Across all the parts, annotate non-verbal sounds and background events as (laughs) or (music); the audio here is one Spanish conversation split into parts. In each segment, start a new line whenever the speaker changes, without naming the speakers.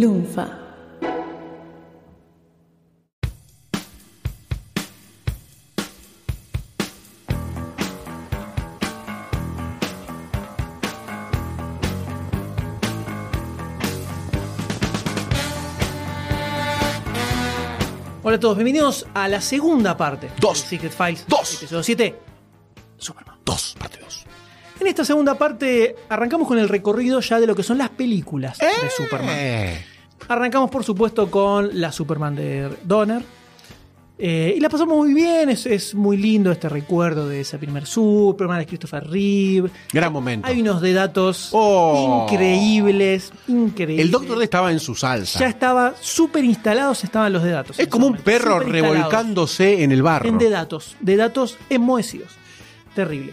Lunfa.
Hola a todos, bienvenidos a la segunda parte
Dos.
de Secret Files
Dos.
episodio 7.
Superman 2, parte 2.
En esta segunda parte arrancamos con el recorrido ya de lo que son las películas de Superman.
Eh.
Arrancamos por supuesto con la Superman de Donner. Eh, y la pasamos muy bien, es, es muy lindo este recuerdo de ese primer Superman, de Christopher Reeve.
Gran momento.
Hay unos de datos
Oh.
increíbles, increíbles.
El Doctor D estaba en su salsa.
ya estaba súper instalados, estaban los de datos.
es como un perro
Súper instalados.
revolcándose en el barro.
En de datos, de datos enmohecidos. Terrible.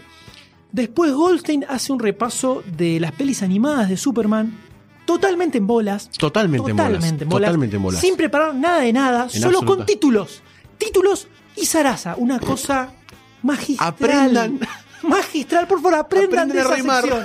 Después Goldstein hace un repaso de las pelis animadas de Superman, totalmente en bolas.
Totalmente en bolas,
en bolas,
totalmente en bolas.
Sin preparar nada de nada, solo
absoluta. Eh,
con títulos. Títulos y zaraza, una cosa magistral.
Aprendan.
(laughs) Magistral, por favor, aprendan,
Aprendan
de
a
esa
rimar.
sección.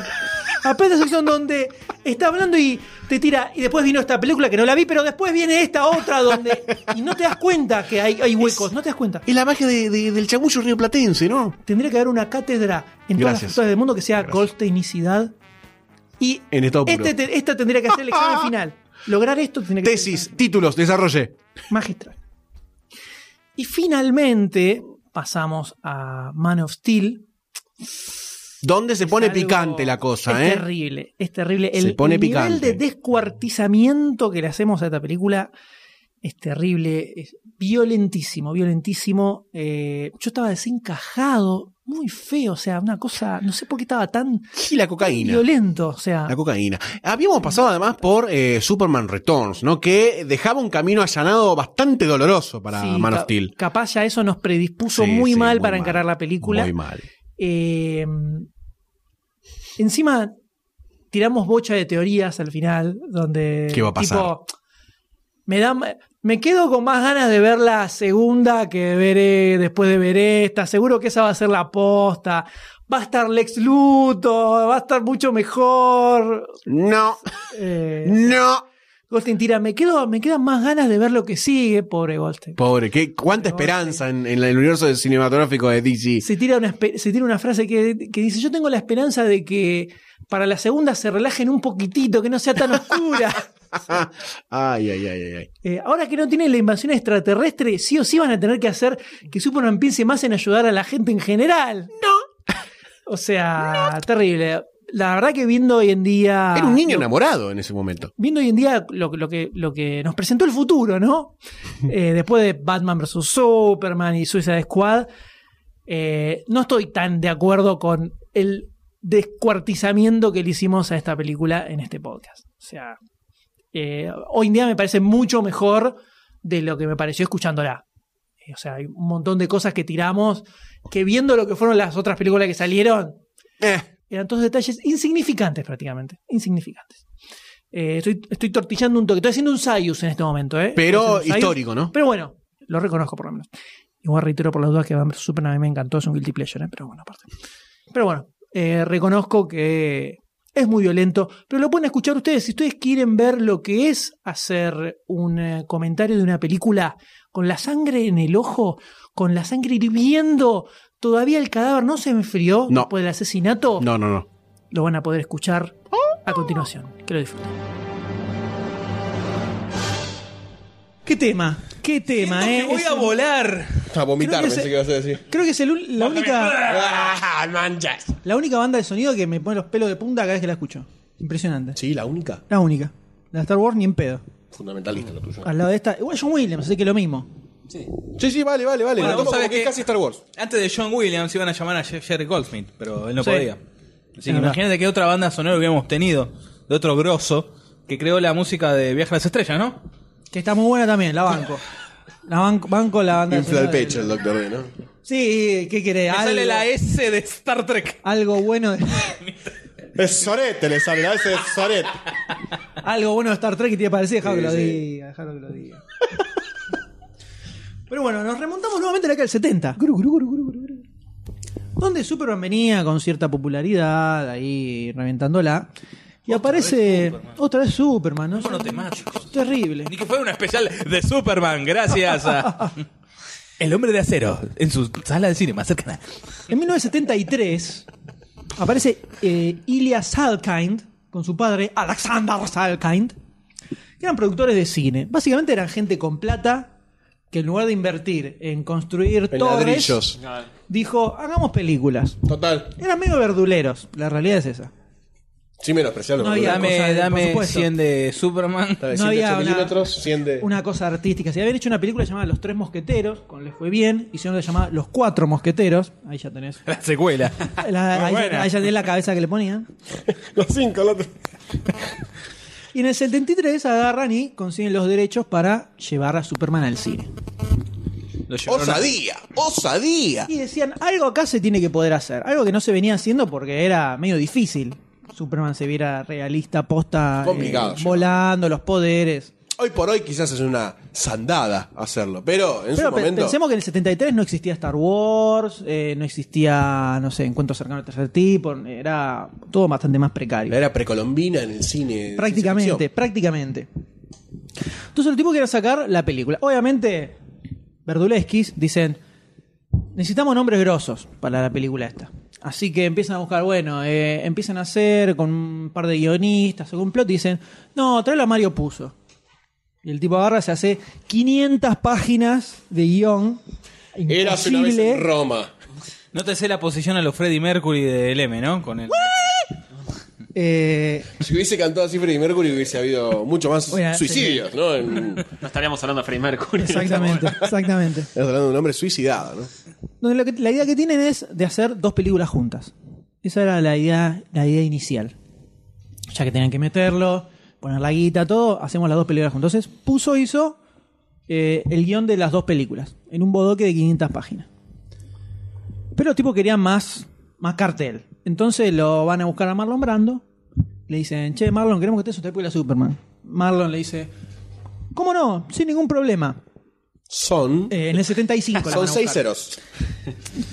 Aprendan esa sección donde está hablando y te tira. Y después vino esta película que no la vi, pero después viene esta otra donde. Y no te das cuenta que hay, hay huecos, no te das cuenta.
Es la magia de- de- del chamullo rioplatense, ¿no?
Tendría que haber una cátedra en todas las
Gracias.
facultades del mundo que sea
Gracias.
Goldsteinicidad. Y
En estado puro.
este, te- esta tendría que hacer el
(laughs)
examen final. Lograr esto tendría que ser el
Tesis, títulos, desarrolle.
examen magistral. Y finalmente pasamos a Man of Steel.
¿Dónde se pone
Es algo-
picante la cosa,
es
eh?
terrible, es terrible. El,
Se pone
el nivel de
picante.
descuartizamiento que le hacemos a esta película es terrible, es violentísimo, violentísimo. Eh, yo estaba desencajado, muy feo, o sea, una cosa, no sé por qué estaba tan
Y la cocaína.
violento, o sea,
La cocaína. Habíamos pasado además por eh, Superman Returns, ¿no? Que dejaba un camino allanado bastante doloroso para
sí,
Man of
ca-
Steel.
capaz ya eso nos predispuso
Sí,
muy
sí,
mal
muy
para
mal,
encarar la película.
Muy mal.
Eh, encima, tiramos bocha de teorías al final, donde.
¿Qué va a pasar?
tipo, me, da, me quedo con más ganas de ver la segunda que veré después de ver esta. Seguro que esa va a ser la posta. Va a estar Lex Luthor, va a estar mucho mejor.
No,
Eh,
no.
Goldstein tira, me quedo, me quedan más ganas de ver lo que sigue, pobre Goldstein.
Pobre, ¿qué, cuánta esperanza en, en el universo cinematográfico de DC.
se tira una, espe- se tira una frase que, que dice, yo tengo la esperanza de que para la segunda se relajen un poquitito, que no sea tan
(laughs)
oscura.
Ay, ay, ay, ay, ay.
Eh, ahora que no tienen la invasión extraterrestre, sí o sí van a tener que hacer que Superman piense más en ayudar a la gente en general. No. O sea, terrible. La verdad que viendo hoy en día...
Era un niño
lo-
enamorado en ese momento.
Viendo hoy en día lo, lo que, lo que nos presentó el futuro, ¿no? Eh, después de Batman vs. Superman y Suicide Squad, eh, no estoy tan de acuerdo con el descuartizamiento que le hicimos a esta película en este podcast. O sea, eh, hoy en día me parece mucho mejor de lo que me pareció escuchándola. Eh, O sea, hay un montón de cosas que tiramos que viendo lo que fueron las otras películas que salieron,
Eh,
eran todos detalles insignificantes prácticamente, insignificantes. Eh, estoy, estoy tortillando un toque, estoy haciendo un Sayus en este momento, ¿eh? Estoy
pero
haciendo un Sayus.
histórico, ¿no?
Pero bueno, lo reconozco por lo menos. Igual reitero por las dudas que Batman vs Superman a mí me encantó, es un guilty pleasure, ¿eh? pero bueno, aparte. Pero bueno, eh, reconozco que es muy violento, pero lo pueden escuchar ustedes. Si ustedes quieren ver lo que es hacer un eh, comentario de una película con la sangre en el ojo, con la sangre hirviendo, todavía el cadáver no se enfrió
No.
después del asesinato,
No, no, no.
lo van a poder escuchar a continuación. Que lo disfruten. ¿Qué tema? ¿Qué tema, eh?
voy
Es
a
un-
volar.
A vomitar,
Creo que
pensé
se-
que ibas a decir.
Creo que es el ul- la, única,
(laughs) ¡Ah, manchas!
la única banda de sonido que me pone los pelos de punta cada vez que la escucho. Impresionante.
Sí, la única.
La única. La Star Wars ni en pedo.
Fundamentalista lo tuyo.
Al lado de esta. Igual John Williams, así que lo mismo.
Sí, sí, vale, vale, vale.
Bueno,
No, no,
vos sabés
porque
que-
es casi Star Wars.
Antes de John Williams iban a llamar a Jer- Jerry Goldsmith, pero él no
Sí.
podía. Así
Es
que
verdad.
imagínate qué otra banda sonora hubiéramos tenido de otro grosso que creó la música de Viaje a las Estrellas, ¿no?
Que está muy buena también, la banco. La banco, banco la banda. de
Infla el
sonido
pecho el
del-
Doctor D, ¿no?
Sí, ¿qué querés?
Me
Algo,
sale
E.
la S de Star Trek.
algo bueno de,
Es Sorete, le sale la S de Sorete.
algo bueno de Star Trek que tiene para decir, dejalo que lo
Sí, sí.
diga, dejalo que lo diga. (laughs) Pero bueno, nos remontamos nuevamente a la década del 70. Gru, gru, gru, gru, gru, gru. Donde Superman venía con cierta popularidad ahí reventándola. Y aparece otra vez Superman, ¿no?
No, no te mates.
Terrible.
Ni que fuera un especial de Superman, gracias a. El hombre de acero, en su sala de cine más cercana.
En 1973 aparece eh, Ilya Salkind con su padre Alexander Salkind, que eran productores de cine. Básicamente eran gente con plata que en lugar de invertir en construir torres,
Ladrillos.
dijo, hagamos películas.
Total.
Eran medio verduleros, la realidad es esa.
Sí, menospreciarlo.
No había-
Dame,
cosa de- por
dame
supuesto.
100 de Superman.
Está de
no
108
había una-
milímetros, 100 de-
Una cosa artística. Se habían hecho una película llamada Los Tres Mosqueteros, con les fue bien, hicieron la llamada Los Cuatro Mosqueteros. Ahí ya
(laughs)
tenés.
La secuela.
la- ahí, ya-
buena.
ahí ya tenés la cabeza que le ponían.
Los cinco, los otros.
Y en el 73 agarran y consiguen los derechos para llevar a Superman al cine.
(laughs) Lo llevaron a-
Osadía, osadía.
Y decían, algo acá se tiene que poder hacer, algo que no se venía haciendo porque era medio difícil. Superman se viera realista, posta, eh,
Complicado, yo.
volando, los poderes.
Hoy por hoy quizás es una sandada hacerlo, pero
Pero
en su
pe-
momento...
pensemos que en el 73 no existía Star Wars, eh, no existía, no sé, Encuentro Cercano al Tercer Tipo, era todo bastante más precario.
La era precolombina en el cine.
Prácticamente, prácticamente. Entonces el tipo quiere sacar la película. Obviamente, Verduleskis dicen, necesitamos nombres grosos para la película esta. Así que empiezan a buscar, bueno, eh, empiezan a hacer con un par de guionistas o con un plot y dicen, no, trae a Mario Puzo. Y el tipo agarra, se hace 500 páginas de guión.
Era una vez
imposible.
en Roma.
No te sé la posición a los Freddie Mercury del M, ¿no? Con el...
Eh,
Si hubiese cantado así Freddie Mercury hubiese habido mucho más
Bueno,
suicidios, ¿no? En- Estás
No estaríamos hablando de Freddie Mercury.
exactamente, exactamente.
hablando de un hombre suicidado, ¿no?
Donde lo que- la idea que tienen es de hacer dos películas juntas. Esa era la idea, la idea inicial. Ya que tenían que meterlo, poner la guita, todo, hacemos las dos películas juntas. Entonces, Puso hizo eh, el guión de las dos películas, en un bodoque de 500 páginas. Pero los tipos querían más, más cartel. Entonces lo van a buscar a Marlon Brando. Le dicen, che, Marlon, queremos que te hagas otra película de Superman. Marlon le dice, ¿cómo no? Sin ningún problema.
Son...
Eh, en el 75. la van
son
a
seis
buscar.
ceros.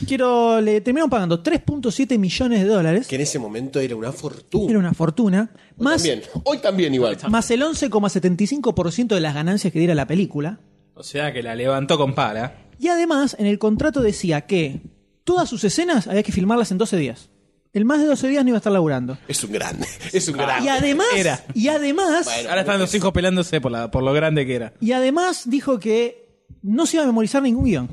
Quiero, le terminaron pagando 3.7 millones de dólares.
Que en ese momento era una fortuna.
Era una fortuna.
Pues
Hoy
Más,
también. Hoy también igual.
más el 11,75% de las ganancias que diera la película.
O sea que la levantó con pala.
Y además, en el contrato decía que todas sus escenas había que filmarlas en 12 días. El más de 12 días no iba a estar laburando.
Es un grande. Es un grande.
Y además,
Ah, Era.
y además,
Ahora están los hijos pelándose por, la, por lo grande que era.
y además dijo que no se iba a memorizar ningún guión.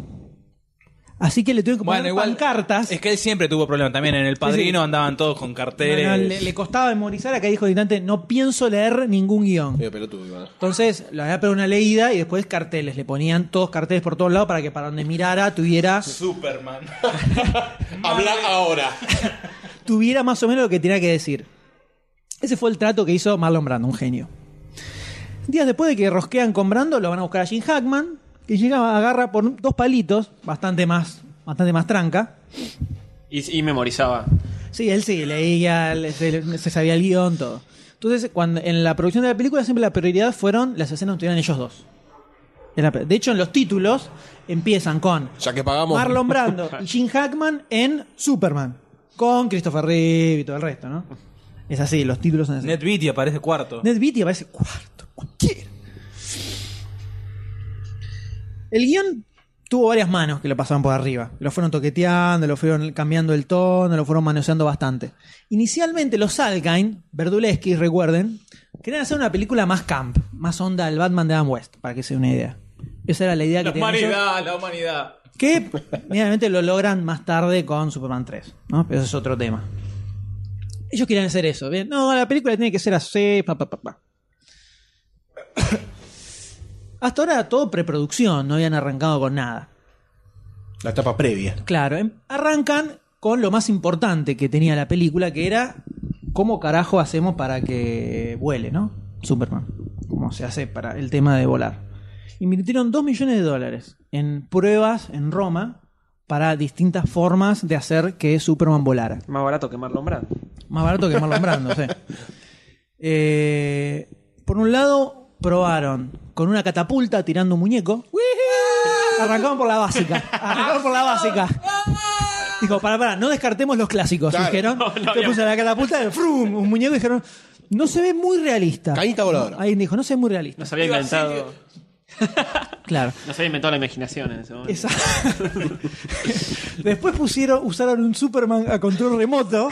Así que le tuvieron que poner
Bueno, igual.
cartas.
Es que él siempre tuvo problemas también. En El Padrino andaban todos con carteles.
le, le costaba memorizar, acá dijo el distante, no pienso leer ningún guión.
Medio pelotudo, Iván.
Entonces, le había pegado una leída y después carteles. Le ponían todos carteles por todos lados para que para donde mirara tuviera, (laughs)
(laughs) Superman.
Habla ahora.
tuviera más o menos lo que tenía que decir. Ese fue el trato que hizo Marlon Brando, un genio. Días después de que rosquean con Brando, lo van a buscar a Jim Hackman, que llega, agarra por dos palitos, bastante más, bastante más tranca.
Y, y memorizaba.
Sí, él sí, leía, le- se, se sabía el guión, todo. Entonces, cuando, en la producción de la película siempre la prioridad fueron las escenas donde estuvieran ellos dos. Era- De hecho, en los títulos empiezan con
Ya que pagamos...
Marlon Brando y Jim Hackman en Superman. Con Christopher Reeve y todo el resto, ¿no? Es así, los títulos son así.
Ned Beatty aparece cuarto.
Ned Beatty aparece cuarto, cualquiera. El guión tuvo varias manos que lo pasaban por arriba. Lo fueron toqueteando, lo fueron cambiando el tono, lo fueron manoseando bastante. Inicialmente los Alkain, Verdulesky, recuerden, querían hacer una película más camp, más onda al Batman de Adam West, para que se den una idea. Esa era la idea que tenían ellos.
la humanidad.
Que medianamente lo logran más tarde con Superman 3, ¿no? Pero eso es otro tema. Ellos querían hacer eso. Bien, no, la película tiene que ser así, pa, pa, pa, (coughs) pa. Hasta ahora todo preproducción, no habían arrancado con nada.
La etapa previa.
Claro, em- arrancan con lo más importante que tenía la película, que era cómo carajo hacemos para que vuele, ¿no? Superman. Cómo se hace para el tema de volar. Invirtieron 2 millones de dólares en pruebas en Roma para distintas formas de hacer que Superman volara.
Más barato que Marlon Brando.
Más barato que Marlon Brando, sí. Eh, por un lado, probaron con una catapulta tirando un muñeco. Arrancaron por la básica. Arrancaron por la básica. Dijo, para, para, no descartemos los clásicos, dijeron. Entonces puso la catapulta, frum, un muñeco y dijeron, No se ve muy realista.
Cañita voladora.
Alguien dijo, no se ve muy realista.
Nos había inventado.
Claro.
Nos había inventado la imaginación en ese momento.
Esa- Después pusieron, usaron un Superman a control remoto,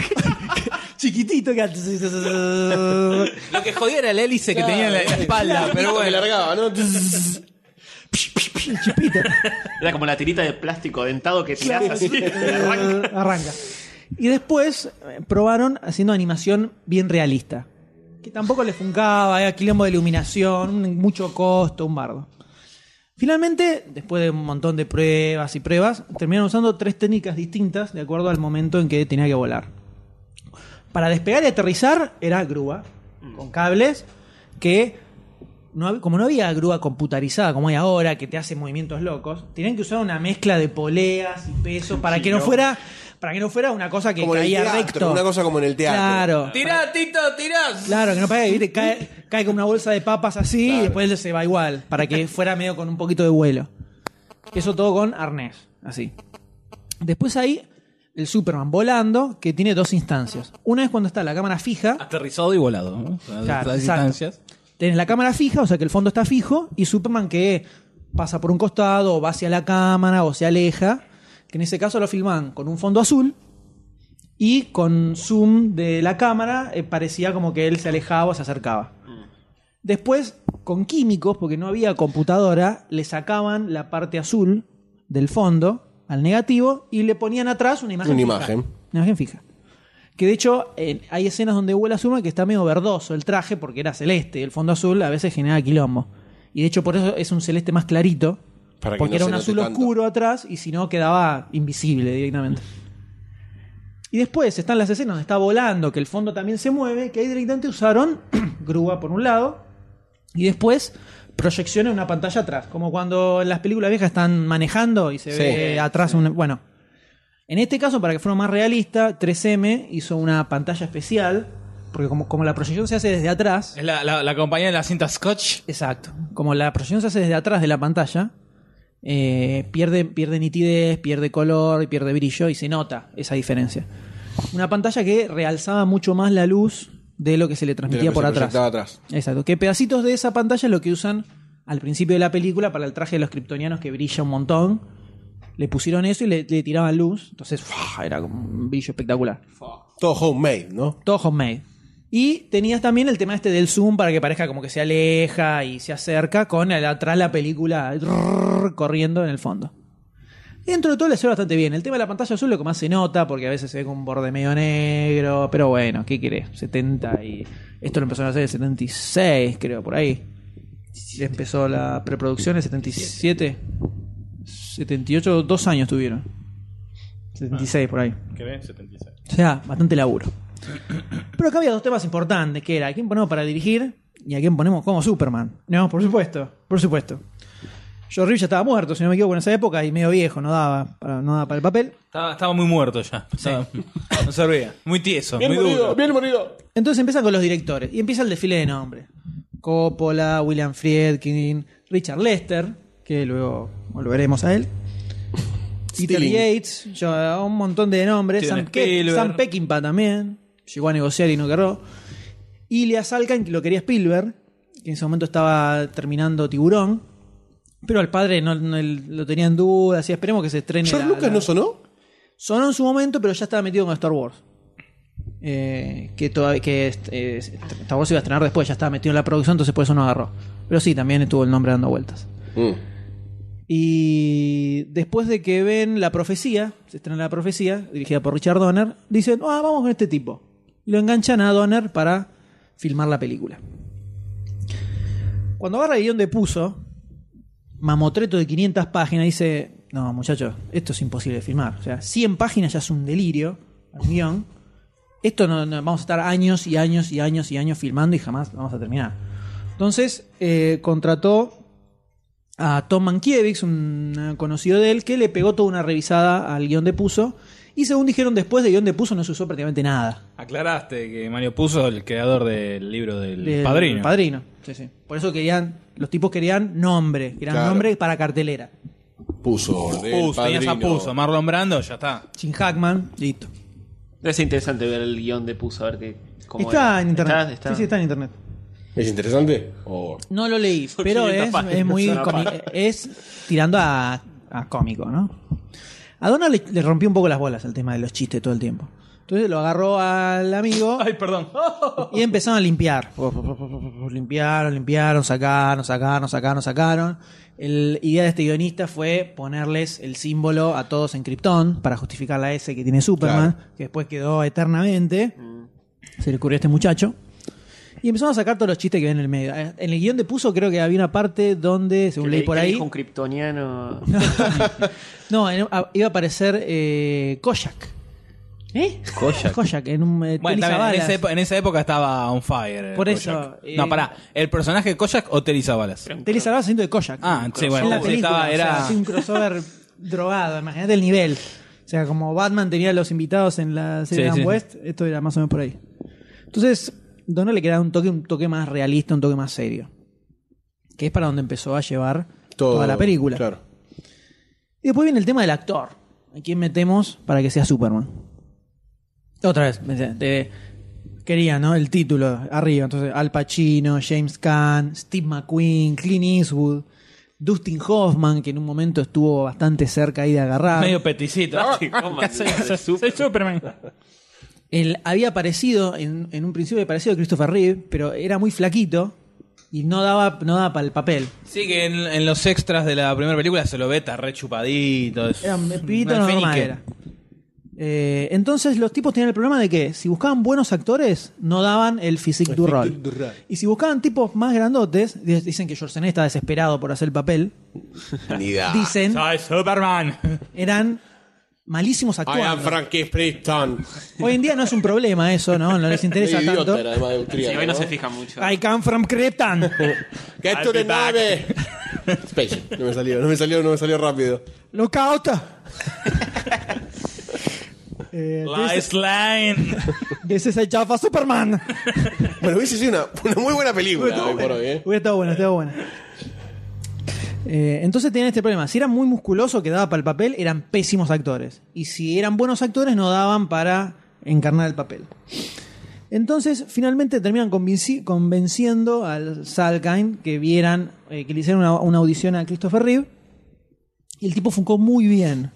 (laughs) chiquitito que antes-
Lo que jodía era la hélice que tenía en la, en la espalda, pero
Me
bueno.
largaba, ¿no?
chipito.
Era como la tirita de plástico dentado que tirás así. (laughs)
Eh, arranca. Y después eh, probaron haciendo animación bien realista. Que tampoco le funcaba, era quilombo de iluminación, un- mucho costo, un bardo. Finalmente, después de un montón de pruebas y pruebas, terminaron usando tres técnicas distintas de acuerdo al momento en que tenía que volar. Para despegar y aterrizar era grúa, con cables, que no hab- como no había grúa computarizada como hay ahora, que te hace movimientos locos, tenían que usar una mezcla de poleas y pesos para que no, fuera para que no fuera una cosa que
(laughs) Como en el
caía
teatro,
recto.
una cosa como en el teatro.
Claro.
Tirá, Tito, tirá.
Claro, que no pasa que ¿viste? cae, cae con una bolsa de papas así y después se va igual, para que fuera medio con un poquito de vuelo. Eso todo con arnés, así. Después ahí, el Superman volando, que tiene dos instancias. Una es cuando está la cámara
Ah,
fija,
Aterrizado y volado. ¿no? A
Claro,
estas
exacto.
distancias.
tenés la cámara fija, o sea que el fondo está fijo, y Superman que pasa por un costado, o va hacia la cámara, o se aleja, que en ese caso lo filman con un fondo azul, y con zoom de la cámara eh, parecía como que él se alejaba o se acercaba. Después, con químicos, porque no había computadora, le sacaban la parte azul del fondo al negativo y le ponían atrás una imagen
Una
fija.
imagen.
Una imagen fija. Que de hecho en- hay escenas donde vuela Superman que está medio verdoso el traje porque era celeste. El fondo azul a veces genera quilombo. Y de hecho por eso es un celeste más clarito.
Para que
porque
no
era
se
un
note
azul
tanto.
oscuro atrás y si no quedaba invisible directamente. Y después están las escenas donde está volando, que el fondo también se mueve, que ahí directamente usaron (clears throat) grúa por un lado y después proyección en una pantalla atrás. Como cuando en las películas viejas están manejando y se
Sí.
ve atrás un... Bueno, en este caso, para que fuera más realista, 3M hizo una pantalla especial, porque como, como la proyección se hace desde atrás...
Es la, la, la compañía de la cinta Scotch.
Exacto. Como la proyección se hace desde atrás de la pantalla, eh, pierde, pierde nitidez, pierde color, pierde brillo y se nota esa diferencia. Una pantalla que realzaba mucho más la luz de lo que se le
De lo
transmitía
que
por
se
atrás.
proyectaba atrás.
Exacto. Que pedacitos de esa pantalla es lo que usan al principio de la película para el traje de los kryptonianos que brilla un montón. Le pusieron eso y le, le tiraban luz. Entonces, ¡fua! era como un brillo espectacular.
Todo homemade, ¿no?
Todo homemade. Y tenías también el tema este del zoom para que parezca como que se aleja y se acerca con el, atrás la película rrrr, corriendo en el fondo. Y dentro de todo le salió bastante bien. El tema de la pantalla azul es lo que más se nota porque a veces se ve con un borde medio negro. Pero bueno, ¿qué querés? 70 y... Esto lo empezaron a hacer en el 76, creo, por ahí. Empezó la preproducción en el 77. 78, dos años tuvieron. 76 por ahí.
¿Qué ven? 76.
O sea, bastante laburo. Pero acá había dos temas importantes, que era a quién ponemos para dirigir y a quién ponemos como Superman. No, por supuesto, por supuesto. George Reeves ya estaba muerto, si no me equivoco, en esa época, y medio viejo, no daba para, no daba para el papel.
Estaba, estaba muy muerto ya. Estaba- (laughs) no servía. Muy tieso, muy duro.
bien morido.
Entonces empiezan con los directores, y empieza el desfile de nombres. Coppola, William Friedkin, Richard Lester, que luego volveremos a él. Peter
Stilling.
Yates, yo- un montón de nombres.
Steven
Sam, Pe-
Spielberg.
Sam Peckinpah también. Llegó a negociar y no querró. Ilias Alcan, que lo quería Spielberg, que en ese momento estaba terminando Tiburón. Pero al padre no, no- lo tenía en duda, así esperemos que se estrene.
¿George
la-
Lucas
la-
no sonó?
Sonó en su momento, pero ya estaba metido con Star Wars. Eh, que todavía que eh, Star Wars iba a estrenar después, ya estaba metido en la producción, entonces por eso no agarró. Pero sí, también estuvo el nombre dando vueltas.
Mm.
Y después de que ven La Profecía, se estrena La Profecía, dirigida por Richard Donner, dicen, ah, vamos con este tipo. Y lo enganchan a Donner para filmar la película. Cuando agarra el guión de Puso, mamotreto de 500 páginas, dice, no, muchachos, esto es imposible de filmar. O sea, 100 páginas ya es un delirio, un guión. Esto no, no- vamos a estar años y años y años y años filmando y jamás vamos a terminar. Entonces, eh, contrató a Tom Mankiewicz, un eh, conocido de él, que le pegó toda una revisada al guión de Puso. Y según dijeron después, de guión de Puso no se usó prácticamente nada.
Aclaraste que Mario Puzo, el creador del libro del,
Del
padrino.
Padrino. Sí, sí. Por eso querían, los tipos querían nombre, querían
Claro.
nombre para cartelera.
Puso. del
Puzo, tenías a
Padrino.
Puzo, Marlon Brando, ya está.
Jim Hackman, listo.
Debe ser interesante ver el guión de Puso, a ver qué, como
está
era.
en internet.
Está- está-
Sí, sí, está en internet.
¿Es interesante? O-
No lo leí,
Son
pero
500
es,
páginas,
es muy
una
comi-
página.
es tirando a, a cómico, ¿no? A Donna le, le rompió un poco las bolas el tema de los chistes todo el tiempo. Entonces lo agarró al amigo
Ay, perdón.
(laughs) y empezaron a limpiar. Limpiaron, limpiaron, sacaron, sacaron, sacaron, sacaron. La idea de este guionista fue ponerles el símbolo a todos en Krypton para justificar la S que tiene Superman, que después quedó eternamente. Se le ocurrió a este muchacho. Y empezaron a sacar todos los chistes que ven en el medio. Eh, En el guión de puso creo que había una parte donde,
Que
según
le-
leí por
que
ahí,
dijo un kryptoniano. (laughs)
(laughs) no, en- a- iba a aparecer eh, Koyak. ¿Eh?
Kojak.
Koyak, en un... eh, Telly
Bueno, está bien, en,
Savalas.
esa epo- en esa época estaba on fire. eh,
Por eso,
Kojak.
eh,
No, pará. ¿El personaje de Koyak o Telly Savalas?
Telly Savalas haciendo de Koyak.
Ah, sí, bueno,
en la
sí,
película,
estaba-
o sea,
era-
así un crossover drogado, imagínate el nivel. O sea, como Batman tenía los invitados en la serie
Sí,
de Dan
sí.
West, esto era más o menos por ahí. Entonces, Donner le queda un toque, un toque más realista, un toque más serio. Que es para donde empezó a llevar
Todo,
toda la película.
Claro.
Y después viene el tema del actor. ¿A quién metemos para que sea Superman? Otra vez, me decía, te- quería, ¿no? El título arriba. Entonces, Al Pacino, James Caan, Steve McQueen, Clint Eastwood, Dustin Hoffman, que en un momento estuvo bastante cerca ahí de agarrar.
Medio peticito.
Ah,
Sí, cómo,
Casi- (laughs)
de
Soy Superman.
Él había aparecido, en, en un principio había aparecido Christopher Reeve, pero era muy flaquito y no daba, no daba para el papel.
Sí, que en, en los extras de la primera película se lo ve, está re chupadito. es-
Era
Mm,
un pibito
Al fin y
normal.
que-
era. Eh, entonces los tipos tenían el problema de que si buscaban buenos actores, no daban el physique du rol. Y si buscaban tipos más grandotes, di- dicen que Schwarzenegger está desesperado por hacer el papel,
Ni
Ah,
da.
dicen,
Soy Superman.
(laughs) eran malísimos
I am
actores.
Frankie Preston.
Hoy en día no es un problema eso, ¿no? No les interesa
(laughs) Idiota,
tanto.
era, además de
Sí,
austríaco,
hoy no
¿no?
se fija mucho.
I come from
(laughs)
Krypton.
Get to the
(laughs)
nave. Spaceship. No me salió, no me salió, no me salió rápido.
Lockout.
(laughs)
Eh,
Lies
(laughs)
Line.
this, this is a Java
(laughs)
Superman.
Bueno, hubiese sido una, una muy buena película hoy por hoy, ¿eh?
Hubiera estado bueno, estaba bueno. Eh, entonces tenían este problema. Si eran muy musculoso que daba para el papel, eran pésimos actores. Y si eran buenos actores, no daban para encarnar el papel. Entonces, finalmente terminan convinci- convenciendo al Salkind que vieran, eh, que le hicieran una, una audición a Christopher Reeve. Y el tipo funcó muy bien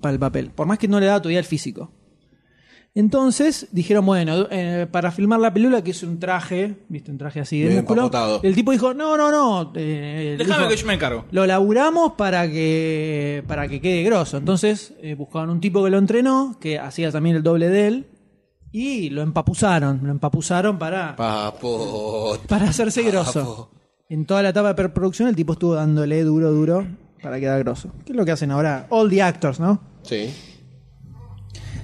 para el papel, por más que no le daba todavía el físico. Entonces dijeron, bueno, eh, para filmar la película, que es un traje, ¿viste? Un traje así de
Bien
músculo.
empapotado.
El tipo dijo, no, no, no. eh,
Déjame
dijo,
que yo me encargo.
lo laburamos para que para que quede grosso. Entonces eh, buscaban un tipo que lo entrenó, que hacía también el doble de él, y lo empapuzaron, lo empapuzaron para,
Papo.
para hacerse grosso. En toda la etapa de preproducción el tipo estuvo dándole duro, duro, para quedar grosso. ¿Qué es lo que hacen ahora? All the actors, ¿no?
Sí.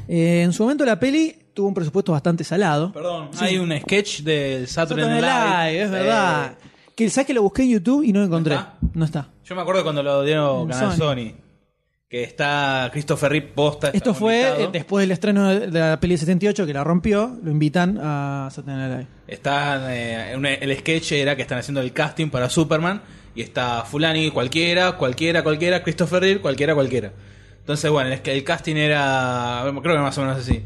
Eh, en su momento la peli tuvo un presupuesto bastante salado.
Perdón, hay un sketch del Saturday
Saturday
Night
Night Live,
Live. Eh,
es verdad. Que sabes que lo busqué en YouTube y no lo encontré.
está?
No está.
Eh, yo me acuerdo cuando lo dieron
En
Canal
Sony.
Sony. Que está Christopher Reeve posta. está
Esto fue
invitado.
eh, después del estreno de, de la peli del 78 que la rompió, lo invitan a Saturday Night Live.
Están, eh, un- el sketch era que están haciendo el casting para Superman y está Fulani, cualquiera, cualquiera, cualquiera, Christopher Reeve, cualquiera, cualquiera. Entonces, bueno, el, el casting era, creo que más o menos así.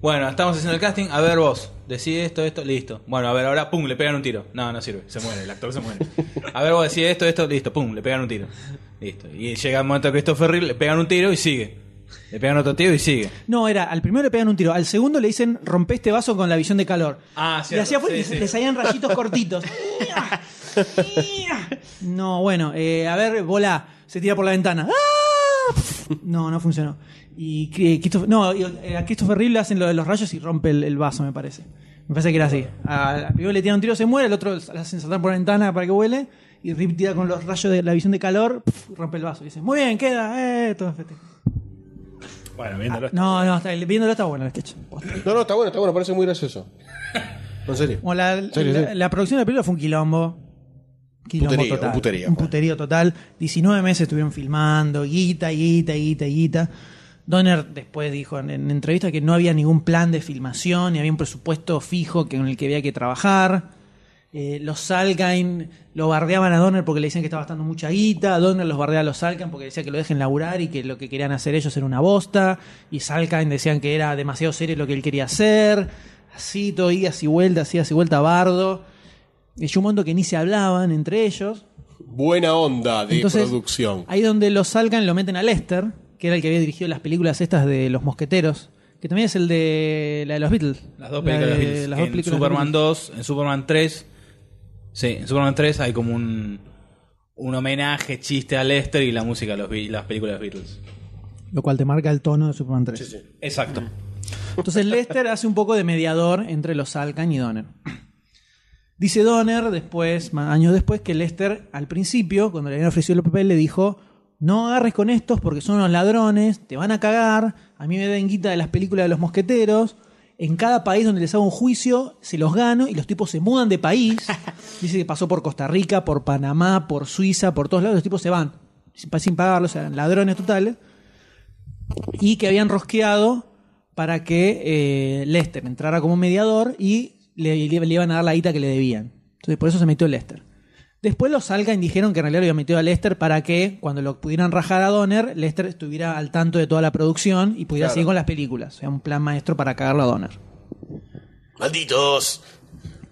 Bueno, estamos haciendo el casting, a ver vos, decide esto, esto, listo. Bueno, a ver, ahora, pum, le pegan un tiro. No, no sirve, se muere, el actor se muere. A ver vos, decide esto, esto, listo, pum, le pegan un tiro. Listo. Y llega el momento de Christopher Reeve, le pegan un tiro y sigue. Le pegan otro tiro y sigue.
No, era, al primero le pegan un tiro, al segundo le dicen rompe este vaso con la visión de calor.
Ah,
y
cierto,
hacía fuera y
sí,
le-
sí.
le salían
(laughs)
rayitos cortitos. no, bueno, eh, a ver, bola, se tira por la ventana. ¡Ah! No, no funcionó. Y Cri- Christopher, no, y, eh, a Christopher Reeve le hacen lo de los rayos y rompe el, el vaso, me parece. Me parece que era así. Al primero le tiran un tiro, se muere, al otro le hacen saltar por la ventana para que vuele. Y Rip tira con los rayos de la visión de calor, rompe el vaso. Y dice, muy bien, queda, eh, todo festejo.
Bueno, viéndolo.
No, no, está, viéndolo está bueno el sketch.
No, no, está bueno, está bueno, parece muy gracioso. En serio.
Como la,
serio,
la-
sí.
la producción de la película fue un quilombo. Quilombo
Puterío,
total.
un puterío, pues. fue.
puterío total. 19 meses estuvieron filmando, guita, guita, guita, guita. Donner después dijo en, en entrevista que no había ningún plan de filmación, ni había un presupuesto fijo que- con el que había que trabajar. Eh, los Salkind lo bardeaban a Donner porque le decían que estaba gastando mucha guita. Donner los bardea a los Salkind porque decía que lo dejen laburar y que lo que querían hacer ellos era una bosta. Y Salkind decían que era demasiado serio lo que él quería hacer. así, todo idas y vueltas, idas y vueltas, bardo. Y yo un momento que ni se hablaban entre ellos.
Buena onda de
Entonces,
producción.
Ahí donde lo salgan, lo meten a Lester, que era el que había dirigido las películas estas de Los Mosqueteros, que también es el de la de los Beatles.
Las dos
La
películas
de-
de los Beatles.
Eh, las dos
en
películas de
Superman
Beatles.
2, en Superman 3. Sí, en Superman 3 hay como un, un homenaje, chiste a Lester y la música de los, Be- las películas de Beatles.
Lo cual te marca el tono de Superman 3.
Exacto.
Entonces Lester hace un poco de mediador entre los Alcan y Donner. Dice Donner después, ma- años después, que Lester al principio, cuando le habían ofrecido el papel, le dijo, no agarres con estos porque son unos ladrones, te van a cagar, a mí me den guita de las películas de los mosqueteros, en cada país donde les hago un juicio se los gano y los tipos se mudan de país. Dice que pasó por Costa Rica, por Panamá, por Suiza, por todos lados, los tipos se van sin, pa- sin pagarlos, o sea, ladrones totales y que habían rosqueado para que eh, Lester entrara como mediador y le, le- le iban a dar la guita que le debían. Entonces por eso se metió Lester. Después los Algan dijeron que en realidad lo habían metido a Lester para que cuando lo pudieran rajar a Donner, Lester estuviera al tanto de toda la producción y pudiera seguir con las películas. O sea, un plan maestro para cagarlo a Donner.
Malditos.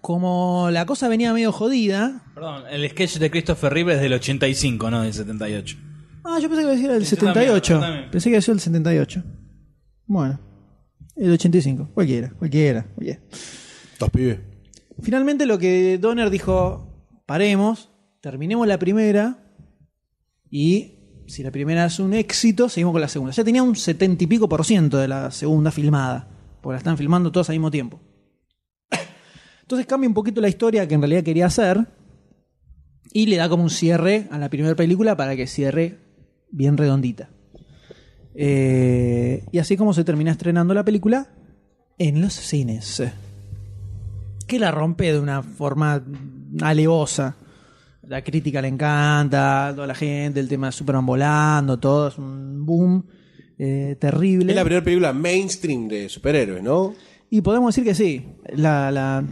Como la cosa venía medio jodida...
Perdón, el sketch de Christopher Reeve es del 85, no del 78.
Ah, yo pensé que iba a decir el
Sí, yo también,
78.
yo también.
Pensé que iba a decir el 78. Bueno. El 85. Cualquiera, cualquiera. cualquiera.
Los pibes.
Finalmente lo que Donner dijo, paremos, terminemos la primera y si la primera es un éxito, seguimos con la segunda. Ya tenía un setenta y pico por ciento de la segunda filmada, porque la están filmando todos al mismo tiempo. Entonces cambia un poquito la historia que en realidad quería hacer y le da como un cierre a la primera película para que cierre bien redondita. Eh, y así como se termina estrenando la película en los cines que la rompe de una forma alevosa. La crítica le encanta, toda la gente, el tema de Superman volando, todo es un boom eh, terrible.
Es la primera película mainstream de superhéroes, ¿no?
Y podemos decir que sí, la, la,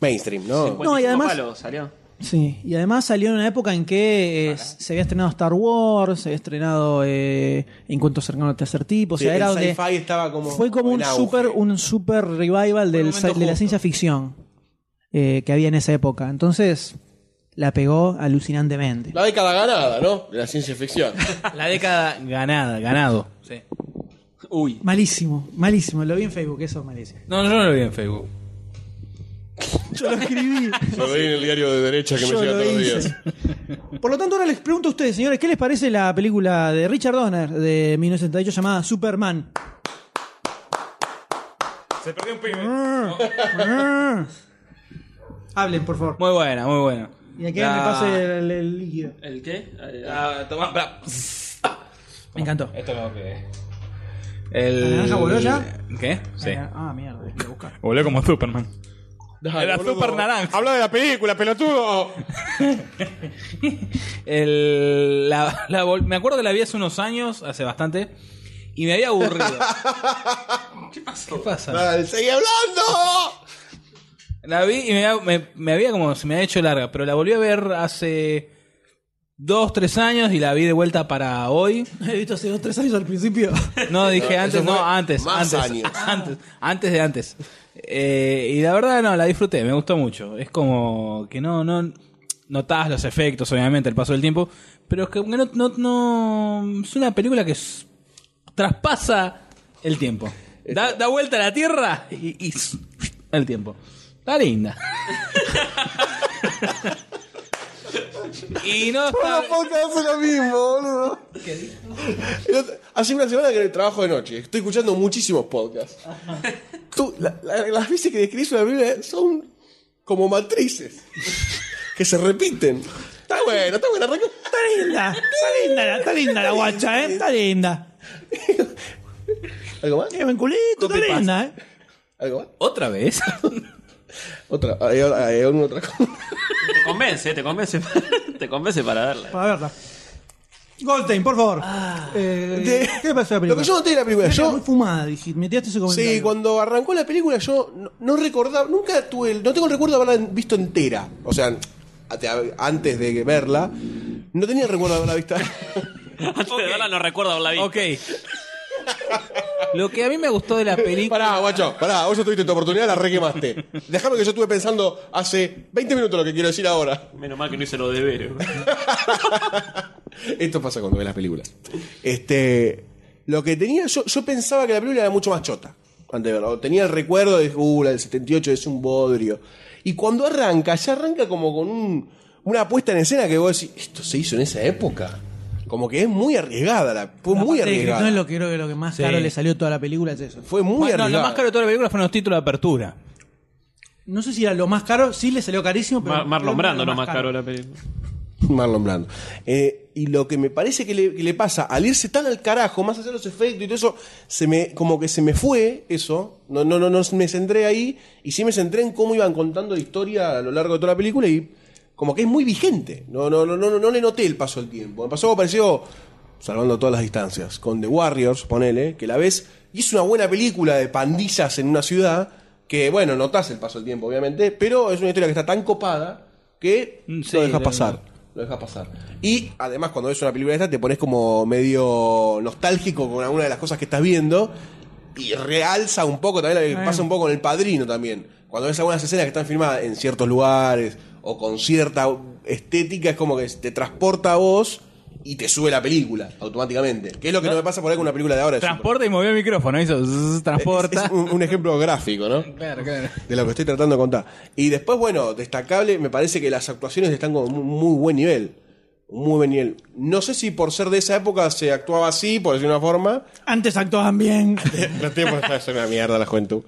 Mainstream, ¿no?
pues.
No, y además-
Palo, salió.
Sí, y además salió en una época en que eh, se había estrenado Star Wars, se había estrenado eh, Encuentros cercanos al tercer tipo, o sea,
Sí,
era
el
donde
sci-fi estaba como
fue como
en
un
auge.
super, un super revival del
momento
sci- de la
justo.
ciencia ficción eh, que había en esa época. Entonces la pegó alucinantemente.
La década ganada, ¿no? De la ciencia
(laughs)
ficción.
La década ganada, ganado. Sí.
Uy.
Malísimo, malísimo, lo vi en Facebook, eso es malísimo.
No, yo no lo vi en Facebook.
Yo lo escribí.
Lo vi en el diario de derecha que me
Yo
llega
lo
todos los
hice.
días.
(laughs) Por lo tanto, ahora les pregunto a ustedes, señores, ¿qué les parece la película de Richard Donner de 1978 llamada Superman?
Se perdió un
(laughs) Hablen, por favor.
Muy buena, muy buena.
Y aquí
La-
me pase el, el líquido.
¿El qué?
Ah, tomá, pará.
Me encantó.
Esto es lo que. El...
¿La naranja voló ya?
¿Qué? Sí.
Ah, mierda, hay que buscar.
Voló como Superman.
Dale,
Era
Ah, boludo.
super naranja.
Habla de la película, pelotudo.
El- la- (laughs) la vol- me acuerdo que la vi hace unos años, hace bastante, y me
(laughs)
había aburrido. ¿Qué pasa?
Dale, seguí hablando.
La vi y me, había- me- me había como, se me había hecho larga, pero la volví a ver hace dos, tres años y la vi de vuelta para hoy.
(laughs) He visto hace dos tres años al
(laughs)
principio.
No, dije
eso
antes,
fue
no, antes,
más
antes,
años.
antes, antes de antes. Eh, y la verdad, no, la disfruté, me gustó mucho. Es como que no, no notabas los efectos, obviamente, el paso del tiempo, pero es que no, no, no- es una película que s- traspasa el tiempo. Da, da vuelta a la Tierra y, y s- el tiempo.
(laughs)
Está linda. y no
Todos
está...
los podcasts hacen lo mismo, boludo. El otro- Hace una semana que trabajo de noche. Estoy escuchando muchísimos podcasts. Tú, la- la- las veces que describís una Biblia son como matrices que se repiten. Está bueno, está bueno. arranca-
Está linda, está linda, la- está linda la guacha, ¿eh? Está linda.
¿Algo más?
Qué buen culito, está linda, ¿eh?
¿Algo más?
¿Otra (laughs) vez?
Otra. Hay, hay alguna otra cosa.
Te convence, te convence. (laughs) te convence para verla.
(laughs) Para verla. Goldstein, por favor. Eh, ¿Qué le pasó a la
Ah. Lo
película?
que yo noté de la película,
Era
yo
muy fumada, dije, Metiste ese comentario.
Sí, cuando arrancó la película yo no, no recordaba, nunca tuve, el- no tengo el recuerdo de haberla visto entera. O sea, ate- antes de verla, no tenía el recuerdo de haberla visto.
Antes de verla no recuerdo haberla visto.
ok. Lo que a mí me gustó de la película.
(laughs) Pará, guacho, pará, vos ya tuviste tu oportunidad, la requemaste. Déjame que yo estuve pensando hace 20 minutos lo que quiero decir ahora.
Menos mal que no hice los deberes.
(laughs)
Esto pasa cuando ves las películas. Este, lo que tenía, yo, yo pensaba que la película era mucho más chota. Antes de verla. O Tenía el recuerdo de, uh, la del 78 es un bodrio. Y cuando arranca, ya arranca como con un- una puesta en escena que vos decís, esto se hizo en esa época. Como que es muy arriesgada, la, fue
Aparte
muy
de que
arriesgada.
No es lo que creo que lo que más
Sí.
caro le salió a toda la película es eso.
Fue muy
no, lo
arriesgada.
más caro de toda la película fueron los títulos de apertura.
No sé si era lo más caro, sí le salió carísimo, pero.
Mar-
creo
Marlon
que era
Brando lo más caro de la película.
(laughs) Marlon Brando. Eh, y lo que me parece que le, que le pasa, al irse tan al carajo, más allá de los efectos y todo eso, se me, como que se me fue eso. No, no, no, no me centré ahí. Y sí me centré en cómo iban contando la historia a lo largo de toda la película. Y como que es muy vigente. No, no, no, no, no, no le noté el paso del tiempo. Me pasó algo parecido, salvando todas las distancias, con The Warriors, ponele, que la ves. Y es una buena película de pandillas en una ciudad. Que bueno, notás el paso del tiempo, obviamente. Pero es una historia que está tan copada que
Mm, sí,
lo dejas
de-
pasar. Lo dejas pasar. Y además, cuando ves una película de esta, te pones como medio nostálgico con alguna de las cosas que estás viendo. Y realza un poco también, la- pasa un poco con el padrino también. Cuando ves algunas escenas que están filmadas en ciertos lugares o con cierta estética, es como que te transporta a vos y te sube la película automáticamente. Que es lo que no me pasa por ahí con una película de ahora. de
Transporta y movió el micrófono, hizo zzz,
Super-
transporta.
Es un- un ejemplo gráfico, ¿no?
Claro, claro.
de lo que estoy tratando de contar. Y después, bueno, destacable, me parece que las actuaciones están con un muy buen nivel. Un Muy buen nivel. No sé si por ser de esa época se actuaba así, por decir una forma.
Antes actuaban bien.
(laughs) Los tiempos es una mierda la juventud.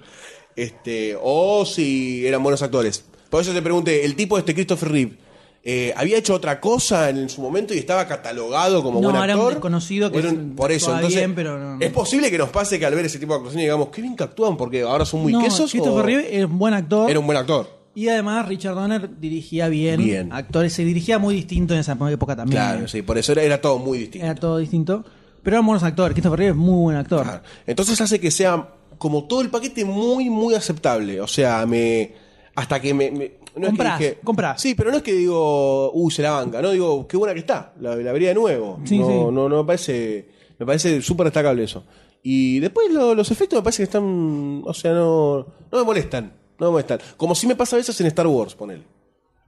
Este, o si eran buenos actores. Por eso te pregunté, el tipo este Christopher Reeve, eh, ¿había hecho otra cosa en su momento y estaba catalogado como
No,
buen
era
actor?
un desconocido que
Era un- por eso,
actuaba
entonces,
bien, pero no-
es posible que nos pase que al ver ese tipo de actuaciones digamos, qué bien que actúan porque ahora son muy
no,
quesos.
Christopher
o-
Reeve era un buen actor.
Era un buen actor.
Y además Richard Donner dirigía bien,
Bien.
actores. Se dirigía muy distinto en esa época también.
Claro, sí, por eso era, era todo muy distinto.
Era todo distinto. Pero eran buenos actores. Christopher Reeve es muy buen actor.
Claro. Entonces hace que sea como todo el paquete muy, muy aceptable. O sea, me. Hasta que me. me- no
Comprás,
es que dije-
comprás.
Sí, pero no es que digo, uh, se la banca, ¿no? Digo, qué buena que está, la, la vería de nuevo.
Sí,
no,
sí.
no, no me parece. Me parece súper destacable eso. Y después lo- los efectos me parece que están. O sea, no. No me molestan. No me molestan. Como si me pasa a veces en Star Wars, ponele.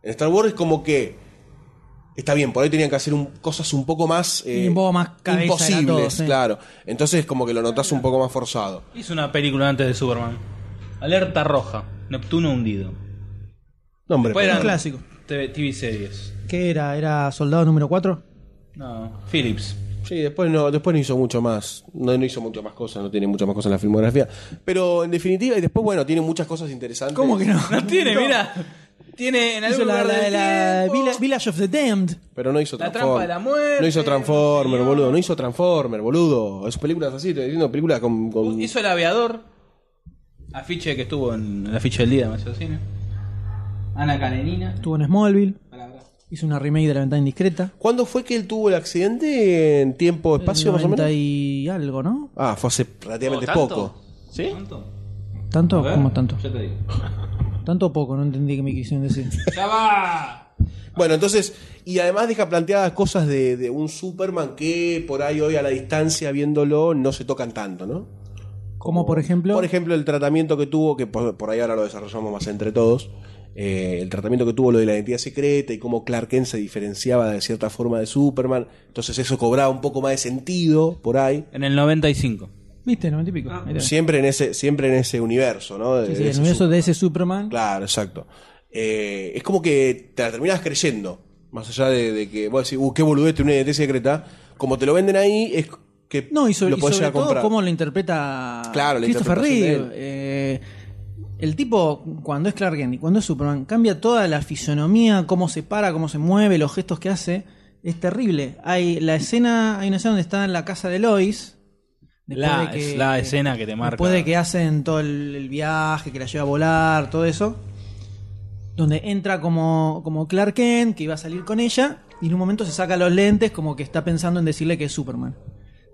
En Star Wars es como que. Está bien, por ahí tenían que hacer un- cosas un poco más. eh,
Y un poco más cabeza era
Imposibles,
todo, sí.
claro. Entonces, como que lo notas un poco más forzado.
Hizo una película antes de Superman. Alerta roja. Neptuno hundido.
No, hombre,
Después
pero-
eran
clásico.
TV, TV series.
¿Qué era? ¿Era soldado número 4?
No. Philips.
Sí, después no, después no hizo mucho más. No, no hizo mucho más cosas, no tiene muchas más cosas en la filmografía. Pero en definitiva, y después, bueno, tiene muchas cosas interesantes.
¿Cómo que no?
No tiene, mira. Tiene en
Hizo
algún
la,
lugar
la,
del
la
tiempo.
Villa- Village of the Damned.
Pero no hizo
La
Transform-
trampa de la muerte,
No hizo Transformer,
señor.
boludo. No hizo Transformer, boludo. Es películas así, estoy diciendo películas con. con-
Hizo el aviador. Afiche que estuvo en el afiche del día de Maceo Cine. Ana Karenina.
Estuvo en Smallville. Hizo una remake de La Ventana Indiscreta.
¿Cuándo fue que él tuvo el accidente? ¿En tiempo, espacio, más o
90
menos?
y algo, ¿no?
Ah, fue hace relativamente
¿Oh, tanto?
poco.
¿Sí?
¿Cuánto?
¿Tanto? ¿Cómo tanto?
¿Eh? Ya te digo.
¿Tanto o poco? No entendí qué me quisieron
(laughs)
decir.
¡Ya va!
Bueno, entonces, y además deja planteadas cosas de, de un Superman que por ahí hoy a la distancia viéndolo no se tocan tanto, ¿no?
Como por ejemplo.
Por ejemplo, el tratamiento que tuvo, que por, por ahí ahora lo desarrollamos más entre todos, eh, el tratamiento que tuvo lo de la identidad secreta y cómo Clark Kent se diferenciaba de cierta forma de Superman, entonces eso cobraba un poco más de sentido por ahí.
En el 95.
¿Viste? No, típico. Ahí está.
Siempre en ese, siempre en ese universo, ¿no? De-
Sí, sí,
de
el
Ah. ese
universo
Superman.
de ese Superman.
Claro, exacto. Eh, es como que te la terminas creyendo. Más allá de, de que vos decís, uh, qué boludez tiene una identidad secreta. Como te lo venden ahí, es que
No, y sobre,
lo
y
podés
sobre
llegar a
todo
comprar.
cómo lo interpreta
Claro, la
Christopher Reeve.
interpretación
Eh, el tipo, cuando es Clark Kent y cuando es Superman, cambia toda la fisonomía, cómo se para, cómo se mueve, los gestos que hace. Es terrible. Hay la escena, hay una escena donde está en la casa de Lois. después
La,
de que-
es la escena que te marca.
Después de que hacen todo el, el viaje, que la lleva a volar, todo eso. Donde entra como, como Clark Kent, que iba a salir con ella, y en un momento se saca los lentes como que está pensando en decirle que es Superman.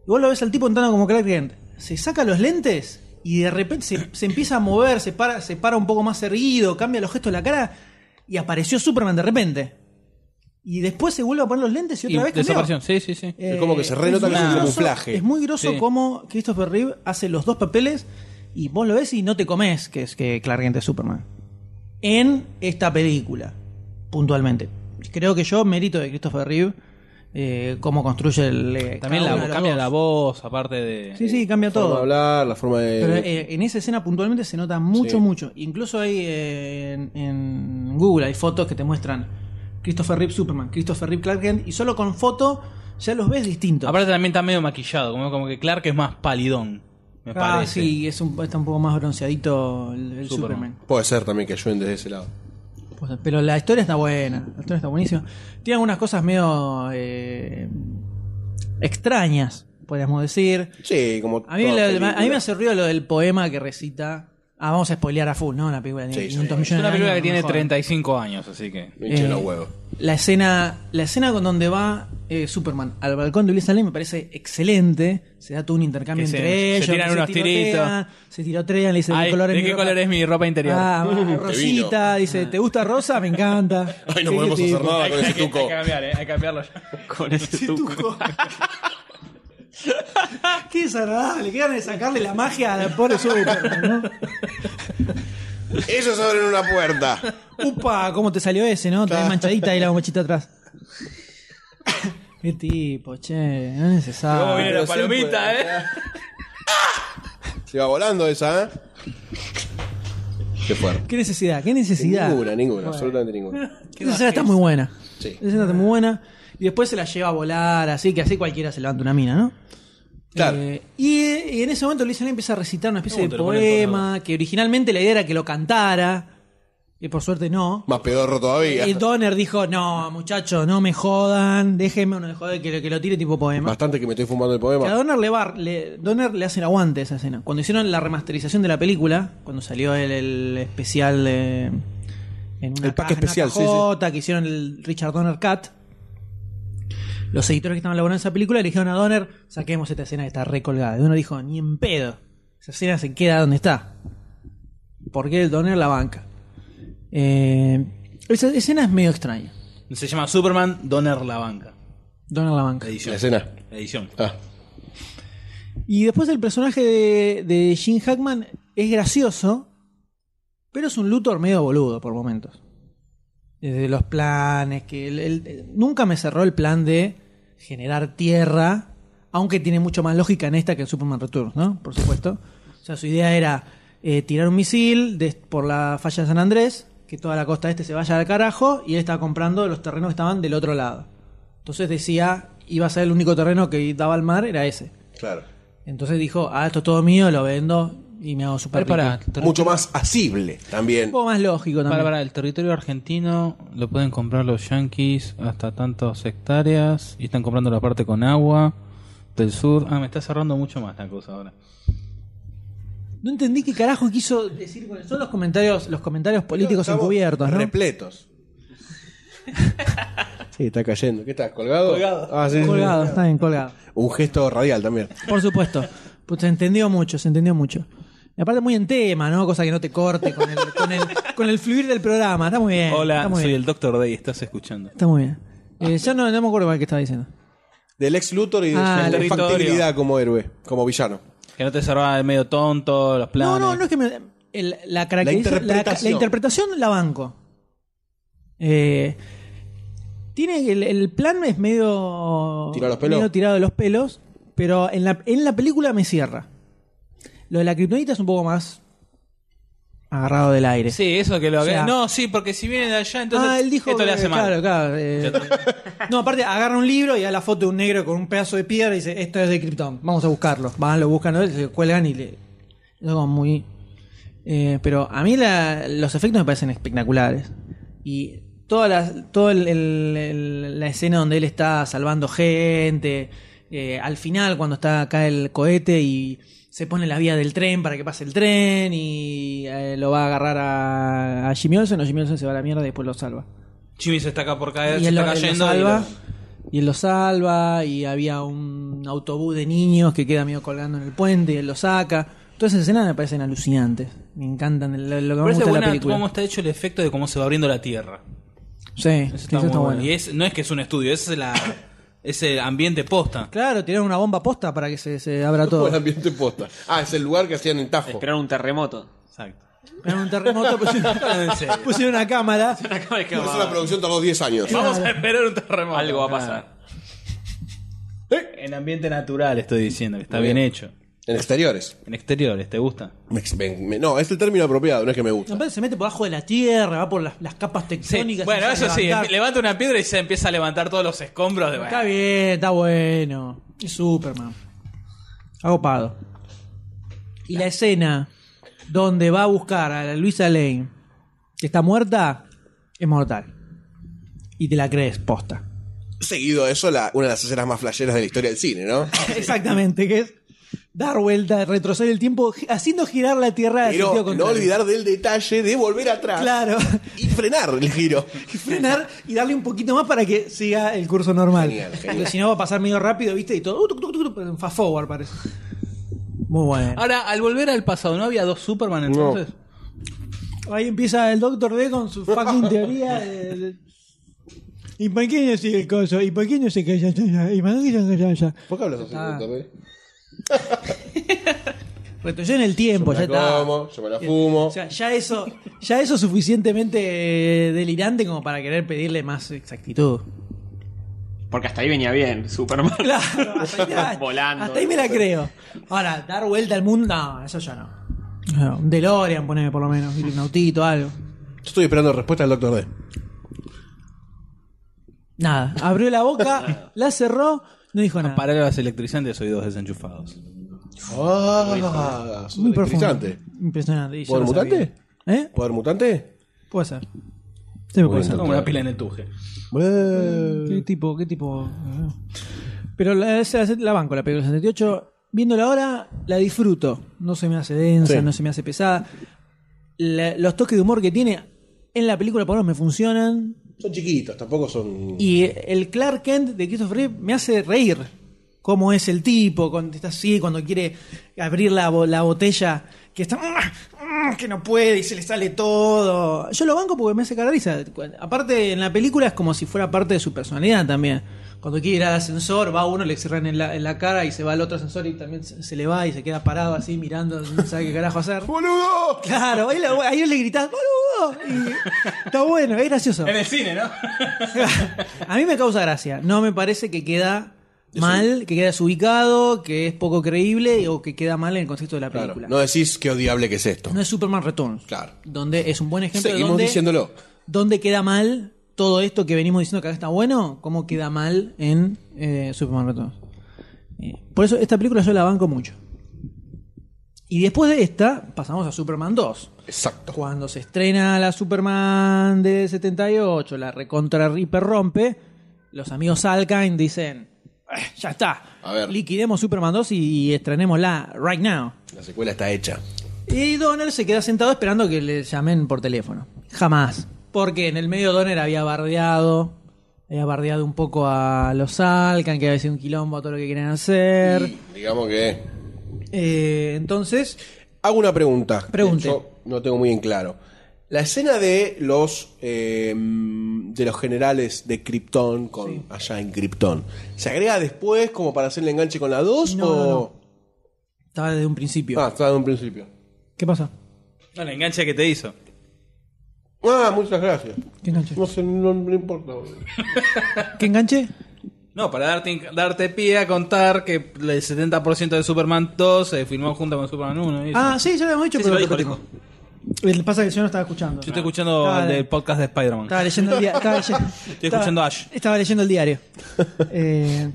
Y vos lo ves al tipo entrando como Clark Kent. Se saca los lentes y de repente se, se empieza a mover, se para, se para un poco más erguido, cambia los gestos de la cara y apareció Superman de repente. y después se vuelve a poner los lentes y otra
Y
vez cambió.
desapareció. Sí, sí, sí.
Eh,
Es como que se renota que es un
groso-
camuflaje.
Es muy groso
Sí.
como Christopher Reeve hace los dos papeles y vos lo ves y no te comes que es que Clark Kent es Superman. En esta película, puntualmente. Creo que yo, mérito de Christopher Reeve, eh, cómo construye el. eh,
También
cada
la,
uno de los
cambia
dos.
la voz, aparte de.
Sí, sí, cambia
La forma de
todo.
hablar, la forma de.
Pero eh, en esa escena puntualmente se nota mucho,
Sí.
mucho. Incluso hay eh, en, en Google hay fotos que te muestran Christopher Reeve Superman, Christopher Reeve Clark Kent, y solo con foto ya los ves distintos.
Aparte también está medio maquillado, como, como que Clark es más palidón, me
ah,
parece.
sí, es un, está un poco más bronceadito el, el Superman.
Superman.
Puede ser también que ayuden desde ese lado.
Pues, Pero la historia está buena, la historia está buenísima. Tiene algunas cosas medio eh, extrañas, podríamos decir.
Sí, como.
A mí,
toda
la-
película.
a mí me hace ruido lo del poema que recita. Ah, vamos a spoilear a full, ¿no? La película tiene
Sí, sí.
500
Es
millones
una
de
película
años,
que tiene
no me jodan.
35 años, así que.
Me hinché
Eh,
los huevos.
La escena, la escena con donde va eh, Superman al balcón de Luis Allen me parece excelente. Se da todo un intercambio
Que se-
entre
se
ellos.
tiran
que
unos
tirotean, Se tirotean, le dice
Ay,
qué color es
¿De
mi
qué
ropa?"
color es mi ropa interior?
Ah,
(laughs)
va,
vino.
Rosita, dice, ¿te gusta Rosa? Me encanta.
(laughs) Ay, no
Sí,
podemos
tipo.
hacer nada con ese tuco.
cambiar, eh, hay que cambiarlo ya.
Con ese tuco.
Ah, Qué desagradable, qué ganas de sacarle la magia al pobre Superman, ¿no?
Ellos abren una puerta.
Upa, ¿cómo te salió ese, no? Tenés manchadita y la bombachita atrás. (laughs) Qué tipo, che, no es
Cómo
necesario.
viene la palomita, eh.
Se va volando esa, ¿eh? Qué fuerte.
¿Qué necesidad? ¿Qué necesidad?
Ninguna, ninguna, absolutamente ninguna.
Esa escena está muy buena.
Sí.
Esa escena está muy buena. Y después se la lleva a volar, así que así cualquiera se levanta una mina, ¿no?
Claro.
Eh, y, y en ese momento Luis Alén empieza a recitar una especie
¿Cómo
de
Uh, te lo ponen
poema que originalmente la idea era que lo cantara. Y por suerte no.
Más pedorro todavía.
Y Donner dijo: No, muchachos, no me jodan. Déjenme uno de joder que, lo- que lo tire tipo poema.
Bastante que me estoy fumando el
Que a
poema.
Donner le, va- le- Donner le hacen aguante esa escena. Cuando hicieron la remasterización de la película, cuando salió el, el especial de. En una
El pack
caja, en una
especial, sí, sí.
cajota que hicieron el Richard Donner Cut. Los editores que estaban laburando esa película le dijeron a Donner: saquemos esta escena que está recolgada. Y Donner dijo: ni en pedo. Esa escena se queda donde está. Porque el Donner la banca. Eh, esa escena es medio extraña.
Se llama Superman Donner la banca.
Donner la banca.
La
Edición.
escena.
Edición.
Ah.
Y después el personaje de, de Jim Hackman es gracioso, pero es un Luthor medio boludo por momentos. Desde los planes, que él- él- nunca me cerró el plan de generar tierra, aunque tiene mucho más lógica en esta que en Superman Returns, ¿no? Por supuesto. O sea, su idea era eh, tirar un misil des- por la falla de San Andrés, que toda la costa este se vaya al carajo, y él estaba comprando los terrenos que estaban del otro lado. Entonces decía, iba a ser el único terreno que daba al mar, era ese.
Claro.
Entonces dijo, ah, esto es todo mío, lo vendo y me hago super
Para,
rico.
Mucho más asible
Un
también.
poco más lógico también.
el territorio argentino lo pueden comprar los yanquis hasta tantos hectáreas y están comprando la parte con agua del sur. Ah, me está cerrando mucho más la cosa ahora.
No entendí qué carajo quiso decir con eso. Son los comentarios, los comentarios políticos
Estamos
encubiertos, ¿no? (laughs)
Repletos. sí, está cayendo. ¿Qué estás? ¿Colgado? Colgado. Ah, sí, sí, sí.
Colgado, está bien, colgado.
Un gesto radial también.
Por supuesto. Pues se entendió mucho, se entendió mucho. Y aparte muy en tema, ¿no? Cosa que no te corte con el, con el, con el fluir del programa. Está muy bien.
Hola,
está muy
soy
bien.
el Doctor Day, estás escuchando.
Está muy bien. Eh, ya no, no me acuerdo mal qué estaba diciendo.
Del ex Luthor y de
Ah,
su
el
infantilidad como héroe, como villano.
Que no te cerraba el medio tonto, los planes.
No, no, no es que me- el- la, caracteriza- la- la interpretación.
interpretación.
La, banco. Eh, tiene el, el plan es medio
Tirado a los pelos.
medio tirado de los pelos, pero en la, en la película me cierra. Lo de la kriptonita es un poco más agarrado del aire.
Sí, eso que lo
O sea-
No, sí, porque si viene de allá, entonces
ah, él dijo
esto le
que-
hace mal.
Claro, claro. eh. (laughs) no, aparte agarra un libro y da la foto de un negro con un pedazo de piedra y dice, esto es de Krypton, vamos a buscarlo. Van, lo buscan, ¿no? se cuelgan y le... Es como muy... eh, pero a mí la- los efectos me parecen espectaculares. Y toda la, todo el- el- el- la escena donde él está salvando gente, eh, al final cuando está acá el cohete y se pone en la vía del tren para que pase el tren y eh, lo va a agarrar a, a Jimmy Olsen o Jimmy Olsen se va a la mierda y después lo salva
Jimmy se está acá por caer,
y
se
él, lo,
está
él lo
cayendo. y
salva.
lo-
Y él lo salva. Y había un autobús de niños que queda medio colgando en el puente y él lo saca. Todas esas escenas me parecen alucinantes. Me encantan. Lo, lo que
Me
me
parece
gusta de la
buena
película.
cómo está hecho el efecto de cómo se va abriendo la tierra.
Sí,
Eso
sí,
está muy bueno. Y es, no es que es un estudio, es la es el ambiente posta.
Claro, tirar una bomba posta para que se, se abra
Por
todo.
ambiente posta. Ah, es el lugar que hacían en Tajo.
Esperaron un (laughs) terremoto.
Exacto.
(laughs) En un
(laughs)
terremoto pusieron, pusieron una cámara.
Acaba de
Por eso la
acabar.
producción tardó 10 años.
Vamos a esperar un terremoto.
Algo va a pasar.
En ambiente natural estoy diciendo, que está bien, hecho.
En exteriores.
En exteriores, ¿te gusta?
Me- me- me- no, es el término apropiado, no es que me gusta.
Aparte se mete por abajo de la tierra, va por las, las capas tectónicas.
Bueno,
empieza
eso
a
sí,
levantar.
levanta una piedra y se empieza a levantar todos los escombros de
Está bien, está bueno. Es Superman. Agopado. Y la escena donde va a buscar a la Luisa Lane, que está muerta, es mortal. Y te la crees posta.
(laughs) Seguido de eso, la- una de las escenas más flasheras de la historia del
(laughs)
cine, ¿no?
Ah, Exactamente, que es dar vuelta, retroceder el tiempo, gi- haciendo girar la tierra en sentido
Pero no
contrario.
olvidar del detalle de volver atrás
Claro. (laughs)
y frenar el giro.
Y frenar y darle un poquito más para que siga el curso normal.
Genial, genial.
Porque si no va a pasar medio rápido, ¿viste? Y todo. uh, tuc, tuc, tuc, tuc, en fast forward parece. Muy bueno.
Ahora, al volver al pasado, ¿no había dos Superman entonces?
Ahí empieza el Doctor D con su fucking
(laughs)
teoría. del- ¿Y por qué no sigue el coso? ¿Y por qué no se calla? ¿Y por qué no se calla?
¿Por qué hablas así, eh?
Ah.
doctor D?
Retrocede en el tiempo,
Me
Pues ya
la
está.
como, yo me la fumo.
O sea, ya eso, ya eso es suficientemente eh, delirante como para querer pedirle más
(laughs)
exactitud.
Porque hasta ahí venía bien, Superman.
Claro, hasta ahí,
(laughs)
te-
Volando.
hasta ahí me la creo. Ahora, dar vuelta al mundo, no, eso ya no. No, Un DeLorean, poneme por lo menos, un autito, algo.
Yo estoy esperando respuesta del doctor D.
Nada, abrió la
(laughs)
boca, la cerró, no dijo
Ah,
nada.
Paralelas electrizantes, oídos desenchufados.
Ah,
Muy
muy
profundo.
interesante.
Impresionante. y yo
¿Poder
lo sabía.
mutante?
¿Eh?
¿Poder mutante?
Puede ser. Sí, me puede ser.
Como una pila en el tuje.
Eh,
¿Qué tipo? ¿Qué tipo? Pero la, esa- la banco, la película del 78. Viéndola ahora, la disfruto. No se me hace densa,
Sí.
no se me hace pesada. La- los toques de humor que tiene en la película por lo menos me funcionan.
Son chiquitos, tampoco son.
Y el Clark Kent de Christopher Reeve me hace reír. Cómo es el tipo, cuando está así, cuando quiere abrir la, bo- la botella, que está. mm, que no puede y se le sale todo. Yo lo banco porque me hace cagar risa. Aparte, en la película es como si fuera parte de su personalidad también. Cuando quiere ir al ascensor, va uno, le cierran en la, en la cara y se va al otro ascensor y también se, se le va y se queda parado así mirando, no sabe qué carajo
(laughs)
hacer.
¡Boludo!
Claro, ahí, la- ahí le gritás, ¡boludo! Y está bueno, es gracioso.
En el cine, ¿no?
(laughs) A mí me causa gracia. No me parece que queda mal, que queda desubicado, que es poco creíble o que queda mal en el contexto de la
Claro,
película.
no decís qué odiable que es esto.
no es Superman Returns.
Claro.
Donde es un buen ejemplo
Seguimos
de donde,
diciéndolo.
donde queda mal todo esto que venimos diciendo que acá está bueno, cómo queda mal en eh, Superman Returns. Eh, por eso esta película yo la banco mucho. Y después de esta, pasamos a Superman 2.
Exacto.
Cuando se estrena la Superman de 78, la recontra Reaper rompe, los amigos Alkain dicen, "Eh, ya está,
A ver.
liquidemos Superman 2 y, y estrenémosla right now.
La secuela está hecha.
Y Donner se queda sentado esperando que le llamen por teléfono. Jamás. Porque en el medio Donner había bardeado, había bardeado un poco a los Alkan, que había sido un quilombo a todo lo que querían hacer.
Digamos que.
Eh, entonces,
Hago una pregunta.
Pregunte.
Yo no tengo muy en claro. La escena de los eh, de los generales de Krypton con allá en Krypton. ¿Se agrega después como para hacer el enganche con la 2
No,
o
estaba desde un principio.
Ah, está de un principio.
¿Qué pasa?
No, el enganche que te hizo.
Ah, muchas gracias.
¿Qué enganche?
No sé, no, no importa. boludo.
¿Qué enganche?
No, para darte, darte pie a contar que el 70% de Superman 2 se filmó junto con Superman 1. y eso.
Ah, sí, ya lo hemos dicho,
Sí, sí,
pero
lo dijo,
lo
lo
repetimos. El- Pasa que yo no estaba escuchando.
Yo estoy escuchando
Dale.
el podcast de Spider-Man.
Estaba leyendo el diario. Estaba,
(laughs)
leyendo- estaba-
escuchando Ash.
Estaba leyendo el
(laughs)
diario. Eh,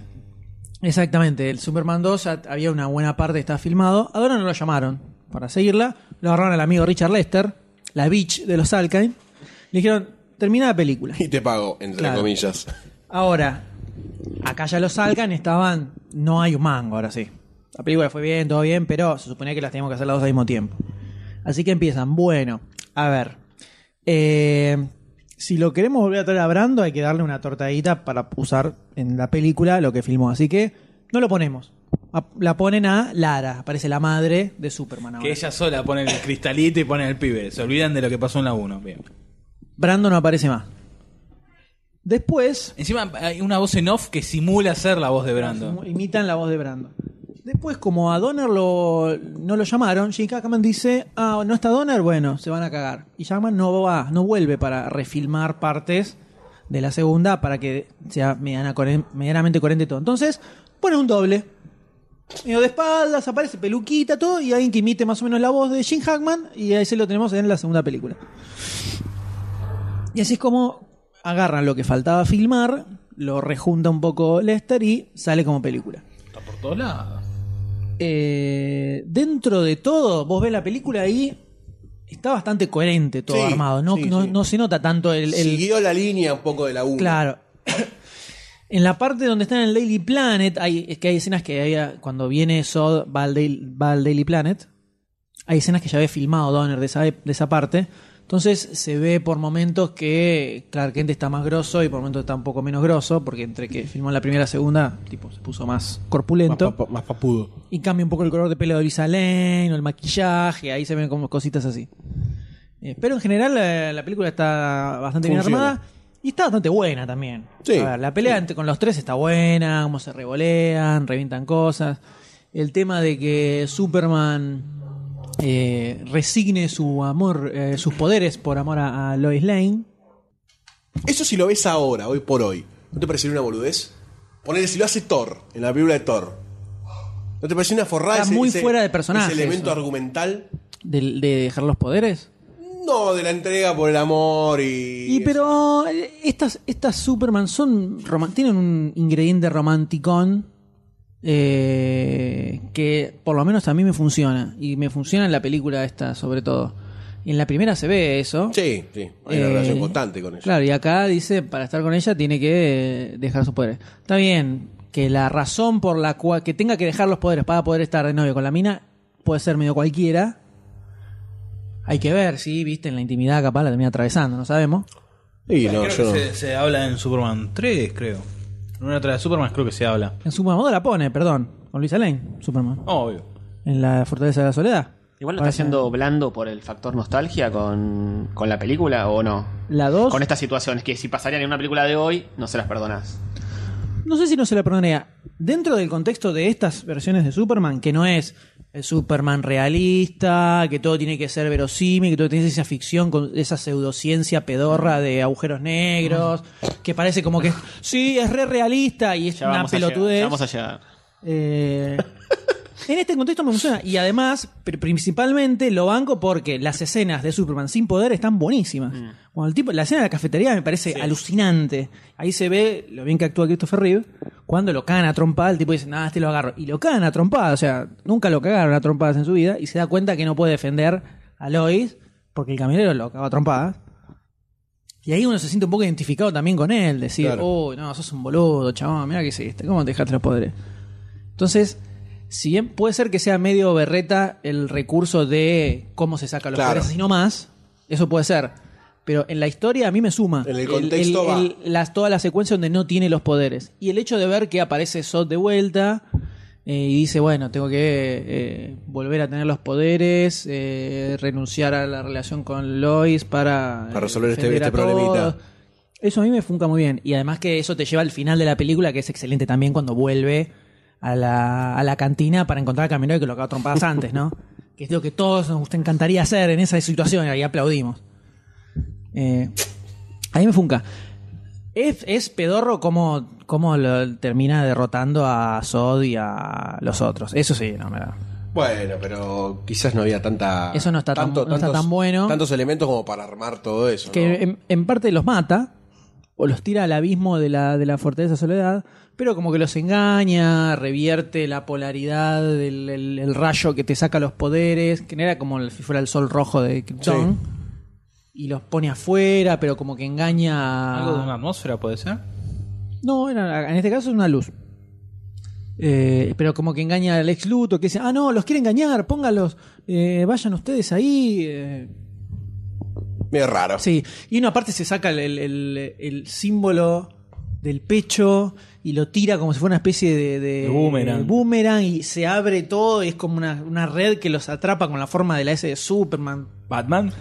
exactamente, el Superman 2 ya había una buena parte que estaba filmado. Ahora no lo llamaron para seguirla. Lo agarraron al amigo Richard Lester, la bitch de los Alkane. Le dijeron, termina la película.
Y te pago, entre
Claro.
comillas.
Ahora, acá ya los salgan, estaban. No hay un mango, ahora sí. La película fue bien, todo bien, pero se suponía que las teníamos que hacer las dos al mismo tiempo. Así que empiezan. Bueno, a ver. eh, si lo queremos volver a traer a Brando, hay que darle una tortadita para usar en la película lo que filmó. Así que no lo ponemos. A- La ponen a Lara, aparece la madre de Superman ahora.
Que ella sola pone el cristalito y pone el pibe. Se olvidan de lo que pasó en la 1. Bien.
Brando no aparece más. Después,
Encima hay una voz en off que simula ser la voz de Brando.
imitan la voz de Brando. Después, como a Donner lo, no lo llamaron, Jim Hackman dice, ah, no está Donner, bueno, se van a cagar. Y Hackman no va, no vuelve para refilmar partes de la segunda para que sea mediana- coher- medianamente coherente todo. Entonces, pone un doble. Medio de espaldas, aparece peluquita, todo, y alguien que imite más o menos la voz de Jim Hackman, y ahí se lo tenemos en la segunda película. Y así es como agarran lo que faltaba filmar, lo rejunta un poco Lester y sale como película.
Está por todos lados.
Eh, dentro de todo, vos ves la película y está bastante coherente todo
Sí,
armado. No,
sí,
no,
sí.
no se nota tanto el. el-
Siguió la línea un poco de la 1.
claro. (coughs) En la parte donde están en el Daily Planet, hay, es que hay escenas que había- cuando viene Sod va al, Daily, va al Daily Planet. Hay escenas que ya había filmado Donner de esa, de esa parte. Entonces se ve por momentos que Clark Kent está más grosso y por momentos está un poco menos grosso, porque entre que filmó la primera y la segunda, tipo, se puso más corpulento.
Más, papu- más papudo.
Y cambia un poco el color de pelo de Lisa Lane o el maquillaje, ahí se ven como cositas así. Eh, pero en general la, la película está bastante bien
Funciona.
armada y está bastante buena también.
Sí.
A ver, la pelea entre- con los tres está buena, cómo se revolean, revientan cosas. El tema de que Superman eh, resigne su amor, eh, sus poderes por amor a, a Lois Lane.
Eso si lo ves ahora, hoy por hoy, ¿no te parecería una boludez? Poner si lo hace Thor, en la película de Thor. ¿No te parecería una forrada?
Está muy fuera de personaje
Ese elemento
eso.
argumental.
De, de dejar los poderes.
No, de la entrega por el amor y.
Y pero eh, estas, estas Superman son roman- tienen un ingrediente romanticón eh, que por lo menos a mí me funciona. Y me funciona en la película esta, sobre todo. Y en la primera se ve eso.
Sí, sí. Hay una
Eh,
relación constante con eso.
Claro, y acá dice, para estar con ella tiene que eh, dejar sus poderes. Está bien que la razón por la cual que tenga que dejar los poderes para poder estar de novio con la mina puede ser medio cualquiera. Hay que ver, sí, viste, en la intimidad capaz la termina atravesando, no sabemos.
Y no,
Creo
yo
que
no.
se, se habla en Superman 3, creo. En una otra de Superman creo que se habla.
En Superman la pone, perdón. Con Luis Lane, Superman.
Obvio.
En la Fortaleza de la Soledad.
Igual lo está
Parece-
haciendo blando por el factor nostalgia con, con la película o no.
La 2.
Con estas situaciones que si pasarían en una película de hoy, no se las perdonás.
No sé si no se la perdonaría. Dentro del contexto de estas versiones de Superman, que no es el Superman realista, que todo tiene que ser verosímil, que todo tiene esa ficción con esa pseudociencia pedorra de agujeros negros, que parece como que sí, es re realista y es
Ya
una
vamos, a llegar, ya
pelotudez.
vamos a llegar.
Eh, en este contexto me funciona. Y además, pr- principalmente lo banco porque las escenas de Superman sin poder están buenísimas. Cuando el tipo, la escena de la cafetería me parece alucinante. Ahí se ve lo bien que actúa Christopher Reeve. Cuando lo cagan a trompada, el tipo dice, nada, este lo agarro. Y lo cagan a trompada, o sea, nunca lo cagaron a trompadas en su vida. Y se da cuenta que no puede defender a Lois porque el camionero lo caga a trompadas. Y ahí uno se siente un poco identificado también con él. Decir,
Claro.
oh, no, sos un boludo, chabón, mira que hiciste, este, ¿cómo te dejaste los poderes? Entonces, si bien puede ser que sea medio berreta el recurso de cómo se saca los
Claro.
poderes y no más, eso puede ser. Pero en la historia a mí me suma.
En el contexto va.
las, toda la secuencia donde no tiene los poderes. Y el hecho de ver que aparece Sot de vuelta eh, y dice, bueno, tengo que eh, volver a tener los poderes, eh, renunciar a la relación con Lois para...
Para
eh,
resolver este-
defender a
este problemita.
todos. Eso a mí me funca muy bien. Y además que eso te lleva al final de la película, que es excelente también cuando vuelve a la, a la cantina para encontrar al camionero que lo acaba trompadas antes,
(laughs)
¿no? Que es lo que todos nos gusta- encantaría hacer en esa situación, y ahí aplaudimos. Eh, a mí me funca. Es, es pedorro como, como lo termina derrotando a Sod y a los otros. Eso sí, no me da.
Bueno, pero quizás no había tanta.
Eso no está tan- no está tan bueno.
Tantos elementos como para armar todo eso.
que
¿no?
en, en parte los mata o los tira al abismo de la, de la fortaleza soledad, pero como que los engaña, revierte la polaridad del el- el rayo que te saca los poderes, genera como el- si fuera el sol rojo de Krypton. Y los pone afuera, pero como que engaña. a-
Algo de una atmósfera puede ser.
No, era- en este caso es una luz. Eh, pero como que engaña al ex Luto, que dice, ah, no, los quiere engañar, póngalos, eh, vayan ustedes ahí. eh,
Medio raro.
Sí, y una parte se saca el, el- el- el símbolo del pecho y lo tira como si fuera una especie de, de-
De boomerang.
de boomerang y se abre todo y es como una, una red que los atrapa con la forma de la S de Superman.
Batman.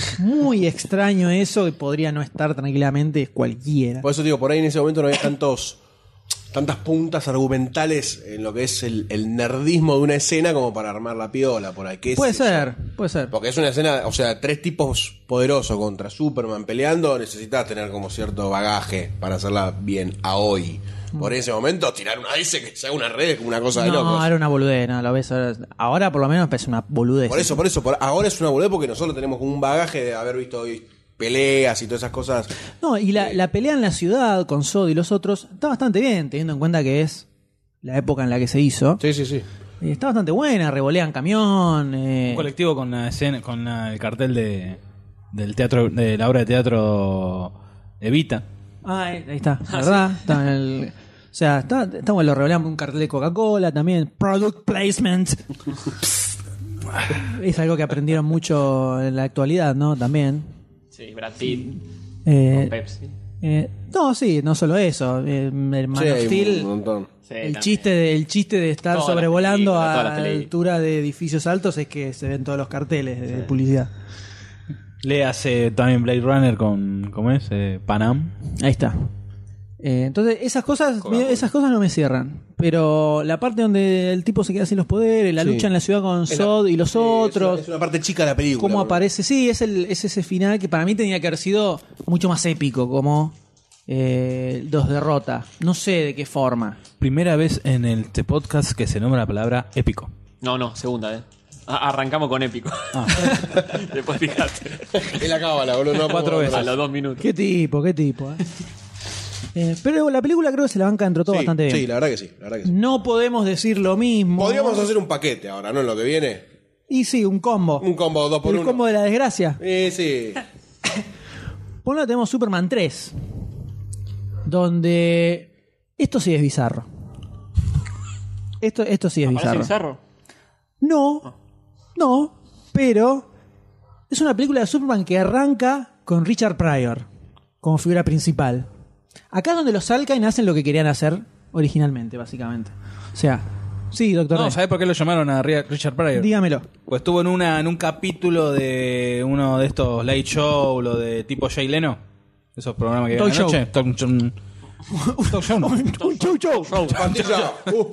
(laughs)
Muy extraño eso, que podría no estar tranquilamente cualquiera.
Por eso digo, por ahí en ese momento no había tantos tantas puntas argumentales en lo que es el, el nerdismo de una escena como para armar la piola por ahí. ¿Qué
Puede
sé yo?
ser, puede ser.
Porque es una escena, o sea, tres tipos poderosos contra Superman peleando, necesitas tener como cierto bagaje para hacerla bien a hoy. Por ese momento, tirar una dice que se haga una red como una cosa de
No,
locos.
era una boludez, no, lo ves ahora. Ahora por lo menos es una boludez.
Por eso, por eso, por- ahora es una boludez porque nosotros tenemos como un bagaje de haber visto hoy peleas y todas esas cosas.
No, y la, la pelea en la ciudad con Sod y los otros está bastante bien, teniendo en cuenta que es la época en la que se hizo.
Sí, sí, sí.
Y Está bastante buena, revolean camión. eh,
Un colectivo con la escena, con la- el cartel de, del teatro, de la obra de teatro Evita.
ah, ahí ahí
(laughs)
está, la ¿verdad? Está en el- o sea, está, está bueno, lo revolean con un cartel de Coca-Cola también. Product
(laughs)
placement. es algo que aprendieron mucho en la actualidad, ¿no? También.
Sí, Brad Pitt,
Eh,
Pepsi.
eh, no, sí, no solo eso. eh, el Man
Sí,
of
hay
Steel.
un montón.
Sí,
El
también.
chiste, de, el chiste de estar
Todas las
sobrevolando
películas,
a
todas las
la
películas.
altura de edificios altos es que se ven todos los carteles de publicidad.
Le hace también Blade Runner con, ¿cómo es? Eh, Panam.
Ahí está. Eh, entonces, esas cosas, me- esas cosas no me cierran. Pero la parte donde el tipo se queda sin los poderes, la
Sí.
lucha en la ciudad con
Es la-
Sod y los
sí, es una-
otros,
Es una parte chica de la película.
cómo
boludo.
aparece. Sí, es, el, es ese final que para mí tenía que haber sido mucho más épico, como eh, dos derrotas. No sé de qué forma.
Primera vez en este podcast que se nombra la palabra épico.
No, no, segunda, eh. A- arrancamos con épico. (laughs) Después fijate.
Es la cábala, boludo.
(laughs)
No
Cuatro
podemos-
veces.
A los dos minutos.
Qué tipo, qué tipo. eh. (laughs) Eh, pero la película creo que se la banca dentro de todo
Sí,
bastante bien.
Sí, la verdad que sí, la verdad que sí.
No podemos decir lo mismo.
Podríamos hacer un paquete ahora, ¿no? En lo que viene.
Y sí, un combo.
Un combo dos por
el
uno.
combo de la desgracia.
Eh,
(laughs)
sí.
Por un lado tenemos Superman 3. Donde. Esto sí es bizarro. Esto, esto sí es bizarro.
¿Parece
Ah.
bizarro?
No. No. Pero. Es una película de Superman que arranca con Richard Pryor. Como figura principal. Acá es donde los Alkain hacen lo que querían hacer originalmente, básicamente. O sea. Sí, doctor.
No,
Rey,
¿sabés por qué lo llamaron a Ria- Richard Pryor?
Dígamelo.
Pues estuvo en una en un capítulo de uno de estos late show, lo de tipo Jay Leno. Esos programas que
Talk
ven a la
show.
noche. Talk show. Talk show. no.
Un chau chau.
Pastilla. Uh,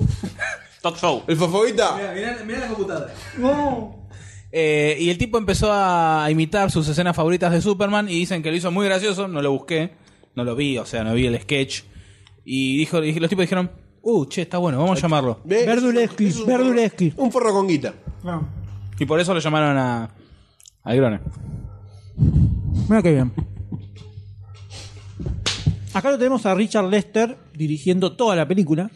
Talk show.
el fofovita.
(laughs) Eh, y el tipo empezó a imitar sus escenas favoritas de Superman y dicen que lo hizo muy gracioso, no lo busqué, no lo vi, o sea, no vi el sketch. Y dijo, y los tipos dijeron, uh, che, está bueno, vamos a llamarlo.
¿Ves?
Verduleski,
Es un-
Verduleski.
Un forro con guita.
Y por eso lo llamaron a... A Grone.
Mira qué bien. Acá lo tenemos a Richard Lester dirigiendo toda la película.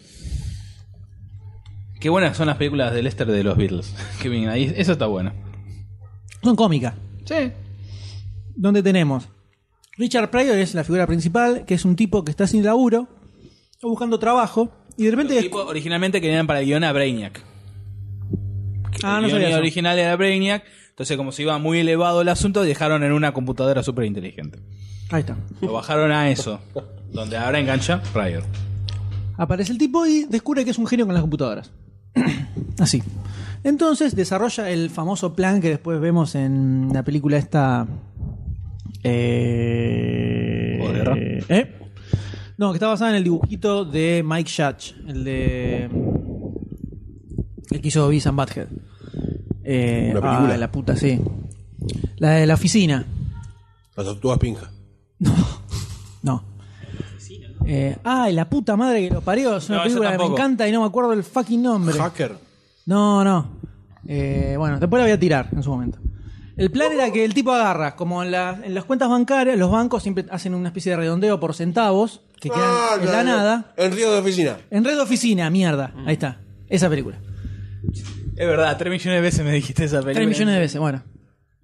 Qué buenas son las películas de Lester de los Beatles. (laughs) Qué bien, ahí, eso está bueno.
Son cómicas.
Sí.
Donde tenemos Richard Pryor es la figura principal, que es un tipo que está sin laburo, está buscando trabajo y de repente
Los tipos originalmente querían para el guion a Brainiac.
Ah, no
el
sabía
guion
eso.
original era Brainiac, entonces como se iba muy elevado el asunto, dejaron en una computadora súper inteligente.
ahí está.
Lo bajaron a eso, donde ahora engancha Pryor.
Aparece el tipo y descubre que es un genio con las computadoras. (clears throat) Así. Entonces desarrolla el famoso plan que después vemos en la película esta. Eh,
¿Juego de guerra?
¿eh? No, que está basada en el dibujito de Mike Judge, el de. El que hizo Beavis and Butthead. Eh,
Una película.
ah, la puta, sí. La de la oficina.
Las tortugas pinja.
No. Eh, ay, la puta madre que lo parió. Es una
No, esa
película que me
tampoco.
encanta y no me acuerdo el fucking nombre.
Hacker.
No, no. Eh, bueno, después la voy a tirar en su momento. El plan era que el tipo agarra, como en, la- en las cuentas bancarias, los bancos siempre hacen una especie de redondeo por centavos que quedan
Ah,
en la
claro.
nada.
En río de oficina.
En red de oficina, mierda. Ahí está. Esa película.
Es verdad, 3 millones de veces me dijiste esa película.
Tres millones de veces, bueno.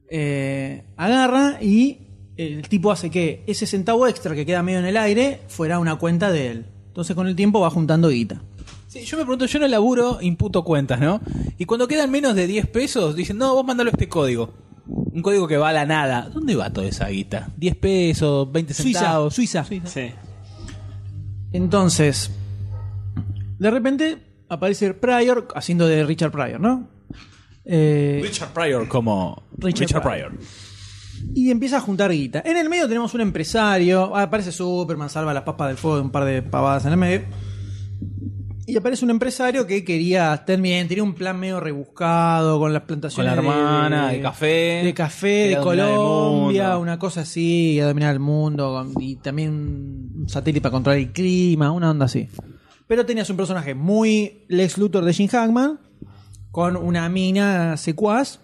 Eh, agarra y el tipo hace que ese centavo extra que queda medio en el aire fuera una cuenta de él. Entonces con el tiempo va juntando guita.
Sí, yo me pregunto, yo no laburo, imputo cuentas, ¿no? Y cuando quedan menos de 10 pesos, dicen, no, vos mandalo este código. Un código que va a la nada. ¿Dónde va toda esa guita? 10 pesos, 20
Suiza,
centavos.
Suiza.
Sí.
Entonces, de repente aparece Pryor haciendo de Richard Pryor, ¿no? Eh,
Richard Pryor como
Richard
Richard,
Pryor.
Pryor.
Y empieza a juntar guita. En el medio tenemos un empresario. ah, Aparece Superman, salva las papas del fuego, un par de pavadas en el medio. Y aparece un empresario que quería también, tenía un plan medio rebuscado con las
Con
plantaciones.
la hermana, de café.
De café, de
Quería dominar el
Colombia,
mundo.
una cosa así, y a dominar el mundo. con- Y también un satélite para controlar el clima, una onda así. Pero tenías un personaje muy Lex Luthor de Jim Hackman, con una mina secuaz,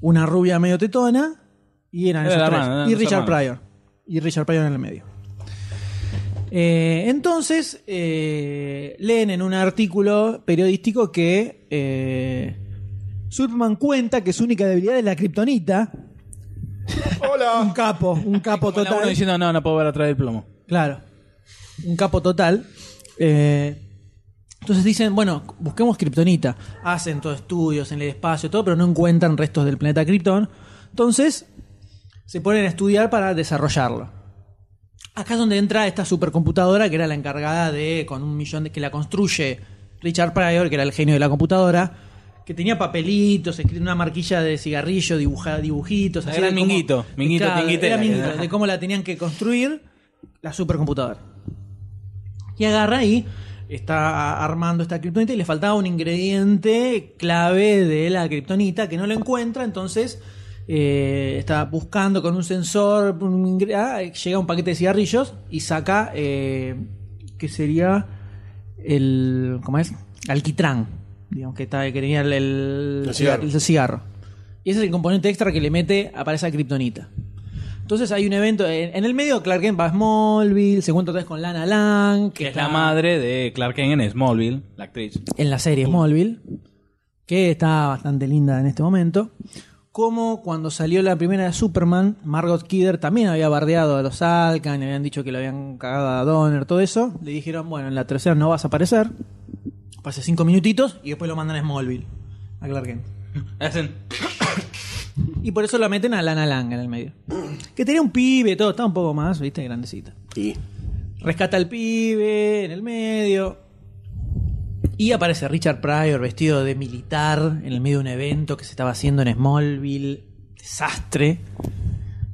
una rubia medio tetona, y eran
Era
esos
la
tres.
hermana, eran
Y
los
Richard
hermanos.
Pryor. Y Richard Pryor en el medio. Eh, entonces, eh, leen en un artículo periodístico que eh, Superman cuenta que su única debilidad es la kriptonita. Un
Hola.
capo, un capo
Como la uno
total.
diciendo, no, no puedo ver atrás del plomo.
Claro. Un capo total. Eh, entonces dicen, bueno, busquemos Kryptonita. Hacen todo estudios en el espacio, todo, pero no encuentran restos del planeta Krypton. Entonces, se ponen a estudiar para desarrollarlo. Acá es donde entra esta supercomputadora que era la encargada de, con un millón de que la construye Richard Pryor, que era el genio de la computadora, que tenía papelitos, escrito una marquilla de cigarrillo, dibuja, dibujitos.
Era
así de
el
cómo-
Minguito, Minguito
Claro,
Tinguitera.
era Minguito, de cómo la tenían que construir la supercomputadora. Y agarra y está armando esta kriptonita y le faltaba un ingrediente clave de la kriptonita que no lo encuentra, entonces eh, está buscando con un sensor, un ingre- ah, llega un paquete de cigarrillos y saca, eh, que sería el, ¿cómo es? Alquitrán, digamos que, está, que tenía el, el-
El cigarro.
el cigarro. Y ese es el componente extra que le mete a para esa kriptonita. Entonces hay un evento, en, en el medio Clark Kent va a Smallville, se encuentra otra vez con Lana Lang,
Que es
está-
la madre de Clark Kent en Smallville, la actriz.
en la serie Smallville, que está bastante linda en este momento. Como cuando salió la primera de Superman, Margot Kidder también había bardeado a los Alcan, le habían dicho que lo habían cagado a Donner, todo eso. Le dijeron, bueno, en la tercera no vas a aparecer. Pasa cinco minutitos y después lo mandan a Smallville, a Clark Kent.
Hacen.
Y por eso la meten a Lana Lang en el medio. Que tenía un pibe, todo, estaba un poco más, viste, grandecita.
Sí.
Rescata al pibe en el medio. Y aparece Richard Pryor vestido de militar en el medio de un evento que se estaba haciendo en Smallville. Desastre.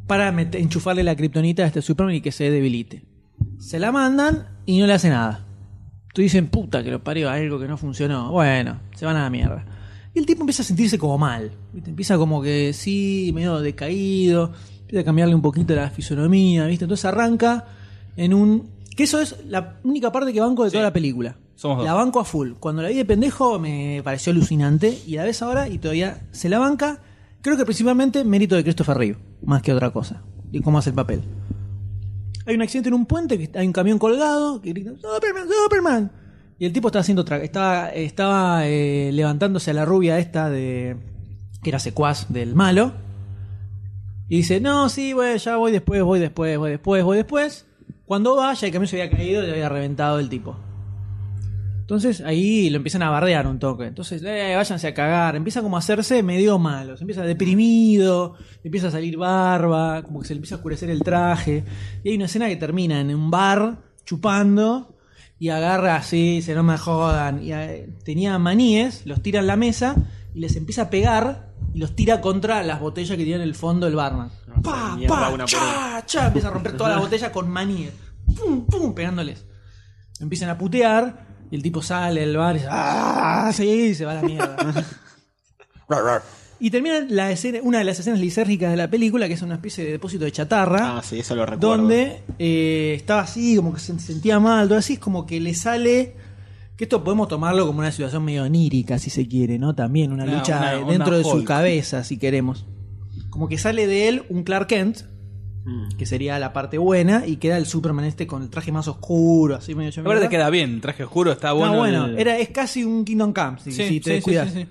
Para met- enchufarle la kriptonita a este Superman y que se debilite. Se la mandan y no le hace nada. Tú dicen, puta, que lo parió algo que no funcionó. Bueno, se van a la mierda. Y el tipo empieza a sentirse como mal. ¿viste? Empieza como que sí, medio decaído. Empieza a cambiarle un poquito la fisonomía, ¿viste? Entonces arranca en un. Que eso es la única parte que banco de toda la película.
Somos dos.
La banco a full. Cuando la vi de pendejo me pareció alucinante. Y la ves ahora y todavía se la banca. Creo que principalmente mérito de Christopher Reeve, más que otra cosa. Y cómo hace el papel. Hay un accidente en un puente, que hay un camión colgado, que gritan, ¡Superman, Superman! Y el tipo estaba haciendo otra, estaba, estaba eh, levantándose a la rubia esta de. que era secuaz del malo. Y dice, no, sí, bueno, ya voy después, voy después, voy después, voy después. Cuando vaya, el camión se había caído y le había reventado el tipo. Entonces ahí lo empiezan a bardear un toque. Entonces, eh, váyanse a cagar. Empieza como a hacerse medio malo. Se empieza deprimido, le empieza a salir barba, como que se le empieza a oscurecer el traje. Y hay una escena que termina en un bar chupando y agarra así, dice, no me jodan. Y, eh, tenía maníes, los tira en la mesa y les empieza a pegar y los tira contra las botellas que tiene en el fondo el barman. Pa,
mierda,
pa,
una por
cha, cha, empieza a romper toda la botella con maníes. Pum, pum, pegándoles. Empiezan a putear y el tipo sale del bar y dice, ¡Ah! Sí, y se va a la mierda.
(laughs)
y termina la escena, una de las escenas lisérgicas de la película, que es una especie de depósito de chatarra,
Ah, sí, eso lo recuerdo.
donde eh, estaba así, como que se sentía mal, todo así, es como que le sale... Que esto podemos tomarlo como una situación medio onírica, si se quiere, ¿no? También una
Una-
lucha
una-
eh,
una
dentro de su
Hulk.
cabeza, si queremos. Como que sale de él un Clark Kent,
Mm.
que sería la parte buena, y queda el Superman este con el traje más oscuro, así medio hecho
La verdad
mierda.
te queda bien, traje oscuro, está Ah, bueno.
No, bueno,
el-
era, es casi un Kingdom Come, si, si te descuidas.
sí, sí.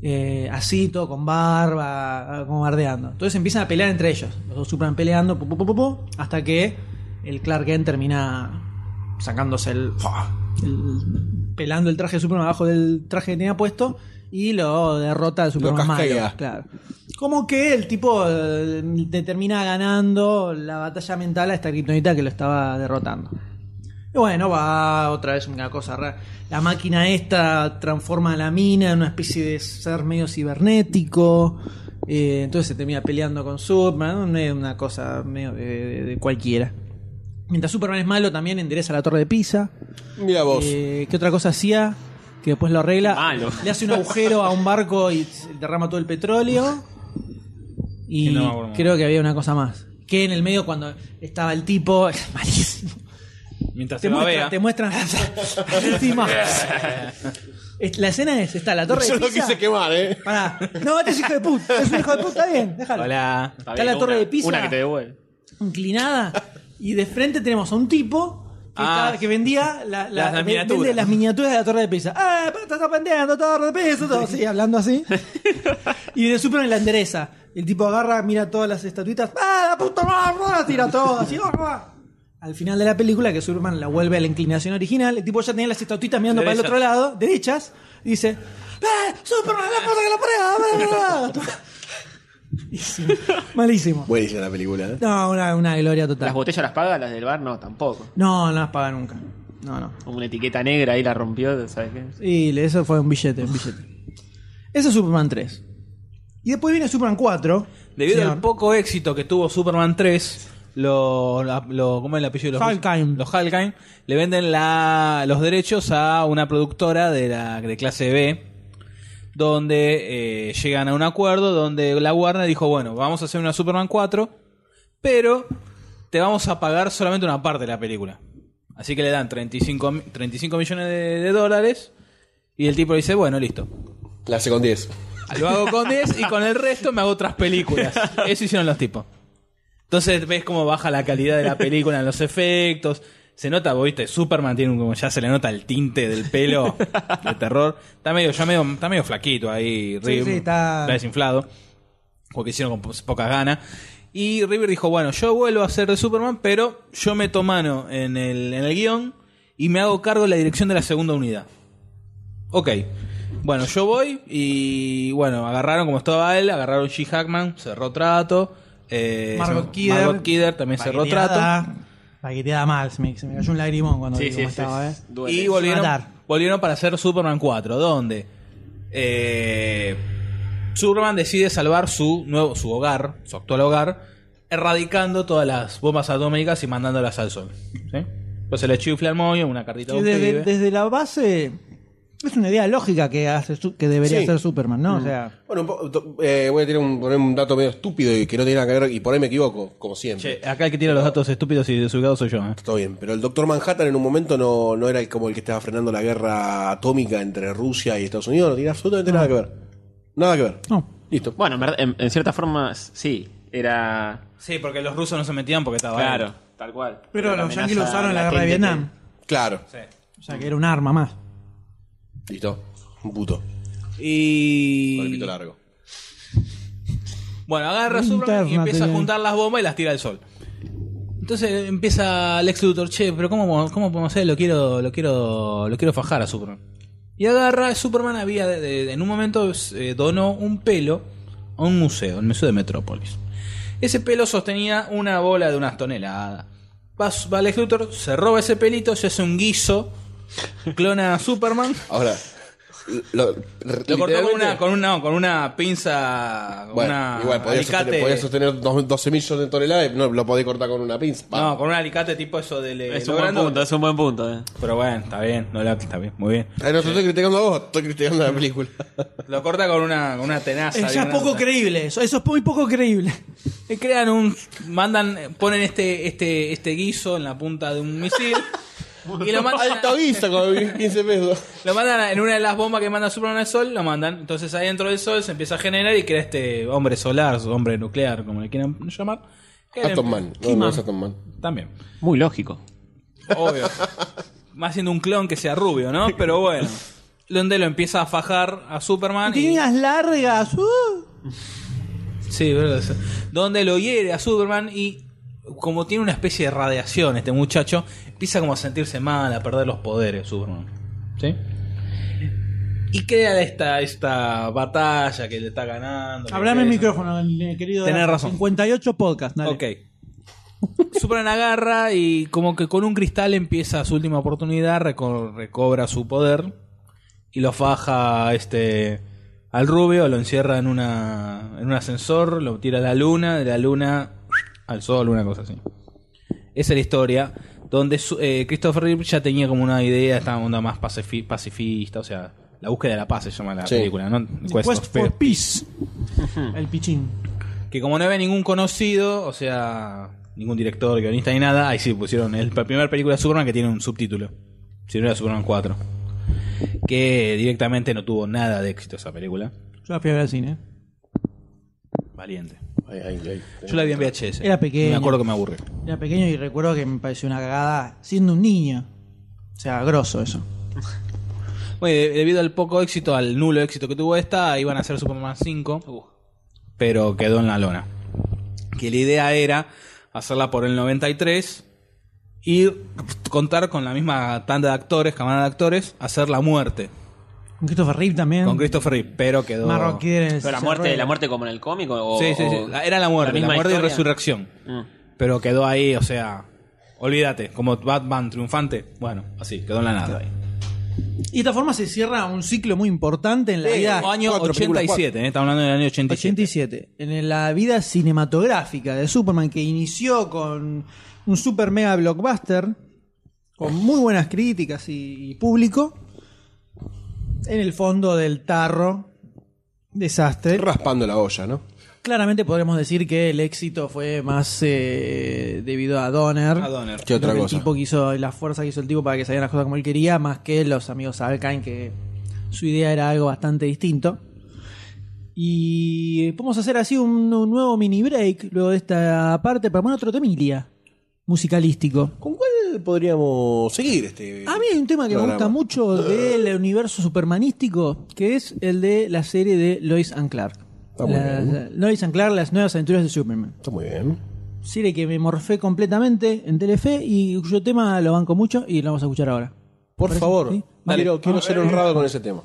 Eh, así, todo con barba, como bardeando. Entonces empiezan a pelear entre ellos. Los dos Superman peleando, pu, pu, pu, pu, pu, hasta que el Clark Kent termina sacándose el, el- pelando el traje de Superman abajo del traje que tenía puesto y lo derrota al Superman malo.
casquea.
Claro. Como que el tipo eh, te termina ganando la batalla mental a esta kriptonita que lo estaba derrotando. Y bueno, va otra vez una cosa rara. La máquina esta transforma a la mina en una especie de ser medio cibernético. Eh, entonces se termina peleando con Superman, una- una cosa medio de, de- de cualquiera. Mientras Superman es malo, también endereza la torre de Pisa.
Mira vos.
Eh, ¿Qué otra cosa hacía? Que después lo arregla.
Malo.
Le hace un agujero a un barco y se derrama todo el petróleo. Y
Y no me acuerdo más.
creo que había una cosa más. Que en el medio cuando estaba el tipo... (laughs) es Malísimo.
Mientras
Te
se babea.
muestran, te muestran
(laughs)
encima. Es- La escena es, está la torre
(laughs) Yo
de
lo
Pisa.
quise quemar, ¿eh?
Pará. No, este es hijo de puta. Es un hijo de puta, está bien, déjalo.
Hola.
Está
Está
bien,
la torre
una-
de Pisa.
Una que te devuelve.
inclinada. Y de frente tenemos a un tipo que,
Ah.
estaba- que vendía la- la-
Las- las
ve-
miniaturas.
vende las miniaturas de la torre de pizza. ¡Ah! pa- Estás vendiendo torre de pizza. Todo así, hablando
(laughs)
así. Y de Superman la endereza. El tipo agarra, mira todas las estatuitas. ¡Ah! ¡La puta madre! Tira todo así. ¡ah! Al final de la película, que Superman la vuelve a la inclinación original, el tipo ya tenía las estatuitas mirando
Derechas.
para el otro lado, derechas, y dice: ¡Eh, ¡Superman, la puta que la prueba!
(laughs)
Malísimo. Malísimo.
Buenísima la película, ¿eh?
No, una, una gloria total.
¿Las botellas las paga? ¿Las del bar? No, tampoco.
No, no las paga nunca. No, no.
Como una etiqueta negra ahí la rompió, ¿sabes qué?
Y le- eso fue un billete, un billete. Ese es Superman 3. Y después viene Superman 4.
Debido
señor.
al poco éxito que tuvo Superman 3, lo, la- lo- ¿cómo es el apellido? de Los,
Halkheim.
Los Halkheim le venden la- los derechos a una productora de, la, de clase B, donde eh, llegan a un acuerdo donde la Warner dijo, bueno, vamos a hacer una Superman 4, pero te vamos a pagar solamente una parte de la película. Así que le dan 35, mi- 35 millones de- de dólares y el tipo dice, bueno, listo.
La hace con 10.
Lo hago con 10 y con el resto me hago otras películas. Eso hicieron los tipos. Entonces ves cómo baja la calidad de la película en los efectos. Se nota, vos viste, Superman tiene un- como ya se le nota el tinte del pelo de terror. Está medio, ya medio, está medio flaquito ahí, Reeves.
sí, está-
desinflado. Porque hicieron con po- pocas ganas. Y River dijo, bueno, yo vuelvo a ser de Superman, pero yo meto mano en el, en el guión y me hago cargo de la dirección de la segunda unidad. Ok. Bueno, yo voy y bueno, agarraron como estaba él, agarraron G. Hackman, cerró trato. Eh,
Margot
se-
Kidder.
Margot Kidder también cerró trato.
Paqueteada- Paqueteada mal. Se me, se me cayó un lagrimón cuando vi cómo estaba, ¿eh?
Duele.
Y volvieron,
Matar.
volvieron para hacer Superman 4, donde eh, Superman decide salvar su nuevo su hogar, su actual hogar, erradicando todas las bombas atómicas y mandándolas al sol. ¿sí? Entonces le chifla al moño una cartita de
Y
un
Desde,
pibe.
desde la base. Es una idea lógica que, hace, su- que debería
Sí.
hacer Superman, ¿no? O sea.
Bueno, un po- to- eh, voy a tirar un, poner un dato medio estúpido y que no tiene nada que ver, y por ahí me equivoco, como siempre.
Che, acá el que tira los datos estúpidos y desubicados soy yo. ¿eh?
Está bien, pero el Doctor Manhattan en un momento no, no era el- como el que estaba frenando la guerra atómica entre Rusia y Estados Unidos, no tiene absolutamente nada que ver. Nada que ver.
No.
Listo.
Bueno, en, verdad- en- en cierta forma, sí. Era.
Sí, porque los rusos no se metían porque estaba.
Claro, tal cual.
Pero
la
los
amenaza
yanquis lo usaron en la guerra de
latente
Vietnam.
Claro.
O sea, que era un arma más.
Listo. Un puto. Con el
Y.
pito largo.
Bueno, agarra Superman y
Interna
empieza a
tenía.
juntar las bombas y las tira al sol. Entonces empieza Lex Luthor, che, pero ¿cómo, cómo podemos hacer? Lo quiero, lo quiero, lo quiero fajar a Superman. Y agarra, Superman había, de- de- en un momento eh, donó un pelo a un museo, el Museo de Metrópolis. Ese pelo sostenía una bola de unas toneladas. Va, va Lex Luthor, se roba ese pelito, se hace un guiso, clona a Superman.
Ahora. Lo,
Lo cortó con una,
literalmente-
con una, con una pinza, con
Bueno,
una
igual, podía sostener,
alicate.
podía sostener dos- 12 millones de toneladas, y no lo podía cortar con una pinza. Ah, Va.
No, con un alicate tipo eso del. eh,
Es
lo
un buen
grandote.
punto, es un buen punto. eh.
Pero bueno, está bien, no la- está bien, muy bien.
Ay, no te estoy criticando a vos, estoy criticando a la película.
Lo corta con una, con una tenaza.
Eh, ya
bien
es poco
grande.
creíble. Eso, eso es muy poco creíble.
Eh, Crean un. Mandan. eh, Ponen este, este, este guiso en la punta de un
(laughs)
misil. y lo mandan.
Alta vista con 15 pesos.
Lo mandan a- en una de las bombas que manda Superman al sol, lo mandan. Entonces adentro del sol se empieza a generar y crea este hombre solar, hombre nuclear, como le quieran llamar. Que le-
Atom Man. No, no es Atom Man.
También.
Muy lógico.
Obvio. Más siendo un clon que sea rubio, ¿no? Pero bueno. Donde lo empieza a fajar a Superman. y-
Tiene unas largas. ¡uh!
Sí, verdad. sí. Donde lo hiere a Superman y como tiene una especie de radiación este muchacho, empieza como a sentirse mal, a perder los poderes Superman. ¿Sí? Y crea esta, esta batalla que le está ganando. que
Hablame el
crece.
micrófono, eh, querido.
Tenés razón.
58 podcast, dale.
Ok. Superman agarra y como que con un cristal empieza su última oportunidad, reco- recobra su poder y lo faja a este al rubio, lo encierra en, una, en un ascensor, lo tira a la luna, de la luna al sol, una cosa así. Esa es la historia. Donde su- eh, Christopher Reeve ya tenía como una idea, estaba una onda más pacifi- pacifista, o sea, la búsqueda de la paz se llama la
Sí.
película, ¿no? Quest
Quest
of
for
Pe-
Peace. (laughs) El pichín.
Que como no había ningún conocido, o sea, ningún director, guionista ni nada, ahí sí pusieron el- la primera película de Superman que tiene un subtítulo. Si no era Superman 4. Que directamente no tuvo nada de éxito esa película.
Yo la fui a ver al cine.
Valiente.
Ay, ay, ay.
Yo la vi en VHS.
Era pequeño.
Me acuerdo que me aburrió.
Era pequeño y recuerdo que me pareció una cagada siendo un niño. O sea, grosso eso.
Bueno, y de- debido al poco éxito, al nulo éxito que tuvo esta, iban a hacer Superman
Uh.
5, pero quedó en la lona. Que la idea era hacerla por el 93 y contar con la misma tanda de actores, camada de actores, hacer la muerte
Con Christopher Reeve también.
con Christopher Reeve, pero quedó...
Marroquíder en el
Pero la
desarrollo.
muerte, la muerte como en el cómic o,
Sí, sí, sí.
o-
Era la muerte, la,
Oh. misma
muerte y
historia.
resurrección.
Mm.
Pero quedó ahí, o sea, olvídate, como Batman triunfante. Bueno, así, quedó en la nada.
Y de esta forma se cierra un ciclo muy importante en la
Sí,
vida.
Año
Cuatro, películas,
87, ¿eh? estamos hablando del año 87.
87. En la vida cinematográfica de Superman, que inició con un super mega blockbuster, con muy buenas críticas y, y público, en el fondo del tarro, desastre.
Raspando la olla, ¿no?
Claramente podremos decir que el éxito fue más eh, debido a Donner.
A Donner.
¿Qué otra
Lo que
cosa?
El tipo que hizo, la fuerza que hizo el tipo para que salieran las cosas como él quería, más que los amigos Alkain, que su idea era algo bastante distinto. Y eh, podemos hacer así un, un nuevo mini break luego de esta parte para poner otro temilia musicalístico.
¿Con cuál podríamos seguir este?
A mí hay un tema que me gusta
programa?
mucho del universo supermanístico, que es el de la serie de Lois and Clark.
Está muy
La- la- Lois and Clark, las nuevas aventuras de Superman.
Está muy bien.
Serie que me morfé completamente en Telefe y cuyo tema lo banco mucho y lo vamos a escuchar ahora.
Por
Parece-
favor,
sí.
Dale. quiero, quiero ser honrado con ese tema.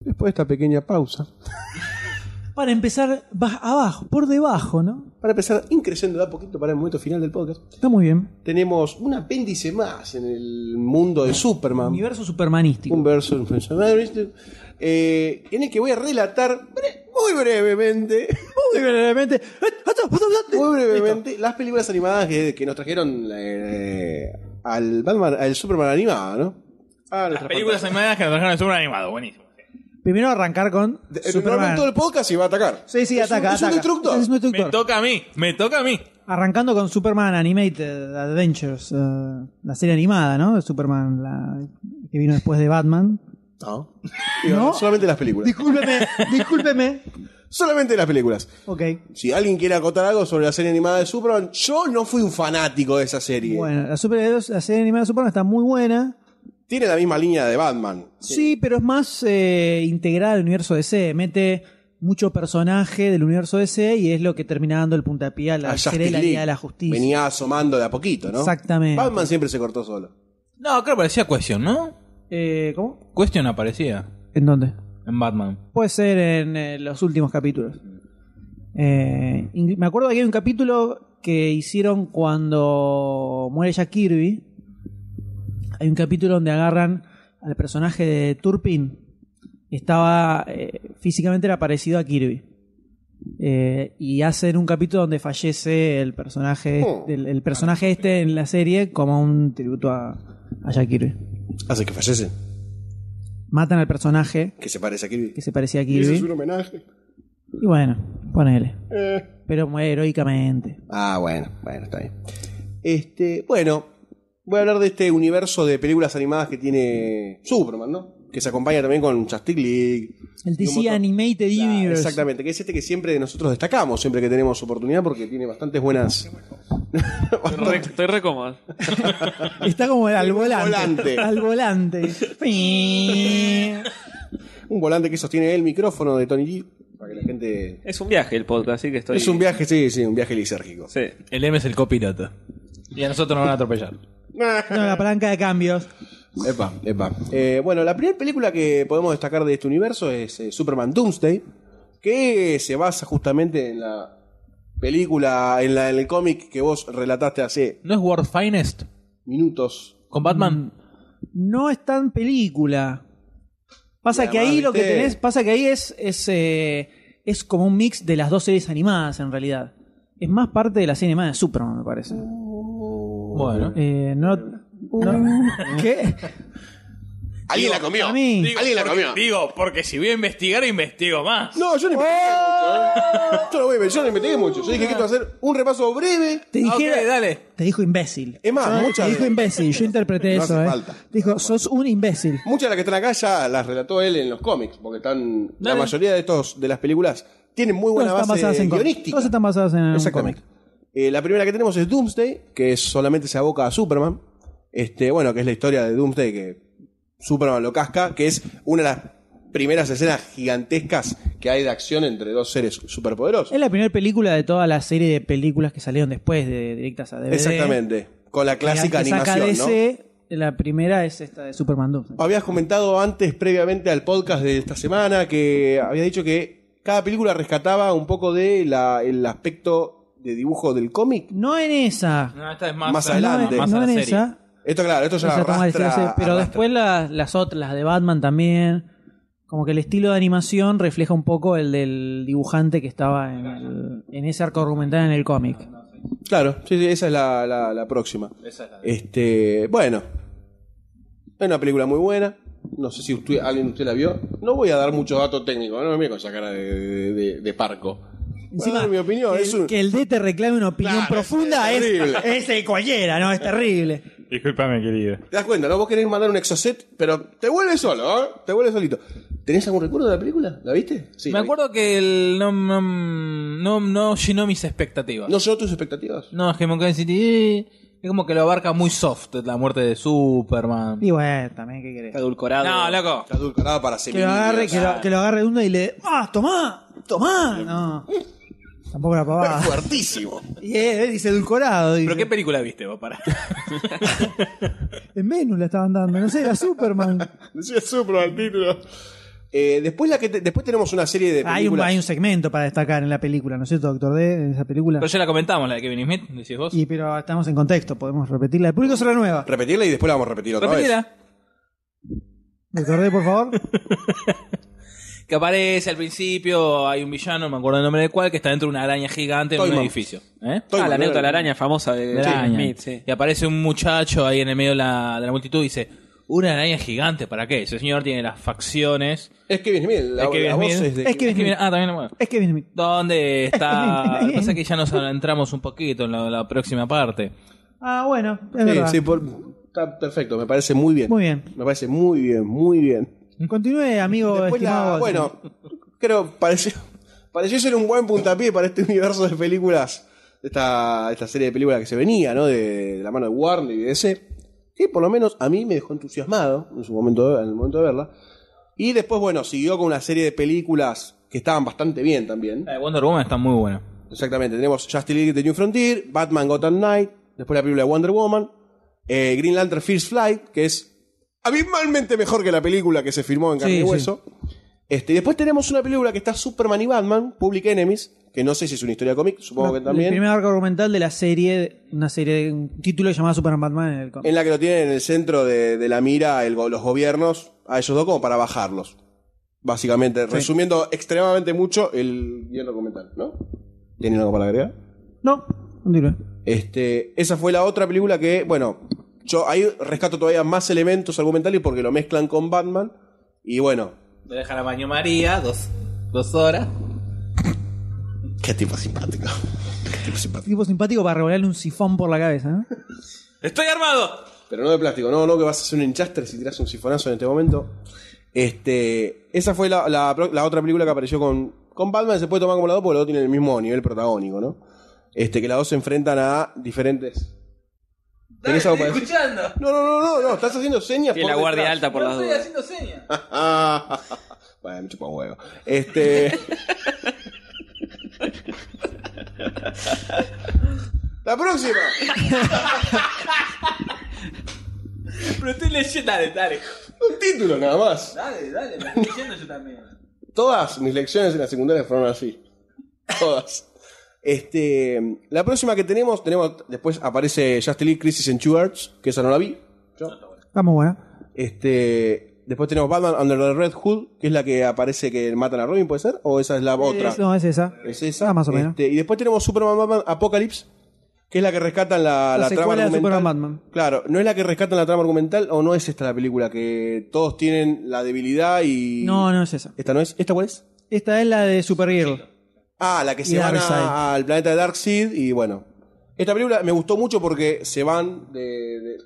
Después de esta pequeña pausa,
Para empezar, baj- abajo, por debajo, ¿no?
para empezar increciendo de a poquito para el momento final del podcast,
Está muy bien.
tenemos un apéndice más en el mundo de Superman.
Universo supermanístico.
Ah. Un verso un verso, eh, en el que voy a relatar bre- muy brevemente, (laughs)
Muy brevemente.
muy brevemente las películas animadas que, que nos trajeron eh, al Batman, al Superman animado, ¿no? A nuestra
Películas animadas que nos trajeron el Superman animado, buenísimo.
Primero arrancar con
pantalla. En el
Superman.
momento del podcast y va a atacar.
Sí, sí,
Es
ataca, ataca.
un, Es un destructor.
Es un
Me
destructor.
toca a mí, me toca a mí.
Arrancando con Superman Animated Adventures, eh, la serie animada, ¿no? De Superman, la que vino después de
(laughs)
Batman.
No.
(laughs)
Digo, Solamente las películas.
Discúlpeme, discúlpeme.
Solamente las películas.
Ok.
Si alguien quiere acotar algo sobre la serie animada de Superman, yo no fui un fanático de esa serie.
Bueno, la, super- la serie animada de Superman está muy buena.
Tiene la misma línea de Batman.
Sí, pero es más eh, integrada al universo DC. Mete mucho personaje del universo DC y es lo que termina dando el puntapié a la
A Justice
serie de la
League.
Liga de la Justicia.
Venía asomando de a poquito, ¿no?
Exactamente.
Batman siempre se cortó solo.
No, creo que aparecía Question, ¿no?
Eh, ¿Cómo?
Question aparecía
¿En dónde?
en Batman.
Puede ser en eh, los últimos capítulos. Eh, in- me acuerdo que hay un capítulo que hicieron cuando muere Jack Kirby. Hay un capítulo donde agarran al personaje de Turpin. Estaba eh, físicamente era parecido a Kirby. Eh, y hacen un capítulo donde fallece el personaje,
Oh.
el, el personaje este en la serie como un tributo a, a Jack Kirby.
Hace que fallecen.
Matan al personaje
Que se parece a Kirby.
que se parecía a
Y eso es
Kirby.
un homenaje.
Y bueno, ponele.
Eh.
Pero muere heroicamente.
Ah, bueno, bueno, está bien.
Este, bueno, voy a hablar de este universo de películas animadas que tiene Superman, ¿no? Que se acompaña también con Justice League.
El
y un
DC
montón-
Animated
Claro,
Universe.
Exactamente, que es este que siempre nosotros destacamos, siempre que tenemos oportunidad, porque tiene bastantes buenas. (laughs)
Estoy re- Estoy re cómodo.
Está
(laughs)
como al volante.
volante.
Al
(laughs)
volante.
Un volante que sostiene el micrófono de Tony G. Para que la gente.
Es un viaje el podcast, así que estoy.
Es un viaje, sí, sí, un viaje lisérgico.
Sí.
El M es el copiloto. Y a nosotros nos van a atropellar.
No, la palanca de cambios.
Epa, epa. Eh, bueno, la primera película que podemos destacar de este universo es eh, Superman Doomsday, que se basa justamente en la película, en, la, en el cómic que vos relataste hace
¿No es World Finest?
minutos.
Con
Mm.
Batman.
No es tan película. Pasa
Y
que ahí
además,
lo que
¿viste?
tenés, pasa que ahí es, es, eh, es como un mix de las dos series animadas en realidad. Es más parte de la serie animada de Superman, me parece.
Uh.
Bueno.
Eh, no,
Uh.
no- ¿Qué?
¿Alguien la comió?
A mí.
¿Alguien la comió?
Digo, porque si voy a investigar, investigo más.
No, yo no investigué mucho.
(laughs)
¿eh? Yo no voy a- yo no investigué mucho. Yo dije que esto iba a ser un repaso breve.
Te dijera,
Ah, Ok, dale.
Te dijo imbécil.
Es más,
Yo-
muchas
Te dijo
veces.
imbécil. Yo interpreté
(laughs) No
eso,
hace
¿eh?
falta.
Te Dijo, sos un imbécil.
Muchas de las que están acá ya las relató él en los cómics, porque están. La
Dale.
mayoría de estos, de las películas, tienen muy buena
Todas están basadas
base
en cómics.
guionística.
Todas están basadas en un
Exactamente.
cómic.
Eh, la primera que tenemos es Doomsday, que es- solamente se aboca a Superman. Este, bueno, que es la historia de Doomsday que Superman lo casca, que es una de las primeras escenas gigantescas que hay de acción entre dos seres superpoderosos.
Es la primera película de toda la serie de películas que salieron después de directas a DVD.
Exactamente. Con la clásica
Que saca
animación, ¿no? Oh.
DC, La primera es esta de Superman 2.
Habías comentado antes, previamente al podcast de esta semana, que había dicho que cada película rescataba un poco de la- el aspecto de dibujo del cómic.
No en esa.
No, esta es más,
Más
a-
adelante.
No,
más
en-
a
no
la
en
serie.
esa.
Esto, claro, esto ya
Esa toma de
arrastra,
serie, pero
arrastra.
después las, las otras, las de Batman también. Como que el estilo de animación refleja un poco el del dibujante que estaba en, el- en ese arco argumental en el cómic.
Claro, sí, sí, esa es la, la- la próxima. Este, bueno, es una película muy buena. No sé si usted- alguien de usted la vio. No voy a dar muchos datos técnicos, no me voy con esa cara de, de- de- de parco. Encima, mi opinión,
que,
es un-
que el D te reclame una opinión
Claro,
profunda es,
es terrible.
(laughs) es de cualquiera, ¿no? Es terrible.
Disculpame, querido.
Te das cuenta, ¿no? Vos querés mandar un exocet, pero te vuelve solo, ¿eh? Te vuelve solito. ¿Tenés algún recuerdo de la película? ¿La viste? Sí.
Me
la
acuerdo que el no, no, no, no llenó mis expectativas.
vi. ¿No llenó tus expectativas?
No, es que Monkey City eh, es como que lo abarca muy soft la muerte de Superman.
Y bueno, también, ¿qué querés?
Adulcorado. Ah,
No, loco.
Está adulcorada para ser
Que lo agarre, que lo, que lo agarre uno y le. ¡Ah, tomá! ¡Tomá! No. Tampoco la pavada.
Ah, (laughs) Fuertísimo.
Y él dice edulcorado. Dice.
¿Pero qué película viste
(laughs)
vos para?
En Venus la estaban dando, no sé, era Superman.
Decía Supro al título. Eh, después, la que te- después tenemos una serie de películas.
hay, un, hay un segmento para destacar en la película, ¿no es cierto, Doctor D? En esa película.
Pero ya la comentamos, la de Kevin Smith, decís vos.
Y, pero estamos en contexto, podemos repetirla. El público se renueva.
Repetirla y después la vamos a repetir otra vez.
Repetila.
Doctor D, por
(laughs)
favor.
Que aparece al principio, hay un villano, no me acuerdo el nombre del cual, que está dentro de una araña gigante en
Toyman.
un edificio. ¿Eh?
Toyman,
ah, la
¿no?
anécdota de la araña famosa de,
La
Will
araña.
Smith, sí.
Y aparece un muchacho ahí en el medio de la, de la multitud y dice, ¿una araña gigante para qué? Ese señor tiene las facciones.
Es Kevin Smith. La,
Es Kevin
la voz
Smith.
es de.
Es Kevin
Es que
Smith.
mira- ah, también bueno.
Es Kevin Smith. (laughs)
¿Dónde está?
Kevin Smith.
Pasa que ya nos adentramos un poquito en la, la próxima parte.
Ah, bueno, es
Sí,
verdad.
sí, por- está perfecto. Me parece muy bien.
Muy bien.
Me parece muy bien, muy bien.
Continúe, amigo
Después la-
estimado.
bueno, creo pareció, pareció ser un buen puntapié para este (laughs) universo de películas. de Esta, esta serie de películas que se venía, ¿no? De, de la mano de Warner y de ese. Que por lo menos a mí me dejó entusiasmado en su momento, en el momento de verla. Y después, bueno, siguió con una serie de películas que estaban bastante bien también.
La de Wonder Woman está muy buena.
Exactamente, tenemos Justice League The New Frontier, Batman Gotham Knight, después la película de Wonder Woman, eh, Green Lantern First Flight, que es abismalmente mejor que la película que se filmó en carne
Sí,
y
sí.
hueso. Este, y después tenemos una película que está Superman y Batman, Public Enemies, que no sé si es una historia cómic, supongo que
El
también,
primer arco argumental de la serie, una serie, de- un título llamado Superman Batman en el cómic.
en la que lo tienen en el centro de, de la mira el go- los gobiernos, a ellos dos como para bajarlos. Básicamente, resumiendo extremadamente mucho el guión documental, ¿no? ¿Tienen algo para agregar?
No, continúe.
Este, esa fue la otra película que, bueno, yo ahí rescato todavía más elementos argumentales porque lo mezclan con Batman. Y bueno,
Lo dejan a baño María, dos, dos horas.
Qué tipo simpático. Qué tipo simpático.
Tipo simpático para revolearle un sifón por la cabeza, ¿eh? ¿no?
¡Estoy armado!
Pero no de plástico, no, no que vas a hacer un enchastre si tiras un sifonazo en este momento. Este, esa fue la, la pro- la otra película que apareció con, con Batman, se puede tomar como la dos porque los dos tienen el mismo nivel protagónico, ¿no? Este, que las dos se enfrentan a diferentes. ¿Tenés algo para decir?
escuchando!
No, no, no, no, no, estás haciendo señas
Tiene la
por
guardia
detrás.
alta por las dudas.
haciendo señas.
Ah, (laughs) bueno, me chupa un huevo.
(laughs)
Este. la próxima.
(laughs) Pero estoy leyendo. Dale, dale.
Un título nada más.
Dale, dale, me estoy leyendo yo también.
Todas mis lecciones en la secundaria fueron así. Todas. Este, la próxima que tenemos, tenemos después aparece Justice League Crisis en Two Earths, que esa no la vi.
Vamos, bueno.
Este, después tenemos Batman Under the Red Hood, que es la que aparece que matan a Robin, ¿puede ser? ¿O esa es la otra?
Es- no, es esa.
Es esa.
Ah, más o menos.
Este, y después tenemos Superman Batman Apocalypse, que es la que rescatan la,
La
la trama
secuela de
argumental.
Superman Batman.
Claro, ¿no es la que rescatan la trama argumental o no es esta la película? Que todos tienen la debilidad y.
No, no es esa.
¿Esta no es? ¿Esta cuál es?
Esta es la de Supergirl.
Ah, la que
Y
se van
Darkseid.
a- al planeta de Darkseid y bueno. Esta película me gustó mucho porque se van de. de-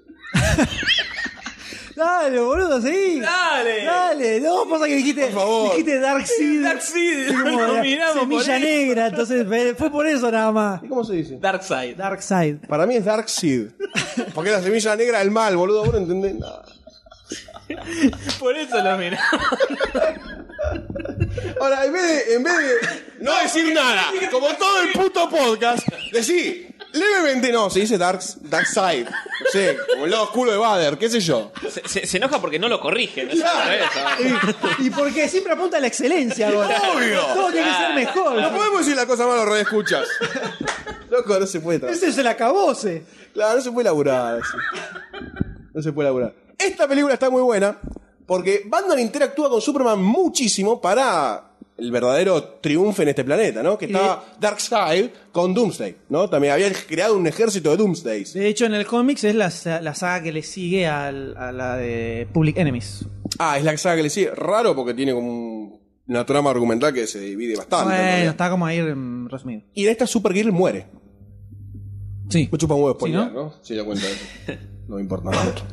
Dale, boludo, sí.
Dale.
Dale, Eh, no, pasa que dijiste,
Por favor.
dijiste Dark Seed.
Darkseid,
Fue
(laughs)
como
lo
la
nominamos por
Semilla
eso.
negra, entonces fue- fue por eso nada más.
¿Y cómo se dice?
Darkseid.
Dark Side.
Para mí es Darkseid. Porque es la semilla negra del mal, boludo. Vos no entendés nada.
Por eso lo miramos.
Ahora, en vez de, en vez de no decir nada, como todo el puto podcast, decí levemente no, se dice Dark, dark Side. No sé, como el lado oscuro de Vader, qué sé yo.
Se, se- se enoja porque no lo corrigen. ¿no?
Y, y porque siempre apunta a la excelencia, ahora.
Obvio.
Todo tiene que ser
No
mejor.
podemos decir la cosa mala lo escuchas. Loco, no se puede trabajar.
Ese es el acabose.
Claro, no se puede laburar.
(laughs)
así. No se puede laburar. Esta película está muy buena porque Batman interactúa con Superman muchísimo para el verdadero triunfo en este planeta, ¿no? Que estaba Darkseid con Doomsday, ¿no? También habían creado un ejército de Doomsdays.
De hecho, en el cómics es la, sa- la saga que le sigue al- a la de Public Enemies.
Ah, es la saga que le sigue. Raro porque tiene como un- una trama argumental que se divide bastante. en
bueno,
realidad.
está como ahí mm, resumido.
Y en esta Supergirl muere.
Sí.
Me chupa un huevo spoiler,
Sí,
¿no? Sí, ya cuenta eso. No me importa mucho.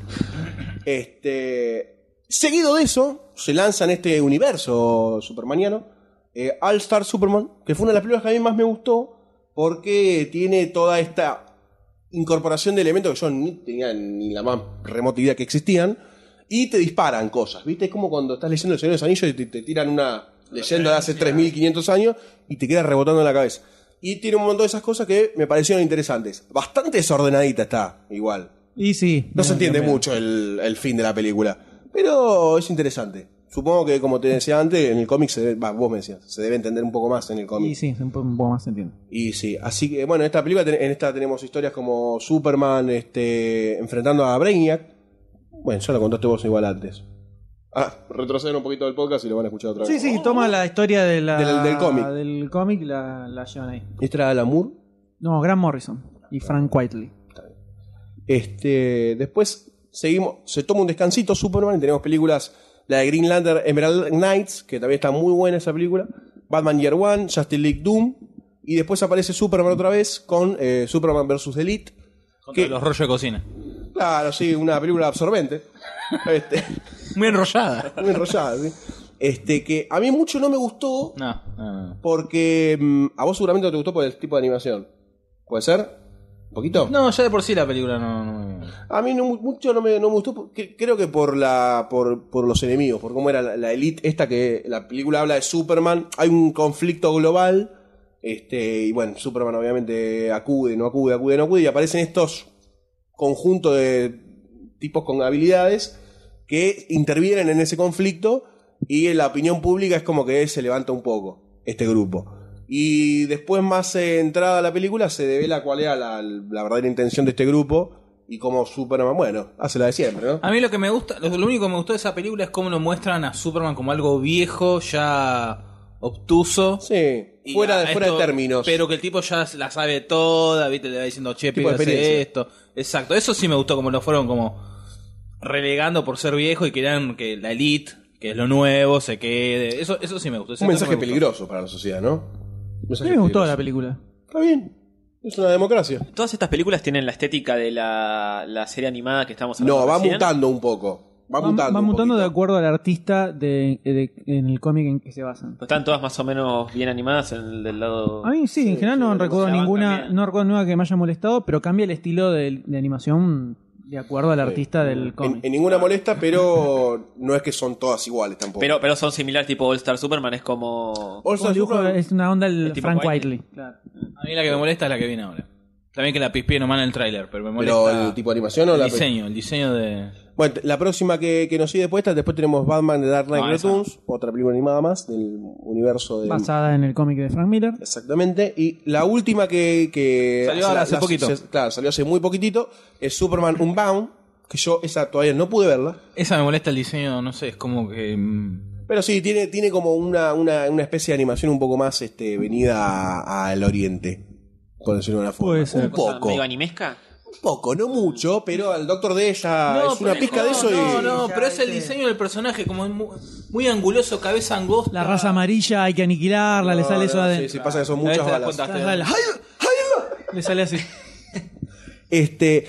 Este. Seguido de eso, se lanza en este universo supermaniano eh, All Star Superman, que fue una de las películas que a mí más me gustó porque tiene toda esta incorporación de elementos que yo ni tenía ni la más remota idea que existían y te disparan cosas, ¿viste? Es como cuando estás leyendo El Señor de los Anillos y te, te tiran una leyenda de hace 3.500 años y te queda rebotando en la cabeza. Y tiene un montón de esas cosas que me parecieron interesantes. Bastante desordenadita está, igual.
Y sí.
No se entiende
mucho.
mucho el, el fin de la película. Pero es interesante. Supongo que, como te decía antes, en el cómic se debe, bah, vos me decías, se debe entender un poco más en el
Y
cómic.
sí, un po- un poco más se entiende.
Y sí, así que, bueno, en esta película, ten- en esta tenemos historias como Superman este, enfrentando a Brainiac. Bueno, ya lo contaste vos igual antes. Ah, retroceden un poquito del podcast y lo van a escuchar otra
Sí,
vez.
sí, toma la historia de la-
Del- del cómic.
Del cómic la, la llevan ahí.
Este era Alan Moore.
No, Grant Morrison y Frank Whiteley.
Este, después seguimos, se toma un descansito Superman y tenemos películas, la de Green Lantern, Emerald Knights, que también está muy buena esa película, Batman Year One, Justice League Doom, y después aparece Superman otra vez con eh, Superman vs. Elite.
Contra
¿Qué?
los rollos de cocina.
Claro, sí, una película (laughs) absorbente. Este,
Muy enrollada.
muy enrollada, ¿sí? Este, que a mí mucho no me gustó
No, no, no.
porque mm, a vos seguramente no te gustó por el tipo de animación. ¿Puede ser? ¿Un poquito?
No, ya de por sí la película no. no- no.
A mí no, mu- mucho no me, no me gustó, porque- creo que por la por, por los enemigos, por cómo era la, la elite esta que la película habla de Superman, hay un conflicto global, este y bueno, Superman obviamente acude, no acude, acude, no acude, y aparecen estos conjuntos de tipos con habilidades que intervienen en ese conflicto y en la opinión pública es como que se levanta un poco este grupo. Y después más eh, entrada a la película se devela cuál era la, la verdadera intención de este grupo y cómo Superman, bueno, hace la de siempre, ¿no?
A mí lo que me gusta, lo, lo único que me gustó de esa película es cómo lo muestran a Superman como algo viejo, ya obtuso.
Sí,
Y
fuera,
a
de, fuera de
esto-
términos.
Pero que el tipo ya la sabe toda, ¿viste? Le va diciendo, che,
Tipo
pibe,
de
hace
experiencia.
esto. Exacto, eso sí me gustó, como lo fueron como relegando por ser viejo y querían que la elite que es lo nuevo, se quede. Eso, eso sí me gustó. ese
Un
dato me
mensaje
gustó.
peligroso para la sociedad, ¿no? Un
A
mensaje
mí me gustó
peligroso.
la película.
Está bien. Es una democracia.
Todas estas películas tienen la estética de la, la serie animada que estamos hablando.
No, va
recién.
mutando un poco. Va,
Va,
mutando.
va
un
mutando de
poquito.
acuerdo al artista de, de- en el cómic en que se basan.
Pero Están todas más o menos bien animadas en el del lado.
A mí sí, en general no
sí,
recuerdo
se van
ninguna,
cambiando.
no recuerdo ninguna que me haya molestado, pero cambia el estilo de, de animación de acuerdo al artista del
En,
cómic.
en ninguna molesta, pero no es que son todas iguales tampoco.
Pero, pero son similares, tipo All Star Superman es como.
All
Como
Star
dibujo
Superman-
es una onda del
Es tipo
Frank
Whiteley.
Whiteley.
A mí la que me molesta es la que viene ahora. También que la pispié nomás en el tráiler, pero me molesta.
pero el tipo de animación o
el
la
diseño, el diseño de.
Bueno, la próxima que, que nos sigue después, esta- después tenemos Batman de Dark Knight
Ah, esa.
Returns, otra película animada más del universo de
Basada en el cómic de Frank Miller.
Exactamente. Y la última que. que-
Salió ahora
la-
hace
la-
poquito.
se- claro, salió hace muy poquitito. Es Superman Unbound. Que yo esa todavía no pude verla.
Esa me molesta el diseño, no sé, es como que. mm,
Pero sí, tiene, tiene como una, una, una especie de animación un poco más este, venida a- al oriente. Por decirlo de una forma.
Puede ser.
Un
cosa
poco.
medio animesca.
Un poco, no mucho, pero al Doctor D ya Ah, es una pizca de eso
No,
y.
no, pero es el diseño del personaje, como es muy, muy anguloso, cabeza angosta.
La raza amarilla hay que aniquilarla, le sale
No,
eso
no,
adentro.
sí, sí, pasa que son
Ahí te
muchas
das
balas.
cuenta, te-
Sale- Le sale así.
Este.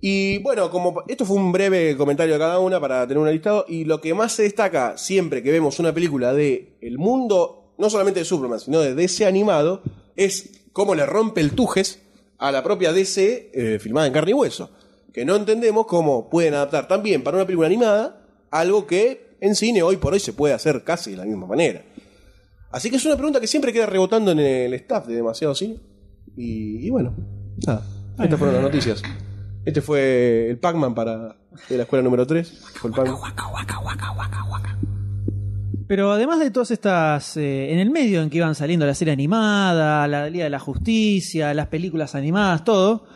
Y bueno, como esto fue un breve comentario de cada una para tener un listado. Y lo que más se destaca siempre que vemos una película de el mundo, no solamente de Superman, sino de DC animado, es cómo le rompe el tujes a la propia DC eh, filmada en carne y hueso. Que no entendemos cómo pueden adaptar también para una película animada algo que en cine hoy por hoy se puede hacer casi de la misma manera. Así que es una pregunta que siempre queda rebotando en el staff de demasiado cine. Y, y bueno, nada. Estas fueron las noticias. Este fue el Pac-Man para de la escuela número 3. Fue el Pac-Man.
Pero además de todas estas, eh, en el medio en que iban saliendo la serie animada, la Liga de la Justicia, las películas animadas, todo,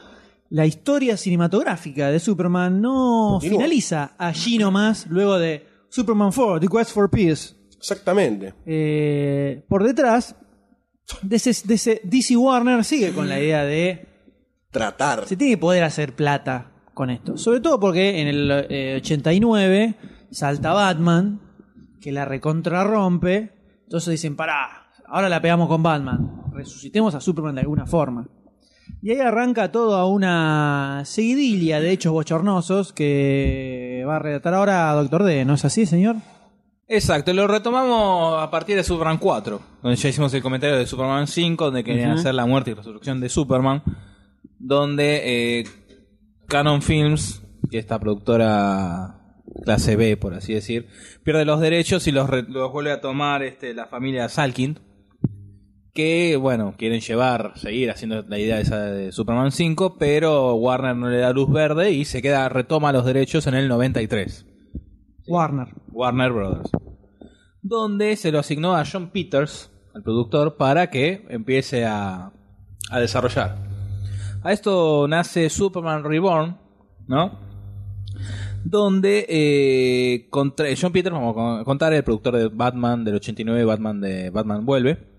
la historia cinematográfica de Superman no
Continúa.
finaliza allí nomás, luego de Superman 4, The Quest for Peace.
Exactamente.
Eh, por detrás, DC, DC DC Warner sigue con la idea de
Tratar.
se tiene que poder hacer plata con esto. Sobre todo porque en el eh, 89 salta Batman, que la recontra rompe. Entonces dicen, pará, ahora la pegamos con Batman. Resucitemos a Superman de alguna forma. Y ahí arranca toda una seguidilla de hechos bochornosos que va a relatar ahora Doctor D, ¿no es así, señor?
Exacto, lo retomamos a partir de Superman 4, donde ya hicimos el comentario de Superman 5, donde querían hacer la muerte y resurrección de Superman, donde eh, Canon Films, que esta productora clase B, por así decir, pierde los derechos y los, re- los vuelve a tomar este, la familia Salkind, que, bueno, quieren llevar, seguir haciendo la idea esa de Superman 5, pero Warner no le da luz verde y se queda, retoma los derechos en el 93.
Warner.
Warner Brothers. Donde se lo asignó a John Peters, al productor, para que empiece a, a desarrollar. A esto nace Superman Reborn, ¿no? Donde eh, contra- John Peters, vamos a con- contar, el productor de Batman del 89, Batman de Batman Vuelve,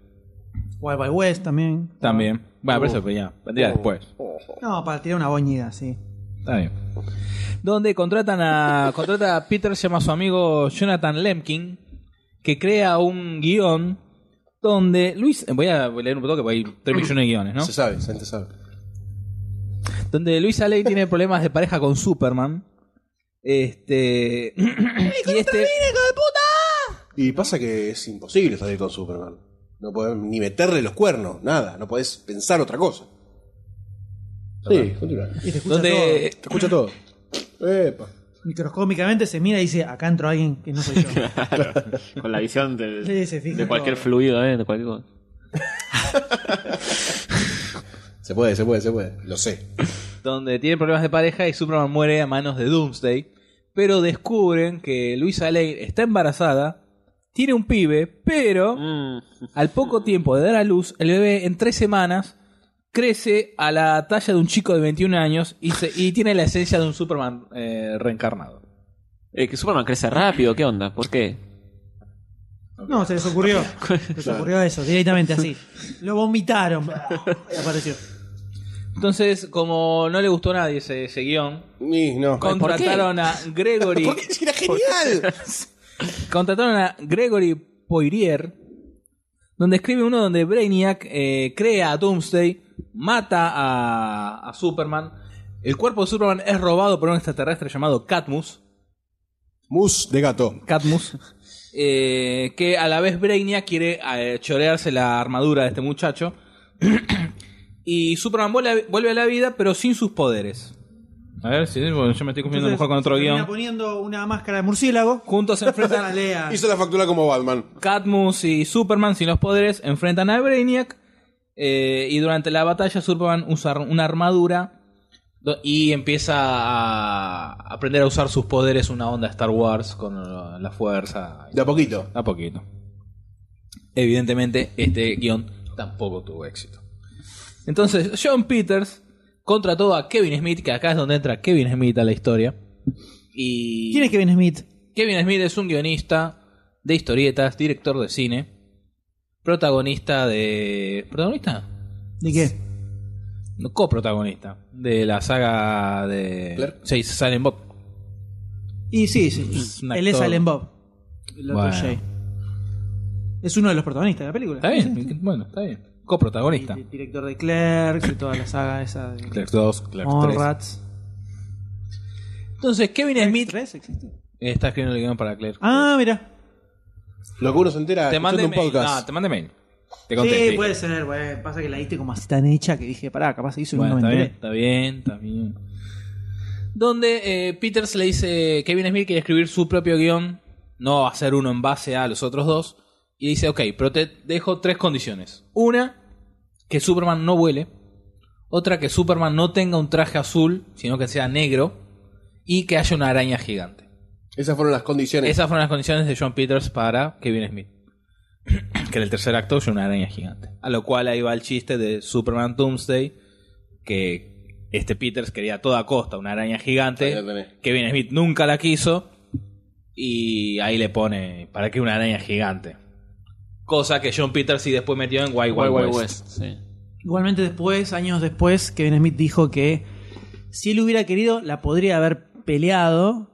Wild by West también.
también. Bueno, pero eso ya, vendría después.
No, para tirar una boñida, sí.
Está bien. Donde contratan a. contrata a Peter, se llama a su amigo Jonathan Lemkin, que crea un guión donde Luis. eh, Voy a leer un poco que hay 3 millones de guiones, ¿no?
Se sabe, se sabe.
Donde Luis Aley tiene problemas de pareja con Superman. Este. (clears throat) y este.
Y pasa que es imposible salir con Superman. No podés ni meterle los cuernos, nada. No podés pensar otra cosa. Sí, continúa.
Y te escucha todo.
Donde.
Te escucha todo. Epa.
Microscópicamente se mira y dice, acá entró alguien que no soy yo.
Con la visión de,
Sí, se fija
de cualquier
todo.
fluido, ¿eh? De cualquier cosa.
Se puede, se puede, se puede. Lo sé.
donde tienen problemas de pareja y Superman muere a manos de Doomsday. Pero descubren que Luisa Lane está embarazada, tiene un pibe, pero
Mm.
al poco tiempo de dar a luz, el bebé en tres semanas crece a la talla de un chico de 21 años y, se- y tiene la esencia de un Superman eh, reencarnado.
Eh, que Superman crece rápido, ¿qué onda? ¿Por qué?
No, se les ocurrió. Se les ocurrió eso, directamente así. Lo vomitaron. (laughs) Y apareció.
Entonces, como no le gustó a nadie ese, ese guión,
Y no. (laughs)
contrataron a Gregory.
Porque era genial.
Contrataron a Gregory Poirier, donde escribe uno donde Brainiac eh, crea a Doomsday, mata a, a Superman. El cuerpo de Superman es robado por un extraterrestre llamado Catmus.
Mus de gato.
Catmus. eh, que a la vez Brainiac quiere eh, chorearse la armadura de este muchacho. (clears throat) y Superman vuelve a, vuelve a la vida, pero sin sus poderes. A ver, si bueno, yo me estoy confundiendo a lo mejor con otro
termina
guión.
poniendo una máscara de murciélago.
Juntos se enfrentan a
Lea.
Hizo la factura como Batman.
Catmus y Superman sin los poderes enfrentan a Brainiac eh, y durante la batalla Superman usa ar- una armadura do- y empieza a aprender a usar sus poderes una onda Star Wars con eh, la fuerza.
De a poquito.
A poquito. Evidentemente este guión tampoco tuvo éxito. Entonces John Peters contrató a Kevin Smith, que acá es donde entra Kevin Smith a la historia. Y...
¿Quién es Kevin Smith?
Kevin Smith es un guionista de historietas, director de cine, protagonista de. ¿Protagonista?
¿De qué?
No, coprotagonista de la saga de.
Blair.
Sí, Silent Bob.
Y sí, sí.
Es un
Él es
actor.
Allen Bob. El otro
Bueno.
Jay. Es uno de los protagonistas de la película.
Está bien, bueno, está bien. Coprotagonista.
El director de Clerks y toda la saga esa de
Clerks 2, Clerks 3.
Mallrats.
Entonces, Kevin Smith
¿Tres existe?
está escribiendo el guión para Clerks.
Ah, mira.
Lo que uno se entera
te mandé
escuchando un
mail.
podcast.
No, te mandé mail. Te contesté.
Sí, puede ser, güey. Pasa que la diste como así tan hecha que dije, pará, capaz hizo
Bueno,
un
está bien,
93.
está bien, está bien. Donde eh, Peters le dice, Kevin Smith quiere escribir su propio guión, no va a ser uno en base a los otros dos, y dice, ok, pero te dejo tres condiciones. Una, que Superman no vuele. Otra, que Superman no tenga un traje azul, sino que sea negro. Y que haya una araña gigante.
Esas fueron las condiciones.
Esas fueron las condiciones de John Peters para Kevin Smith. que en el tercer acto es una araña gigante. A lo cual ahí va el chiste de Superman Doomsday, que este Peters quería a toda costa una araña
Ahí la
gigante.
tenés.
Kevin Smith nunca la quiso. Y ahí le pone, ¿para qué una araña gigante? Cosa que John Peters sí después metió en Wild Wild,
Wild Wild
West.
West, sí.
Igualmente después, años después, Kevin Smith dijo que si él hubiera querido, la podría haber peleado,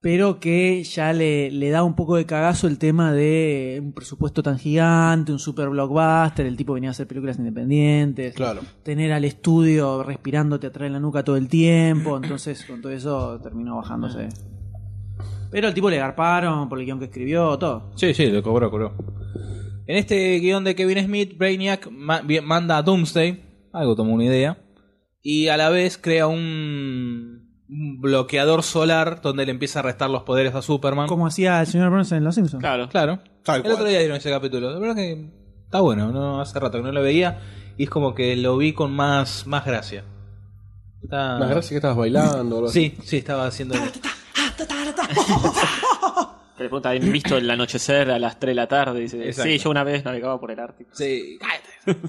pero que ya le, le da un poco de cagazo el tema de un presupuesto tan gigante, un super blockbuster, el tipo venía a hacer películas independientes,
Claro.
tener al estudio respirándote atrás en la nuca todo el tiempo, entonces con todo eso terminó bajándose. Pero al tipo le garparon por el guión que escribió, todo.
Sí, sí, lo cobró, cobró. En este guión de Kevin Smith, Brainiac ma- vi- manda a Doomsday, algo tomó una idea, y a la vez crea un, un bloqueador solar donde le empieza a restar los poderes a Superman.
Como hacía el señor Burns en Los Simpsons.
Claro.
Claro.
Tal
el
cual.
otro día dieron ese capítulo. La verdad que está bueno, no hace rato que no lo veía y es como que lo vi con más, más gracia. Está-
Más gracias que estabas bailando. boludo.
Sí, sí,
(laughs)
estaba haciendo...
Que le pregunta, ¿han visto el anochecer a las 3 de la tarde? Dice,
Exacto.
sí, yo una vez navegaba por el Ártico.
Sí, cállate.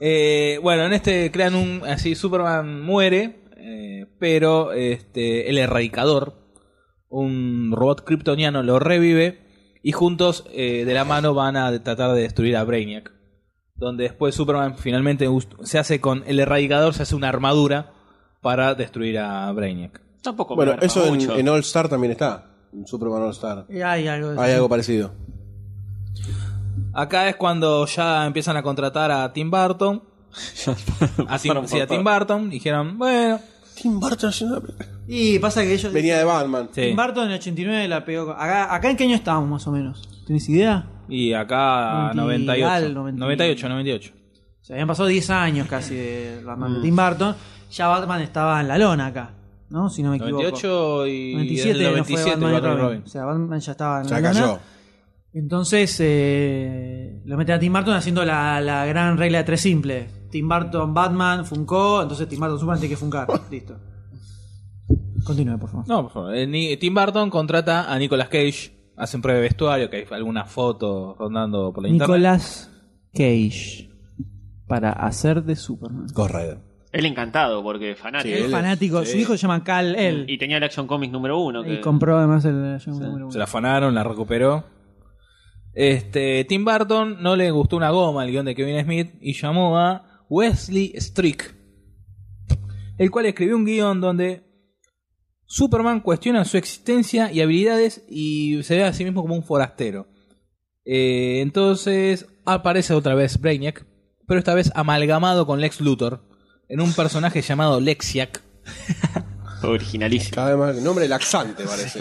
Eh, bueno, en este crean un. Así, Superman muere, eh, pero este, el erradicador, un robot kryptoniano, lo revive y juntos eh, de la mano van a tratar de destruir a Brainiac. Donde después Superman finalmente us- se hace con el erradicador, se hace una armadura para destruir a Brainiac.
Tampoco
Bueno,
me garpa
eso en,
mucho.
en All Star también está. En Superman All Star.
Y Hay algo de
Hay algo parecido.
Acá es cuando ya empiezan a contratar a Tim Burton. a Tim,
Pasaron
sí, a
por
Tim
todo.
Burton. Dijeron, bueno.
Tim Burton haciendo una película.
Y pasa que ellos.
Venía de Batman.
sí.
Tim Burton en el 89 la pegó. con- Acá, acá en qué año estábamos más o menos. ¿Tenés idea?
Y acá
20
98.
al
98, 98.
Se habían pasado 10 años casi de
Mm.
Batman de Tim Burton. Ya Batman estaba en la lona acá, ¿no? Si no me equivoco.
98 y
97
el
no fue
97
Batman y
Batman y
Robin.
Robin.
O sea, Batman ya estaba en
Ya
la
cayó.
lona. Entonces eh, lo meten a Tim Burton haciendo la, la gran regla de tres simple. Tim Burton, Batman, funcó. Entonces Tim Burton Superman tiene que funcar. Listo. Continúe, por favor.
No, por favor. Eh, ni- Tim Burton contrata a Nicolas Cage. Hacen prueba de vestuario, que hay algunas fotos rondando por la internet.
Nicolas Cage para hacer de Superman.
Ghost Rider.
Él encantado, porque fanático.
Sí,
Es
él-
fanático,
sí.
su hijo se llama
Mm.
Cal él.
Y tenía el Action Comics número uno.
Y
Que...
compró además el número uno.
Se la afanaron, la recuperó. Este, Tim Burton no le gustó una goma el guión de Kevin Smith y llamó a Wesley Strick, el cual escribió un guión donde Superman cuestiona su existencia y habilidades y se ve a sí mismo como un forastero. Eh, entonces aparece otra vez Brainiac, pero esta vez amalgamado con Lex Luthor en un personaje llamado Lexiac.
Originalísimo.
Cada vez más. Nombre laxante,
(laughs)
parece.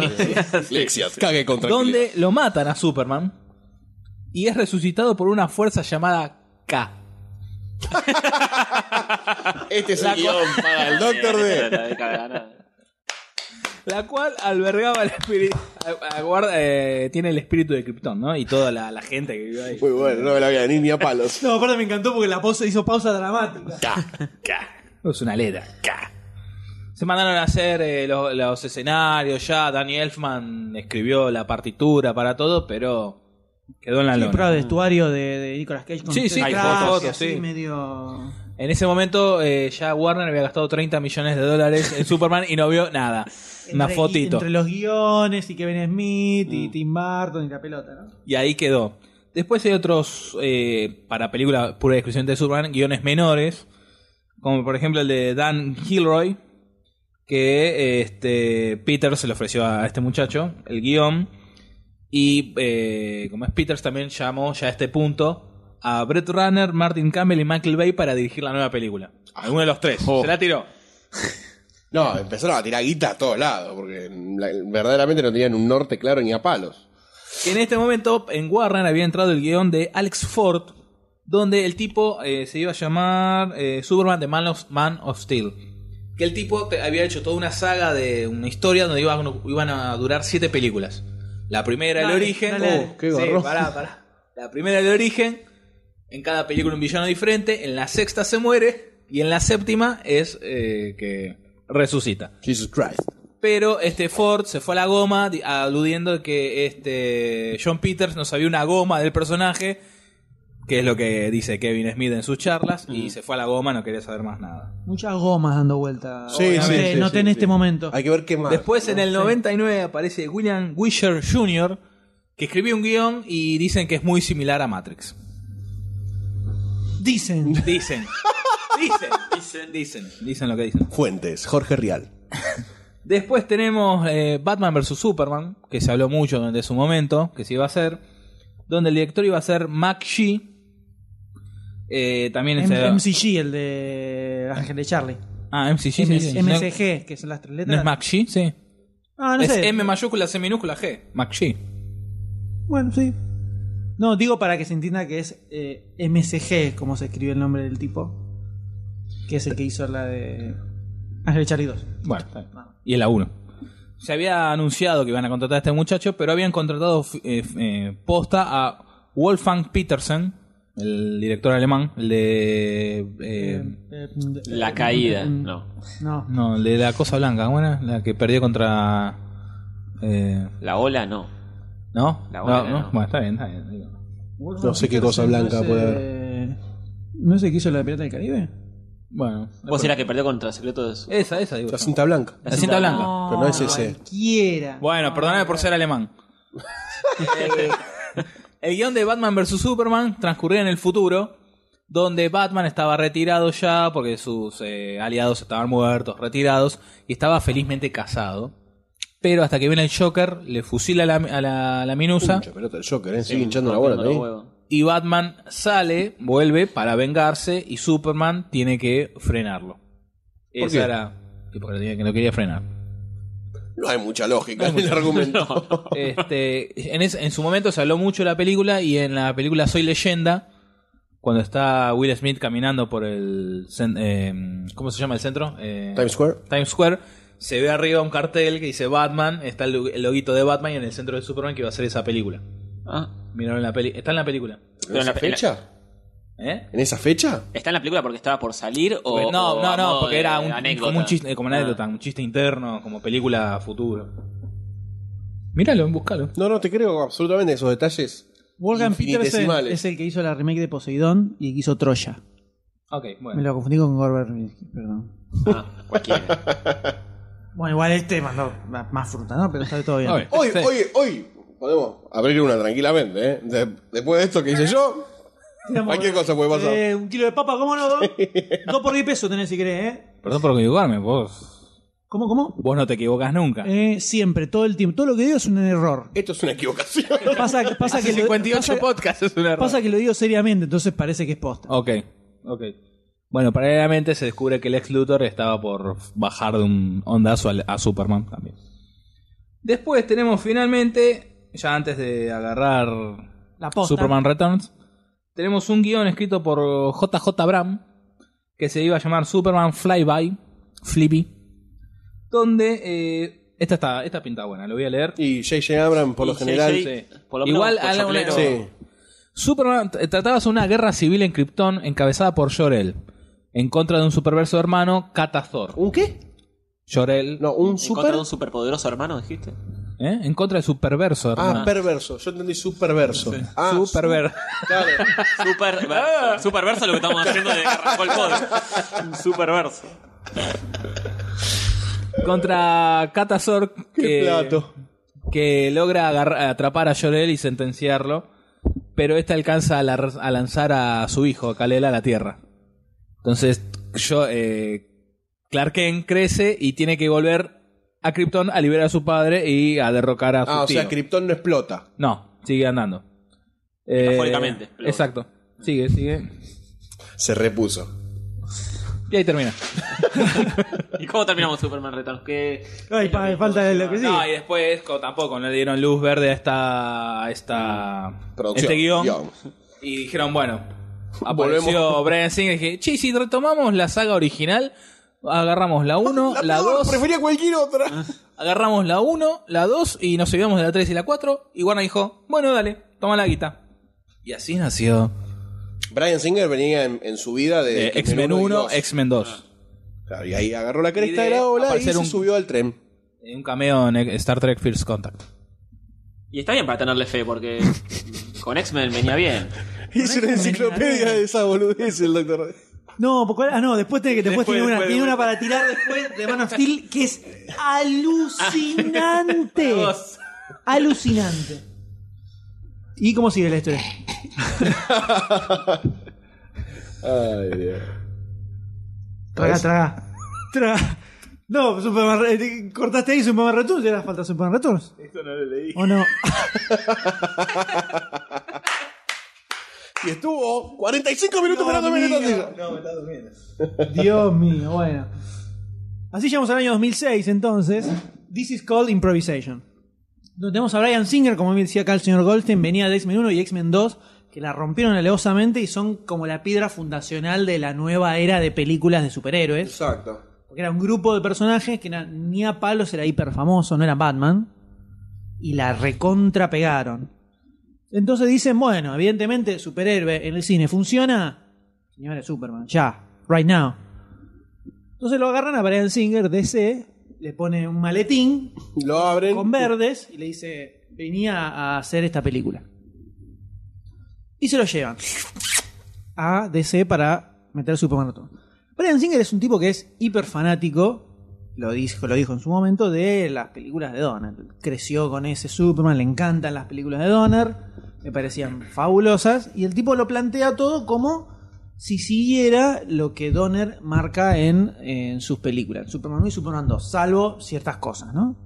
Lexias. Cague contra
donde lo matan a Superman y es resucitado por una fuerza llamada K.
Este es el guión para el Doctor D.
La cual albergaba el espíritu. aguarda, eh, tiene el espíritu de Krypton, ¿no? Y toda la, la gente que vive ahí.
Muy bueno, no me la voy a venir ni a palos.
No, aparte me encantó porque la pausa hizo pausa
Ah,
dramática.
Es una letra. Se mandaron a hacer eh, lo- los, escenarios ya. Danny Elfman escribió la partitura para todo, pero quedó en la
El
lona.
de vestuario de, de Nicolas Cage con
Sí,
tres
sí, hay
trajes,
fotos,
así
sí.
medio.
En ese momento eh, ya Warner había gastado 30 millones de dólares en Superman y no vio nada. Una
entre-
fotito. Mm.
Entre los guiones y Kevin Smith y Tim Burton y la pelota, ¿no?
Y ahí quedó. Después hay otros, eh, para película pura y exclusivamente de Superman, guiones menores, como por ejemplo el de Dan Gilroy, que eh, este, Peters se le ofreció a este muchacho, el guión, y eh, como es Peters también llamó ya a este punto a Brett Runner, Martin Campbell y Michael Bay para dirigir la nueva película. Alguno de los tres.
Oh.
Se la tiró.
No, empezaron a tirar guita a todos lados, porque la- verdaderamente no tenían un norte claro ni a palos.
Que en este momento en Warner había entrado el guión de Alex Ford, donde el tipo eh, se iba a llamar eh, Superman de Man of, Man of Steel. Que el tipo te- había hecho toda una saga de una historia donde iba- iban a durar siete películas. La primera, el
Dale,
origen.
dale. Oh,
qué
Sí,
garrón.
(laughs) pará, pará. La primera, el origen. En cada película un villano diferente. En la sexta se muere. Y en la séptima es eh, que resucita.
Jesus Christ.
Pero este Ford se fue a la goma di- aludiendo que este John Peters no sabía una goma del personaje, que es lo que dice Kevin Smith en sus charlas, y se fue a la goma, no quería saber más nada.
Muchas gomas dando vuelta.
Sí,
No
sí,
sé,
sí,
Noté
sí,
en
sí.
este momento.
Hay que ver qué más.
Después en el 99 aparece William Wisher Jr., que escribió un guión y dicen que es muy similar a Matrix. (laughs)
Dicen.
Dicen. Dicen, dicen, dicen, dicen lo que dicen.
Fuentes, Jorge Rial.
Después tenemos eh, Batman vs. Superman, que se habló mucho durante su momento, que se iba a hacer, donde el director iba a ser Mac Shee. Eh, también
M-
se-
MCG, el de Ángel de Charlie.
Ah, MCG, sí,
M-
sí. No,
MCG, que son las tres letras.
¿No es Mac Shee? Sí.
Ah, no
es
sé.
M mayúscula, C minúscula, G. Mac Shee.
Bueno, sí. No, digo para que se entienda que es eh, MCG, como se escribió el nombre del tipo. Que es el que hizo la de Ángel de Charlie 2.
Bueno, está bien.
Ah.
y es la 1. Se había anunciado que iban a contratar a este muchacho, pero habían contratado f- eh, f- eh, posta a Wolfgang Petersen, el director alemán, el de... eh,
La caída. No.
eh, No.
No, el de la cosa blanca, bueno, la que perdió contra. eh,
La ola no.
¿No?
La buena,
no, no.
no.
Bueno, está bien, está bien. digo.
No sé qué cosa blanca puede haber.
haber. ¿No es el que hizo la de Pirata del Caribe?
Bueno.
¿Vos será que perdió contra Secretos?
Esa, esa, digo.
La
yo.
cinta blanca.
La cinta blanca.
Pero no es ese.
Cualquiera.
Bueno, perdóname por ser alemán. el guión de Batman vs. Superman transcurría en el futuro, donde Batman estaba retirado ya porque sus eh, aliados estaban muertos, retirados, y estaba felizmente casado. Pero hasta que viene el Joker, le fusila a la, a la- a la minusa.
Mucha pelota del Joker, ¿eh? Sigue hinchando la bola
Rompiendo los
también.
huevos.
Y Batman sale, vuelve para vengarse y Superman tiene que frenarlo. Esa
qué?
era. y porque lo tenía- que no quería frenar. (laughs)
No hay mucha lógica en el
(laughs)
argumento.
Este, en, es- en su momento se habló mucho de la película y en la película Soy Leyenda, cuando está Will Smith caminando por el. cen- em, ¿Cómo se llama el centro? Eh,
Times Square.
Times Square. Se ve arriba un cartel que dice Batman, está el, lo- el loguito de Batman y en el centro de Superman que iba a ser esa película.
Ah.
Miraron la peli. Está en la película.
Pero en la- en la-
¿Eh?
¿En esa fecha?
¿Está en la película porque estaba por salir o.?
Porque- Pues no,
o
no,
a
no,
modo
porque
de
era un,
anécdota?
como un chiste, como una
Ah.
anécdota, un chiste interno, como película futuro. Míralo, búscalo.
No, no, te creo absolutamente esos detalles.
Wolfgang Petersen
infinitesimales.
es el que hizo la remake de Poseidón y que hizo Troya.
Ok,
Me
bueno.
lo confundí con Gorbert Rubinski, perdón.
Ah, (laughs) cualquiera.
Bueno, igual este mandó ma- más fruta, ¿no? Pero sale todo bien.
Ok.
Hoy,
Sí.
hoy, hoy podemos abrir una tranquilamente, ¿eh? De- después de esto que hice yo,
Tiramos-
cualquier cosa puede pasar.
Eh, un kilo de papa, ¿cómo no? Dos por 10 pesos tenés si querés, ¿eh?
Perdón por equivocarme, vos.
¿Cómo, cómo?
Vos no te equivocas nunca.
Eh, siempre, todo el tiempo. Todo lo que digo es un error.
Esto es una equivocación.
(laughs)
(laughs)
Pasa, pasa
Hace
que lo-
58
pasa-
podcasts es un error.
Pasa que lo digo seriamente, entonces parece que es posta.
Ok, ok. Bueno, paralelamente se descubre que el ex Luthor estaba por bajar de un ondazo al- a Superman también. Después tenemos finalmente, ya antes de agarrar
La posta.
Superman Returns, tenemos un guión escrito por JJ Bram que se iba a llamar Superman Flyby, Flippy, donde... eh, esta está, esta pinta buena, lo voy a leer.
Y J.J. Abrams, por lo
Y
general.
JJ,
sí.
por lo menos
Igual
por
a la-
choclero.
Sí.
Superman t- trataba sobre una guerra civil en Krypton encabezada por Jor-El en contra de un superverso hermano, Katazor.
¿Un qué?
Jor-El
No, un
¿En contra
super.
de un superpoderoso hermano, (laughs) dijiste?
¿eh? en contra de superverso hermano.
Ah, perverso. Yo entendí superverso. Ah,
Superver-
su- claro.
Ah.
Superverso. Superverso es lo que estamos haciendo de que arrancó el (laughs) pod. Un Superverso.
(laughs) contra Katazor
Qué
que,
plato.
que logra agarra- atrapar a Jor-El y sentenciarlo, pero este alcanza a, la- a lanzar a su hijo, a Kal-El, a la Tierra. Entonces, yo, eh, Clark Kent crece y tiene que volver a Krypton a liberar a su padre y a derrocar a su
Ah, o
tío.
sea, Krypton no explota.
No, sigue andando. Eh,
Metafóricamente.
Exacto. Sigue, sigue.
Se repuso.
Y ahí termina.
¿Y cómo terminamos Superman Returns? ¿Qué...
Ay, pa- falta lo que sigue.
No, y después co- tampoco no le dieron luz verde a esta, a esta
Producción.
este guión.
Guión.
Y dijeron, bueno, apareció (laughs) Brian Singer y dije, che, si retomamos la saga original, agarramos la 1, la
peor,
2,
Prefería cualquier otra.
Ah. agarramos la 1, la 2 y nos olvidamos de la 3 y la 4. Y Warner dijo, bueno, dale, toma la guita. Y así nació
Brian Singer venía en, en su vida de
eh, X-Men 1,
y dos.
X-Men 2.
Claro, y ahí agarró la cresta
Y
de,
de
la ola y
aparecer
se
un-
subió al tren.
Eh, Un cameo en Star Trek First Contact.
Y está bien para tenerle fe,
(laughs)
porque con X-Men venía bien.
Hizo una enciclopedia de esa boludez el doctor.
No, porque, ah, no, después tiene, que- después
Después,
tiene una,
después,
tiene una
después.
para tirar después de Man of Steel que es alucinante. alucinante. ¿Y cómo sigue la historia?
Ay, Dios.
Traga, traga. Traga. No, Superman, Re- eh, cortaste ahí Superman Returns, ya era falta Superman Returns. Esto no lo leí. ¿O no?
Y estuvo 45 minutos esperando en la silla.
Dios mío, bueno. Así llegamos al año 2006, entonces. This is called improvisation. Donde tenemos a Brian Singer, como bien decía acá el señor Goldstein, venía de X-Men 1 y X-Men 2, que la rompieron alevosamente y son como la piedra fundacional de la nueva era de películas de superhéroes.
Exacto.
Porque era un grupo de personajes que na- ni a palos era hiper famoso, no era Batman. Y la recontra pegaron. Entonces dicen, bueno, evidentemente superhéroe en el cine funciona. Señores, Superman, ya, right now. Entonces lo agarran a Brian Singer, DC, le pone un maletín
Lo abren.
con verdes y le dice, venía a hacer esta película. Y se lo llevan a DC para meter Superman Returns. Brian Singer es un tipo que es hiper fanático, lo dijo, lo dijo en su momento, de las películas de Donner. Creció con ese Superman, le encantan las películas de Donner, me parecían fabulosas, y el tipo lo plantea todo como si siguiera lo que Donner marca en, en sus películas, en Superman 1 y Superman 2, salvo ciertas cosas, ¿no?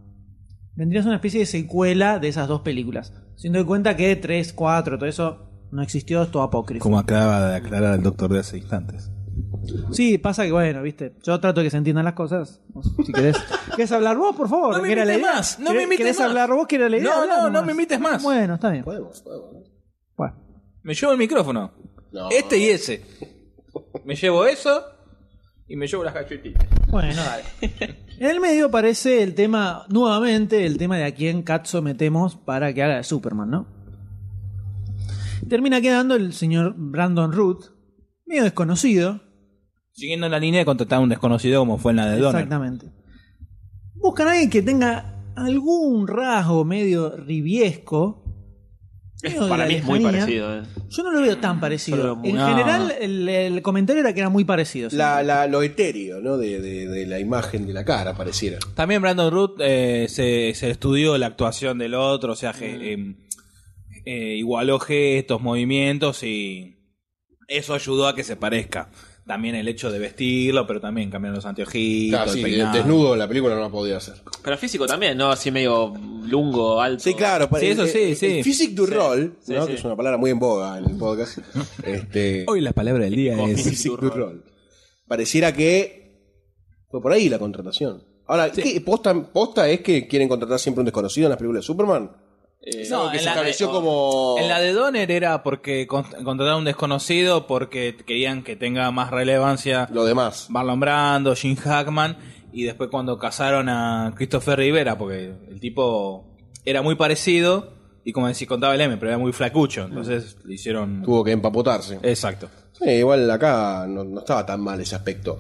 vendrías una especie de secuela de esas dos películas. Siendo de cuenta que 3, 4, todo eso no existió, es todo apócrifo.
acaba de aclarar el doctor de hace instantes.
Sí, pasa que bueno, viste, yo trato que se entiendan las cosas. Si
(laughs)
querés. ¿Querés hablar vos, por favor?
No me
¿Qué era la
invites
idea?
más, no
¿Querés-
me invites
¿Querés
más.
hablar vos? ¿Qué era la idea?
No,
Hablá
no, no
nomás.
me invites más.
Bueno, está bien. Bueno.
Me llevo el micrófono. Este y ese. Me llevo eso y me llevo las galletitas.
Bueno, dale. (laughs) En el medio aparece el tema, nuevamente, el tema de a quién Katzo metemos para que haga de Superman, ¿no? Termina quedando el señor Brandon Root, medio desconocido,
Siguiendo la línea de contratar a un desconocido como fue en la de Donald.
Exactamente. Buscan a alguien que tenga algún rasgo medio ribiesco. medio de
Para
la
mí es muy
lejanía.
parecido. eh.
Yo no lo veo tan
Yo
parecido.
lo veo muy-
En
No.
general, el, el comentario era que era muy parecido. sí.
La, la- lo etéreo, ¿no? De, de- de la imagen de la cara, pareciera.
También Brandon Root eh, se, se estudió la actuación del otro, o sea,
Mm.
ge- em, eh, igualó gestos, movimientos y eso ayudó a que se parezca. también el hecho de vestirlo, pero también cambiar los anteojitos,
Claro,
el
sí,
peinado.
desnudo la película no la podía hacer.
Pero físico también, ¿no? Así medio lungo, alto.
Sí, claro. para-
Sí, eso
el-
sí,
el-
sí.
el Physique du rol,
sí,
¿no?
sí.
que es una palabra muy en boga en el
(laughs)
podcast. este,
Hoy la palabra del día (laughs)
Con
es...
physique
físico
du
rol.
rol. Pareciera que fue por ahí la contratación. Ahora, ¿qué posta, posta es que quieren contratar siempre un desconocido en las películas de Superman? Eh,
No,
algo que
Ah, en
se
la de-
estableció como...
En la de Donner era porque con- contrataron a un desconocido porque querían que tenga más relevancia
Lo demás.
Marlon Brando, Jim Hackman y después cuando casaron a Christopher Rivera porque el tipo era muy parecido y como decís contaba el M, pero era muy flacucho, entonces le hicieron
Tuvo que empapotarse.
Exacto.
Sí, igual acá no, no estaba tan mal ese aspecto.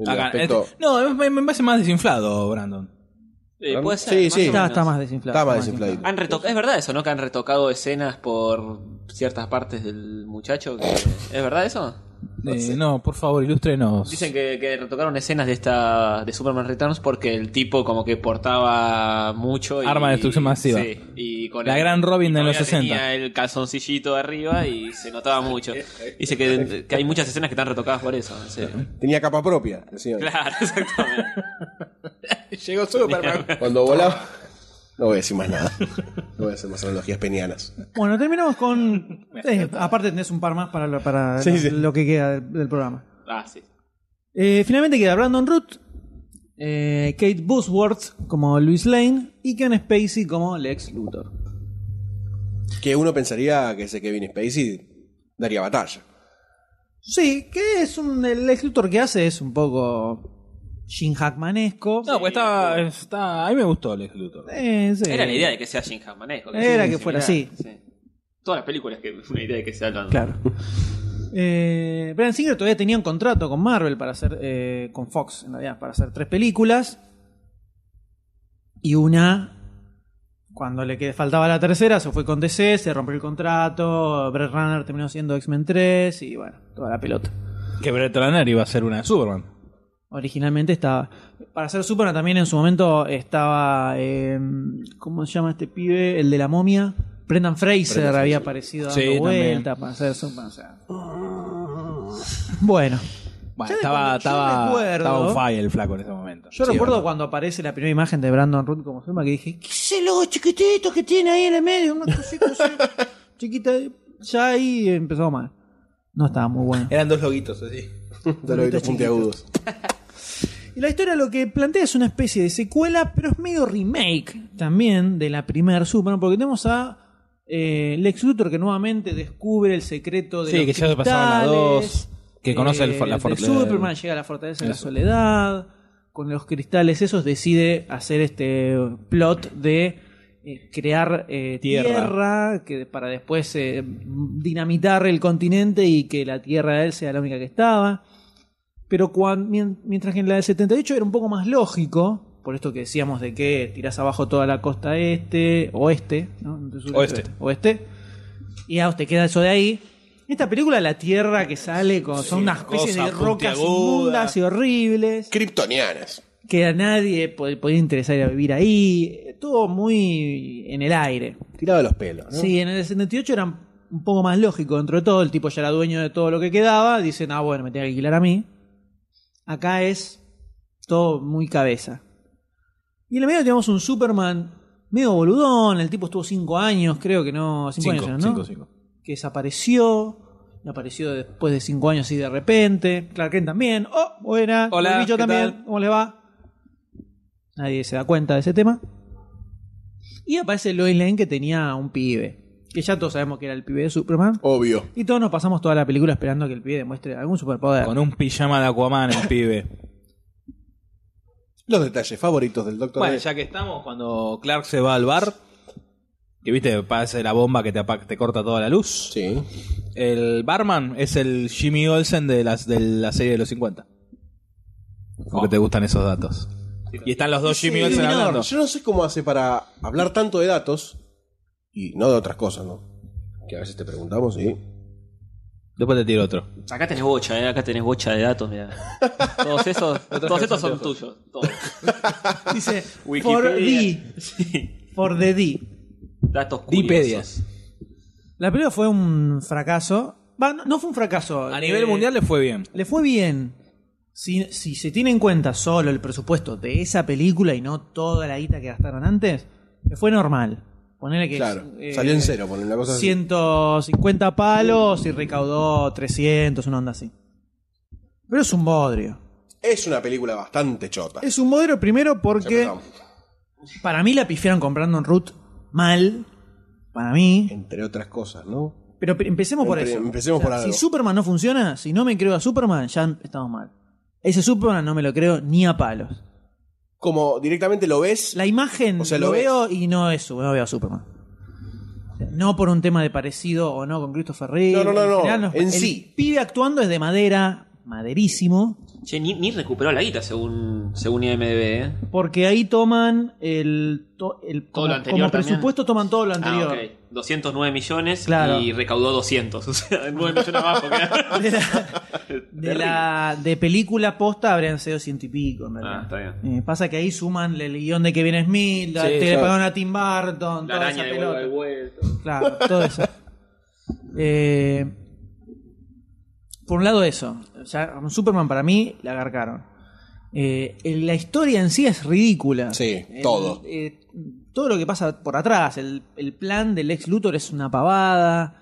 El
Acá-
aspecto-
este- no, me, me parece más desinflado, Brandon.
Eh, puede ser.
Sí,
más
sí.
o
Está,
menos.
está más desinflado.
Está más desinfladito.
Han retoca- es verdad eso, ¿no? Que han retocado escenas por ciertas partes del muchacho. que- ¿Es verdad eso?
Eh, No, por favor, ilústrenos.
Dicen que, que retocaron escenas de esta de Superman Returns porque el tipo como que portaba mucho y,
Arma de destrucción masiva.
Sí, y con
La
el-
gran Robin
y
de los
todavía
60.
Tenía el calzoncillito arriba y se
(laughs)
notaba mucho. Dice que, que hay muchas escenas que están retocadas por eso.
(laughs)
sí.
Tenía capa propia. decían.
Claro, exactamente.
Llegó Superman.
Cuando volaba... No voy a decir más nada. No voy a hacer más analogías penianas.
Bueno, terminamos con. eh, aparte, tenés un par más para, lo- para
Sí,
la-
sí.
lo que queda del, del programa.
Ah, sí.
Eh, finalmente queda Brandon Root, eh, Kate Busworth como Louis Lane y Ken Spacey como Lex Luthor.
Que uno pensaría que ese Kevin Spacey daría batalla.
Sí, que es un. El Lex Luthor que hace es un poco. Jim Hackmanesco.
No, pues estaba, está, a mí me gustó Lex Luthor.
Eh, sí.
Era la idea de que sea Jim Hackman. ¿eh? Porque
Era
sí,
que
sí,
fuera
mirá,
así.
Todas las películas que una idea de que sea tan-
Claro. Eh, Bryan Singer todavía tenía un contrato con Marvel para hacer. eh, con Fox, en realidad, para hacer tres películas. Y una. Cuando le qued- faltaba la tercera, se fue con DC, se rompió el contrato. Brett Runner terminó siendo X-Men 3 y bueno, toda la pelota.
Que Brett Runner iba a ser una de Superman.
Originalmente estaba. Para ser Superman también en su momento estaba. eh, ¿Cómo se llama este pibe? El de la momia. Brendan Fraser había aparecido dando
Sí, también.
vuelta para ser Superman. o sea. Bueno.
Bueno,
Ya de
estaba,
cuando yo
estaba,
recuerdo-
estaba on fire el flaco en ese momento.
Yo
Sí,
recuerdo
bueno.
cuando aparece la primera imagen de Brandon Root como Superman que dije, ¿qué es el logo chiquitito que tiene ahí en el medio? Una cosita así, (laughs) chiquita. Ya ahí empezó mal. No estaba muy bueno.
Eran dos loguitos así.
De los gritos puntiagudos.
Y la historia lo que plantea es una especie de secuela, pero es medio remake también de la primer Superman, porque tenemos a eh, Lex Luthor que nuevamente descubre el secreto de
Sí,
los
que ya se pasaron las
cristales, eh,
dos, que conoce el for- la
de
fortaleza.
Superman llega a la fortaleza de la
La-
soledad, con los cristales esos decide hacer este plot de eh, crear eh,
Tierra.
tierra. que para después eh, dinamitar el continente y que la tierra de él sea la única que estaba. Pero cuan- mien- mientras que en la del 78 era un poco más lógico, por esto que decíamos de que tirás abajo toda la costa este, oeste, ¿no? Entre sur y
Oeste.
oeste. Oeste. Y ya te queda eso de ahí. Esta película, la tierra que sale, con, son unas especies de
cosas
rocas
puntiagudas.
inmundas y horribles,
Kryptonianas.
que a nadie pod- podía interesar ir a vivir ahí. Todo muy en el aire.
Tirado de los pelos. ¿no?
Sí, en el 78 era un poco más lógico dentro de todo. El tipo ya era dueño de todo lo que quedaba. Dicen, ah, bueno, me tenía que alquilar a mí. Acá es todo muy cabeza. Y en el medio tenemos un Superman medio boludón. El tipo estuvo 5 años, creo que no. 5
Cinco,
años, ¿no?
cinco, cinco.
Que desapareció. y Apareció después de 5 años y de repente. Clark Kent también. Oh, buena.
Hola,
Volví yo
¿qué
también.
tal?
¿Cómo le va? Nadie se da cuenta de ese tema. Y aparece Lois Lane que tenía un pibe. Que ya todos sabemos que era el pibe de Superman.
Obvio.
Y todos nos pasamos toda la película esperando que el pibe demuestre algún superpoder.
Con un pijama de Aquaman el pibe.
Los detalles favoritos del Doctor
Bueno,
D.
ya que estamos, cuando Clark se va al bar, que viste, pasa la bomba que te, apa- te corta toda la luz.
Sí.
El barman es el Jimmy Olsen de, las, de la serie de los 50. Porque te gustan esos datos. Y están los dos Jimmy
Sí,
Olsen
no,
hablando.
Yo no sé cómo hace para hablar tanto de datos y no de otras cosas, ¿no? Que a veces te preguntamos y.
Después te tiro otro.
Acá tenés bocha, ¿eh? acá tenés bocha de datos, (laughs) mira. Todos esos, todos estos son tuyos. Todos.
(laughs) Dice, for
Wikipedia.
(laughs)
D.
Sí.
For the D.
Datos curiosos.
Dipedias.
La película fue un fracaso. Va, no, no fue un fracaso.
A
Eh,
nivel mundial le fue bien.
le fue bien. Si, si se tiene en cuenta solo el presupuesto de esa película y no toda la guita que gastaron antes, le fue normal. Ponerle que
Claro,
eh,
salió en cero, por una cosa así.
150 palos y recaudó 300, una onda así. Pero es un bodrio.
Es una película bastante chota.
Es un bodrio primero porque
Perdón.
para mí la pifiaron comprando en Root mal. Para mí.
Entre otras cosas, ¿no?
Pero pe- empecemos por
Empe-
eso.
empecemos por algo.
Si Superman no funciona, si no me creo a Superman, ya estamos mal. Ese Superman no me lo creo ni a palos.
Como directamente lo ves,
La imagen
O sea,
lo,
lo ves.
veo y no es, no veo a Superman. O sea, No por un tema de parecido o no con Christopher Reeve.
No, no, no,
En,
no,
general
en
el
sí.
pibe actuando es de madera, maderísimo,
Che, ni, ni recuperó la guita según, según IMDB, ¿eh?
porque ahí toman el, to- el-
Todo
como,
lo anterior
como presupuesto toman todo lo
Ah,
anterior.
ok. 209 millones
Claro.
y recaudó 200. (laughs) O sea, 9 millones abajo. queda.
(laughs) De la, de, la- de película posta habrían sido ciento y pico, en verdad.
Ah, está bien.
Eh, pasa que ahí suman el guión de que viene Smith, la-
Sí,
te le
claro.
pagaron a Tim Burton,
La
toda esa
araña de vuelta,
pelota.
de vuelta.
Claro, todo eso. Eh, por un lado eso. O sea, con Superman para mí la agarcaron. Eh, el- la historia en sí es ridícula.
Sí,
El-
todo.
eh, todo lo que pasa por atrás. El, el plan del ex Luthor es una pavada.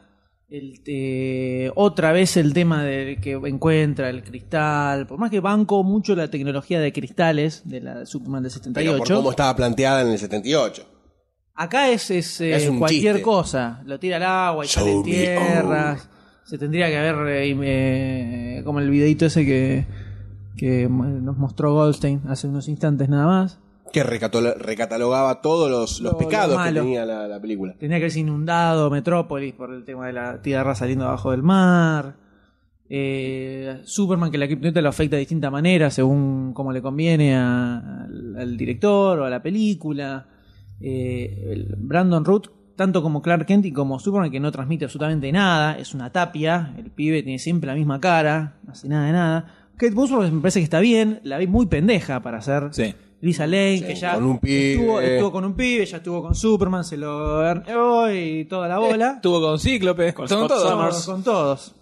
El, eh, otra vez el tema del que encuentra el cristal. Por más que banco mucho la tecnología de cristales de la de Superman del
pero
78.
por cómo estaba planteada en el 78.
Acá es, es, eh,
Es un
cualquier
chiste.
cosa. Lo tira al agua y
Show
sale
me Oh.
tierras. Se tendría que haber eh, eh, como el videito ese que, que nos mostró Goldstein hace unos instantes nada más.
Que recatal- recatalogaba todos los, los
Todo lo
pecados que
malo.
tenía la, la película.
Tendría que haberse inundado Metrópolis por el tema de la tierra saliendo abajo del mar. Eh, Superman que la criptonita lo afecta de distinta manera según como le conviene a- al, al director o a la película. Eh, el Brandon Root, tanto como Clark Kent y como Superman que no transmite absolutamente nada, es una tapia, el pibe tiene siempre la misma cara, no hace nada de nada. Kate Bosworth me parece que está bien, la vi muy pendeja para hacer
Sí.
Lisa Lane, que ya
con un pibe.
Estuvo, estuvo con un pibe, ya estuvo con Superman, se lo herneó y toda la bola.
Estuvo con Cíclope, con
Scott
todo.
Con- Con todos.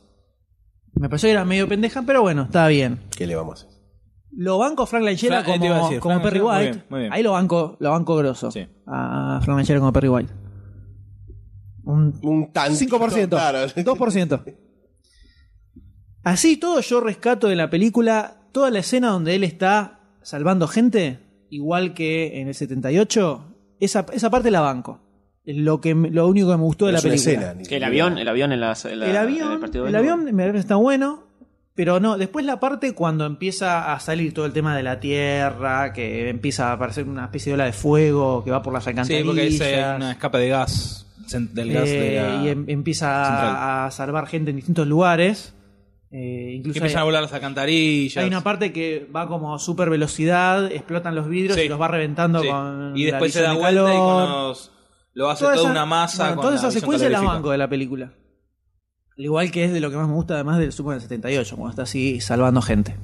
Me pareció que era medio pendeja, pero bueno, está bien.
¿Qué le vamos a hacer?
Lo banco Frank Langella
Fra- eh, te iba a
como,
decir,
como
Frank
Perry
Langella, muy
White.
bien, muy bien.
Ahí lo banco, lo banco grosso.
Sí.
A Frank Langella como Perry White. Un
Un tan
5%.
Claro.
2%. Así y todo, yo rescato de la película toda la escena donde él está salvando gente, igual que en el 78. Esa, esa parte la banco. Es Lo, que, me- lo único que me gustó de la
Es una
película.
escena, ni
Que el
siquiera.
avión, el avión en, las- en la-
el
en el
avión,
partido de
el
béisbol.
avión me parece que está bueno, pero no, después la parte cuando empieza a salir todo el tema de la tierra, que empieza a aparecer una especie de ola de fuego que va por las
Sí,
alcantarillas.
porque ahí se- hay una escapa de gas. sen- Del gas de
Eh,
la-
y em- empieza a,
central.
a salvar gente en distintos lugares. Eh,
que
incluso hay,
empiezan a volar las alcantarillas.
hay una parte que va como a super velocidad, explotan los vidrios
Sí.
y los va reventando
Sí.
con
Y
la
después se
visión
da
de
vuelta y
calor.
con los- lo hace
Toda
toda
esa-
una masa.
bueno,
con
toda
la
esa
visión
secuencia la
calorífica.
banco de la película. Igual que es de lo que más me gusta, además del Superman 78, cuando está así salvando gente.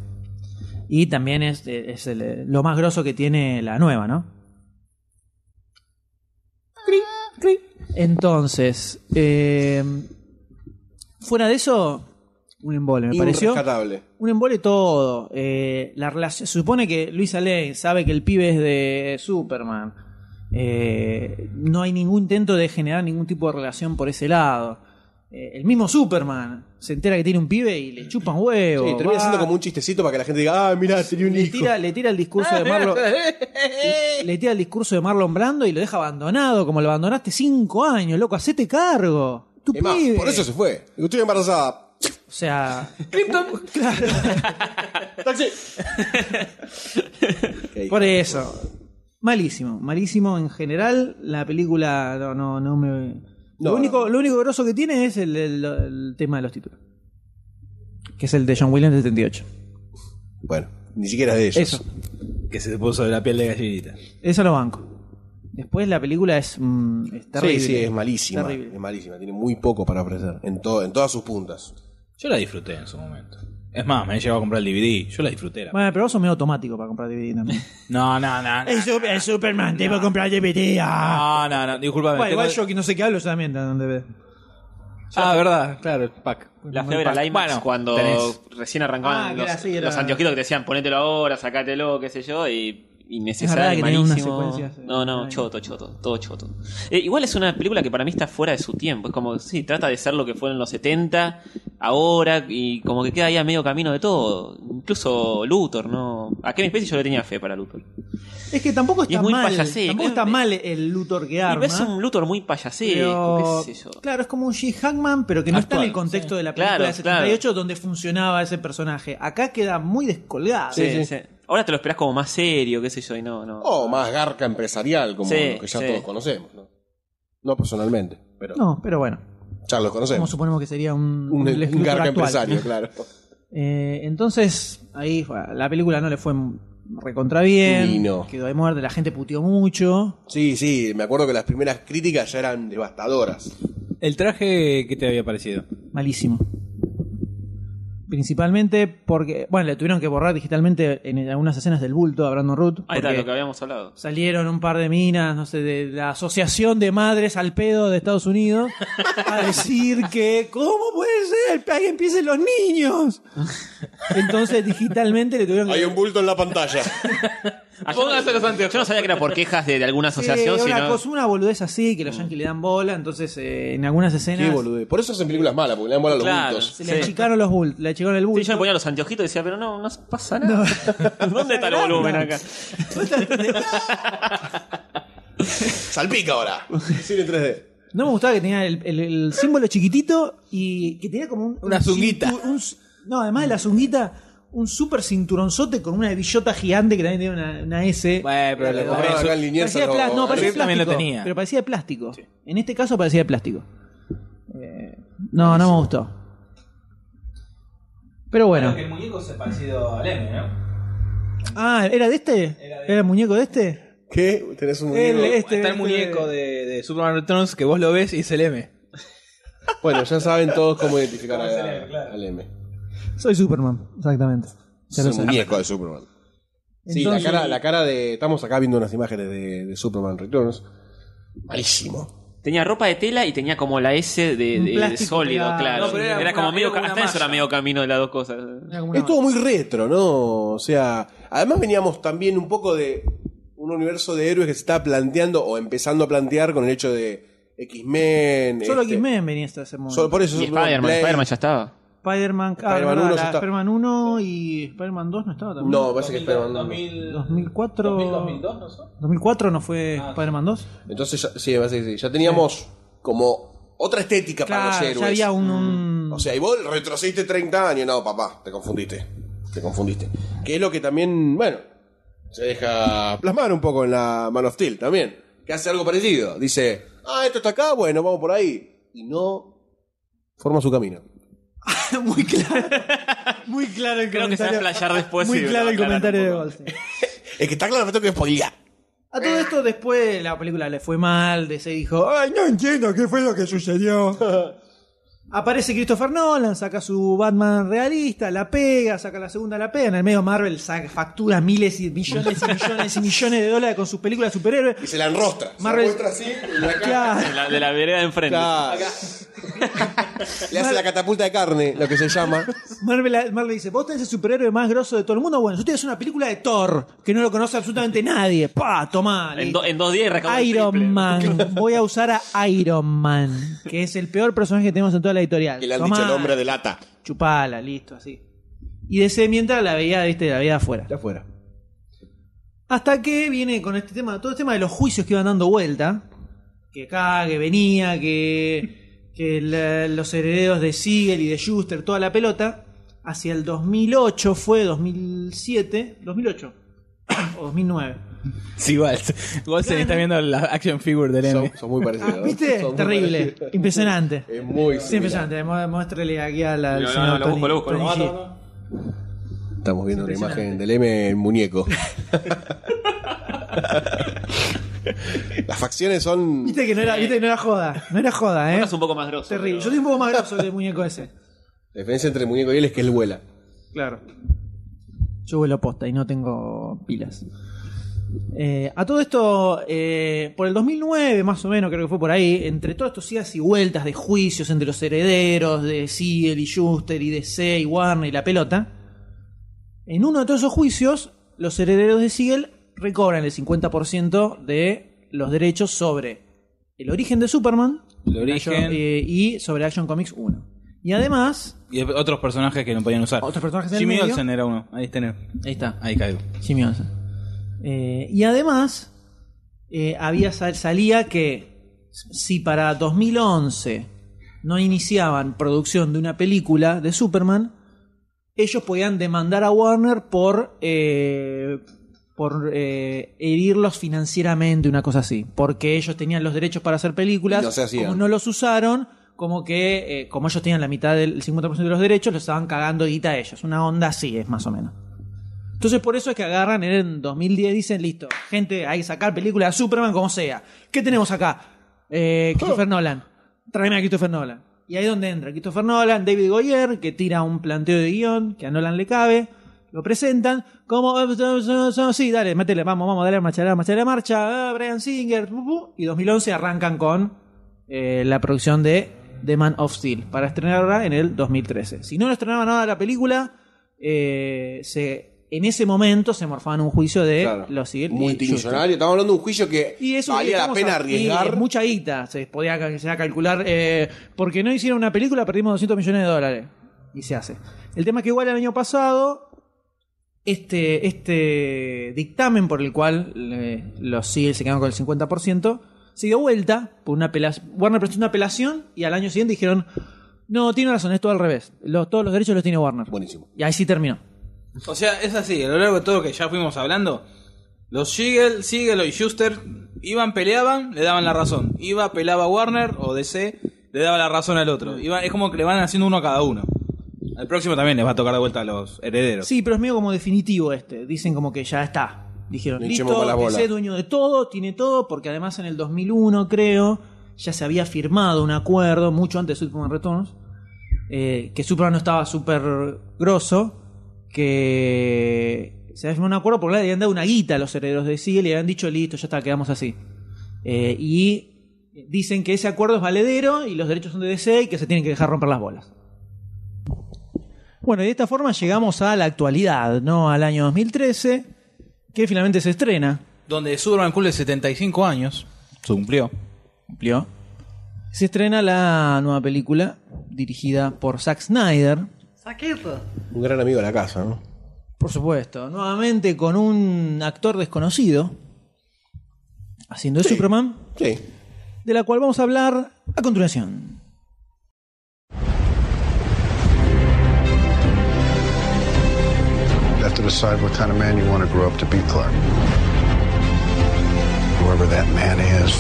Y también es, es el- lo más grosso que tiene la nueva, ¿no? Entonces, eh, fuera de eso, un embole, me pareció.
Irrescatable.
Un embole todo. Eh, la relación, se supone que Luisa Lane sabe que el pibe es de Superman. Eh, no hay ningún intento de generar ningún tipo de relación por ese lado. Eh, el mismo Superman se entera que tiene un pibe y le chupa un huevo.
Sí, termina
Oh, va,
siendo como un chistecito para que la gente diga, ah, mirá, tenía un
le
hijo.
tira, le tira el discurso de Marlon. le tira el discurso de Marlon Brando y lo deja abandonado, como lo abandonaste cinco años, loco, hacete cargo. Tu
Es más,
pibe.
por eso se fue. Digo, Estoy embarazada.
O sea, (laughs)
Ok.
Por eso. Malísimo, malísimo en general. La película no, no, no me. lo,
No,
único,
no.
lo único grosso que tiene es el, el- el tema de los títulos. Que es el de John Williams del 78.
Bueno, ni siquiera es de ellos.
Eso,
Que se puso de la piel de gallinita.
eso lo banco. Después la película es, mm, es terrible.
Sí, sí, es malísima.
Terrible.
Es malísima. Tiene muy poco para ofrecer. En, todo, en todas sus puntas.
Yo la disfruté en su momento. Es más, me he llegado a comprar el DVD. Yo la disfruté. la-
Bueno, pero vos sos medio automático para comprar DVD (laughs) también.
No, no, no. no.
Superman, te voy a comprar DVD.
No, no, no, disculpame.
ah. igual
tengo-
yo que no sé qué hablo, yo también tengo un DVD.
Ah, verdad, claro, el pack.
La fiebre al IMAX
Bueno,
cuando
tenés.
recién arrancaban
Ah, que
los,
era así, era-
los anteojitos que te decían ponételo ahora, sacátelo, qué sé yo, y
verdad
innecesario,
que tenía unas
malísimo.
secuencias, eh,
No, no,
ahí.
choto, choto, todo choto. Eh, igual es una película que para mí está fuera de su tiempo, es como, sí, trata de ser lo que fueron los 70, ahora, y como que queda ahí a medio camino de todo. Incluso Luthor, ¿no? A Kevin Spacey yo le tenía fe para Luthor.
Es que tampoco
Y
está
es muy
mal.
payasé,
tampoco
es-
está mal el Luthor que
Y
arma.
ves un Luthor muy payasero,
pero-
qué sé yo.
Claro, es como un Jim Hackman, pero que no está en el
Actual,
contexto de la película
Claro,
de 78 donde funcionaba ese personaje. Acá queda muy descolgado.
Sí, sí. Ahora te lo esperás como más serio, qué sé yo, y no, no.
Oh.
O más garca empresarial, como
Sí,
lo que ya
sí.
todos conocemos. ¿no? No personalmente, pero
No, pero bueno,
ya lo
como
conocemos.
suponemos que sería un,
Un,
un
un
Luthor
garca
actual.
empresario, (laughs) claro.
Eh, entonces, ahí fue, la película no le fue recontra bien.
Y no.
Quedó de muerte, la gente puteó mucho.
Sí, sí, me acuerdo que las primeras críticas ya eran devastadoras.
El traje que te había parecido.
Malísimo. Principalmente porque, bueno, le tuvieron que borrar digitalmente en algunas escenas del bulto a Brandon Root.
Ahí está
porque-
lo que habíamos hablado.
Salieron un par de minas, no sé, de la Asociación de Madres al Pedo de Estados Unidos a decir que, ¿cómo puede ser? que empiecen los niños. Entonces, digitalmente le tuvieron que.
Hay un bulto en la pantalla.
Ah, yo no- Yo no sabía que era por quejas de, de alguna
Sí,
asociación,
una,
sino.
cosa, una boludez así, que los yankees le dan bola, entonces eh, en algunas escenas.
(laughs) Qué boludez. Por eso hacen películas malas, porque le dan bola a los
Claro.
bultos.
Se le
Sí.
achicaron los bultos, le achicaron el bulto.
Sí, yo me ponía los anteojitos y decía, pero no, no pasa nada. (laughs) ¿Dónde está el
Nada.
volumen acá?
Salpica (laughs) ahora. Cine 3D.
No me gustaba que tenía el, el- el símbolo chiquitito y que tenía como un-
Una
un
zunguita.
cintu- un c- no, además de la zunguita, un super cinturonzote con una billota gigante que también tenía una, una S.
Bueno, pero
Lo compraron acá en Liniers.
Parecía de pla- no, parecía de
Rip también lo
plástico,
tenía.
Pero parecía de plástico. En este caso parecía de plástico. Eh, no, no me gustó. Pero bueno.
el muñeco se parecido al M, ¿no?
Ah, ¿era de este?
Era de-
¿Era el muñeco de este?
¿Qué? ¿Tenés un muñeco?
El- este,
Está el
este-
muñeco de, de Superman Returns que vos lo ves y es el M.
Bueno, ya saben todos cómo identificar
Cómo se
a-
lee, claro.
al M.
Soy Superman, exactamente. Ya
Es
lo
un
sabes.
muñeco de Superman. Sí,
Entonces-
la, cara, la cara de. Estamos acá viendo unas imágenes de, de Superman Returns. Malísimo.
Tenía ropa de tela y tenía como la S de,
Un
de- de
plástico
sólido,
pegado.
claro.
No, pero
era,
era una-
como medio.
era
ca-
una
Hasta eso era
malla.
medio camino de las dos cosas.
Era como una-
Estuvo muy retro, ¿no? O sea. Además veníamos también un poco de un universo de héroes que se está planteando o empezando a plantear con el hecho de X-Men.
Solo
este,
X-Men venía hasta ese momento.
solo- por eso
Y
Superman
Spider-Man,
Blade.
Spider-Man ya estaba.
Spider-Man ah,
Spider-Man
verdad, la
1 ya está.
Spider-Man 1 y Spider-Man 2 no estaba también.
No, parece que Spider-Man. no.
2004.
2002, no sé.
2004 no fue Spider-Man 2.
Entonces, ya- sí, me parece que sí. Ya teníamos como otra estética para los
Claro,
héroes. Mm.
ya había un, un-
O sea, y vos retrocediste 30 años. No, papá, te confundiste. Te confundiste. Que es lo que también, bueno, se deja plasmar un poco en la Man of Steel también. Que hace algo parecido. Dice, ah, esto está acá, bueno, vamos por ahí. Y no forma su camino.
muy claro. Muy claro el
Creo que se va a
comentario.
explayar después.
muy
y
claro
va a
el
aclarar
comentario
un
de
poco.
Goldstein.
Es que está claro, me tengo que spoilear.
A todo esto después la película le fue mal, DC dijo, "Ay, no entiendo qué fue lo que sucedió." Aparece Christopher Nolan, saca su Batman realista, la pega, saca la segunda, la pega. En el medio Marvel saca, factura miles y millones y millones y millones de dólares con sus películas de superhéroes.
Y se la enrostra. Se la
Marvel-
muestra así. y la-
De
Claro.
la, de la vereda de enfrente.
(laughs) Claro. Le hace la catapulta de carne, lo que se llama.
Marvel, Marvel dice, vos tenés el superhéroe más grosso de todo el mundo. Bueno, yo tenés una película de Thor, que no lo conoce absolutamente nadie. Pa, tomá.
En, do- en dos días recabó
Iron
(laughs)
Man. Voy a usar a Iron Man, que es el peor personaje que tenemos en toda la editorial.
Que le han
Tomá,
dicho el nombre de lata.
Chupala, listo, así. Y DC mientras la veía, viste, la veía afuera.
Ya fuera.
Hasta que viene con este tema, todo el tema de los juicios que iban dando vuelta. Que acá, que venía, que, que la- los herederos de Siegel y de Schuster, toda la pelota. Hacia el 2008 fue, 2007, 2008 (coughs) o
(coughs)
2009.
Sí, Waltz. Waltz está viendo la action figure del
Son, Ah,
M.
son muy (laughs) parecidos. ¿no?
¿Viste?
Son muy
Terrible,
parecidos.
impresionante.
Es muy
Sí, impresionante. Mu- Muéstrele aquí a la. al
No, no,
señor
no, lo
Tony-
busco, lo busco, lo
Tony
busco.
G.
Estamos viendo una
Impresionante.
imagen del M
(laughs)
en muñeco. Las facciones son.
Viste que no era, viste que no era joda. No era joda, eh.
Es un poco más grosso.
Terrible. Yo
pero-
soy un poco más grosso que el muñeco ese.
La diferencia entre el muñeco y él es que él vuela.
Claro. Yo vuelo posta y no tengo pilas. Eh, a todo esto, eh, por el 2009 más o menos, creo que fue por ahí, entre todos estos idas y vueltas de juicios entre los herederos de Siegel y Schuster y DC y Warner y la pelota, en uno de todos esos juicios, los herederos de Siegel recobran el 50% de los derechos sobre el origen de Superman
El origen.
eh, y sobre Action Comics 1. Y además,
Y otros personajes que no podían usar.
Otros personajes del
Jimmy
medio.
Olsen era uno. Ahí tenés.
ahí está,
Ahí caigo.
Jimmy Olsen. Eh, y además, eh, había sal- salía que si para 2011 no iniciaban producción de una película de Superman, ellos podían demandar a Warner por, eh, por eh, herirlos financieramente, una cosa así. Porque ellos tenían los derechos para hacer películas,
Y no se hacían.
como no los usaron, como que eh, como ellos tenían la mitad del 50% de los derechos, los estaban cagando guita a ellos. Una onda así es más o menos. Entonces por eso es que agarran en 2010 dicen, listo, gente, hay que sacar película de Superman como sea. ¿Qué tenemos acá? Eh, Christopher Nolan. Tráeme a Christopher Nolan. Y ahí es donde entra Christopher Nolan, David Goyer, que tira un planteo de guión que a Nolan le cabe. Lo presentan como... Sí, dale, métele, vamos, vamos, dale, marcha, marcha, marcha. ah, Brian Singer. pu, pu. Y 2011 arrancan con eh, la producción de The Man of Steel para estrenarla en el 2013. Si no lo estrenaba nada de la película, eh, se, en ese momento se morfaban un juicio de
Claro.
los Siegel y Schuster.
Multimillonario, estamos hablando de un juicio que
Y eso
valía la
estamos
pena
a- y
arriesgar.
es mucha guita, se podía cal- se va a calcular. eh, porque no hicieron una película, perdimos 200 millones de dólares. Y se hace. El tema es que igual el año pasado, este, este dictamen por el cual eh, los Seals se quedaron con el 50%, se dio vuelta por una apelación. Warner presentó una apelación y al año siguiente dijeron, no, tiene razón, es todo al revés. Lo- todos los derechos los tiene Warner.
Buenísimo.
Y ahí sí terminó.
O sea, es así, a lo largo de todo lo que ya fuimos hablando, los Siegel, Siegel y Schuster iban, peleaban, le daban la razón. Iba, apelaba a Warner o DC, le daba la razón al otro. Iba- es como que le van haciendo uno a cada uno. Al próximo también les va a tocar de vuelta a los herederos.
Sí, pero es medio como definitivo este. Dicen como que ya está. Dijeron,
Le
listo,
hinchemos con las bolas".
es dueño de todo, tiene todo, porque además en el 2001, creo, ya se había firmado un acuerdo, mucho antes de Superman Returns, eh, que Superman no estaba súper grosso, que se había firmado un acuerdo porque le habían dado una guita a los herederos de Siegel y le habían dicho, listo, ya está, quedamos así. Eh, y dicen que ese acuerdo es valedero y los derechos son de DC y que se tienen que dejar romper las bolas. Bueno, y de esta forma llegamos a la actualidad, ¿no? Al año 2013, que finalmente se estrena.
Donde Superman cumple 75 años, se cumplió.
Cumplió. Se estrena la nueva película dirigida por Zack Snyder.
Saqueto.
Un gran amigo de la casa, ¿no?
Por supuesto, nuevamente con un actor desconocido haciendo de Superman,
Sí.
de la cual vamos a hablar a continuación.
You have to decide what kind of man you want to grow up to be, Clark. Whoever that man is,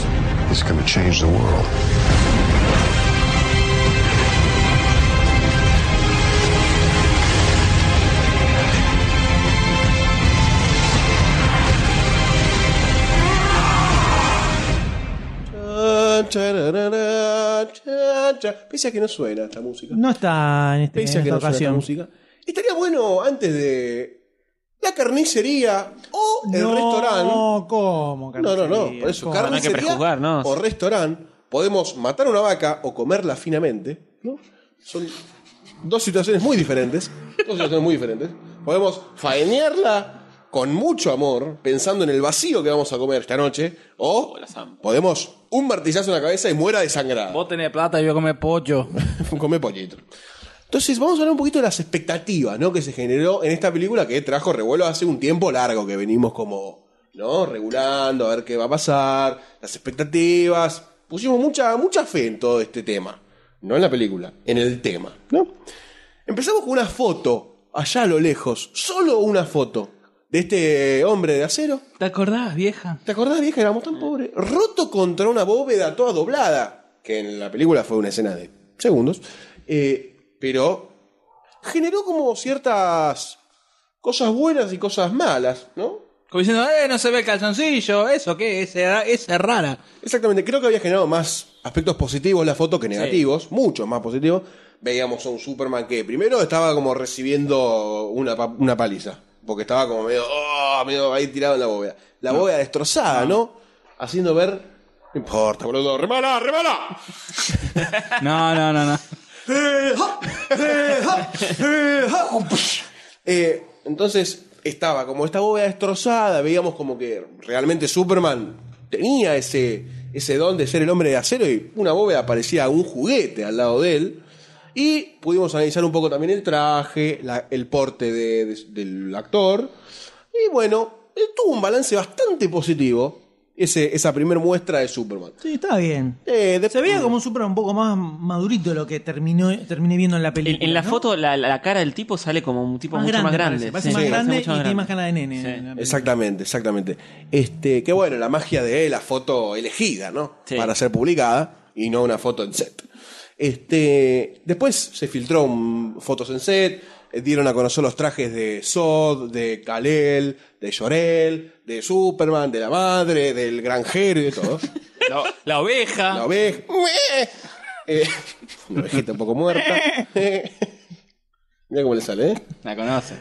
is going to change the world.
Chan, chararara, chan, chan. Pese a que no suena esta música.
No está en, este,
Pese a
en
que
esta
no suena esta
ocasión.
música. Estaría bueno antes de la carnicería o el restaurante.
No, ¿cómo?
No, no, no.
carnicería?
Por eso,
¿Cómo?
carne-
carnicería
No hay que prejuzgar, ¿no?
o restaurante, podemos matar una vaca o comerla finamente, ¿no? Son dos situaciones muy diferentes. Dos situaciones muy diferentes. Podemos faenearla con mucho amor, pensando en el vacío que vamos a comer esta noche, o
la zampa.
podemos un martillazo en la cabeza y muera desangrada.
Vos tenés plata y yo come pollo.
(laughs) Come pollito. Entonces, vamos a hablar un poquito de las expectativas, ¿no? Que se generó en esta película que trajo revuelo hace un tiempo largo que venimos como, ¿no? Regulando, a ver qué va a pasar, las expectativas. Pusimos mucha, mucha fe en todo este tema. No en la película, en el tema, ¿no? Empezamos con una foto, allá a lo lejos, solo una foto, de este hombre de acero.
¿Te acordás, vieja?
¿Te acordás, vieja? Éramos tan pobres. Roto contra una bóveda toda doblada. Que en la película fue una escena de segundos. eh, pero generó como ciertas cosas buenas y cosas malas, ¿no?
Como diciendo, eh, no se ve el calzoncillo, eso qué, es, esa es rara.
Exactamente, creo que había generado más aspectos positivos la foto que negativos, muchos más positivos. Veíamos a un Superman que primero estaba como recibiendo una, pa- una paliza, porque estaba como medio, "Oh, estaba medio ahí tirado en la bóveda. La bóveda destrozada, ¿no? Haciendo ver. No importa, boludo. ¡Remala, remala!
(laughs) No, no, no, no.
Eh, entonces estaba como esta bóveda destrozada, veíamos como que realmente Superman tenía ese, ese don de ser el hombre de acero y una bóveda parecía un juguete al lado de él. Y pudimos analizar un poco también el traje, la- el porte de- de- del actor. Y bueno, eh, tuvo un balance bastante positivo ese, esa primera muestra de Superman.
Sí, estaba bien.
Eh, de-
Se veía como un Superman un poco más madurito de lo que terminó, terminé viendo en la película.
En, en la
¿no?
foto, la, la cara del tipo sale como un tipo
Más
mucho
grande,
más
parece.
grande.
Parece
sí,
más
parece
grande
mucho
y tiene
grande.
más cara de nene.
Sí.
en la película.
Exactamente, exactamente. Este, que bueno, la magia de la foto elegida, ¿no?
Sí.
Para ser publicada y no una foto en set. Este, después se filtró un- fotos en set, eh, dieron a conocer los trajes de Sod, de Kalel, de Llorel, de Superman, de la madre, del granjero y de todos.
La, la oveja.
La oveja. Eh, (laughs) una ovejita un poco muerta. (laughs) Mira cómo le sale, ¿eh?
La conoce.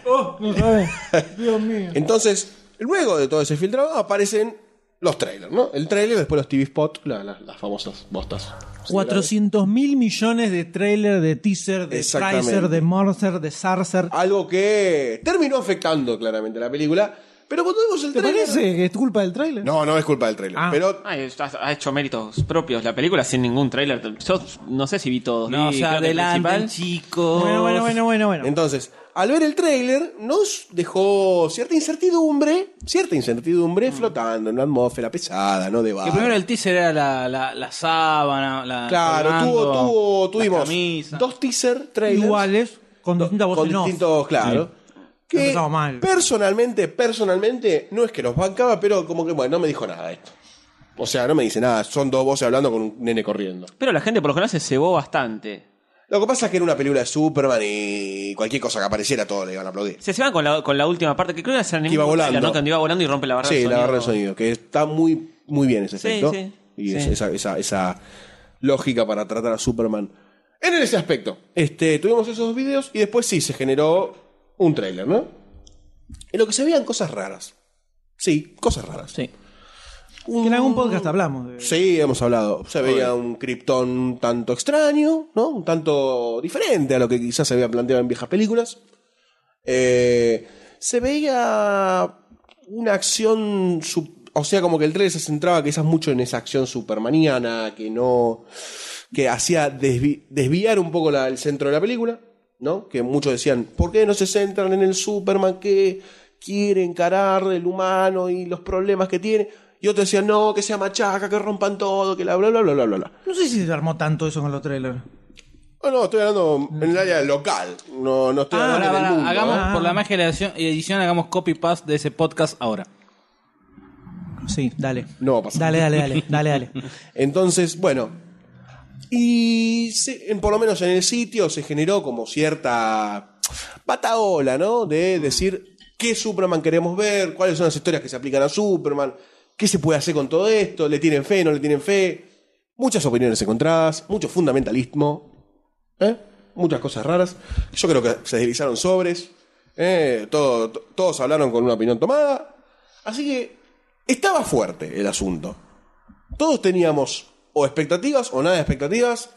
Entonces, luego de todo ese filtrado aparecen los trailers, ¿no? El trailer, después los TV spot, la- la- las famosas bostas.
400 mil millones de trailer, de teaser, de
Exactamente.
Tracer, de Morser, de Sarcer.
Algo que terminó afectando claramente la película, pero cuando vimos el
¿Te
trailer...
parece que es culpa del trailer?
No, no es culpa del trailer,
Ah.
pero...
Ay, ha ha hecho méritos propios la película sin ningún tráiler. Yo no sé si vi todos.
No,
vi,
o sea,
creo que el
adelanten,
principal. chicos.
Bueno, bueno, bueno, bueno, bueno.
Entonces, al ver el trailer, nos dejó cierta incertidumbre, cierta
Mm.
incertidumbre flotando en una atmósfera pesada, ¿no? De
(laughs) Que
bar.
primero el teaser era la, la, la sábana, la.
Claro,
colgando,
tuvo, tuvo,
la
tuvimos
camisa.
dos teaser trailers.
Iguales, con distintas voces
con
en off.
distintos, claro. Que
Empezamos mal.
personalmente, personalmente, no es que los bancaba, pero como que, bueno, no me dijo nada esto. O sea, no me dice nada. Son dos voces hablando con un nene corriendo.
Pero la gente por lo general se cebó bastante.
Lo que pasa es que era una película de Superman y cualquier cosa que apareciera, todos le iban a aplaudir.
Se ceban con la, con la última parte, que creo que era el
Que iba volando.
¿no? Cuando iba volando y rompe la barra
sí,
de sonido.
la barra de sonido, que está muy, muy bien ese
Sí,
efecto.
sí,
y
sí.
es- Esa, esa- esa lógica para tratar a Superman. En ese aspecto. Este, tuvimos esos dos videos y después sí, se generó un tráiler, ¿no? En lo que se veían cosas raras. Sí, cosas raras.
Sí. Que en algún podcast hablamos. De...
Sí, hemos hablado. Se veía un Krypton un tanto extraño, ¿no? Un tanto diferente a lo que quizás se había planteado en viejas películas. Eh, se veía una acción. sup- O sea, como que el trailer se centraba quizás mucho en esa acción supermaniana que no. que hacía desvi- desviar un poco la- el centro de la película, ¿no? Que muchos decían, ¿por qué no se centran en el Superman que quiere encarar el humano y los problemas que tiene? Y otros decían, no, que sea machaca, que rompan todo, que la bla bla bla bla bla bla.
No sé si se armó tanto eso con los trailers.
No, no, estoy hablando en el área local, no, no estoy
Ah,
hablando
pará,
del
pará,
mundo,
hagamos,
¿eh?
por la magia de la edición, edición, hagamos copy-paste de ese podcast ahora.
Sí, dale.
No va a pasar.
Dale, dale, dale, dale,
(laughs)
dale.
Entonces, bueno. Y se- en- por lo menos en el sitio se generó como cierta pataola, ¿no? De decir qué Superman queremos ver, cuáles son las historias que se aplican a Superman, qué se puede hacer con todo esto, le tienen fe, no le tienen fe. Muchas opiniones encontradas, mucho fundamentalismo, ¿eh? muchas cosas raras. Yo creo que se deslizaron sobres, ¿eh? Todo- to- todos hablaron con una opinión tomada. Así que estaba fuerte el asunto todos teníamos o expectativas o nada de expectativas.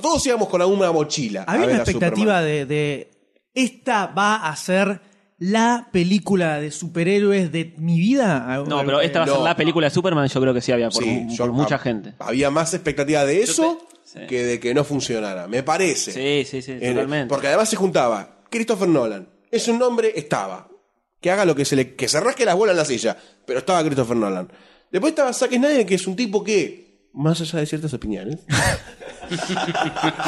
Todos íbamos con alguna mochila. a
Había
ver
una
a
expectativa
Superman.
de, de esta va a ser la película de superhéroes de mi vida.
No, pero
este
esta va a
No.
ser la película de Superman, yo creo que sí había por,
Sí,
mu-
yo-
por mucha
hab-
gente.
Había más expectativa de eso
te- sí.
que de que no funcionara, me parece.
Sí, sí, sí,
En-
totalmente.
Eh, Porque además se juntaba Christopher Nolan. Es un nombre, estaba. Que haga lo que se le. que se rasque las bolas en la silla. Pero estaba Christopher Nolan. Después estaba Zack Snyder, que es un tipo que, más allá de ciertas opiniones,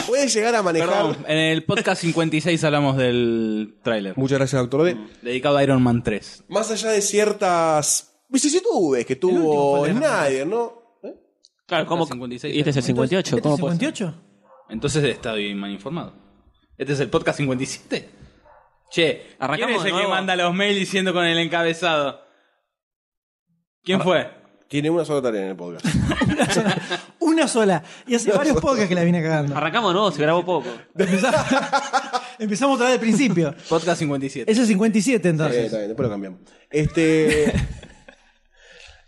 puede llegar a manejar.
Perdón, en el podcast 56 hablamos del tráiler. Mm,
Muchas gracias, doctor D.
Dedicado a Iron Man 3.
más allá de ciertas vicisitudes que tuvo
fue el de la
Snyder, ¿no? ¿Eh?
Claro, ¿cómo?
56,
y este es el 58.
¿Este
¿cómo
es
puede ser?
58?
Entonces estoy mal informado. Este es el podcast 57. Che, ¿quién
Arrancamos
es
de
el que
nuevo.
manda los mails diciendo con el encabezado? ¿Quién fue?
Tiene una sola tarea en el podcast.
(laughs)
Una sola. Y hace varios podcasts que la vine cagando.
(laughs) Arrancamos de nuevo, se grabó poco.
Empezamos otra vez del principio.
Podcast 57.
Es el 57
Eh,
entonces.
está bien, después lo cambiamos. Este.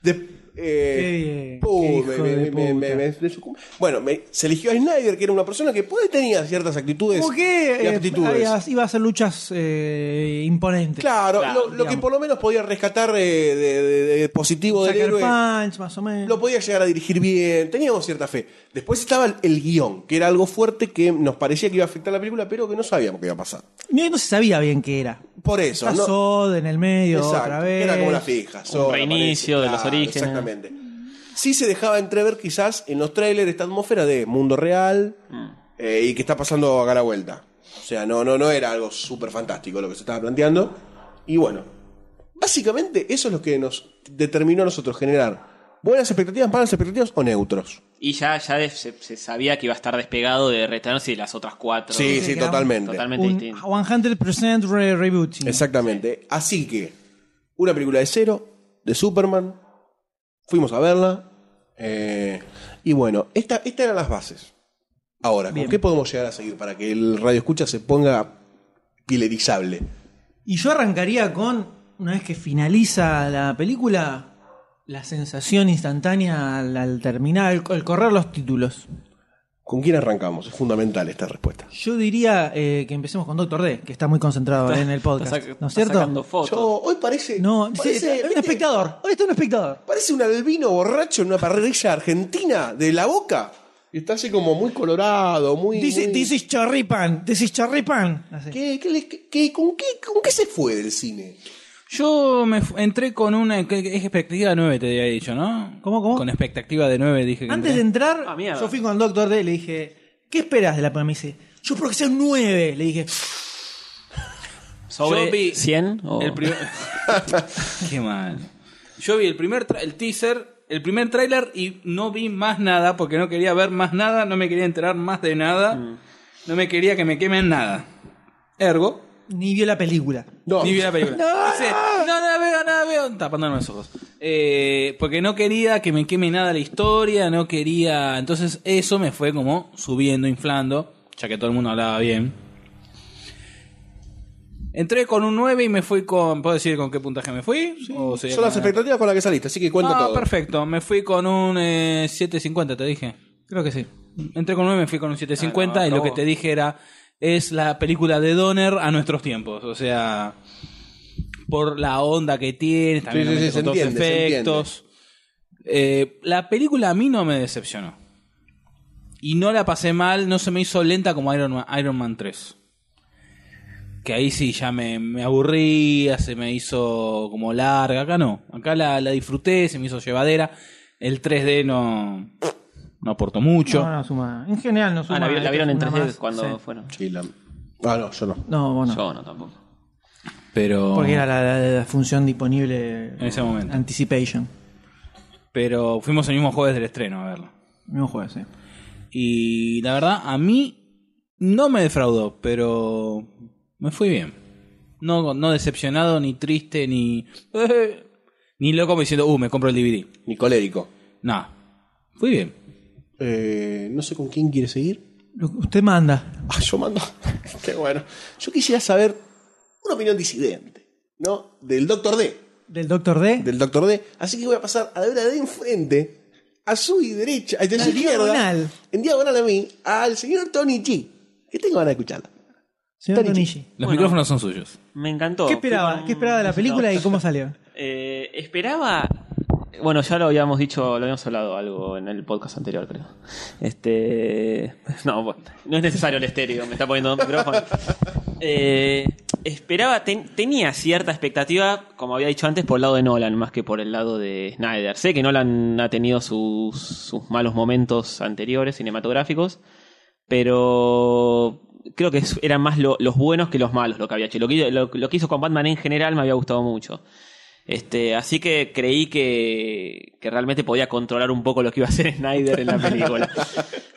de-
Qué-
eh,
qué
uh,
hijo
me-
de
me- me-
puta.
me- me- me- bueno, me- se eligió a Snyder, que era una persona que puede tenía ciertas actitudes
Como que
y
eh,
aptitudes.
había- iba a hacer luchas eh, imponentes.
Claro,
Claro,
lo- lo, que
digamos.
por lo menos podía rescatar eh, de, de- de positivo del
Sucker
héroe.
Punch, más o menos.
Lo podía llegar a dirigir bien, teníamos cierta fe. Después estaba el, el guión, que era algo fuerte que nos parecía que iba a afectar la película, pero que no sabíamos que iba a pasar.
Ni- No se sabía bien qué era.
Por eso,
Está
¿no?
Zod en el medio
Exacto,
otra
que
vez.
Era como una fija. sola,
reinicio
parece,
de los orígenes.
Exactamente. Sí se dejaba entrever quizás en los trailers esta atmósfera de mundo real
Mm.
eh, y que está pasando acá a la vuelta. O sea, no, no, no era algo súper fantástico lo que se estaba planteando. Y bueno, básicamente eso es lo que nos determinó a nosotros generar buenas expectativas, malas expectativas o neutros.
Y ya, ya de- se, se sabía que iba a estar despegado de Returns y las otras cuatro.
Sí, sí,
que era un-
totalmente.
Totalmente
Un
distinto.
100% re- rebooting.
Exactamente. Así que, una película de cero, de Superman. Fuimos a verla. eh, y bueno, esta- estas eran las bases. Ahora, ¿con qué podemos llegar a seguir para que el radio escucha se ponga pilerizable?
Y yo arrancaría con, una vez que finaliza la película, la sensación instantánea al, al terminar, al, al correr los títulos.
¿Con quién arrancamos? Es fundamental esta respuesta.
Yo diría eh, que empecemos con Doctor D, que está muy concentrado en el podcast.
Está sac-
¿No es
está
cierto?
sacando fotos.
Yo, hoy parece.
No, sí,
parece,
está- un
¿viste?
espectador. Hoy está un espectador.
Parece un albino borracho en una parrilla argentina de la boca. Y está así como muy colorado, muy.
Dice,
muy-
dice chorripan, dice chorripan. Así.
¿Qué- qué le- qué- qué- con, qué, ¿Con qué se fue del cine?
Yo me fu- entré con una que- que- expectativa de 9, te había dicho, ¿no?
¿Cómo, cómo?
Con expectativa de 9 dije que
Antes de
entré.
entrar,
Ah, mierda.
yo fui con el doctor D y le dije, ¿qué esperas de la película? Me dice, yo espero que sea un 9. Le dije,
¿Sobre
Yo vi
100? O...
El primer- (laughs) Qué mal. Yo vi el primer tra- el teaser, el primer tráiler y no vi más nada porque no quería ver más nada, no me quería enterar más de nada, no me quería que me quemen nada. Ergo,
ni vio la película.
No.
ni vi la película.
No,
Dice, no, nada veo, nada veo. Tapándome los ojos. Eh, porque no quería que me queme nada la historia, no quería. Entonces, eso me fue como subiendo, inflando, ya que todo el mundo hablaba bien. Entré con un 9 y me fui con. ¿Puedo decir con qué puntaje me fui? ¿O sería
Son las
con-
expectativas con las que saliste, así que cuenta
Ah,
todo.
perfecto. Me fui con un eh, 7.50, te dije. Creo que sí. Entré con 9, me fui con un 7.50
Ah, no,
y lo que
acabó.
te dije era, es la película de Donner a nuestros tiempos. O sea, por la onda que tiene, también
Sí, sí,
obviamente
sí,
con
se
todos los
entiende, se
efectos. Eh, la película a mí no me decepcionó. Y no la pasé mal, no se me hizo lenta como Iron Man, Iron Man 3. Que ahí sí ya me, me aburría, se me hizo como larga. Acá no. Acá la, la disfruté, se me hizo llevadera. El 3D no, no aportó mucho.
No, no suma. En general no suma.
Ah, la, vi- la
Esto
vieron
es
en
una
3D
más,
cuando
sí.
fueron.
Sí, la- Ah, no, yo no.
No, bueno.
Yo no, tampoco.
Pero.
Porque era la, la- la función disponible. En
ese momento.
Anticipation.
Pero fuimos el mismo jueves del estreno a verlo.
Mismo juego, sí.
Y la verdad, a mí no me defraudó, pero me fui bien. No, no decepcionado, ni triste, ni. (laughs) ni loco como diciendo, uh, me compro el DVD.
Ni colérico.
Nada. Fui bien.
Eh, no sé con quién quiere seguir. (laughs)
Lo que usted manda.
Ah, yo mando. (laughs) Qué bueno. Yo quisiera saber una opinión disidente, ¿no? Del Doctor D.
Del Doctor D.
Del Doctor D. Así que voy a pasar a la hora de enfrente, a su y derecha, a su
La
izquierda.
diagonal.
En diagonal a mí, al señor Tony G. Que tengo ganas de escucharla.
señor
Tanichi.
Tonishi.
Los
Bueno.
micrófonos son suyos.
Me encantó.
¿Qué esperaba?
Fui
¿Qué esperaba de la
con-
película y cómo salió?
Eh, esperaba. Bueno, ya lo habíamos dicho, lo habíamos hablado algo en el podcast anterior, creo. Este. No, bueno, no es necesario el estéreo, me está poniendo un micrófono. Eh, esperaba, ten- tenía cierta expectativa, como había dicho antes, por el lado de Nolan, más que por el lado de Snyder. Sé que Nolan ha tenido sus, sus malos momentos anteriores cinematográficos, pero creo que es- eran más lo- los buenos que los malos lo que había hecho. Lo que, lo- lo que hizo con Batman en general me había gustado mucho. Este, así que creí que, que realmente podía controlar un poco lo que iba a hacer (laughs) Snyder en
(laughs)
la película.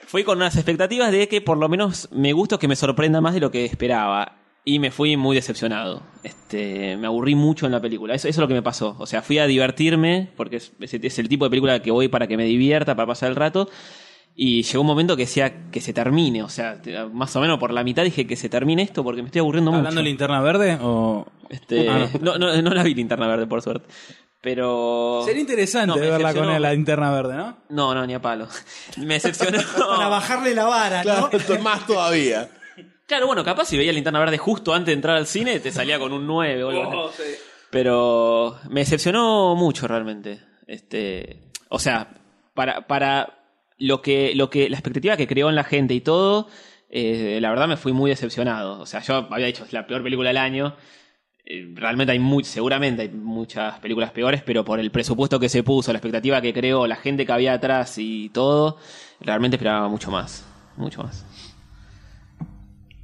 fui con unas expectativas de que por lo menos me gusta que me sorprenda más de lo que esperaba. Y me fui muy decepcionado. Este, me aburrí mucho en la película. Eso, eso es lo que me pasó. O sea, fui a divertirme, porque es, es- es el tipo de película que voy para que me divierta, para pasar el rato. Y llegó un momento que decía que se termine, o sea, te- más o menos por la mitad dije que se termine esto porque me estoy aburriendo mucho.
¿Hablando de linterna verde o.?
Este,
Ah,
no. no, no la vi linterna verde, por suerte. Pero.
Sería interesante
No, me
verla con
decepcionó.
él, la linterna verde, ¿no?
No, no, ni a palo.
(laughs)
Me decepcionó.
Para bajarle la vara,
Claro,
Ah, ¿no?
(laughs) más todavía.
Claro, bueno, capaz si veía linterna verde justo antes de entrar al cine, te salía con un 9 o algo así. Pero me decepcionó mucho realmente. Este, o sea, para, para lo que, lo que, la expectativa que creó en la gente y todo, eh, la verdad me fui muy decepcionado. O sea, yo había dicho, es la peor película del año. Eh, Realmente hay muy, seguramente hay muchas películas peores, pero por el presupuesto que se puso, la expectativa que creó, la gente que había atrás y todo, realmente esperaba mucho más. Mucho más.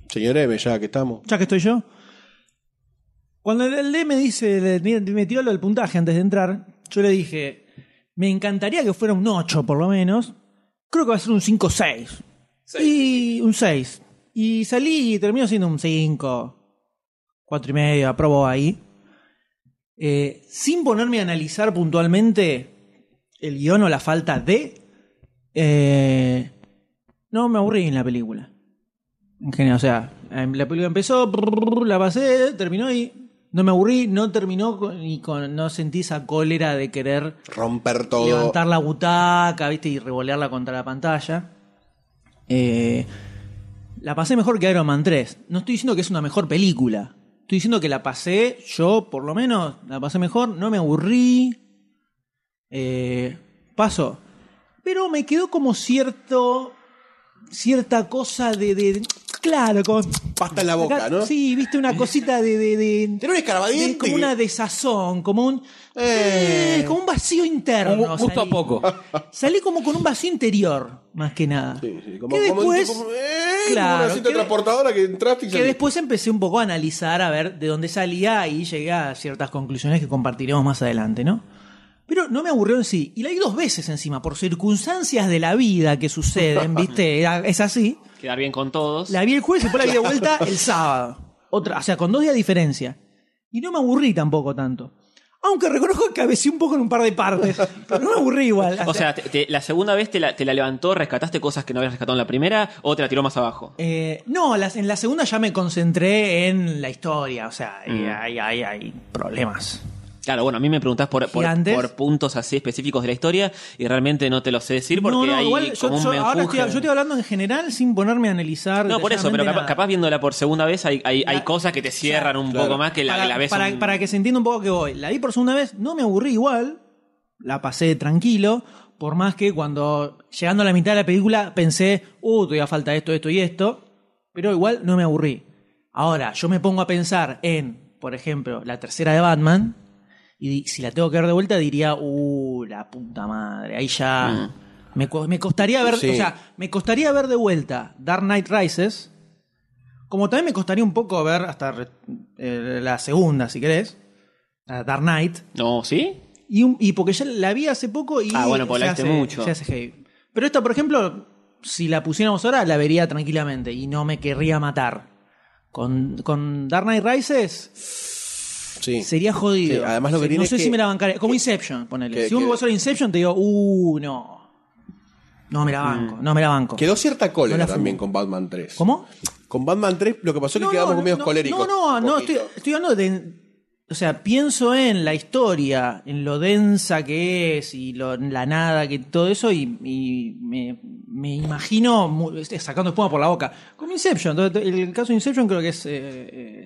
Señor Eve, ya que estamos.
Ya que estoy yo. Cuando el- el D me dice, le- me tiró lo del puntaje antes de entrar, yo le dije, me encantaría que fuera un 8 por lo menos. Creo que va a ser un 5-6. Y un 6. Y salí y terminó siendo un 5. 4 y medio, aprobó ahí. Eh, sin ponerme a analizar puntualmente el guión o la falta de... eh, no me aburrí en la película. En general, o sea, em, la película empezó, brrr, la pasé, terminó y no me aburrí, no terminó con- y con, no sentí esa cólera de querer
Romper todo.
levantar la butaca, ¿viste? Y revolearla contra la pantalla. Eh, la pasé mejor que Iron Man 3. No estoy diciendo que es una mejor película. Estoy diciendo que la pasé, yo por lo menos, la pasé mejor, no me aburrí. Eh, paso. Pero me quedó como cierto. cierta cosa de. de- claro, como.
Pasta en la boca,
Acá-
¿no?
Sí, viste una cosita de. de, de-
Tener un escarabadiente.
de- como una desazón, como un.
Eh.
eh, como un vacío interno.
Como gusto a
salí.
poco.
(laughs) Salí como con un vacío interior, más que nada.
Sí, sí,
que después,
como- ¡eh! Como
claro,
una cinta
que-
transportadora que entraste y
que
saliste.
después empecé un poco a analizar a ver de dónde salía y llegué a ciertas conclusiones que compartiremos más adelante, ¿no? Pero no me aburrió en sí. Y la vi dos veces encima, por circunstancias de la vida que
(laughs)
suceden, ¿viste? Era- Es así.
quedar bien con todos.
La vi el jueves y después la vi de
(laughs)
vuelta el sábado. Otra, o sea, con dos días de diferencia. Y no me aburrí tampoco tanto. Aunque reconozco que cabeceé un poco en un par de partes. Pero no me aburrí igual.
O sea, te- te- la segunda vez te la, te la levantó, rescataste cosas que no habías rescatado en la primera o te la tiró más abajo.
Eh, no, las- en la segunda ya me concentré en la historia. O sea, y
Mm.
hay, hay, hay problemas.
Claro, bueno, a mí me preguntás por, por,
Gigantes.
por puntos así específicos de la historia y realmente no te lo sé decir porque
no, no,
hay
igual yo,
como un
yo ahora
menjuje.
estoy, yo estoy hablando en general sin ponerme a analizar.
No, por eso,
detalladamente
pero capaz,
nada.
capaz viéndola por segunda vez hay, hay, hay
La-
cosas que te cierran un
claro.
poco más que la,
para,
la ves
para-
un-
para que se entienda un poco que voy. La vi por segunda vez, no me aburrí igual, la pasé tranquilo, por más que cuando llegando a la mitad de la película pensé, uh, todavía falta esto, esto y esto, pero igual no me aburrí. Ahora, yo me pongo a pensar en, por ejemplo, la tercera de Batman, y di- si la tengo que ver de vuelta diría, uh, la puta madre, ahí ya...
Mm.
Me, co- me costaría ver,
Sí.
o sea, me costaría ver de vuelta Dark Knight Rises, como también me costaría un poco ver hasta re- eh, la segunda, si querés, la Dark Knight.
No, ¿sí?
Y, un- y porque ya la vi hace poco y.
Ah, bueno, porque
se
la viste
hace-
mucho.
se hace heavy. Pero esta, por ejemplo, si la pusiéramos ahora, la vería tranquilamente y no me querría matar. Con, con Dark Knight Rises
Sí.
sería jodido.
Sí, además lo que
Se-
tiene
No
es
sé si
que-
me la bancaría. Como Inception, ponele.
que-
si un
que-
hueso de Inception, te digo, uh, no. No me la banco, no me la banco.
Mm. Quedó cierta cólera
No la fumo.
también con Batman 3.
¿Cómo?
Con Batman 3 lo que pasó es que quedamos medio coléricos.
No, no,
un
no,
poquito.
estoy, estoy hablando de. O sea, pienso en la historia, en lo densa que es y lo- la nada, que todo eso, y, y me, me imagino mu- este, sacando espuma por la boca. Como Inception, todo- todo- el caso de Inception creo que es eh,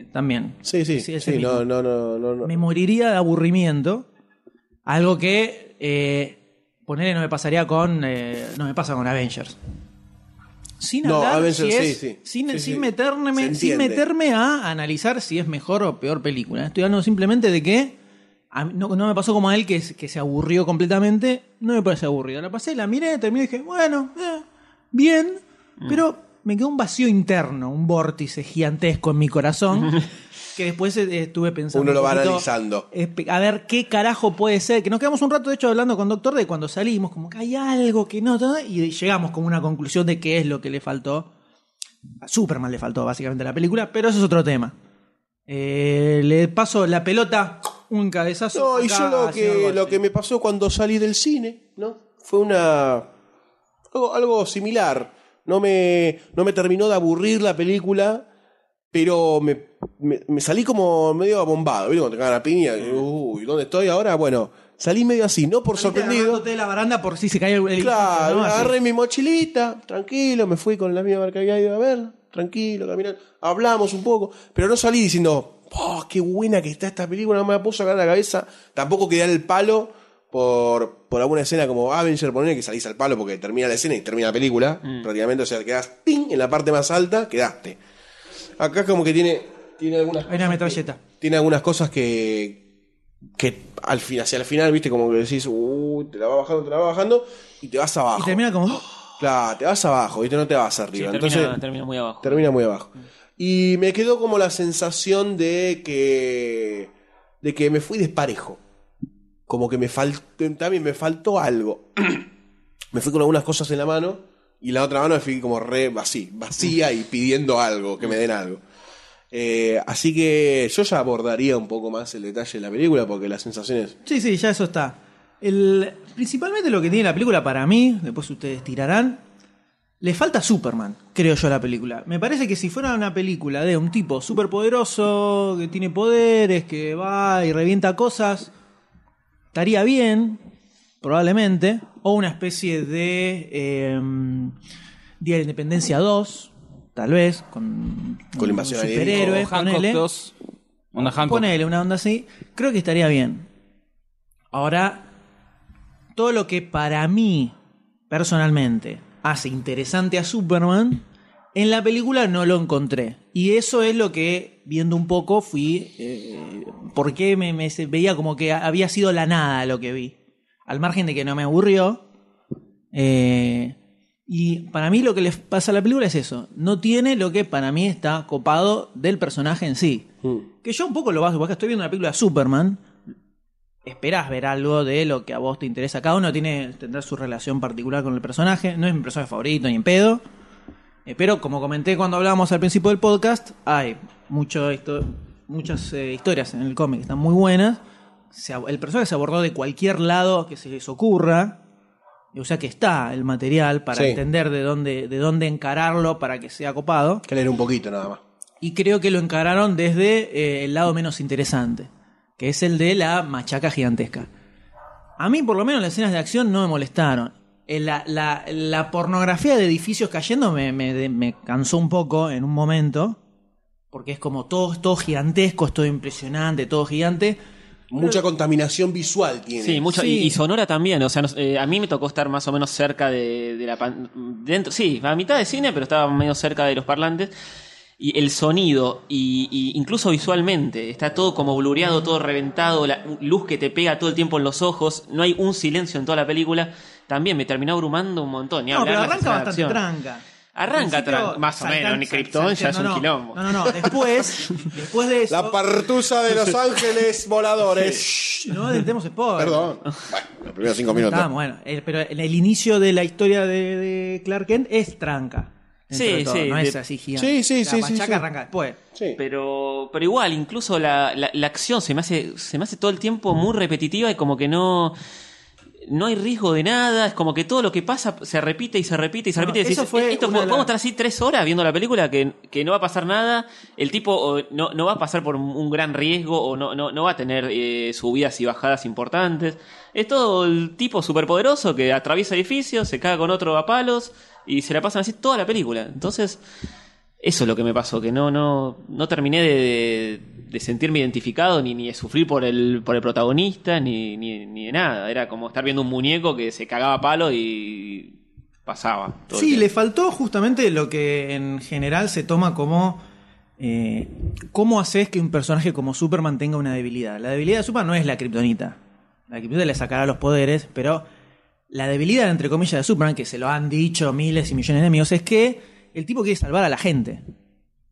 eh, también.
Sí, sí, sí,
ese mismo.
no, no, no, no, no.
Me moriría de aburrimiento. Algo que eh, ponerle no me pasaría con. eh, no me pasa con Avengers. Sin
No,
hablar
Avengers,
si es-
sí, sí.
Sin,
Sí,
sin
sí.
meterme,
Se
sin
entiende.
meterme a analizar si es mejor o peor película. Estoy hablando simplemente de que a mí- no, no me pasó como a él que, es- que se aburrió completamente. No me parece aburrido. La pasé, la miré, terminé y dije, bueno, eh, bien, pero me quedó un vacío interno, un vórtice gigantesco en mi corazón. que después eh, estuve pensando.
Uno lo
un
va
poquito,
analizando.
espe- A ver qué carajo puede ser. Que nos quedamos un rato, de hecho, hablando con Doctor de cuando salimos, como que hay algo que no. ta, Y llegamos como a una conclusión de qué es lo que le faltó. A Superman le faltó, básicamente, a la película, pero eso es otro tema. Eh, le paso la pelota, un cabezazo.
No, y
acá
yo lo
al señor
que,
Goldstein.
lo que me pasó cuando salí del cine, ¿no? Fue una. algo, algo similar. No me, no me terminó de aburrir la película, pero me, me- me salí como medio abombado. ¿Viste? Cuando te cagan la piña, y, uy, ¿dónde estoy ahora? Bueno, salí medio así, no por sorprendido.
Agarrándote de la baranda por si se cae el. el-
Claro,
¿no? Así.
agarré mi mochilita, tranquilo, me fui con la misma marca que había ido a ver, tranquilo, caminando, hablamos un poco, pero no salí diciendo, oh, qué buena que está esta película, no me la puedo sacar de la cabeza, tampoco quedé al palo por, por alguna escena como Avenger, poner que salís al palo porque termina la escena y termina la película,
Mm.
prácticamente, o sea, quedás ¡ting! en la parte más alta, quedaste. Acá como que tiene, tiene algunas
Hay una metralleta.
tiene algunas cosas que que al fin, hacia el final, viste, como que decís, uh, te la va bajando, te la va bajando, y te vas abajo.
Y termina como.
Claro, te vas abajo, viste, no te vas
Sí,
arriba.
termina,
Entonces
termina muy abajo.
termina muy abajo. Y me quedó como la sensación de que de que me fui desparejo. Como que me faltó también me faltó algo. (clears throat) me fui con algunas cosas en la mano y la otra mano me fui como re vacía, vacía y pidiendo algo, que me den algo. Eh, así que yo ya abordaría un poco más el detalle de la película porque las sensaciones
Sí, sí, ya eso está. El, principalmente lo que tiene la película para mí, después ustedes tirarán, le falta Superman, creo yo, a la película. Me parece que si fuera una película de un tipo superpoderoso, que tiene poderes, que va y revienta cosas, estaría bien, probablemente, o una especie de eh, Día de la Independencia 2, tal vez, con,
Con la invasión
superhéroe,
alienígena.
O Hancock
eh, ponele.
2. Onda Hancock.
Ponele una onda así. Creo que estaría bien. Ahora, todo lo que para mí, personalmente, hace interesante a Superman, en la película no lo encontré. Y eso es lo que, viendo un poco, fui. eh, porque me, me se- veía como que había sido la nada lo que vi. Al margen de que no me aburrió. eh, y para mí lo que les pasa a la película es eso. No tiene lo que para mí está copado del personaje en sí. Que yo un poco lo vas, acá estoy viendo una película de Superman. Esperás ver algo de lo que a vos te interesa. Cada uno tiene, tendrá su relación particular con el personaje. No es mi personaje favorito ni en pedo. Eh, pero como comenté cuando hablábamos al principio del podcast, hay mucho histo- muchas eh, historias en el cómic que están muy buenas. Se ab- el personaje se abordó de cualquier lado que se les ocurra. O sea que está el material para
Sí.
entender de dónde, de dónde encararlo para que sea copado.
que leer un poquito nada más.
Y creo que lo encararon desde eh, el lado menos interesante, que es el de la machaca gigantesca. A mí, por lo menos, las escenas de acción no me molestaron. Eh, La, la- la pornografía de edificios cayendo me, me- me cansó un poco en un momento, porque es como todo, todo gigantesco, es todo impresionante, todo gigante.
Mucha contaminación visual tiene.
Sí, mucho. Y,
Sí.
y Sonora también. O sea, nos- eh, a mí me tocó estar más o menos cerca de, de la pan- dentro, sí, a mitad de cine, pero estaba medio cerca de los parlantes. Y el sonido, y, y incluso visualmente, está todo como blureado, todo reventado, la luz que te pega todo el tiempo en los ojos, no hay un silencio en toda la película. También me terminó abrumando un montón. ni
No,
hablar
pero
de las
arranca
escenas de
bastante
acción.
tranca.
Arranca
Al principio,
tran- más o
saltan-
menos, ni
sal-
Krypton ya es
salteando,
un
no.
quilombo.
No, no, no.
(laughs)
Después, después de eso.
La partusa de Los Ángeles voladores.
no detemos spoiler.
Perdón. Bueno, los primeros cinco minutos.
Está, bueno, eh, pero en el inicio de la historia de, de Clark Kent es tranca. dentro
Sí,
de todo,
sí,
No
de-
es así gigante.
Sí, sí,
la
sí, sí,
machaca
sí.
arranca después.
Sí.
Pero, pero igual, incluso la, la, la acción se me hace, se me hace todo el tiempo muy repetitiva y como que no, no hay riesgo de nada, es como que todo lo que pasa se repite y se repite y se
No,
repite. y
eso
decís,
fue
esto
una de
podemos
las-
estar así tres horas viendo la película que, que no va a pasar nada, el tipo o, no, no va a pasar por un gran riesgo o no, no, no va a tener eh, subidas y bajadas importantes. Es todo el tipo superpoderoso que atraviesa edificios, se caga con otro a palos y se la pasan así toda la película. Entonces... Eso es lo que me pasó, que no, no, no terminé de, de sentirme identificado ni, ni de sufrir por el, por el protagonista ni, ni, ni de nada. Era como estar viendo un muñeco que se cagaba a palo y pasaba. todo el
Sí, le
tiempo.
faltó justamente lo que en general se toma como. eh, ¿Cómo haces que un personaje como Superman tenga una debilidad? La debilidad de Superman no es la kriptonita. La kriptonita le sacará los poderes, pero la debilidad, entre comillas, de Superman, que se lo han dicho miles y millones de amigos, es que el tipo quiere salvar a la gente.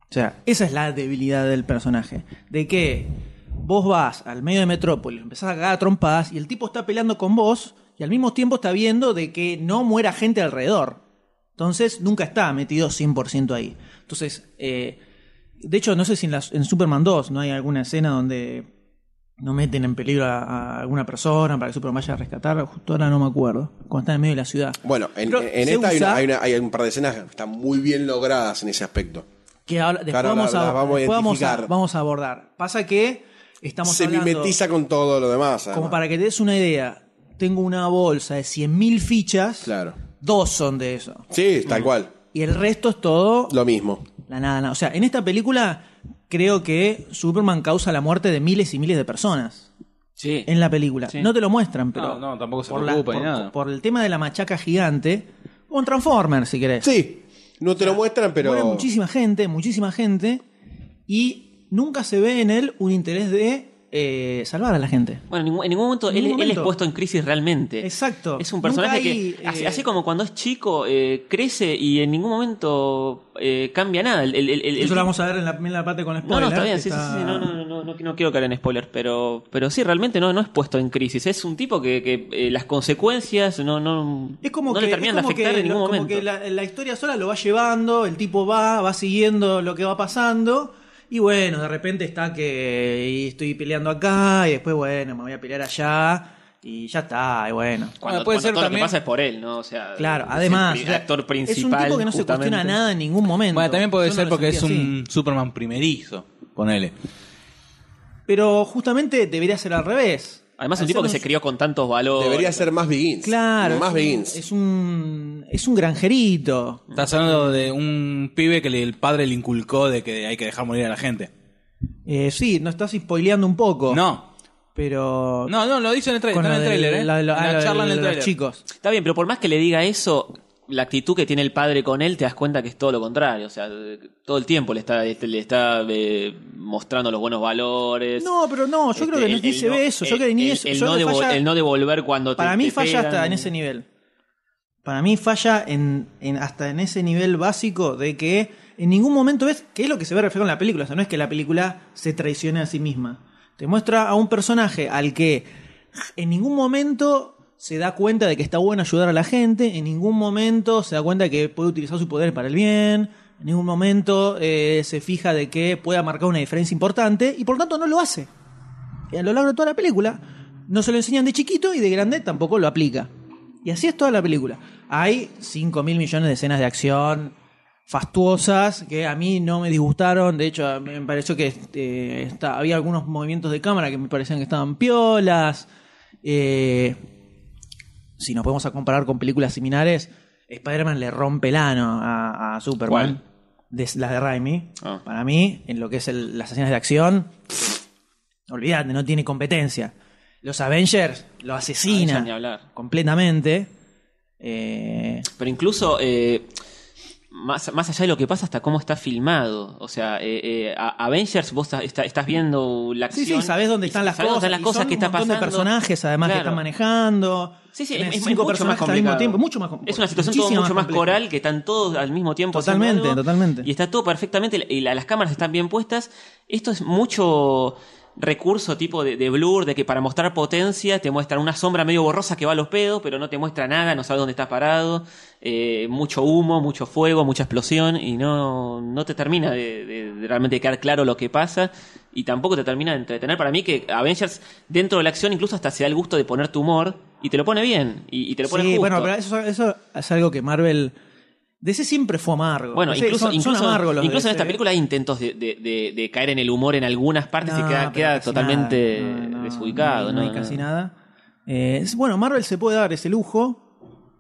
O sea, esa es la debilidad del personaje. De que vos vas al medio de Metrópolis, empezás a cagar a trompadas y el tipo está peleando con vos y al mismo tiempo está viendo de que no muera gente alrededor. Entonces, nunca está metido 100% ahí. Entonces, eh, de hecho, no sé si en, las- en Superman 2 no hay alguna escena donde no meten en peligro a, a alguna persona para que Superman vaya a rescatar. Justo ahora no me acuerdo. Cuando está en medio de la ciudad.
Bueno, en,
Pero
en- en
se
esta hay,
usa-
una- hay una- hay un par de escenas que están muy bien logradas en ese aspecto.
Que ahora, después
Claro,
vamos,
la-
a,
la vamos a
después vamos, a,
identificar.
vamos a abordar. Pasa que estamos
Se
hablando-
mimetiza con todo lo demás.
Como
además.
para que te des una idea, tengo una bolsa de 100.000 fichas.
Claro.
Dos son de eso.
Sí,
Mm.
tal cual.
Y el resto es todo
Lo mismo.
la nada, nada. O sea, en esta película creo que Superman causa la muerte de miles y miles de personas.
Sí.
En la película.
Sí.
No te lo muestran, pero.
No, no, tampoco se
por la-
preocupa ni
por,
nada.
por el tema de la machaca gigante. O en Transformers, si querés.
Sí, no te lo muestran, pero.
Muere muchísima gente, muchísima gente. Y nunca se ve en él un interés de eh, salvar a la gente.
Bueno, en ningún, en ningún momento,
En
él,
ningún
él es
momento.
puesto en crisis realmente.
Exacto.
Es un personaje
Nunca hay,
que, así,
eh,
así como cuando es chico, eh, crece y en ningún momento eh, cambia nada. El- el- el- el-
Eso lo vamos a ver en la, en la parte con spoiler.
no, no, está bien,
que
sí, sí,
está-
sí, no, no, no, no, no- no quiero caer en spoilers, pero, pero sí, realmente no, no es puesto en crisis. Es un tipo que, que, eh, las consecuencias no, no,
Es como
no
que,
le terminan
es como
de afectar
que-
en ningún
como
momento.
que la, ah, la historia sola lo va llevando, el tipo va, va siguiendo lo que va pasando. Y bueno, de repente está que y estoy peleando acá y después, bueno, me voy a pelear allá y ya está, y bueno.
Cuando,
Ah, puede
cuando
ser
todo
también-
lo que pasa es por él, ¿no? O sea,
Claro,
es el
además,
pri-
o sea,
actor
Es
principal.
un tipo que no se cuestiona
justamente.
nada en ningún momento.
Bueno, también puede
Yo no
ser
lo
porque es
sentí así.
un Superman primerizo, ponele.
Pero justamente debería ser al revés.
Además, es
Al
un tipo que
ser
se crió con tantos valores.
Debería ser más Begins.
Claro.
Más
es un-
Begins.
Es un, es un granjerito.
Estás hablando de un pibe que le- el padre le inculcó de que hay que dejar morir a la gente.
Eh, sí, no estás spoileando un poco.
No,
Pero.
Oh. no, no, lo dice en el trailer,
Con
está en
lo
el
del-
trailer, ¿eh?
la- la-
En
ah,
la
lo de
charla en el
los
trailer.
chicos.
Está bien, pero por más que le diga eso, la actitud que tiene el padre con él, te das cuenta que es todo lo contrario. O sea, eh, todo el tiempo le está, este, le está eh, mostrando los buenos valores.
No, pero no, yo
Este,
creo que
el-
ni
el
se
no-
ve eso. Yo
el-
creo que ni
el-
eso.
El,
yo
no
creo que
devol-
falla-
el no devolver cuando te-
para mí
te
falla
pegan.
hasta en ese nivel. Para mí falla en, en- hasta en ese nivel básico de que en ningún momento ves que es lo que se ve reflejado en la película. O sea, no es que la película se traicione a sí misma. Te muestra a un personaje al que en ningún momento se da cuenta de que está bueno ayudar a la gente, en ningún momento se da cuenta de que puede utilizar su poder para el bien, en ningún momento eh, se fija de que pueda marcar una diferencia importante y por tanto no lo hace. Y a lo largo de toda la película no se lo enseñan de chiquito y de grande tampoco lo aplica. Y así es toda la película. Hay 5 mil millones de escenas de acción fastuosas que a mí no me disgustaron. De hecho, a- me pareció que este, está- había algunos movimientos de cámara que me parecían que estaban piolas. Eh, si nos podemos a comparar con películas similares, Spider-Man le rompe el ano a, a Superman.
¿Cuál?
De, la de Raimi.
Ah.
Para mí, en lo que es el- las escenas de acción, Olvídate, no tiene competencia. Los Avengers lo
Ah, ya ni
asesinan
hablar.
completamente. Eh,
Pero incluso eh, más, más allá de lo que pasa, hasta cómo está filmado. O sea, eh, eh, a- Avengers, vos está- está- estás viendo la
sí,
acción.
sí, sabés dónde
y
están las
sabés
cosas.
dónde están
y
las cosas
son
que
un
está
montón
pasando.
de personajes, además, que
Claro.
están manejando.
Sí, sí, es,
Tenés
es- es
cinco
mucho más
personajes al
complicado.
mismo tiempo, mucho más com-
Es una situación todo
muchísimo
mucho más
compleja.
coral que están todos al mismo tiempo. haciendo
Totalmente,
algo,
totalmente.
Y está todo perfectamente, y la- las cámaras están bien puestas. Esto es mucho recurso tipo de, de blur, de que para mostrar potencia te muestran una sombra medio borrosa que va a los pedos, pero no te muestra nada, no sabes dónde estás parado. eh, mucho humo, mucho fuego, mucha explosión y no, no te termina de, de- de realmente quedar claro lo que pasa. Y tampoco te termina de entretener. Para mí que Avengers, dentro de la acción, incluso hasta se da el gusto de poner tu humor y te lo pone bien. Y, y te lo pone
Sí,
justo.
bueno, pero eso, eso es algo que Marvel. DC siempre fue amargo.
Bueno,
Sí,
incluso,
son- son
incluso,
amargos los este.
incluso en
DC.
esta película hay intentos de, de- de- de caer en el humor en algunas partes y
No,
queda,
pero
queda
casi
totalmente
nada. No, no,
desubicado.
No, hay- no hay casi nada. Eh, es- bueno, Marvel se puede dar ese lujo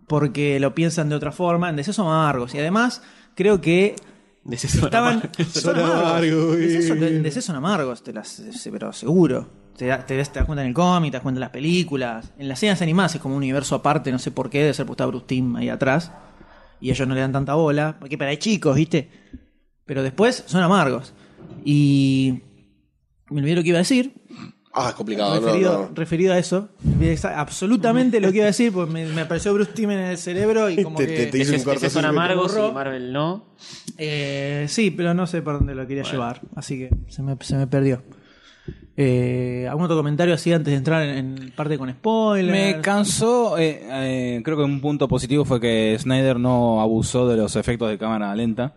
porque lo piensan de otra forma. En DC son amargos. Y además, creo que
Desesperado.
estaban.
Son amargos,
En DC son-
güey.
en DC son amargos, te las- se- pero seguro. Te, da- te das te das cuenta en el cómic, te das cuenta en las películas. En las escenas animadas es como un universo aparte, no sé por qué, debe ser porque está Bruce Timm ahí atrás. Y ellos no le dan tanta bola. Porque para chicos, ¿viste? Pero después son amargos. Y. Me olvidé lo que iba a decir
Ah, es complicado. no,
referido,
no, no.
referido a eso. exa- Absolutamente lo que iba a decir, pues me, me apareció Bruce Timm en el cerebro y como
Te-
que.
te- te- hizo un
Ese- ese son
cortocircuito.
amargos
Borró.
y Marvel no.
Eh, sí, pero no sé por dónde lo quería llevar, así que se me, se me perdió. Eh, ¿Algún otro comentario así antes de entrar en, en parte con spoiler?
Me cansó, eh, eh, creo que un punto positivo fue que Snyder no abusó de los efectos de cámara lenta,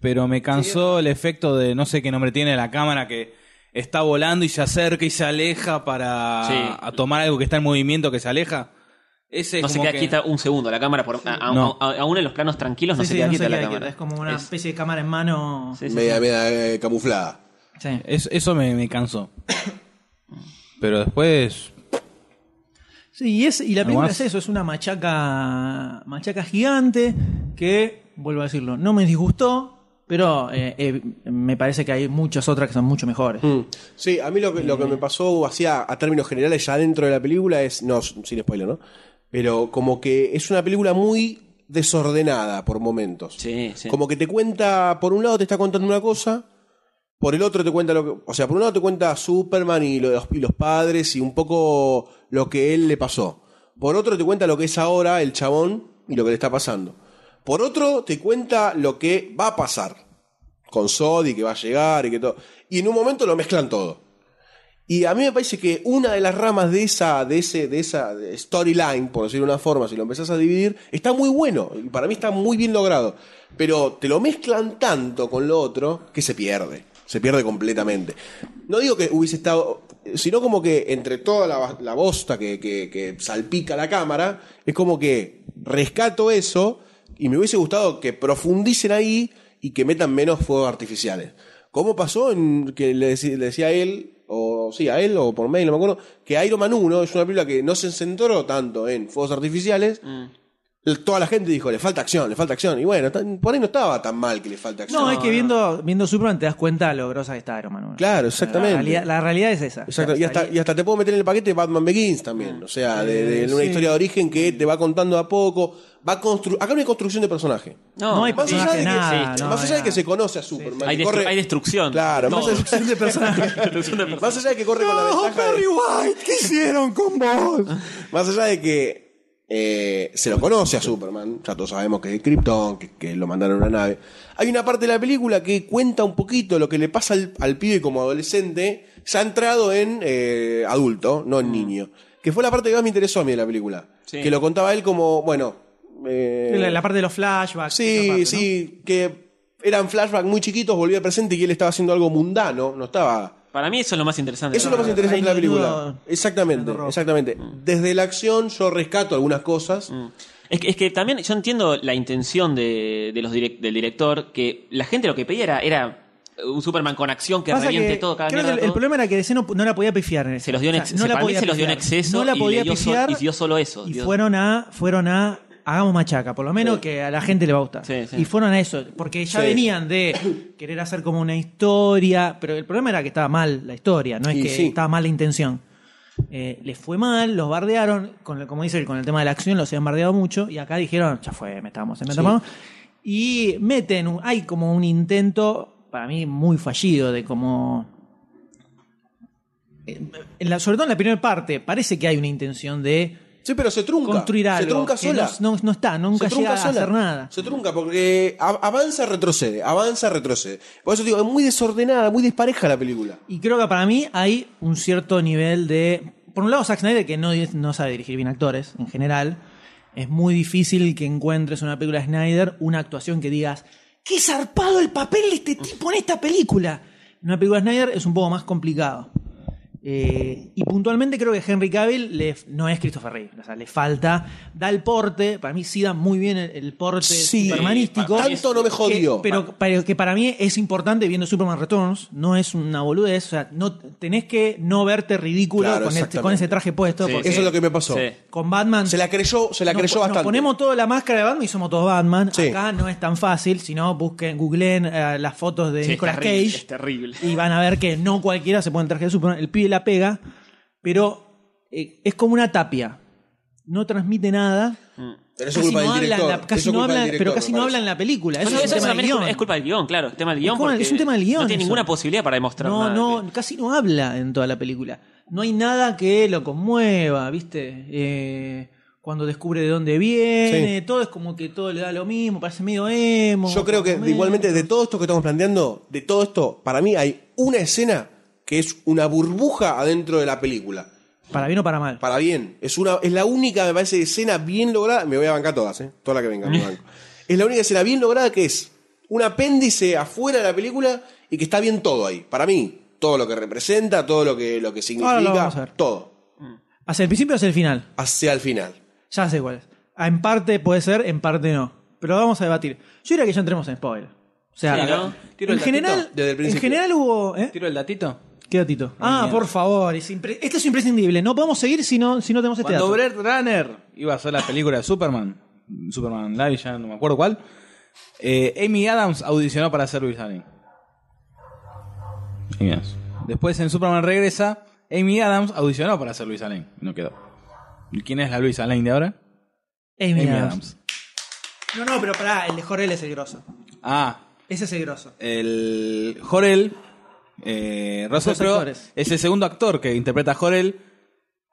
pero me cansó el efecto de no sé qué nombre tiene la cámara que está volando y se acerca y se aleja para
Sí.
a tomar algo que está en movimiento que se aleja. Ese
No se
como
queda
que-
quieta un segundo la cámara. Por, a- a-
No.
a- aún en los planos tranquilos no
Sí,
se
sí,
queda
no se
quieta la
queda
cámara.
quieta, Es como una
Es-
especie de cámara en mano.
sí, sí,
media,
sí.
media eh, camuflada.
Sí.
Es- eso me, me cansó. (coughs) Pero después.
Sí, y, es, y la película
¿Algo más?
es eso, es una machaca, machaca gigante que, vuelvo a decirlo, no me disgustó, pero eh, eh, me parece que hay muchas otras que son mucho mejores.
Mm.
Sí, a mí lo que, lo
Eh.
que me pasó uh, así a, a términos generales ya dentro de la película es, no, sin spoiler, ¿no? Pero como que es una película muy desordenada por momentos.
Sí, sí.
Como que te cuenta, por un lado te está contando una cosa, por el otro te cuenta lo que... O sea, por un lado te cuenta Superman y los, y los padres y un poco lo que él le pasó. Por otro te cuenta lo que es ahora el chabón y lo que le está pasando. Por otro te cuenta lo que va a pasar con Sodi, que va a llegar y que todo. Y en un momento lo mezclan todo. Y a mí me parece que una de las ramas de esa, de ese, de esa storyline, por decirlo de una forma, si lo empezás a dividir, está muy bueno. Y para mí está muy bien logrado. Pero te lo mezclan tanto con lo otro que se pierde. Se pierde completamente. No digo que hubiese estado. Sino como que entre toda la, la bosta que, que- que salpica la cámara, es como que rescato eso y me hubiese gustado que profundicen ahí y que metan menos fuegos artificiales. ¿Cómo pasó en que le deci- le decía a él, o sí, a él, o por mail, no me acuerdo, que Iron Man 1 es una película que no se centró tanto en fuegos artificiales?
Mm.
El- Toda la gente dijo, le falta acción, le falta acción. Y bueno, tan- por ahí no estaba tan mal que le falta acción.
No, es que viendo, viendo Superman te das cuenta lo grosa que está Iron Man.
Claro,
La
exactamente.
realidad, la realidad es esa.
Exacto,
O
y
sea,
hasta,
salí-
y hasta te puedo meter en el paquete Batman Begins también. O sea, de, de una
Mm. sí.
historia de origen que te va contando a poco. Va constru acá no hay construcción de personaje.
No,
no hay
Más allá
personaje,
de que,
nada, no,
más allá de
nada.
que se conoce a Superman.
hay,
que
destru-
corre-
hay destrucción.
Claro, más
Todo.
allá,
de
(laughs)
personaje.
Destrucción de personas.
más allá de que corre con la ventaja. de-
White, ¿qué hicieron con vos?
Más allá de que eh, se lo conoce a Superman, ya todos sabemos que es Krypton, que, que lo mandaron a una nave. Hay una parte de la película que cuenta un poquito lo que le pasa al, al pibe como adolescente, se ha entrado en eh, adulto, no en niño. Que fue la parte que más me interesó a mí de la película.
Mm. Sí.
Que lo contaba él como, bueno. eh,
La, la parte de los flashbacks.
Sí,
esa parte, ¿no?
sí, que eran flashbacks muy chiquitos, volvía al presente y él estaba haciendo algo mundano, no estaba.
Para mí eso es lo más interesante.
Eso es lo más interesante de la
Ahí no Mm. hay
película.
duda.
Exactamente,
Fernando Rojo.
exactamente. Desde la acción yo rescato algunas cosas.
Mm.
Es que, es que también yo entiendo la intención de, de los direc- del director, que la gente lo que pedía era, era un Superman con acción que
Pasa
reviente
que
todo, cada
creo que
mierda,
el, el
todo.
problema era que DC no, no la podía pifiar. en eso.
se los dio en
O sea,
exceso. para mí se los dio en
pifiar.
exceso
No la podía
y, le dio so-
pifiar.
y dio solo eso.
Y
Dio-
fueron a, fueron a, hagamos machaca, por lo menos que a la gente le va a gustar.
Sí, sí.
Y fueron a eso, porque ya
Sí.
venían de querer hacer como una historia, pero el problema era que estaba mal la historia, no es
Y
que
sí.
estaba mal la intención. Eh, les fue mal, los bardearon, con, el- como dice él, con el tema de la acción los habían bardeado mucho, y acá dijeron, ya fue, metamos, metamos. Y meten, un- hay como un intento, para mí muy fallido, de como eh, en la- sobre todo en la primera parte, parece que hay una intención de
Sí, pero se trunca.
construir algo.
se trunca
que
sola.
No, no- no está, nunca
se
llega
trunca
a
sola.
hacer nada.
Se trunca porque a- avanza, retrocede, avanza, retrocede. Por eso digo, es muy desordenada, muy dispareja la película.
Y creo que para mí hay un cierto nivel de. Por un lado, Zack Snyder, que no, no sabe dirigir bien actores en general. Es muy difícil que encuentres en una película de Snyder una actuación que digas: ¡Qué zarpado el papel de este tipo en esta película! En una película de Snyder es un poco más complicado. Eh, y puntualmente creo que Henry Cavill le- no es Christopher Reeve. O sea, le falta. Da el porte. Para mí sí da muy bien el, el porte
Sí,
supermanístico.
Tanto no me jodió.
Que- pero, pero que para mí es importante viendo Superman Returns, no es una boludez, o sea, no, tenés que no verte ridículo
Claro,
con, este- con ese traje puesto,
Sí,
porque
sí.
Eso es lo que me pasó.
Sí.
con Batman...
Se la creyó, se la
nos-
creyó
nos
bastante.
ponemos toda la máscara de Batman y somos todos Batman.
Sí.
Acá no es tan fácil, si no, busquen, googleen eh, las fotos de
Sí, es
Nicolas
terrible,
Cage
Es terrible.
y van a ver que no cualquiera se pone en traje de Superman. El pibe la pega, pero eh, es como una tapia. No transmite nada.
Pero
Casi
eso es culpa
no
del
habla en
director.
la- casi
Eso es
no
culpa del
habla-
director,
pero
me
casi no
parece.
habla en la película. Eso
Bueno,
es
eso
un tema del
también es, culpa,
guión.
es culpa del guión, claro. Es tema del
Es
guión.
como-
porque
es un tema del guión
No tiene
eso.
ninguna posibilidad para demostrar
No,
nada.
no, casi no habla en toda la película. No hay nada que lo conmueva, ¿viste? Eh, cuando descubre de dónde viene, todo es como que todo le da lo mismo, parece medio emo.
Yo creo que
más o menos.
igualmente de todo esto que estamos planteando, de todo esto, para mí hay una escena que es una burbuja adentro de la película.
Para bien o para mal.
Para bien. Es, una, es la única, me parece, escena bien lograda. Me voy a bancar todas, ¿eh? Toda la que venga, me banco. Es la única escena bien lograda que es un apéndice afuera de la película y que está bien todo ahí. Para mí. todo lo que representa, todo lo que, lo que significa,
vamos a ver.
todo,
¿Hacia el principio o hacia el final?
hacia el final.
Ya sé cuál es. Ah, En parte puede ser, en parte no. Pero vamos a debatir. Yo diría que ya entremos en spoiler. O sea,
Sí, ¿no?
Tiro
en,
el datito.
general,
desde el
en
principio.
general hubo. ¿eh?
¿Tiro el datito?
¿Qué datito? Ah,
mierda.
por favor. es impre- Esto es imprescindible. No podemos seguir si no, si no tenemos este
Cuando
dato.
Brett Runner iba a hacer la película de Superman, Superman Live, ya no me acuerdo cuál, eh, Amy Adams audicionó para ser Luis Lane. Amy Adams. Después en Superman Regresa, Amy Adams audicionó para ser Luis Lane. y No quedó. ¿Y quién es la Luis Lane de ahora?
Amy
Amy
Adams.
Adams.
No, no, pero pará, el de Jorel es el grosso.
Ah,
Ese es el grosso.
el Jorel, eh, Russell
Dos
Crowe,
actores.
es el segundo actor que interpreta a Jorel,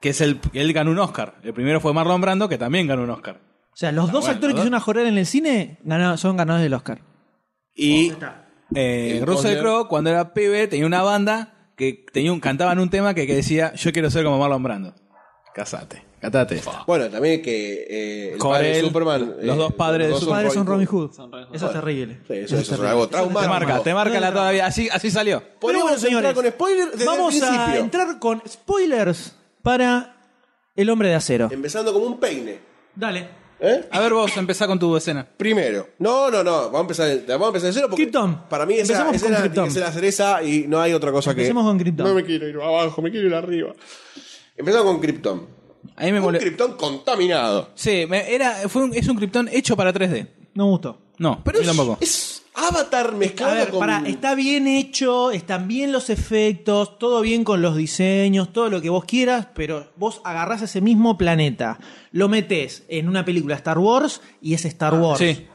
que es el que él ganó un Oscar. El primero fue Marlon Brando, que también ganó un Oscar.
O sea, los dos
bueno,
actores que
¿no?
hicieron a Jorel en el cine ganaron- son ganadores del Oscar.
Y
Eh,
El
Russell
Cosner.
Crowe, cuando era pibe, tenía una banda que tenía un, cantaban un tema que, que decía Yo quiero ser como Marlon Brando. Casate, catate.
bueno, también que eh, el
Con
padre de
él,
Superman. eh,
los dos padres de
los dos
Sus
Son
padres son Robin
Hood.
Hood.
Son Robin Hood.
Eso es terrible.
Sí, eso, eso es algo
Te
traumático.
marca, te marca la todavía. Así, así salió.
Podríamos
Pero bueno, señores,
entrar con spoilers desde
Vamos
el
a
principio.
entrar con spoilers para El Hombre de Acero.
Empezando como un peine.
Dale.
¿Eh?
A ver vos, empezá con tu escena.
Primero. No, no, no. Vamos a empezar, de- vamos a empezar de cero porque
Krypton.
para mí esa,
Empecemos
esa
con
era-
Krypton.
tiene que ser la cereza y no hay otra cosa
Empecemos
que...
con Krypton.
No me quiero ir abajo, me quiero ir arriba. Empezamos con Krypton.
A mí me
Un
molestó.
Krypton contaminado.
Sí, me- era, fue un- es un Krypton hecho para 3D.
No me gustó.
No,
Pero
yo
es,
tampoco.
es Avatar mezclado
A ver,
con...
pará, está bien hecho, están bien los efectos, todo bien con los diseños, todo lo que vos quieras, pero vos agarrás ese mismo planeta, lo metés en una película Star Wars y es Star Wars.
Sí.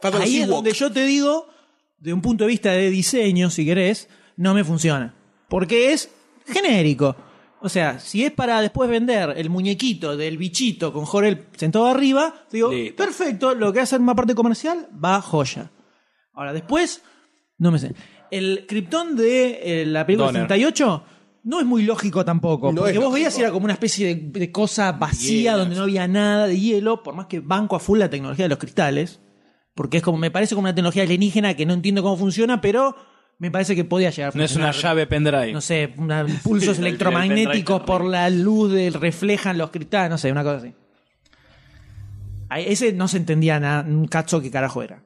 Faltan
Ahí
los
es
Ewoks.
donde yo te digo, de un punto de vista de diseño, si querés, no me funciona. Porque es genérico. O sea, si es para después vender el muñequito del bichito con Jorel sentado arriba, te digo,
Listo.
perfecto, lo que hace en una parte comercial va joya. Ahora, después, no me sé. El Krypton de eh, la película
Donner.
68 no es muy lógico tampoco.
No
porque
es
vos
lógico.
veías y era como una especie de, de cosa vacía
Hielo.
donde no había nada de hielo, por más que banco a full la tecnología de los cristales. Porque es como, me parece como una tecnología alienígena que no entiendo cómo funciona, pero me parece que podía llegar a
No es
funcionar.
una llave pendrive.
No sé, una-
(laughs)
pulsos
el
electromagnéticos
pendrive
por la luz del- reflejan los cristales, no sé, una cosa así. Ahí- Ese no se entendía nada, un cacho que carajo era.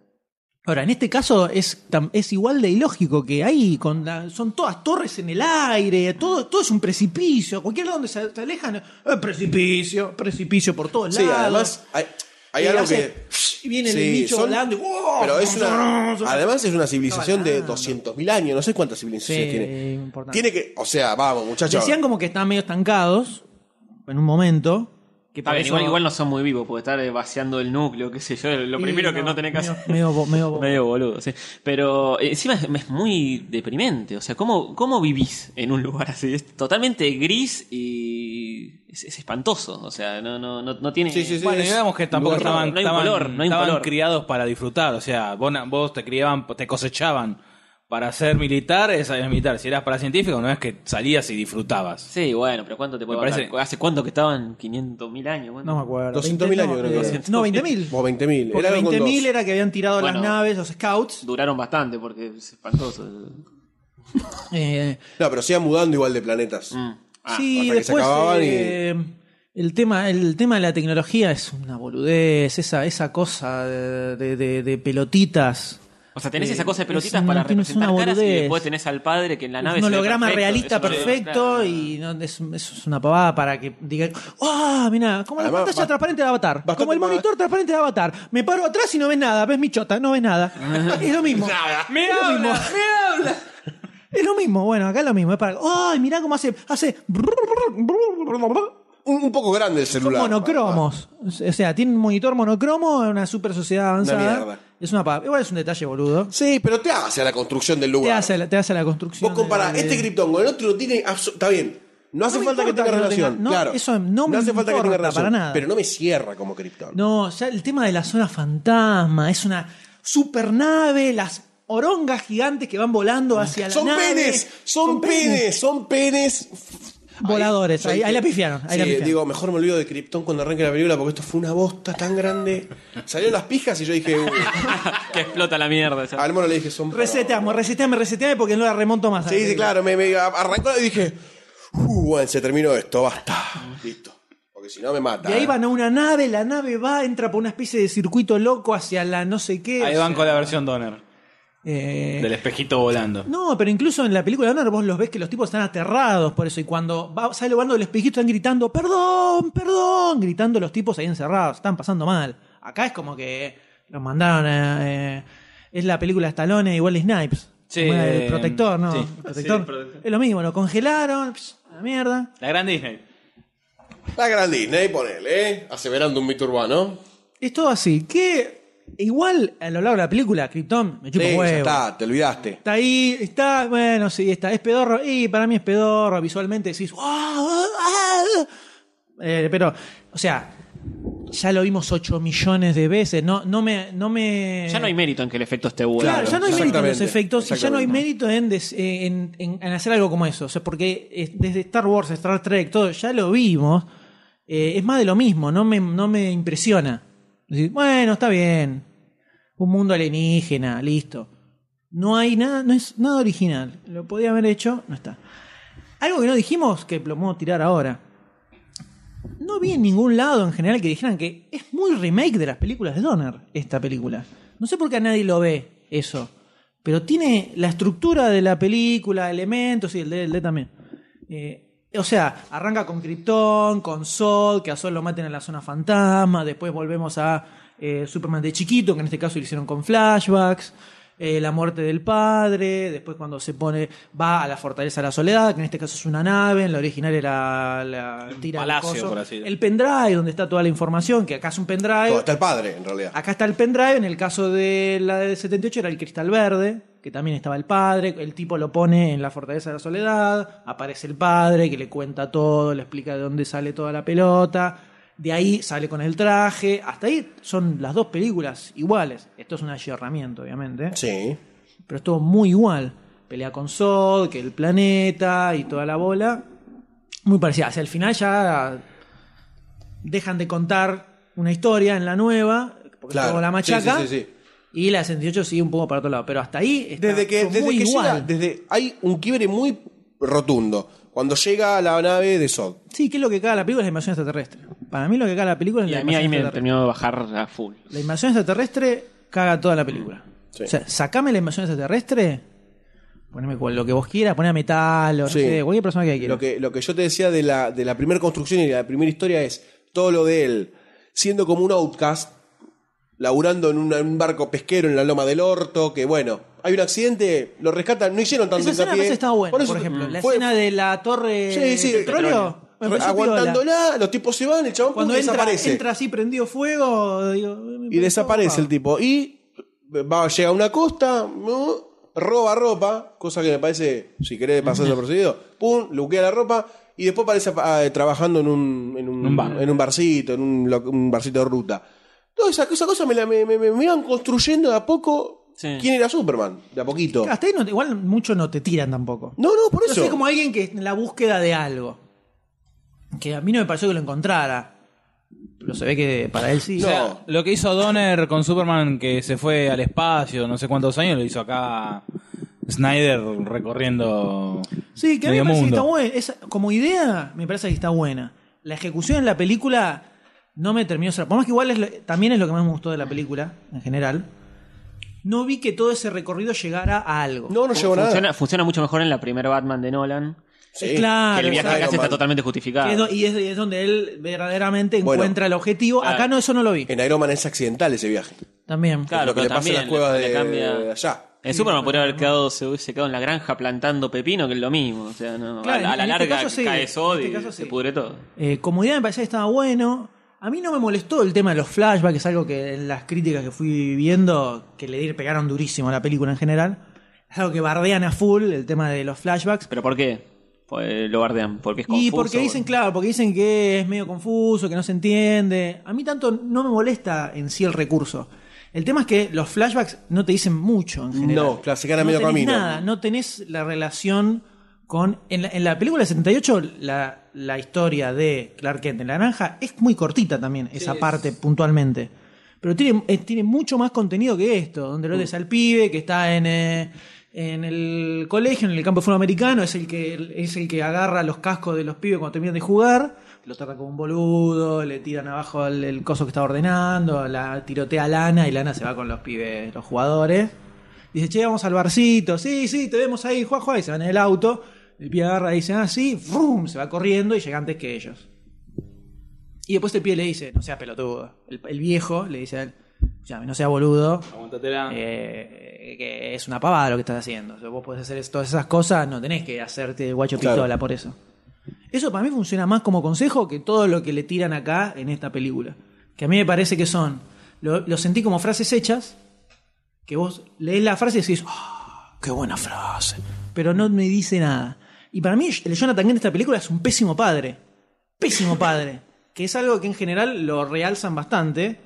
Ahora, en este caso es, tam- es igual de ilógico que ahí, con la- son todas torres en el aire, todo, todo es un precipicio, cualquier lado donde se, se alejan, eh, precipicio, precipicio por todos
Sí,
lados.
además hay, hay
Y
algo
hace-
que...
y viene el
Sí,
bicho
son-
volando y- "Oh, ¡Wow!
Pero es una,
Son-
además es una civilización de
Estaba
200.000 años, no sé cuántas civilizaciones
Sí,
tiene.
importante.
Tiene que, o sea, vamos, muchachos.
Decían como que estaban medio estancados en un momento. Que
Está
por
bien,
eso-
igual, igual no son muy vivos, porque estar eh, vaciando el núcleo, qué sé yo, lo
Sí,
primero que no tenés que hacer. (laughs)
Medio, medio, medio bo-
Medio boludo, sí. Pero eh, encima es, es muy deprimente. O sea, ¿cómo, ¿cómo vivís en un lugar así? Es totalmente gris y es, es espantoso. O sea, no, no, no, no tiene...
Sí, sí, sí.
Bueno,
es
digamos que tampoco
un lugar
estaban,
raro. No hay un
estaban-
color, no hay un
estaban
color.
criados para disfrutar. O sea, vos, na- vos te criaban, te cosechaban. Para ser militar, es militar. Si eras para científico, no es que salías y disfrutabas.
Sí, bueno, pero ¿cuánto te puede
Me
pasar?
parece-
¿Hace cuánto que estaban? ¿500.000 años? bueno.
No me acuerdo.
200.000
20,
años
no,
creo que
eh,
era.
No, 20.000.
O 20.000.
Porque
Era algo con
20.000
dos.
era que habían tirado
Bueno.
las naves, los scouts.
Duraron bastante porque es espantoso. Ah,
Eh,
No, pero se iban mudando igual de planetas.
Mm. Ah,
sí,
hasta que se
después.
acababan y-
eh, El tema, el tema de la tecnología es una boludez, esa, esa cosa de- de- de- de pelotitas.
O sea, tenés
Eh,
esa cosa de
es
pelotitas
una-
para
tienes una
representar caras y
boludez.
después tenés al padre que en la nave...
un
se ve
holograma
perfecto,
realista
es un holograma,
perfecto
claro.
y no, es, eso es una pavada para que diga, ¡ah, mira! Como la
Además,
pantalla
bast-
transparente de Avatar,
bastante
como el
más-
monitor transparente de Avatar. Me paro atrás y no ves nada, ves mi chota, no ves nada.
(laughs)
es lo mismo.
¡Me
es lo mismo.
habla! ¡Me habla!
Es lo mismo, bueno, acá es lo mismo, es para, ¡ay, mirá cómo hace! Hace
Un, un poco grande el
son
celular.
monocromos. O sea, tiene un monitor monocromo, una super sociedad avanzada.
mierda.
Es una pavada. Igual es un detalle, boludo.
Sí, pero te hace a la construcción del
Te
lugar.
hace, la- te hace la construcción.
Vos comparás
de-
este Krypton con el otro, lo tiene. abso- Está bien. No hace
me
falta que
importa
tenga
que no
relación.
tenga- no,
claro.
eso no me
hace falta que tenga
importa
relación.
para nada.
Pero no me cierra como Krypton.
No, ya el tema de la zona fantasma, es una supernave, las orongas gigantes que van volando hacia la
Son
nave.
penes, son, penes, son penes.
Voladores, ahí,
sí,
ahí la pifiaron, ahí la
Sí,
pifiaron.
digo, mejor me olvido de Krypton cuando arranque la película porque esto fue una bosta tan grande. Salieron las pijas y yo dije,
(laughs)
"Uy".
que explota la mierda. ya.
al mono le dije, son
Reseteamos, reseteame, reseteame porque no la remonto más.
Sí, sí, claro, me, me arrancó y dije, "Uh, bueno, se terminó esto, basta. Listo. Porque si no me mata.
Y ahí
¿eh?
van a una nave, la nave va, entra por una especie de circuito loco hacia la no sé qué.
Ahí
o
van
sea,
con la versión Donner.
eh,
Del espejito volando.
No, pero incluso en la película de Honor vos los ves que los tipos están aterrados por eso. Y cuando va, sale volando del espejito están gritando, perdón, perdón, gritando los tipos ahí encerrados, están pasando mal. Acá es como que los mandaron a... eh, es la película de Stallone igual Snipes.
Sí,
Como el
eh,
protector, ¿no?
sí.
El protector.
Sí, el protector.
Es lo mismo, lo congelaron, pss, a la mierda.
La gran Disney.
La gran Disney, ponele, ¿eh? Aseverando un mito urbano.
Es todo así. Que igual a lo largo de la película, Krypton, me
Sí,
chupa un
ya
huevo.
está, te olvidaste.
Está ahí, está, bueno, sí, está. Es pedorro, y para mí es pedorro. Visualmente decís, "Wow, ah, ah". Eh, pero, o sea, ya lo vimos 8 millones de veces. No, no me. No me
Ya no
eh,
hay mérito en que el efecto esté bueno.
Claro, ya no hay mérito en los
exactamente,
efectos y ya no hay
exactamente.
mérito en, des- en- en- en hacer algo como eso. O sea, porque es- desde Star Wars, Star Trek, todo, ya lo vimos. Eh, es más de lo mismo, no me, no me impresiona. Decir, bueno, está bien. Un mundo alienígena, listo. No hay nada, no es nada original. Lo podía haber hecho, no está. Algo que no dijimos que lo puedo tirar ahora. No vi en ningún lado en general que dijeran que es muy remake de las películas de Donner, esta película. No sé por qué a nadie lo ve eso. Pero tiene la estructura de la película, elementos y el D, el D también. Eh, o sea, arranca con Krypton, con Sol, que a Sol lo maten en la zona fantasma. Después volvemos a eh, Superman de chiquito, que en este caso lo hicieron con flashbacks. eh, la muerte del padre. Después, cuando se pone, va a la fortaleza de la soledad, que en este caso es una nave. En la original era la tira del
palacio,
coso.
por así decirlo.
El pendrive, donde está toda la información, que acá es un pendrive.
Todo, está el padre, en realidad.
Acá está el pendrive, en el caso de la del 78 era el cristal verde, que también estaba el padre, el tipo lo pone en la fortaleza de la soledad, aparece el padre que le cuenta todo, le explica de dónde sale toda la pelota, de ahí sale con el traje, hasta ahí son las dos películas iguales. Esto es un ayornamiento, obviamente,
Sí.
pero estuvo muy igual. Pelea con Sod, que el planeta y toda la bola, muy parecida. Hacia el final ya dejan de contar una historia en la nueva, porque
Claro.
tuvo la machaca.
Sí, sí, sí, sí.
Y la 68 sigue un poco para otro lado, pero hasta ahí está
Desde que,
todo
desde
muy
que
igual.
llega, desde, hay un quiebre muy rotundo. Cuando llega la nave de Sod.
Sí, que es lo que caga la película es la invasión extraterrestre. Para mí lo que caga la película es
Y
la
a mí
invasión
ahí me
extraterrestre.
terminó de bajar a full.
La invasión extraterrestre caga toda la
Mm,
película. O sea, sacame la invasión extraterrestre, poneme cual- lo que vos quieras, poneme metal, o no
Sí.
sé, cualquier persona que quieras.
Lo que, lo que yo te decía de la, de la primera construcción y de la primera historia es todo lo de él siendo como un outcast, laburando en una- un barco pesquero en la loma del orto, que bueno, hay un accidente, lo rescatan, no hicieron tanto
Esa escena me
hincapié.
parece que estaba buena,
Por
por,
eso
ejemplo. La
fue-
escena de la torre
Sí, sí,
de petróleo. me
re-
pareció piola.
aguantándola, los tipos se van, el chabón
Cuando
pum,
entra,
desaparece.
entra así prendido fuego, digo, me
y
pareció
desaparece
copado.
el tipo. Y va, llega a una costa, ¿no? roba ropa, cosa que me parece, si querés pasar desapercibido, pum, luquea la ropa y después aparece ah, trabajando en un, en, un,
Un bar.
en un barcito, en un, lo- un barcito de ruta. Toda esa, esa cosa me, la, me, me- me- me iban construyendo de a poco
Sí.
quién era Superman, de a poquito.
Hasta ahí no, igual mucho no te tiran tampoco.
No, no, por
No
eso.
sé, como alguien que en la búsqueda de algo. Que a mí no me pareció que lo encontrara. Pero se ve que para él sí.
No.
O sea, lo que hizo Donner con Superman, que se fue al espacio no sé cuántos años, lo hizo acá Snyder recorriendo
Sí, que a mí
medio
me parece que
mundo.
está buena. Esa- como idea, me parece que está buena. La ejecución en la película no me terminó. de cerrar. Por más que igual es lo- también es lo que más me gustó de la película, en general. No vi que todo ese recorrido llegara a algo.
No, no llegó nada.
Funciona, funciona mucho mejor en la primera Batman de Nolan.
Sí.
Eh, claro,
que el viaje
exacto.
que hace está
Iron Man.
totalmente justificado.
Que es do- y es, es donde él verdaderamente
Bueno.
encuentra el objetivo. Acá no, eso no lo vi.
En Iron Man es accidental ese viaje.
También.
Claro,
lo que le
pero
pasa en las
también
cuevas
le-
de,
le cambia-
allá.
En Superman podría haber quedado, se hubiese quedado en la granja plantando pepino, que es lo mismo. O sea, no,
Claro,
a la- a,
en
la
este
larga
caso sí, en
cae Sod
este
y
caso
se
sí.
pudre todo.
Eh, como idea me parecía que estaba bueno. A mí no me molestó el tema de los flashbacks, es algo que en las críticas que fui viendo, que le di- pegaron durísimo a la película en general. Es algo que bardean a full el tema de los flashbacks.
¿Pero por qué? Pues, lo bardean, porque es confuso.
y porque dicen, (laughs)
bueno.
claro, porque dicen que es medio confuso, que no se entiende. A mí tanto no me molesta en sí el recurso. El tema es que los flashbacks no te dicen mucho en general.
No, claro, se quedan a
No
medio
tenés
camino.
nada, no tenés la relación con. En la, en la película del 78, la, la historia de Clark Kent en la naranja es muy cortita también, esa parte puntualmente. Pero tiene, eh, tiene mucho más contenido que esto, donde lo ves
Mm.
al pibe que está en, eh, en el colegio, en el campo de fútbol americano, es el que es el que agarra los cascos de los pibes cuando terminan de jugar, lo trata como un boludo, le tiran abajo el, el coso que está ordenando, la tirotea a Lana y Lana se va con los pibes, los jugadores. Dice, che, vamos al barcito. Sí, sí, te vemos ahí, Juan, Juan. Y se van en el auto. El pibe agarra y dice, ah, sí, ¡vroom! Se va corriendo y llega antes que ellos. Y después el pibe le dice, no seas pelotudo. El, el viejo le dice a él, "Escuchame, no sea boludo.
Aguantatela.
eh, que es una pavada lo que estás haciendo. O sea, vos podés hacer es- todas esas cosas, no tenés que hacerte guacho
Claro.
pistola por eso. Eso para mí funciona más como consejo que todo lo que le tiran acá en esta película. Que a mí me parece que son. Lo, lo sentí como frases hechas, que vos lees la frase y decís, "Ah, ¡qué buena frase! Pero no me dice nada. Y para mí, el Jonathan Green de esta película es un pésimo padre. Pésimo padre. Que es algo que en general lo realzan bastante.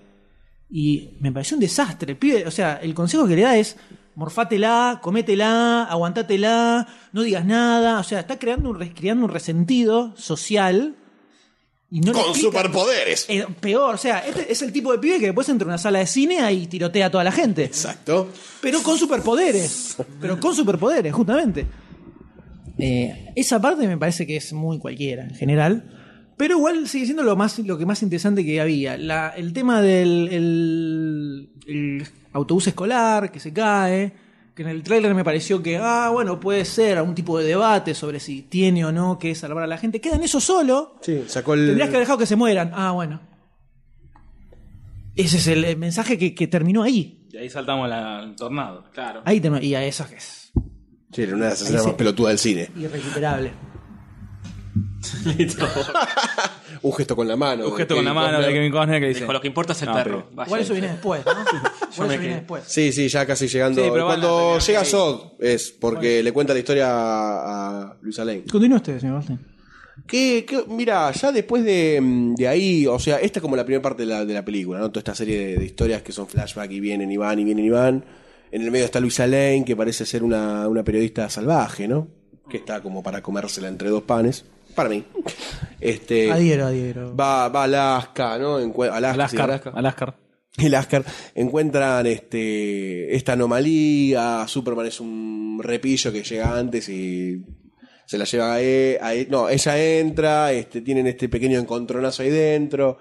Y me pareció un desastre. El pibe, o sea, el consejo que le da es morfátela, cométela, aguantátela, no digas nada. O sea, está creando un, res- creando un resentido social. Y no le
Con
explica-
superpoderes.
eh, peor, o sea, este es el tipo de pibe que después entra a una sala de cine ahí tirotea a toda la gente.
Exacto.
Pero con superpoderes. Pero con superpoderes, justamente. Eh, esa parte me parece que es muy cualquiera en general. Pero igual sigue siendo lo más lo que más interesante que había. La- el tema del el- el autobús escolar que se cae. Que en el tráiler me pareció que, ah, bueno, puede ser algún tipo de debate sobre si tiene o no que salvar a la gente. Queda en eso solo.
Sí, sacó el.
Tendrías que haber dejado que se mueran. Ah, bueno. Ese es el eh, mensaje que, que terminó ahí.
Y Eh, ahí saltamos la- al tornado. Claro.
Ahí terminó. Y a eso que es
Sí, era una de las escenas más pelotudas del cine.
irrecuperable.
Un gesto con la mano.
Un
de
gesto con la
Kevin
mano de
Costner.
Kevin Costner que dice.
(laughs) Dijo, lo que importa es el
Ah,
No,
perro.
pero-
Vaya,
Igual eso viene después,
(laughs)
¿no? Igual
me
eso viene
quedé.
después.
Sí, sí, ya casi llegando.
Sí, pero van a
Cuando
terminar,
llega
sí.
Sod es porque le cuenta la historia a, a Luis Alain.
Continúa usted, señor Goldstein.
Que, que- mira, ya después de, mm, de ahí, o sea, esta es como la primera parte de la, de la película, ¿no? Toda esta serie de, de historias que son flashback y vienen y van y vienen y van. En el medio está Luisa Lane, que parece ser una, una periodista salvaje, ¿no? Que está como para comérsela entre dos panes. Para mí. (laughs) Este,
Adhiero, adhiero.
va, va a Alaska, ¿no? Encue- Alaska, sí,
Alaska.
Alaska.
Alaska.
El Ascar encuentran este, esta anomalía. Superman es un repillo que llega antes y se la lleva a, e- a e- No, ella entra, este, tienen este pequeño encontronazo ahí dentro.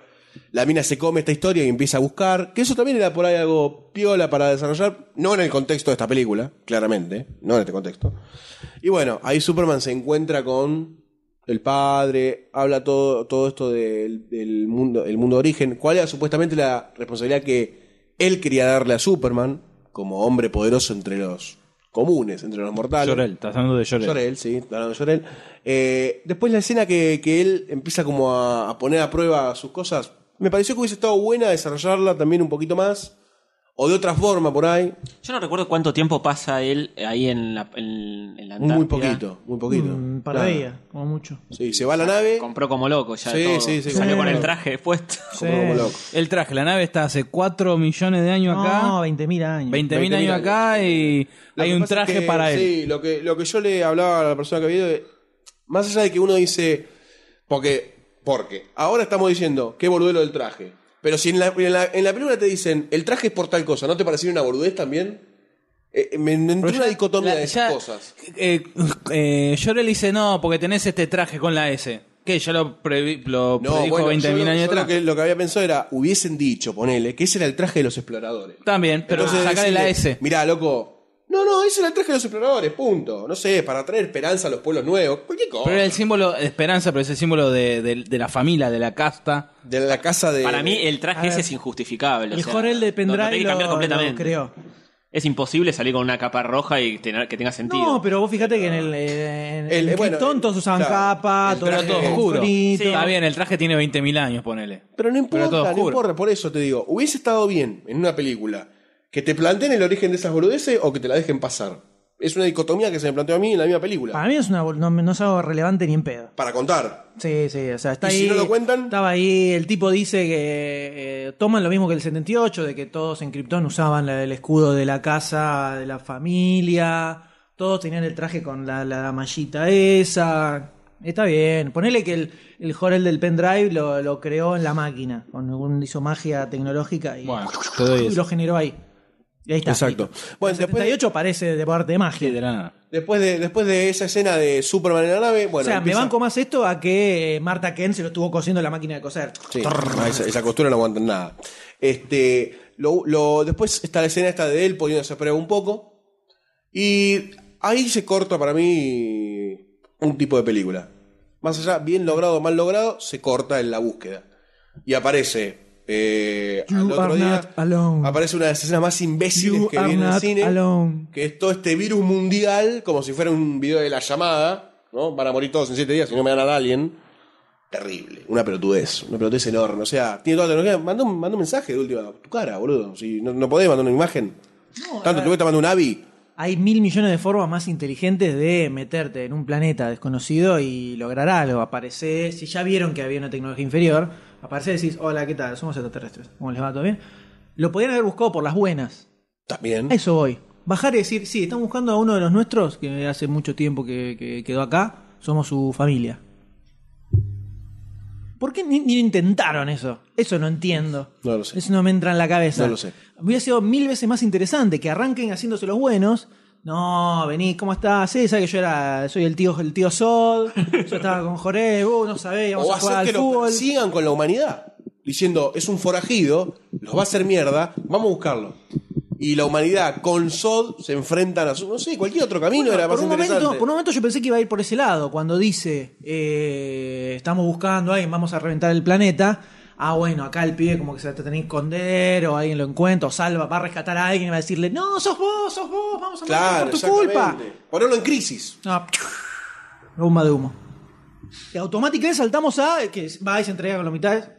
La mina se come esta historia y empieza a buscar. Que eso también era por ahí algo piola para desarrollar. No en el contexto de esta película, claramente. No en este contexto. Y bueno, ahí Superman se encuentra con el padre, habla todo, todo esto del, del mundo, el mundo de origen. ¿Cuál era supuestamente la responsabilidad que él quería darle a Superman como hombre poderoso entre los comunes, entre los mortales?
Llorel, estás hablando de Llorel.
Llorel, sí, está hablando de Llorel. Eh, después la escena que, que él empieza como a, a poner a prueba sus cosas, me pareció que hubiese estado buena desarrollarla también un poquito más. O de otra forma por ahí.
Yo no recuerdo cuánto tiempo pasa él ahí en la, en, en la
Muy
Antártida.
poquito, muy poquito.
Mm, para
Nada.
ella, como mucho.
Sí, se va a la nave.
Compró como loco ya
Sí,
de todo.
sí, sí,
Salió
como
con el
loco.
traje puesto.
compró como loco.
El traje, la nave está hace 4 millones de años
No,
acá.
20.000 años.
20.000
20.000
años acá y
Lo
hay
que
un
pasa es
traje
que,
para él.
Sí, lo que, lo que yo le hablaba a la persona que había ido, eh, más allá de que uno dice, porque, porque, ahora estamos diciendo, qué bordelo del traje. Pero si en la, en, la, en la película te dicen, el traje es por tal cosa, ¿no te parecería una boludez también? Eh, eh, me me entró
Pero
una
ya-
dicotomía
la-
de
ya,
esas cosas.
eh, eh, Llorel dice, no, porque tenés este traje con la S. Que ya lo, previ- lo
No,
predijo
bueno,
20.000
yo lo-
años
yo lo
atrás.
que, lo que había pensado era, hubiesen dicho, ponele, que ese era el traje de los exploradores.
También, pero sacale la
decirle,
S.
Mirá, loco, no, no, ese era el traje de los exploradores, punto. No sé, para traer esperanza a los pueblos nuevos, cualquier cosa.
Pero era el símbolo de esperanza, pero es el símbolo de, de- de la familia, de la casta.
De la casa de...
Para mí el
A
traje
ver,
ese es injustificable. o
El
sea,
Jorel de
lo- lo tenés
Pendrive
que
lo,
cambiar
lo
completamente.
creó.
Es imposible salir con una capa roja y tener, que tenga sentido.
No, pero vos fíjate que en el. eh, En,
El-
en
bueno,
Krypton todos usaban
claro,
capa,
el
todo
Pero
era
todo
todo
oscuro.
bonito.
Sí.
Está bien, el traje tiene 20.000 años, ponele.
Pero no importa,
todo
no
oscuro.
importa, por eso te digo, hubiese estado bien en una película que te planteen el origen de esas boludeces o que te la dejen pasar. Es una dicotomía que se me planteó a mí en la misma película.
Para mí es una, bol- no, no es algo relevante ni en pedo.
Para contar.
Sí, sí, o sea, está
¿Y
ahí.
si no lo cuentan?
Estaba ahí, el tipo dice que eh, toman lo mismo que el 78, de que todos en Krypton usaban la- el escudo de la casa, de la familia, todos tenían el traje con la, la mallita esa. Está bien. Ponele que el, el Jorel del pendrive lo, lo creó en la máquina. Con algún, hizo magia tecnológica y,
Bueno,
Te doy
y
eso.
lo generó ahí. Y ahí está.
Exacto. Bueno, después de,
78 parece de parte de magia.
de la nada.
después, de, después de esa escena de Superman en la nave, bueno.
o sea,
empieza-
me banco más esto a que eh, Marta Kent se lo estuvo cosiendo en la máquina de coser.
Sí, no, esa, esa costura no aguanta nada. Este, lo, lo- después está la escena esta de él poniéndose a prueba un poco. Y ahí se corta para mí un tipo de película. Más allá, bien logrado o mal logrado, se corta en la búsqueda. Y aparece. eh,
You
al
are
otro día,
not alone.
aparece una de las escenas más imbéciles
You
que
are
vi en el
not
cine.
alone.
Que es todo este virus mundial, como si fuera un video de la llamada. ¿no? Van a morir todos en siete días si no me dan a alguien terrible. Una pelotudez, una pelotudez enorme. O sea, tiene toda la tecnología. Manda un, manda un mensaje de última, tu cara, boludo. Si no, no podés mandar una imagen. Tanto te voy tomando un avi.
Hay mil millones de formas más inteligentes de meterte en un planeta desconocido y lograr algo. Aparece, si ya vieron que había una tecnología inferior, aparece y decís, hola, ¿qué tal? Somos extraterrestres. ¿Cómo les va? ¿Todo bien? Lo podían haber buscado por las buenas.
También.
A eso voy. Bajar y decir, sí, estamos buscando a uno de los nuestros, que hace mucho tiempo que, que quedó acá, somos su familia. ¿Por qué ni, ni intentaron eso? Eso no entiendo.
No lo sé.
Eso no me entra en la cabeza.
No lo sé.
Hubiera sido mil veces más interesante que arranquen haciéndose los buenos. No, vení, ¿cómo estás? Sí, sabes que yo era, soy el tío, el tío Sol, yo estaba con Joré, vos no sabés, vamos
O
a jugar
hacer
al
que lo
fútbol.
persigan con la humanidad. Diciendo, es un forajido, los va a hacer mierda, vamos a buscarlo. Y la humanidad con Sod se enfrentan a su. No sé, cualquier otro camino era más
por un,
interesante.
momento, por un momento yo pensé que iba a ir por ese lado, cuando dice, eh, estamos buscando a alguien, vamos a reventar el planeta. Ah, bueno, acá el pibe como que se va a tener que esconder, o alguien lo encuentra, o salva, va a rescatar a alguien y va a decirle, no, sos vos, sos vos, vamos a morir
Claro,
por tu culpa.
exactamente. Ponerlo en crisis.
No, bomba Ah. de humo. Y automáticamente saltamos a eh, que va y se entrega con la mitad.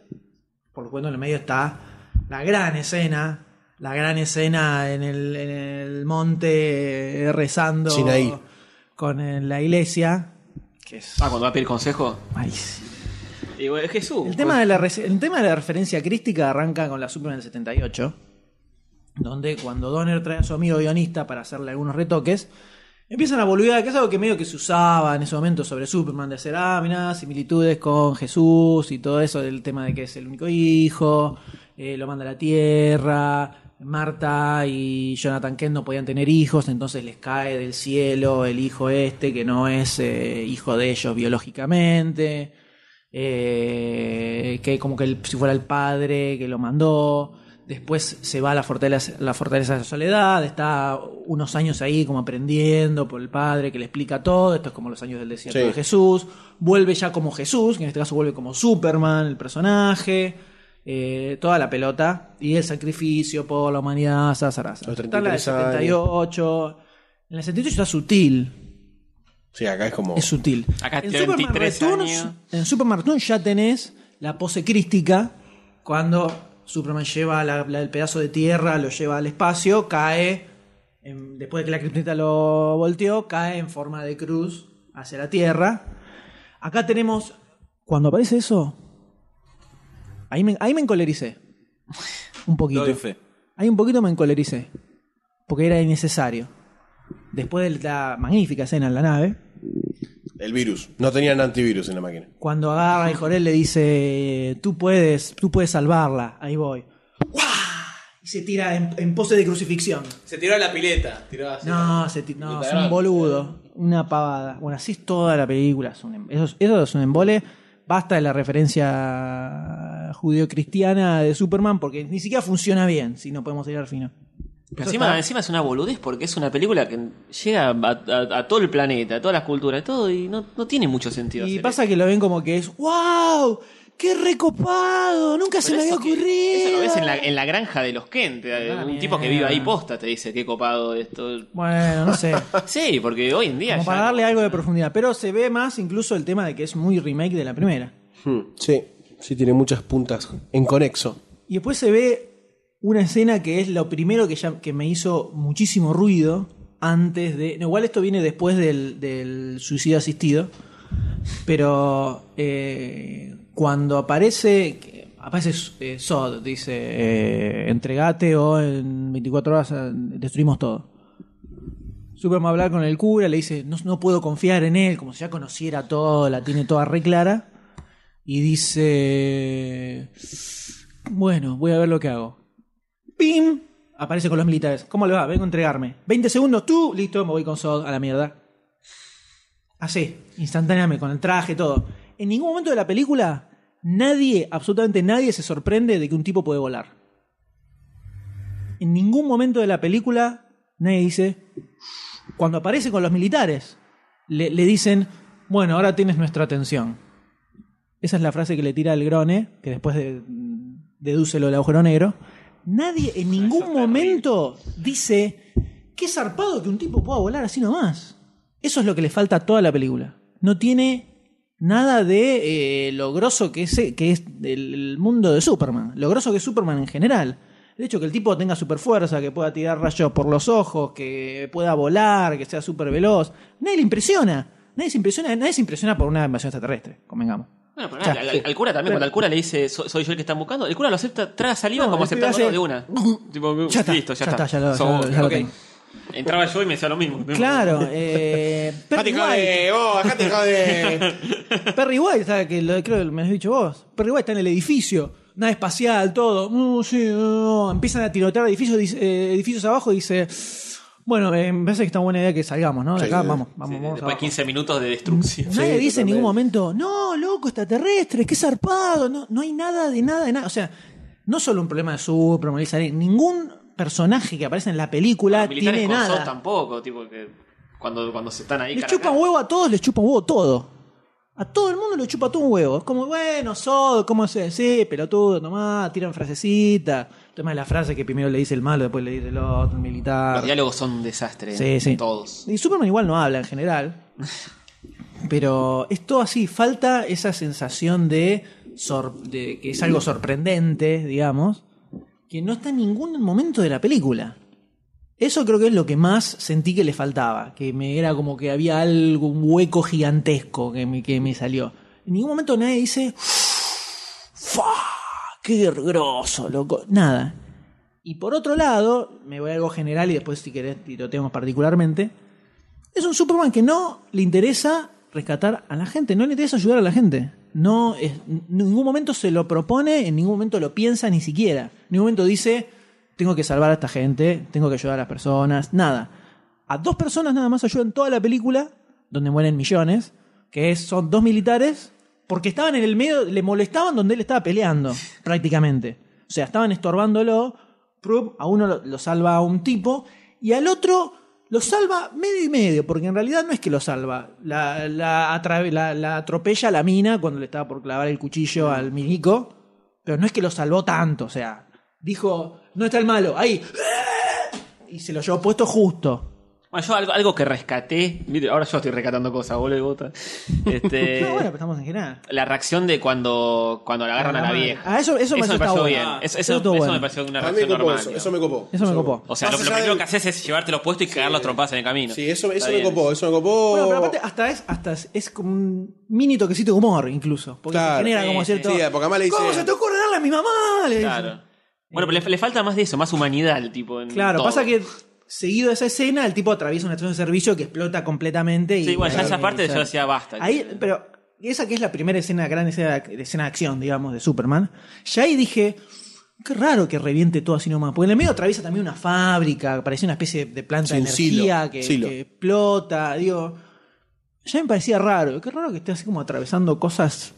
Por lo cuento en el medio está la gran escena. La gran escena en el, en el monte eh, rezando
Sinaí.
con eh, la iglesia. Que es
Ah, cuando va a pedir consejo.
malísimo.
Digo, es Jesús. pues.
El tema, de la, rece- el tema de la referencia crística arranca con la Superman del 78, donde cuando Donner trae a su amigo guionista para hacerle algunos retoques, empiezan a boludear, que es algo que medio que se usaba en ese momento sobre Superman, de hacer, ah, mirá, similitudes con Jesús y todo eso, del tema de que es el único hijo, eh, lo manda a la tierra, Marta y Jonathan Kent no podían tener hijos, entonces les cae del cielo el hijo este, que no es eh, hijo de ellos biológicamente. Eh, que como que el- si fuera el padre que lo mandó. Después se va a la fortaleza, la fortaleza de la soledad, está unos años ahí como aprendiendo por el padre que le explica todo, esto es como los años del desierto
Sí.
de Jesús, vuelve ya como Jesús, que en este caso vuelve como Superman, el personaje, eh, toda la pelota, y el sacrificio por la humanidad, zazaraza.
Los
Está la del
33 años.
78, en la 78 está sutil,
Sí, acá es como.
es sutil.
Acá
en
tiene
Superman
23
Returns-
años.
En Superman Returns ya tenés la pose crística cuando Superman lleva la- la- el pedazo de tierra, lo lleva al espacio, cae, en- después de que la criptonita lo volteó, cae en forma de cruz hacia la tierra. Acá tenemos, cuando aparece eso, ahí me, ahí me encolericé. Un poquito.
Doy fe.
Ahí un poquito me encolericé. Porque era innecesario. Después de la magnífica escena en la nave,
El virus. No tenían antivirus en la máquina.
Cuando agarra el Jorel le dice, tú puedes, tú puedes salvarla, ahí voy. ¡Guau! Y se tira en, en pose de crucifixión.
Se tiró a la pileta. Tiró así.
No, se ti- no, es un boludo, una pavada. Bueno, así es toda la película, es un em- eso, es- eso es un embole. Basta de la referencia judeocristiana de Superman porque ni siquiera funciona bien, si no podemos ir al final.
Pero encima, encima es una boludez porque es una película que llega a, a- a todo el planeta, a todas las culturas, todo, y no, no tiene mucho sentido.
Y
hacer
pasa que lo ven como que es, ¡wow! ¡Qué recopado! Nunca se
Pero
me había
eso que-
ocurrido.
Eso lo ves en la, en la granja de los Kent. eh,
Ah,
un
mierda.
tipo que vive ahí posta te dice qué copado esto.
Bueno, no sé.
Sí, porque hoy en día.
Como
ya-
para darle algo de profundidad. Pero se ve más incluso el tema de que es muy remake de la primera.
Hmm, Sí, sí, tiene muchas puntas en conexo.
Y después se ve una escena que es lo primero que, ya, que me hizo muchísimo ruido antes de... no, igual esto viene después del, del suicidio asistido. Pero eh, cuando aparece... que- Aparece eh, Sod, dice, eh, entregate o en 24 horas eh, destruimos todo. Superman va a hablar con el cura, le dice, no, no puedo confiar en él, como si ya conociera todo, la tiene toda re clara. Y dice, bueno, voy a ver lo que hago. ¡Pim! Aparece con los militares. ¿Cómo le va? Vengo a entregarme. 20 segundos, tú, listo, me voy con Sod a la mierda. Así, instantáneamente, con el traje, todo. En ningún momento de la película, nadie, absolutamente nadie, se sorprende de que un tipo puede volar. En ningún momento de la película, nadie dice. Cuando aparece con los militares, le, le dicen: Bueno, ahora tienes nuestra atención. Esa es la frase que le tira el Grone, que después de- deduce lo del agujero negro. Nadie en ningún momento dice: Qué zarpado que un tipo pueda volar así nomás. Eso es lo que le falta a toda la película. No tiene nada de eh, lo grosso que es, que es el, el mundo de Superman, lo grosso que es Superman en general. El hecho que el tipo tenga super fuerza, que pueda tirar rayos por los ojos, que pueda volar, que sea super veloz, nadie le impresiona. Nadie se impresiona, nadie se impresiona por una invasión extraterrestre, convengamos.
Bueno, pero nada,
Ya,
al,
sí.
al cura también, cuando al cura le dice, "So- soy yo el que están buscando, el cura lo acepta, traga saliva
No,
como
el pibe
aceptar
hace- (laughs)
de una. Tipo,
Ya está,
listo, ya,
ya
está.
está, ya lo-
Sos
ya lo-
vos,
ya lo
ok.
tengo.
Entraba yo y me decía lo mismo.
(laughs) Claro,
(laughs)
eh, Perry, White,
vos,
(laughs)
dejate joder.
Perry White, ¿sabes? que lo, creo que me lo has dicho vos. Perry White está en el edificio, nada espacial, todo. Mm, sí, mm, empiezan a tirotear edificios, dice- eh, edificios abajo y dice, bueno, eh, me parece que está buena idea que salgamos, ¿no? De acá, vamos, vamos, vamos.
Sí, después de
abajo.
15 minutos de destrucción.
(laughs) Nadie
Sí,
dice en ningún
totalmente.
momento, no, loco, extraterrestre, qué zarpado, no, no hay nada de nada de nada. O sea, no solo un problema de Superman, Lisa Lane, ningún personaje que aparece en la película
Los militares
tiene
con Zod
nada.
tampoco, tipo que cuando, cuando se están ahí.
Les
cara a
chupa un
cara.
huevo a todos, les chupa un huevo todo. A todo el mundo le chupa todo un huevo. Es como, bueno, Sod, ¿cómo se Sí, pelotudo, nomás, tiran frasecita. El tema de la frase que primero le dice el malo, después le dice el otro, el militar.
Los diálogos son un desastre.
Sí, sí.
Todos.
Y Superman igual no habla en general. Pero es todo así, falta esa sensación de, sor- de que es algo sorprendente, digamos, que no está en ningún momento de la película. Eso creo que es lo que más sentí que le faltaba, que me era como que había algo, un hueco gigantesco que me, que me salió. En ningún momento nadie dice, ¡Fa! ¡Qué grosso, loco! Nada. Y por otro lado, me voy a algo general y después si querés tiroteamos particularmente. Es un Superman que no le interesa rescatar a la gente, no le interesa ayudar a la gente. No es, en ningún momento se lo propone, en ningún momento lo piensa ni siquiera. En ningún momento dice, tengo que salvar a esta gente, tengo que ayudar a las personas, nada. A dos personas nada más ayudan toda la película, donde mueren millones, que es- son dos militares, porque estaban en el medio, le molestaban donde él estaba peleando, prácticamente. O sea, estaban estorbándolo, Prup, a uno lo, lo salva a un tipo y al otro lo salva medio y medio, porque en realidad no es que lo salva, la, la, atra- la- la atropella la mina cuando le estaba por clavar el cuchillo al milico, pero no es que lo salvó tanto, o sea, dijo, no está el malo, ahí, (laughs) y se lo llevó puesto justo.
Bueno, yo algo, algo que rescaté. mire, ahora yo estoy rescatando cosas, boludo. bota.
(laughs)
Este,
No, bueno, pero estamos en general.
La reacción de cuando, cuando la agarran
Ah,
a la
madre.
vieja.
Ah, eso- eso me pareció
pareció
bueno.
bien.
Ah,
Eso,
eso
eso,
estuvo
eso
bueno.
me pareció una
A mí me
reacción
copó
normal.
eso,
digamos.
eso me copó.
Eso me copó.
O sea, lo,
Más
lo
allá
primero
del-
que haces es llevarte los puestos y cagar los trompadas en el camino.
Sí, eso,
Está
eso me
bien.
copó, eso me copó.
Bueno, pero aparte hasta es, hasta es, es como un mini toquecito de humor incluso, porque se
Claro.
genera como
Sí,
cierto...
sí, porque además le dice-
¿Cómo se te ocurre darle a mi mamá? Le dice.
Claro. Bueno, pero le, le falta más de eso, más humanidad al tipo. En
Claro,
todo.
pasa que seguido de esa escena, el tipo atraviesa una estación de servicio que explota completamente. Y,
Sí, bueno, ya esa parte
de
yo decía basta.
Ahí, pero esa que es la primera escena, gran escena, de- escena de acción, digamos, de Superman. Ya ahí dije, qué raro que reviente todo así nomás. Porque en el medio atraviesa también una fábrica, parece una especie de planta
Sí,
de
un silo,
energía que,
silo.
que explota. Digo, ya me parecía raro. Qué raro que esté así como atravesando cosas.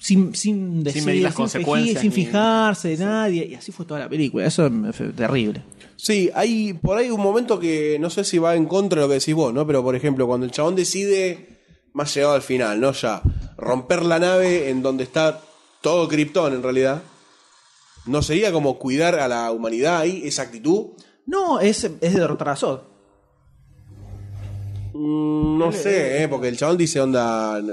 Sin, sin decir,
medir las
fiji-
consecuencias
sin
ni-
fijarse de nadie. Y así fue toda la película. Eso me fue terrible.
Sí, hay por ahí un momento que no sé si va en contra de lo que decís vos, ¿no? Pero por ejemplo, cuando el chabón decide, más llegado al final, ¿no? Ya, romper la nave en donde está todo Krypton en realidad. ¿No sería como cuidar a la humanidad ahí, esa actitud?
No, es, es de derrotar a Zod.
Mm, no sé, ¿eh? Porque el chabón dice, onda. n-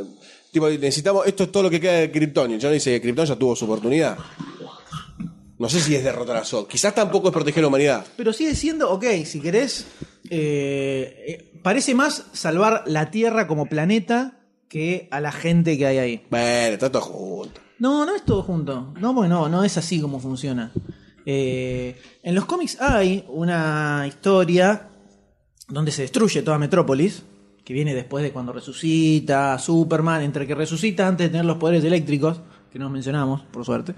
Tipo, necesitamos. Esto es todo lo que queda de Krypton. Y el chabón dice, Krypton ya tuvo su oportunidad. No sé si es derrotar a Zod. Quizás tampoco es proteger a la humanidad.
Pero sigue siendo, ok, si querés, eh, eh, parece más salvar la Tierra como planeta que a la gente que hay ahí.
Bueno, está todo junto.
No, no es todo junto. No, porque no, no es así como funciona. Eh, en los cómics hay una historia donde se destruye toda Metrópolis, que viene después de cuando resucita Superman, entre que resucita antes de tener los poderes eléctricos, que nos mencionamos, por suerte.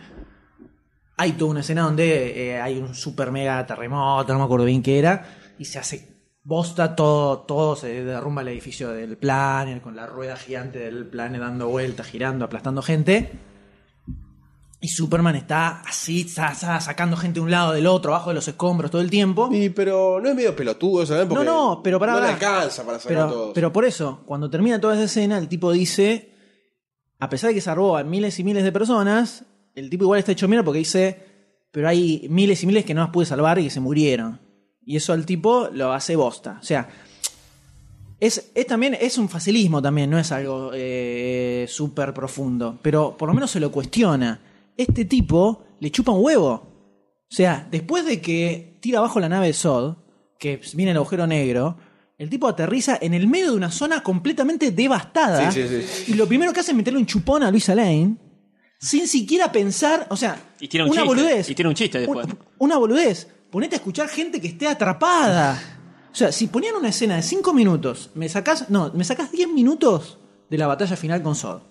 Hay toda una escena donde eh, hay un super mega terremoto, no me acuerdo bien qué era, y se hace bosta todo, todo se derrumba el edificio del planet, con la rueda gigante del planet dando vueltas, girando, aplastando gente. Y Superman está así, sa- sa- sacando gente de un lado, del otro, abajo de los escombros todo el tiempo.
Y, pero no es medio pelotudo eso, ¿no? Porque
no, pero pará,
No
pará.
le alcanza para sacar
Pero,
todos.
pero por eso, cuando termina toda esa escena, el tipo dice, a pesar de que salvó a miles y miles de personas, el tipo igual está hecho mierda porque dice, pero hay miles y miles que no las pude salvar y que se murieron. Y eso al tipo lo hace bosta. O sea, es, es también, es un facilismo también, no es algo eh, súper profundo, pero por lo menos se lo cuestiona. Este tipo le chupa un huevo. O sea, después de que tira abajo la nave de Sod, que viene el agujero negro, el tipo aterriza en el medio de una zona completamente devastada.
Sí, sí, sí.
Y lo primero que hace es meterle un chupón a Luisa Lane sin siquiera pensar, o sea,
Y tiene un
una
chiste,
boludez.
y tiene un chiste después.
Una, una boludez. Ponete a escuchar gente que esté atrapada. O sea, si ponían una escena de 5 minutos, me sacás, no, me sacás 10 minutos de la batalla final con Sod.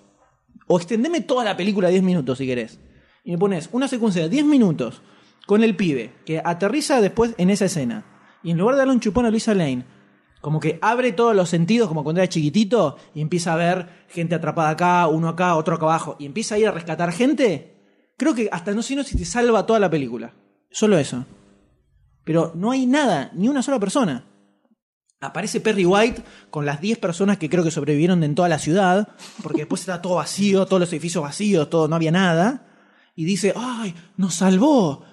O extendeme toda la película a 10 minutos si querés. Y me pones una secuencia de 10 minutos con el pibe que aterriza después en esa escena. Y en lugar de darle un chupón a Luisa Lane, como que abre todos los sentidos, como cuando era chiquitito, y empieza a ver gente atrapada acá, uno acá, otro acá abajo, y empieza a ir a rescatar gente. Creo que hasta no sé no, si te salva toda la película. Solo eso. Pero no hay nada, ni una sola persona. Aparece Perry White con las 10 personas que creo que sobrevivieron de en toda la ciudad, porque después está todo vacío, todos los edificios vacíos, todo, no había nada. Y dice, ¡ay, nos salvó!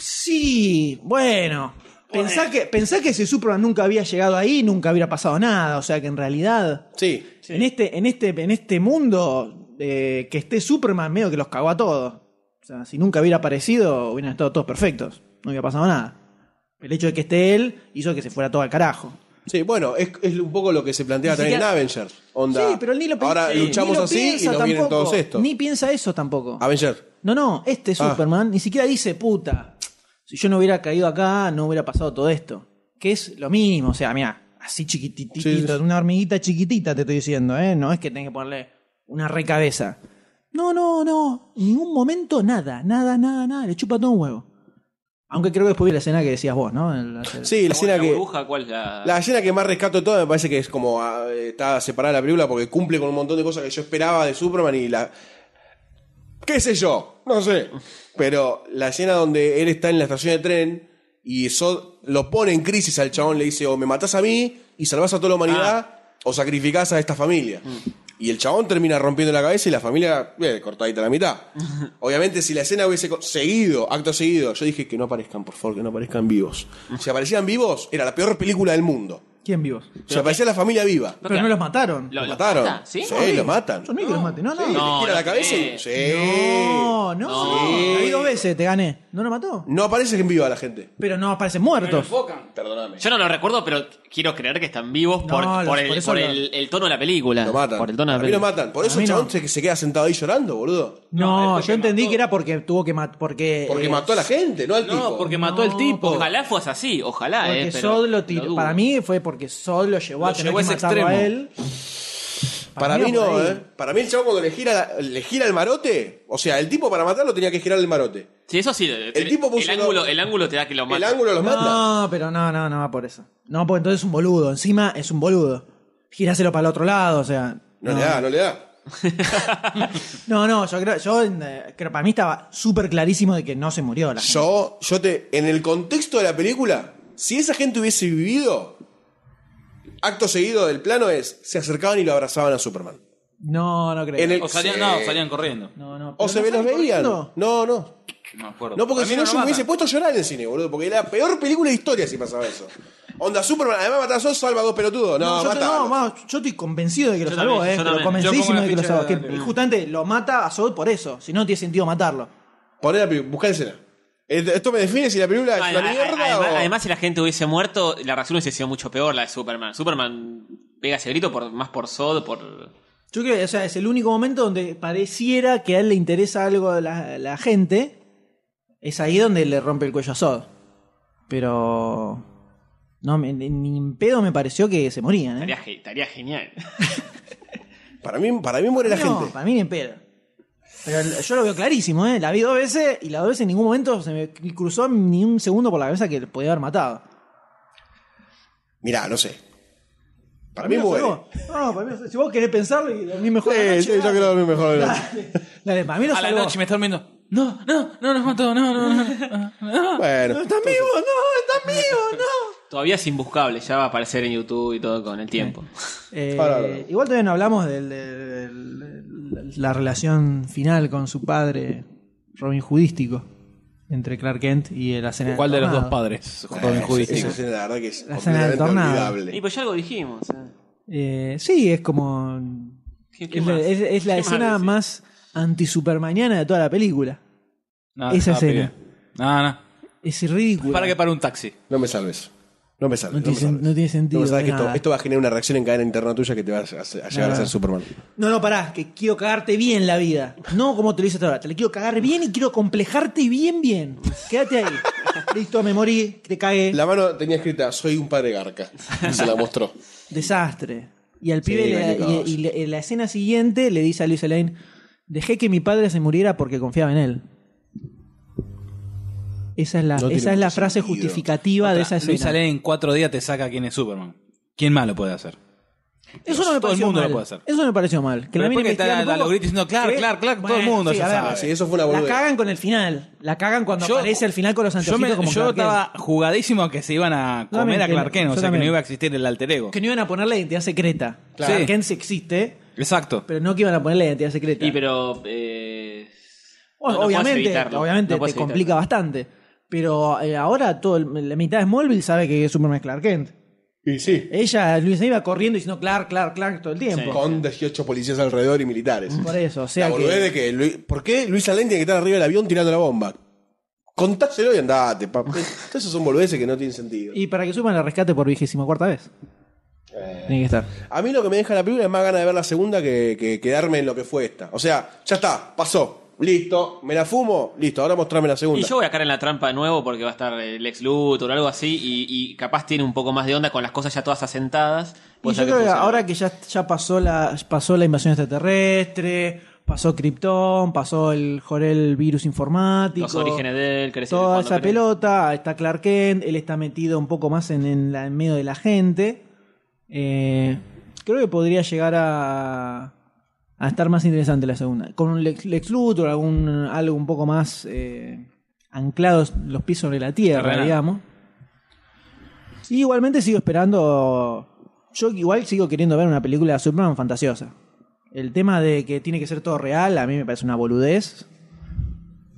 Sí, bueno. Pensá que, pensá que si Superman nunca había llegado ahí, nunca hubiera pasado nada. O sea que en realidad,
Sí.
en, este, en, este, en este mundo, eh, que esté Superman medio que los cagó a todos. O sea, si nunca hubiera aparecido, hubieran estado todos perfectos. No hubiera pasado nada. El hecho de que esté él hizo que se fuera todo al carajo.
Sí, bueno, es, es un poco lo que se plantea
Ni
también en
siquiera-
Avengers. Onda.
Sí, pero él ni lo pi-
Ahora
sí, ni
luchamos
lo
así y
piensa
nos vienen
tampoco.
todos estos.
Ni piensa eso tampoco.
Avengers.
No, no, este
Ah.
Superman ni siquiera dice, puta, si yo no hubiera caído acá, no hubiera pasado todo esto. Que es lo mínimo, o sea, mira, así chiquititito,
Sí, sí.
una hormiguita chiquitita te estoy diciendo, ¿eh? No es que tenés que ponerle una recabeza. No, no, no, en ningún momento nada, nada, nada, nada, le chupa todo un huevo. Aunque creo que después vi la escena que decías vos, ¿no? El- el-
Sí, la escena
¿La
que.
burbuja cuál es la-
La escena que más rescato de todas me parece que es como ah, eh, está separada la película porque cumple con un montón de cosas que yo esperaba de Superman y la. ¿Qué sé yo? No sé. Pero la escena donde él está en la estación de tren y Zod lo pone en crisis al chabón, le dice: o me matás a mí y salvás a toda la humanidad o sacrificás a esta familia. Y el chabón termina rompiendo la cabeza y la familia, eh, cortadita a la mitad. Obviamente, si la escena hubiese co- seguido, acto seguido, yo dije que no aparezcan, por favor, que no aparezcan vivos. Si aparecían vivos, era la peor película del mundo.
¿Quién vivos?
O sea, parecía la familia viva.
Pero no los mataron.
¿Lo-
Los
lo
mataron.
mata? ¿Sí?
los matan.
Yo no vi que los maté, no, no.
Sí, le
No,
tira
no
la cabeza y.
crees.
Sí.
No, no, no. La vi dos veces, te gané. ¿No lo mató?
No aparece en viva la gente.
Pero no aparecen muertos.
Perdóname.
Yo no lo recuerdo, pero quiero creer que están vivos por,
No, los-
por el,
por eso
por
lo-
el- el tono de la película.
Lo matan.
Por el tono de
a
la
mí lo
película.
matan. Por eso
A mí
el
no.
chabón se, se queda sentado ahí llorando, boludo.
No,
No, es porque
yo entendí
mató-
que era porque tuvo que matar. Porque,
Porque
eh,
mató a la gente, no al tipo.
No, porque mató al tipo.
Ojalá fuese así, ojalá.
Porque
eh, pero
Sod lo
lo
tiró.
dudo.
para mí fue porque Sod lo llevó a
Lo
tener
llevó
que
a ese
matarlo a
extremo.
él.
Para,
va
mí no,
por ahí.
¿eh? Para mí el chabón cuando le gira, la- le gira el marote, o sea, el tipo para matarlo tenía que girar el marote.
Sí, eso sí. El,
tipo puso una-
ángulo, el ángulo te da que lo mata.
El ángulo los mata.
No, pero no, no, no va por eso. No, porque entonces es un boludo. Encima es un boludo. Giráselo para el otro lado, o sea.
No, le da, no le da.
No, no, yo creo, yo eh, creo, para mí estaba súper clarísimo de que no se murió la gente.
Yo, yo te. En el contexto de la película, si esa gente hubiese vivido, acto seguido del plano es. Se acercaban y lo abrazaban a Superman.
No, no creo.
En el-
O salían,
Sí.
no, salían corriendo.
No, no.
O
pero
se
no
ve, los
sale
veían.
corriendo.
No, no.
No me
Pues,
acuerdo.
No, porque
A mí
si no,
lo
yo me
matan.
hubiese puesto a llorar en el cine, boludo. Porque era la peor película de historia si pasaba eso. Onda Superman, además matar a Sos, salva a dos pelotudos. No,
yo,
mata.
no, vamos, yo estoy convencido de que lo
Yo
salvó,
también,
eh,
yo
pero
también.
Yo pongo
convencidísimo
la
de que lo
ficha
salvó.
de
que-
Daniel.
y justamente lo mata a Sod por eso, si no, no tiene sentido matarlo.
Poné la película, buscá la escena. Eh, Esto me define si la película es
Ad-
una
ad-
mierda
además,
o.
además, si la gente hubiese muerto, la razón hubiese sido mucho peor la de Superman. Superman pega ese grito por, más por Sod, por.
Yo creo que o sea, es el único momento donde pareciera que a él le interesa algo a la, la gente. Es ahí donde le rompe el cuello a Sod. Pero. No, me- ni ni en pedo me pareció que se morían,
Estaría,
¿eh?
ge- estaría genial.
Para mí, para mí muere la
No,
gente.
para mí ni en pedo. Pero yo lo veo clarísimo, ¿eh? La vi dos veces y las dos veces en ningún momento se me cruzó ni un segundo por la cabeza que le podía haber matado.
Mirá, no sé. Para mí
no sé
muere.
vos. No, para mí, no sé. si vos querés pensarlo y dormir mejor. la
Sí,
noche,
sí, yo
dale.
quiero dormir mejor. la noche.
Dale, dale, para mí lo
A la
salvó.
noche me está durmiendo. No, no, no nos mató, no, no, no.
Bueno,
¡Están vivos! ¡No! ¡Están vivos! ¡No!
Todavía es imbuscable, ya va a aparecer en YouTube y todo con el tiempo.
Eh,
Ahora hablamos.
Igual todavía no hablamos del- del- del- la relación final con su padre, Robin Judístico, entre Clark Kent y el asesino.
¿Cuál de los dos padres? Robin Hood.
esa escena la verdad que es
La escena del
completamente
tornado.
Y
olvidable.
pues ya algo dijimos. ¿eh?
Eh, sí, es como.
¿Qué- qué
Es la,
más?
es- es la
¿Qué
escena
decir?
más anti-supermaniana de toda la película.
No,
Esa
no,
escena.
pibe. No, no.
Es ridículo.
Para que para un taxi.
No me salves. No me salves.
No tiene
me
sen-
salves.
no tiene sentido
me salves que
de
esto,
nada.
esto va a generar una reacción en cadena interna tuya que te va a, a- a llevar a ser Superman.
No, no, pará, que quiero cagarte bien la vida. No como te lo hice hasta ahora. Te la quiero cagar bien y quiero complejarte bien, bien. Quédate ahí. Listo, me morí, que te cagué.
La mano tenía escrita, soy un padre garca. Y se la mostró.
Desastre. Y al pibe,
Sí,
le-
Gallegos.
y, y le- en la escena siguiente le dice a Luis Elaine, dejé que mi padre se muriera porque confiaba en él. Esa es la,
tiene
esa es la
mucho
frase
sentido.
justificativa Ah, de esa
Luis
escena.
sale en cuatro días te saca quién es Superman. ¿Quién más lo puede hacer?
Eso no me
Todo el
pareció
mundo lo
mal.
puede hacer.
Eso no me pareció mal. Que
Pero
la mina
después que
investigara
está
un
la- la
poco,
logrita diciendo, claro,
que-
claro, claro, todo el mundo ya
a ver,
sabe.
Sí, eso fue una
La
boludez.
cagan con el final. La cagan cuando
Yo-
aparece al final con los
Yo,
anteojitos
me-
como
yo
Clark Kent.
estaba jugadísimo a que se iban a comer
Claramente,
a Clark Kent, o sea que no
claramente.
iba a existir el alter ego.
Que no iban a poner la identidad secreta.
Claro.
Clark Kent sí existe,
Exacto.
pero no que iban a poner la identidad secreta.
Y pero. eh,
Bueno,
no- no puedes
obviamente,
evitarlo,
obviamente
no puedes
te complica
evitarlo.
bastante. Pero eh, ahora todo el- la mitad de Smallville sabe que Superman es Clark Kent.
Y sí.
Ella, Luis, iba corriendo diciendo Clark, Clark, Clark todo el tiempo.
Con 18 policías alrededor y militares.
Por eso, o
La
sea
boludez
que...
de que. Lu- ¿Por qué Luis Alain tiene que estar arriba del avión tirando la bomba? Contáselo y andate,
(laughs)
papá. Entonces son boludeces que no tienen sentido.
Y para que Superman la rescate por vigésima cuarta vez.
Eh.
Tiene que estar.
A mí lo que me deja la película es más ganas de ver la segunda que, que quedarme en lo que fue esta. O sea, ya está, pasó. Listo, me la fumo, listo, ahora mostrame la segunda.
Y yo voy a caer en la trampa de nuevo porque va a estar el ex Luthor o algo así y, y capaz tiene un poco más de onda con las cosas ya todas asentadas.
Y
Puede
yo
ser
creo que
funcione.
ahora que ya, ya pasó la pasó la invasión extraterrestre, pasó Krypton, pasó el Jorel virus informático.
Los orígenes de él, crecer
toda
cuando
esa
crece.
pelota, está Clark Kent, él está metido un poco más en, en la- en medio de la gente. Eh, creo que podría llegar a, a estar más interesante la segunda. Con un Lex, Lex Luthor, algún, algo un poco más eh, anclados los pies sobre la tierra,
Terrenal.
digamos. Y igualmente sigo esperando. Yo igual sigo queriendo ver una película de Superman fantasiosa. El tema de que tiene que ser todo real, a mí me parece una boludez.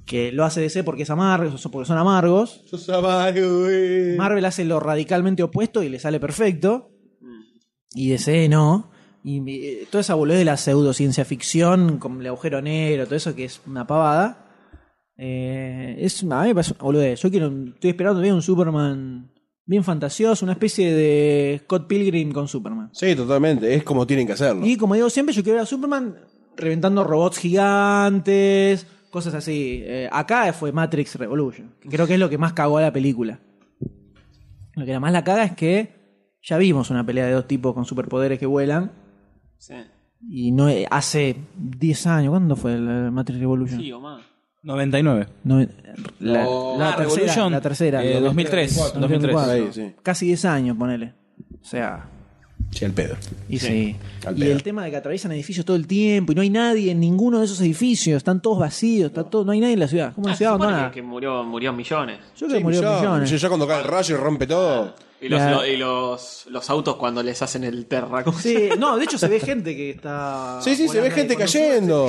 Que lo hace DC porque es amargo, so- porque son amargos.
Sos amargo, eh.
Marvel hace lo radicalmente opuesto y le sale perfecto.
Mm.
Y DC no. Y mi- eh, toda esa boludez de la pseudociencia ficción, con el agujero negro, todo eso que es una pavada. eh, es, a mí me parece una boludez. Yo quiero, un- estoy esperando bien un Superman bien fantasioso, una especie de Scott Pilgrim con Superman.
Sí, totalmente, es como tienen que hacerlo.
Y como digo siempre, yo quiero ver a Superman reventando robots gigantes, cosas así. Eh, acá fue Matrix Revolution. que Creo que es lo que más cagó a la película. Lo que más la caga es que ya vimos una pelea de dos tipos con superpoderes que vuelan.
Sí.
Y no eh, hace 10 años, ¿cuándo fue la Matrix Revolution?
Sí, o más. Ah,
99.
No, eh, la,
Oh.
la
Ah,
tercera,
Revolution,
la tercera.
eh,
la-
2003,
2004.
2003. Sí, sí.
Casi 10 años, ponele. O sea,
Sí, el pedo.
Y sí.
Al
Y
pedo.
el tema de que atraviesan edificios todo el tiempo y no hay nadie en ninguno de esos edificios, están todos vacíos, está todo, no hay nadie en la ciudad. ¿Cómo en
Ah,
la
se
ciudad
supone
abandonada?
que, que murió, murió millones.
Yo creo que
Sí,
murió
ya,
millones.
ya cuando cae el rayo y rompe todo.
Y, los,
La-
lo- y los, los autos cuando les hacen el terra. ¿cómo se
Sí, no, de hecho se ve gente que está.
(laughs) Sí, sí, se ve
volando
gente
ahí con
cayendo.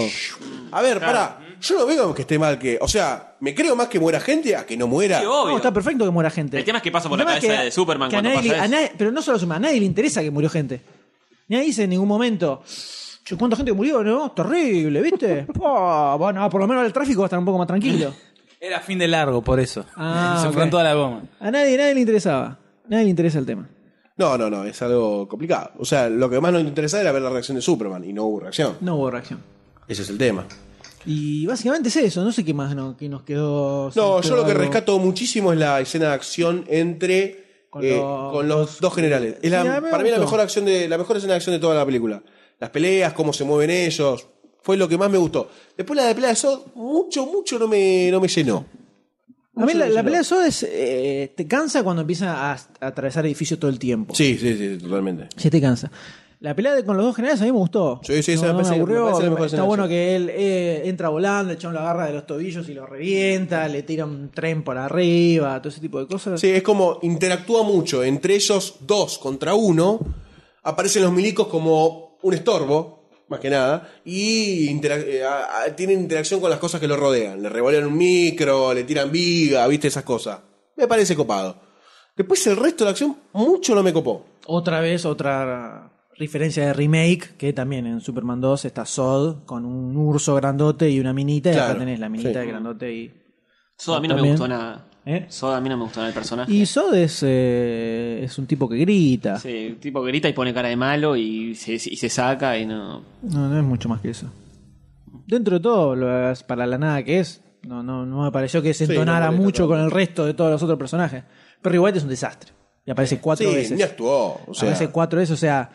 A ver, pará, yo no veo que esté mal que. O sea, me creo más que muera gente a que no muera.
(laughs) Sí,
un-
obvio.
No, está perfecto que muera gente.
El tema es que pasa por
El
la
tema es
cabeza de Superman
que a
cuando
nadie le-
pasa
a
eso.
nadie- Pero no solo a Superman, a nadie le interesa que murió gente. Nadie dice en ningún momento. "Che, ¿Cuánta gente murió? No, terrible,
(laughs)
¿viste? Pa, bueno, ah, por lo menos el tráfico va a estar un poco más tranquilo.
Era fin de largo, por eso.
Ah,
(laughs) se
ok.
enfrentó a la bomba.
A nadie, nadie le interesaba. Nadie le interesa el tema.
No, no, no, es algo complicado. O sea, lo que más nos interesaba era ver la reacción de Superman y no hubo reacción.
No hubo reacción.
Ese es el tema.
Y básicamente es eso, no sé qué más no, que nos quedó.
No, yo lo que
algo.
rescato muchísimo es la escena de acción entre
Con
eh,
los-
con los dos generales. Es la-
Mira, me
para mí la
gustó.
mejor acción de la mejor escena de acción de toda la película. Las peleas, cómo se mueven ellos, fue lo que más me gustó. Después la de pelea de Sod, mucho, mucho no me, no me llenó.
A mí la,
Mucho
la
no
pelea
me llenó.
de Sod es, eh, te cansa cuando empieza a, a atravesar edificios todo el tiempo.
Sí, sí, sí, totalmente.
Sí, te cansa. La pelea de, con los dos generales a mí me gustó.
Sí, sí, esa
No-
me
no
parece- me
aburrió.
parece la mejor
Está
escena,
bueno
sí.
que él eh, entra volando, el chabón lo agarra de los tobillos y lo revienta, le tira un tren por arriba, todo ese tipo de cosas.
Sí, es como interactúa mucho. Entre ellos dos contra uno, aparecen los milicos como un estorbo, más que nada, y interac- eh, a- a- tienen interacción con las cosas que los rodean. Le revolean un micro, le tiran viga, viste esas cosas. Me parece copado. Después el resto de la acción mucho no me copó.
Otra vez, otra referencia de remake, que también en Superman 2 está Sod con un urso grandote y una minita, y acá
Claro,
tenés la minita
sí.
grandote y...
Soda a mí no me
También.
gustó nada.
¿Eh?
Soda a mí no me gustó nada el personaje.
Y Sod es, eh, es un tipo que grita.
Sí, el tipo grita y pone cara de malo y se, y se saca y no. (laughs)
No, no es mucho más que eso. Dentro de todo, lo es para la nada que es, no, no, no me pareció que se
Sí, no
entonara
molesta
mucho
tanto.
con el resto de todos los otros personajes. Perry White es un desastre. Y aparece cuatro
Sí,
veces.
ni actuó. O sea,
aparece cuatro veces, o sea,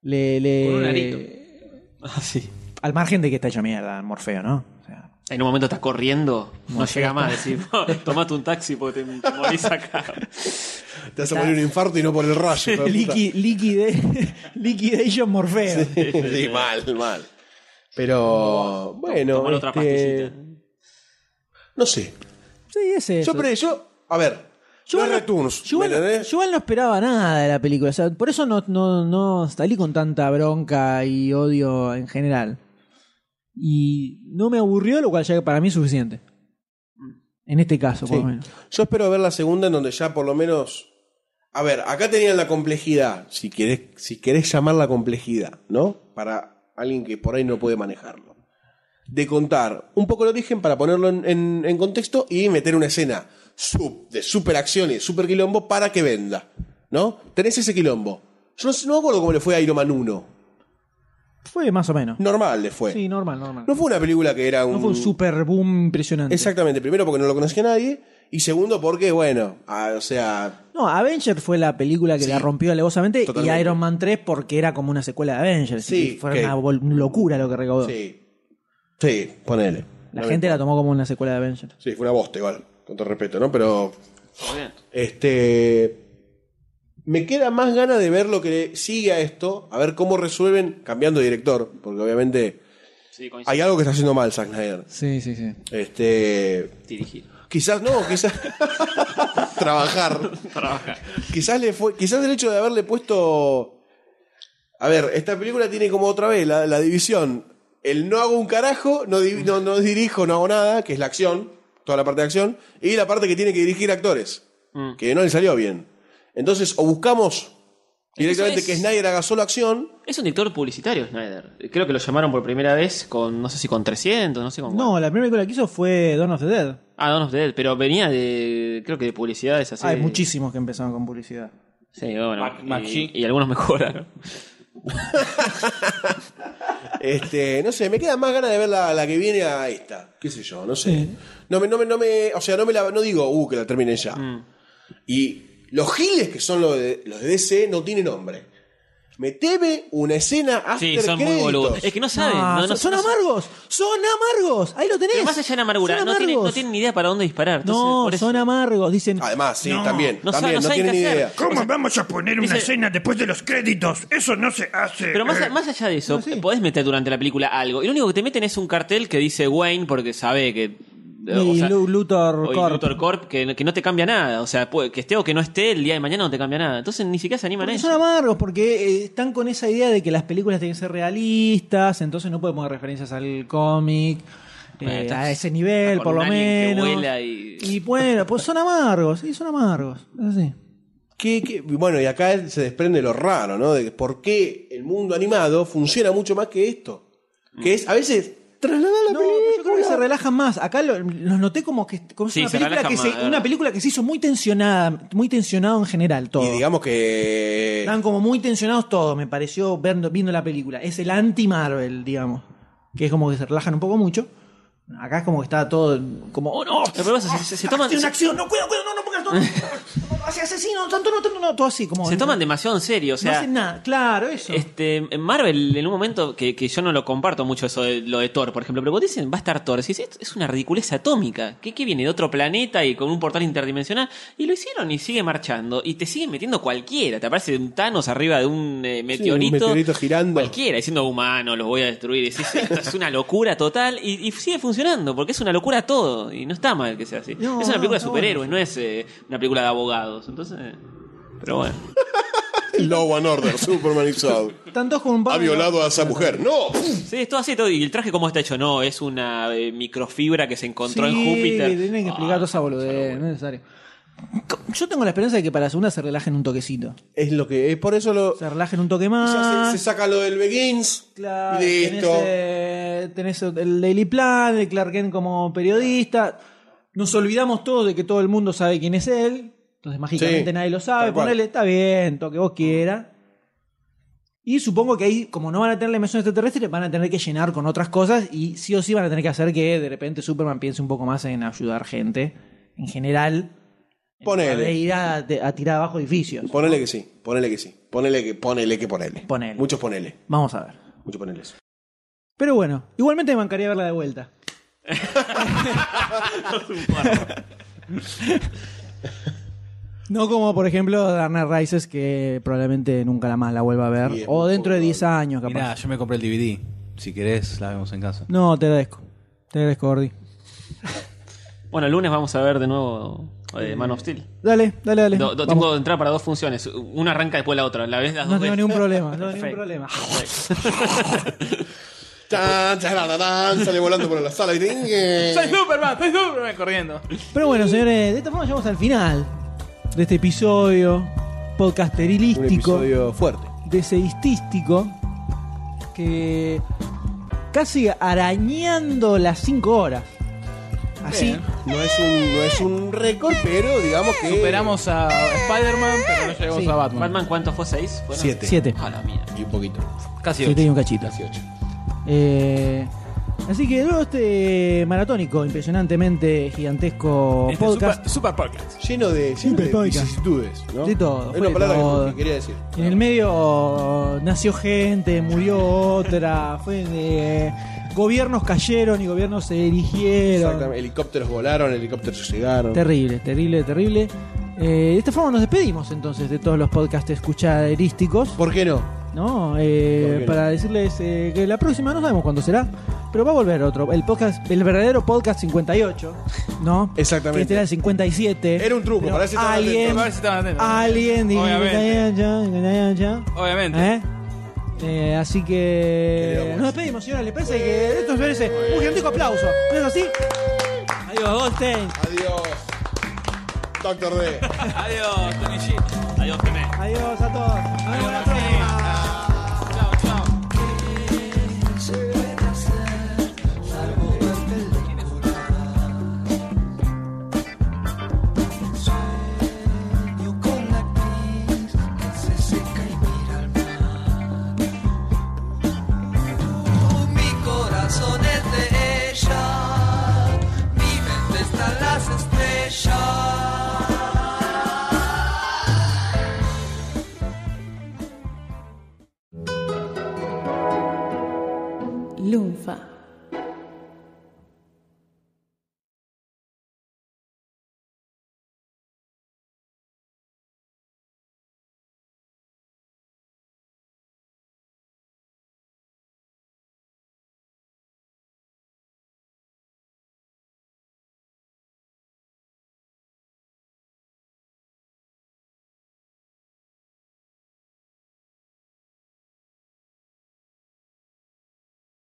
le... le-
Con un arito.
Así.
Al margen de que está hecho mierda, Morfeo, ¿no? O sea,
En un momento estás corriendo, no llega más. Decís, tomate un taxi porque te, te
(laughs)
morís acá.
te vas a morir un infarto y no por el rayo. hijo de puta.
Liqui- (laughs) liquide- Liquidation Morfeo.
(laughs) sí, mal, mal. Pero bueno.
Tomar otra
este,
pastillita.
No sé.
Sí, es eso.
Yo, pre- yo, a ver.
Yo
los
igual no-
Returns,
yo,
¿me
igual,
entendés?
yo igual no esperaba nada de la película. o sea, por eso no, no, no salí con tanta bronca y odio en general. Y no me aburrió, lo cual ya para mí es suficiente. En este caso, por
Sí.
lo menos.
Yo espero ver la segunda en donde ya por lo menos. A ver, acá tenían la complejidad, si querés, si querés llamar la complejidad, ¿no? Para alguien que por ahí no puede manejarlo. De contar un poco el origen para ponerlo en, en- en contexto y meter una escena sub- de super acción y super quilombo para que venda, ¿no? Tenés ese quilombo. Yo no, sé- no me acuerdo cómo le fue a Iron Man 1.
Fue más o menos.
Normal le fue.
Sí, normal, normal.
No
No,
fue una película que era un.
fue un super boom impresionante.
Exactamente. Primero porque no lo conocía nadie. Y segundo porque, bueno, ah, o sea,
No, Avenger fue la película que la rompió alevosamente
totalmente.
y Iron Man 3 porque era como una secuela de Avengers.
Sí,
y fue
que-
una vol- locura lo que recaudó.
Sí. Sí, ponele.
La
No
gente
me-
la tomó como una secuela de Avengers.
Sí, fue una bosta igual, con todo respeto, ¿no? Pero.
Todo bien.
Este. Me queda más ganas de ver lo que sigue a esto, a ver cómo resuelven cambiando de director, porque obviamente
Sí, coincido.
hay algo que está haciendo mal Zack Snyder.
Sí, sí, sí.
Este.
Dirigir.
Quizás no, quizás. (laughs) trabajar.
Trabaja.
Quizás le fue. Quizás el hecho de haberle puesto. A ver, esta película tiene como otra vez la, la división. El no hago un carajo, no, di- no, no dirijo, no hago nada, que es la acción, toda la parte de acción, y la parte que tiene que dirigir actores, que no le salió bien. Entonces, o buscamos directamente
Eso
que
es-
Snyder haga solo acción.
Es un director publicitario, Snyder. Creo que lo llamaron por primera vez con, no sé si con 300, no sé con.
No, la primera película que hizo fue Dawn of the Dead.
Ah, Dawn of the Dead, pero venía de. Creo que de publicidades así.
Hay muchísimos que empezaron con publicidad.
Sí, bueno.
Mac-
y-
Maxi.
y, algunos mejoraron.
Este, no sé, me queda más ganas de ver la, la que viene a esta. Qué sé yo, no sé. No me, no me, no me, o sea, no me la, no digo, uh, que la terminen ya.
Mm.
Y los giles que son los de, los de DC no tienen nombre. Meteme una escena after
Sí, son muy
créditos.
boludos. Es que no saben.
Ah,
No, no,
son, son
no-
amargos, son amargos. Ahí lo tenés.
Pero más allá de la amargura,
Son
no tienen,
amargos.
no tienen ni idea para dónde disparar. entonces,
No,
por eso- Ah,
son amargos. Dicen,
Además, sí,
No,
también,
no
también,
saben- no
no
saben
tienen ni
qué hacer.
idea.
¿Cómo vamos a poner una
dice-
escena después de los créditos? Eso no se hace.
Pero más,
Eh,
a- más allá de eso, podés meter durante la película algo. Y lo único que te meten es un cartel que dice Wayne porque sabe que.
y eh, Lu- Luthor
o
Corp.
Luthor Corp, que, no- que no te cambia nada. O sea, puede- que esté o que no esté, el día de mañana no te cambia nada. Entonces ni siquiera se animan a
Porque
eso.
son amargos porque eh, están con esa idea de que las películas tienen que ser realistas, entonces no pueden poner referencias al cómic eh,
Bueno, estás-
a ese nivel,
con
por
un
lo
alien que
menos.
vuela y-
bueno, pues son amargos, sí, son amargos. Es así.
¿Qué- qué? Y Bueno, y acá se desprende lo raro, ¿no? De por qué el mundo animado funciona mucho más que esto.
Mm.
Que es, a veces, trasladar la
No,
película.
pero yo creo que se relajan más. Acá lo- los noté como que como es
Sí,
una,
se
película
relajan
que
más, de
se,
verdad.
una película que se hizo muy tensionada, muy tensionado en general todo.
Y digamos que...
Están como muy tensionados todos, me pareció viendo, viendo la película. Es el anti-Marvel, digamos. Que es como que se relajan un poco mucho. Acá es como que está todo como, oh no,
Pero, pero, se, se- se toman,
Acción,
se-
acción, no, cuidado, cuidado, no, no pongas todo. hace asesino, tanto no, tanto no, todo así, como.
Se toman demasiado en serio, o
no
sea.
hacen nada, claro, eso.
Este, en Marvel, en un momento que, que yo no lo comparto mucho, eso de lo de Thor, por ejemplo, pero cuando dicen va a estar Thor, decís, "Esto es una ridiculez atómica. ¿Qué, ¿Qué viene de otro planeta y con un portal interdimensional? Y lo hicieron y sigue marchando. Y te siguen metiendo cualquiera. Te aparece un Thanos arriba de un eh, meteorito.
meteorito girando.
Cualquiera, diciendo humano, los voy a destruir. Y decís, esto es una locura total. Y, y sigue funcionando, porque es una locura todo. Y no está mal que sea así.
No,
es una película de
no, está bueno.
superhéroes, no es eh, una película de abogados. Entonces. Pero bueno.
Law and Order, supermanizado.
Tanto con un
Ha violado a esa mujer. ¡No!
Sí, es todo así, todo. ¿Y el traje cómo está hecho? No, es una eh, microfibra que se encontró
Sí,
en Júpiter.
Tienen que explicar
Ah,
toda esa boludez, no es necesario. Yo tengo la esperanza de que para la segunda se relajen un toquecito.
Es lo que es, por eso lo.
Se relajen un toque
Ya
más.
se, se saca lo del Begins.
Ah. Claro,
y listo.
Tenés, eh, tenés el Daily Plan, el Clark Kent como periodista. Nos olvidamos todos de que todo el mundo sabe quién es él. Entonces, mágicamente
Sí,
nadie lo sabe.
tal cual.
Ponele, está bien, toque vos quieras. Y supongo que ahí, como no van a tener la dimensión extraterrestre, van a tener que llenar con otras cosas y sí o sí van a tener que hacer que de repente Superman piense un poco más en ayudar gente en general. en
Ponele.
lugar De ir a, a tirar abajo edificios.
Ponele que sí, ponele que sí. Ponele que, ponele que ponele.
Ponele.
Muchos ponele.
Vamos a ver.
Muchos poneles.
Pero bueno, igualmente me bancaría verla de vuelta.
(laughs)
No como, por ejemplo, Dark Knight Rises, que probablemente nunca la más la vuelva a ver.
Sí, es
o
muy
dentro de
probable.
10 años, capaz.
Mirá, yo me compré el DVD. Si querés, la vemos en casa.
No, te agradezco. Te agradezco, Gordi.
Bueno, el lunes vamos a ver de nuevo eh, Man of Steel.
Dale, dale, dale.
Do- do-
Vamos.
tengo que entrar para dos funciones. Una arranca después la otra. La ves las
No
dos
tengo
veces.
ningún problema. No tengo ningún
Perfecto.
problema.
Tan, tarararán, sale volando por la sala y te...
¡Soy Superman! ¡Soy Superman! Corriendo.
Pero bueno, señores, de esta forma llegamos al final de este episodio
Un
podcasterilístico,
episodio fuerte.
deseistístico, que casi arañando las 5 horas. Así.
No es un, no es un récord, pero digamos que.
Superamos a Spider-Man, pero no llegamos
Sí.
a Batman.
Batman, ¿cuánto fue? ¿Seis? ¿Fueron?
Siete.
Siete.
A la mierda.
Y un poquito.
Casi
Siete y un cachito.
Casi ocho.
Eh, así que luego este maratónico, impresionantemente gigantesco
Este
podcast.
Super, super Podcast.
Lleno de, lleno de
Superpoica.
vicisitudes, ¿no?
De todo,
Es
fue
una
de
palabra que-
todo.
que quería decir.
En el medio eh, nació gente, murió otra, fue de- gobiernos cayeron y gobiernos se erigieron.
Exactamente. Helicópteros volaron, helicópteros llegaron.
Terrible, terrible, terrible. Eh, de esta forma nos despedimos entonces de todos los podcasts escuchaderísticos.
¿Por qué no?
¿no? Eh,
¿Por qué no?
para decirles eh, que la próxima no sabemos cuándo será, pero va a volver otro, el podcast, el verdadero podcast 58, ¿no?
Exactamente.
Que este era el 57.
Era un truco,
pero
para ver si estaban
alguien,
atentos.
Para ver si estaban atentos.
alguien, dijo,
Obviamente.
"Ya, ya, ya".
Obviamente.
¿Eh? Eh, así que
digamos.
nos despedimos, señores. ¿Les parece que esto merece un gigantesco aplauso? ¿No es así? Adiós, Goldstein.
Adiós. Doctor D.
Adiós, Tony G. Adiós, Tené.
Adiós a todos. Nos vemos la próxima.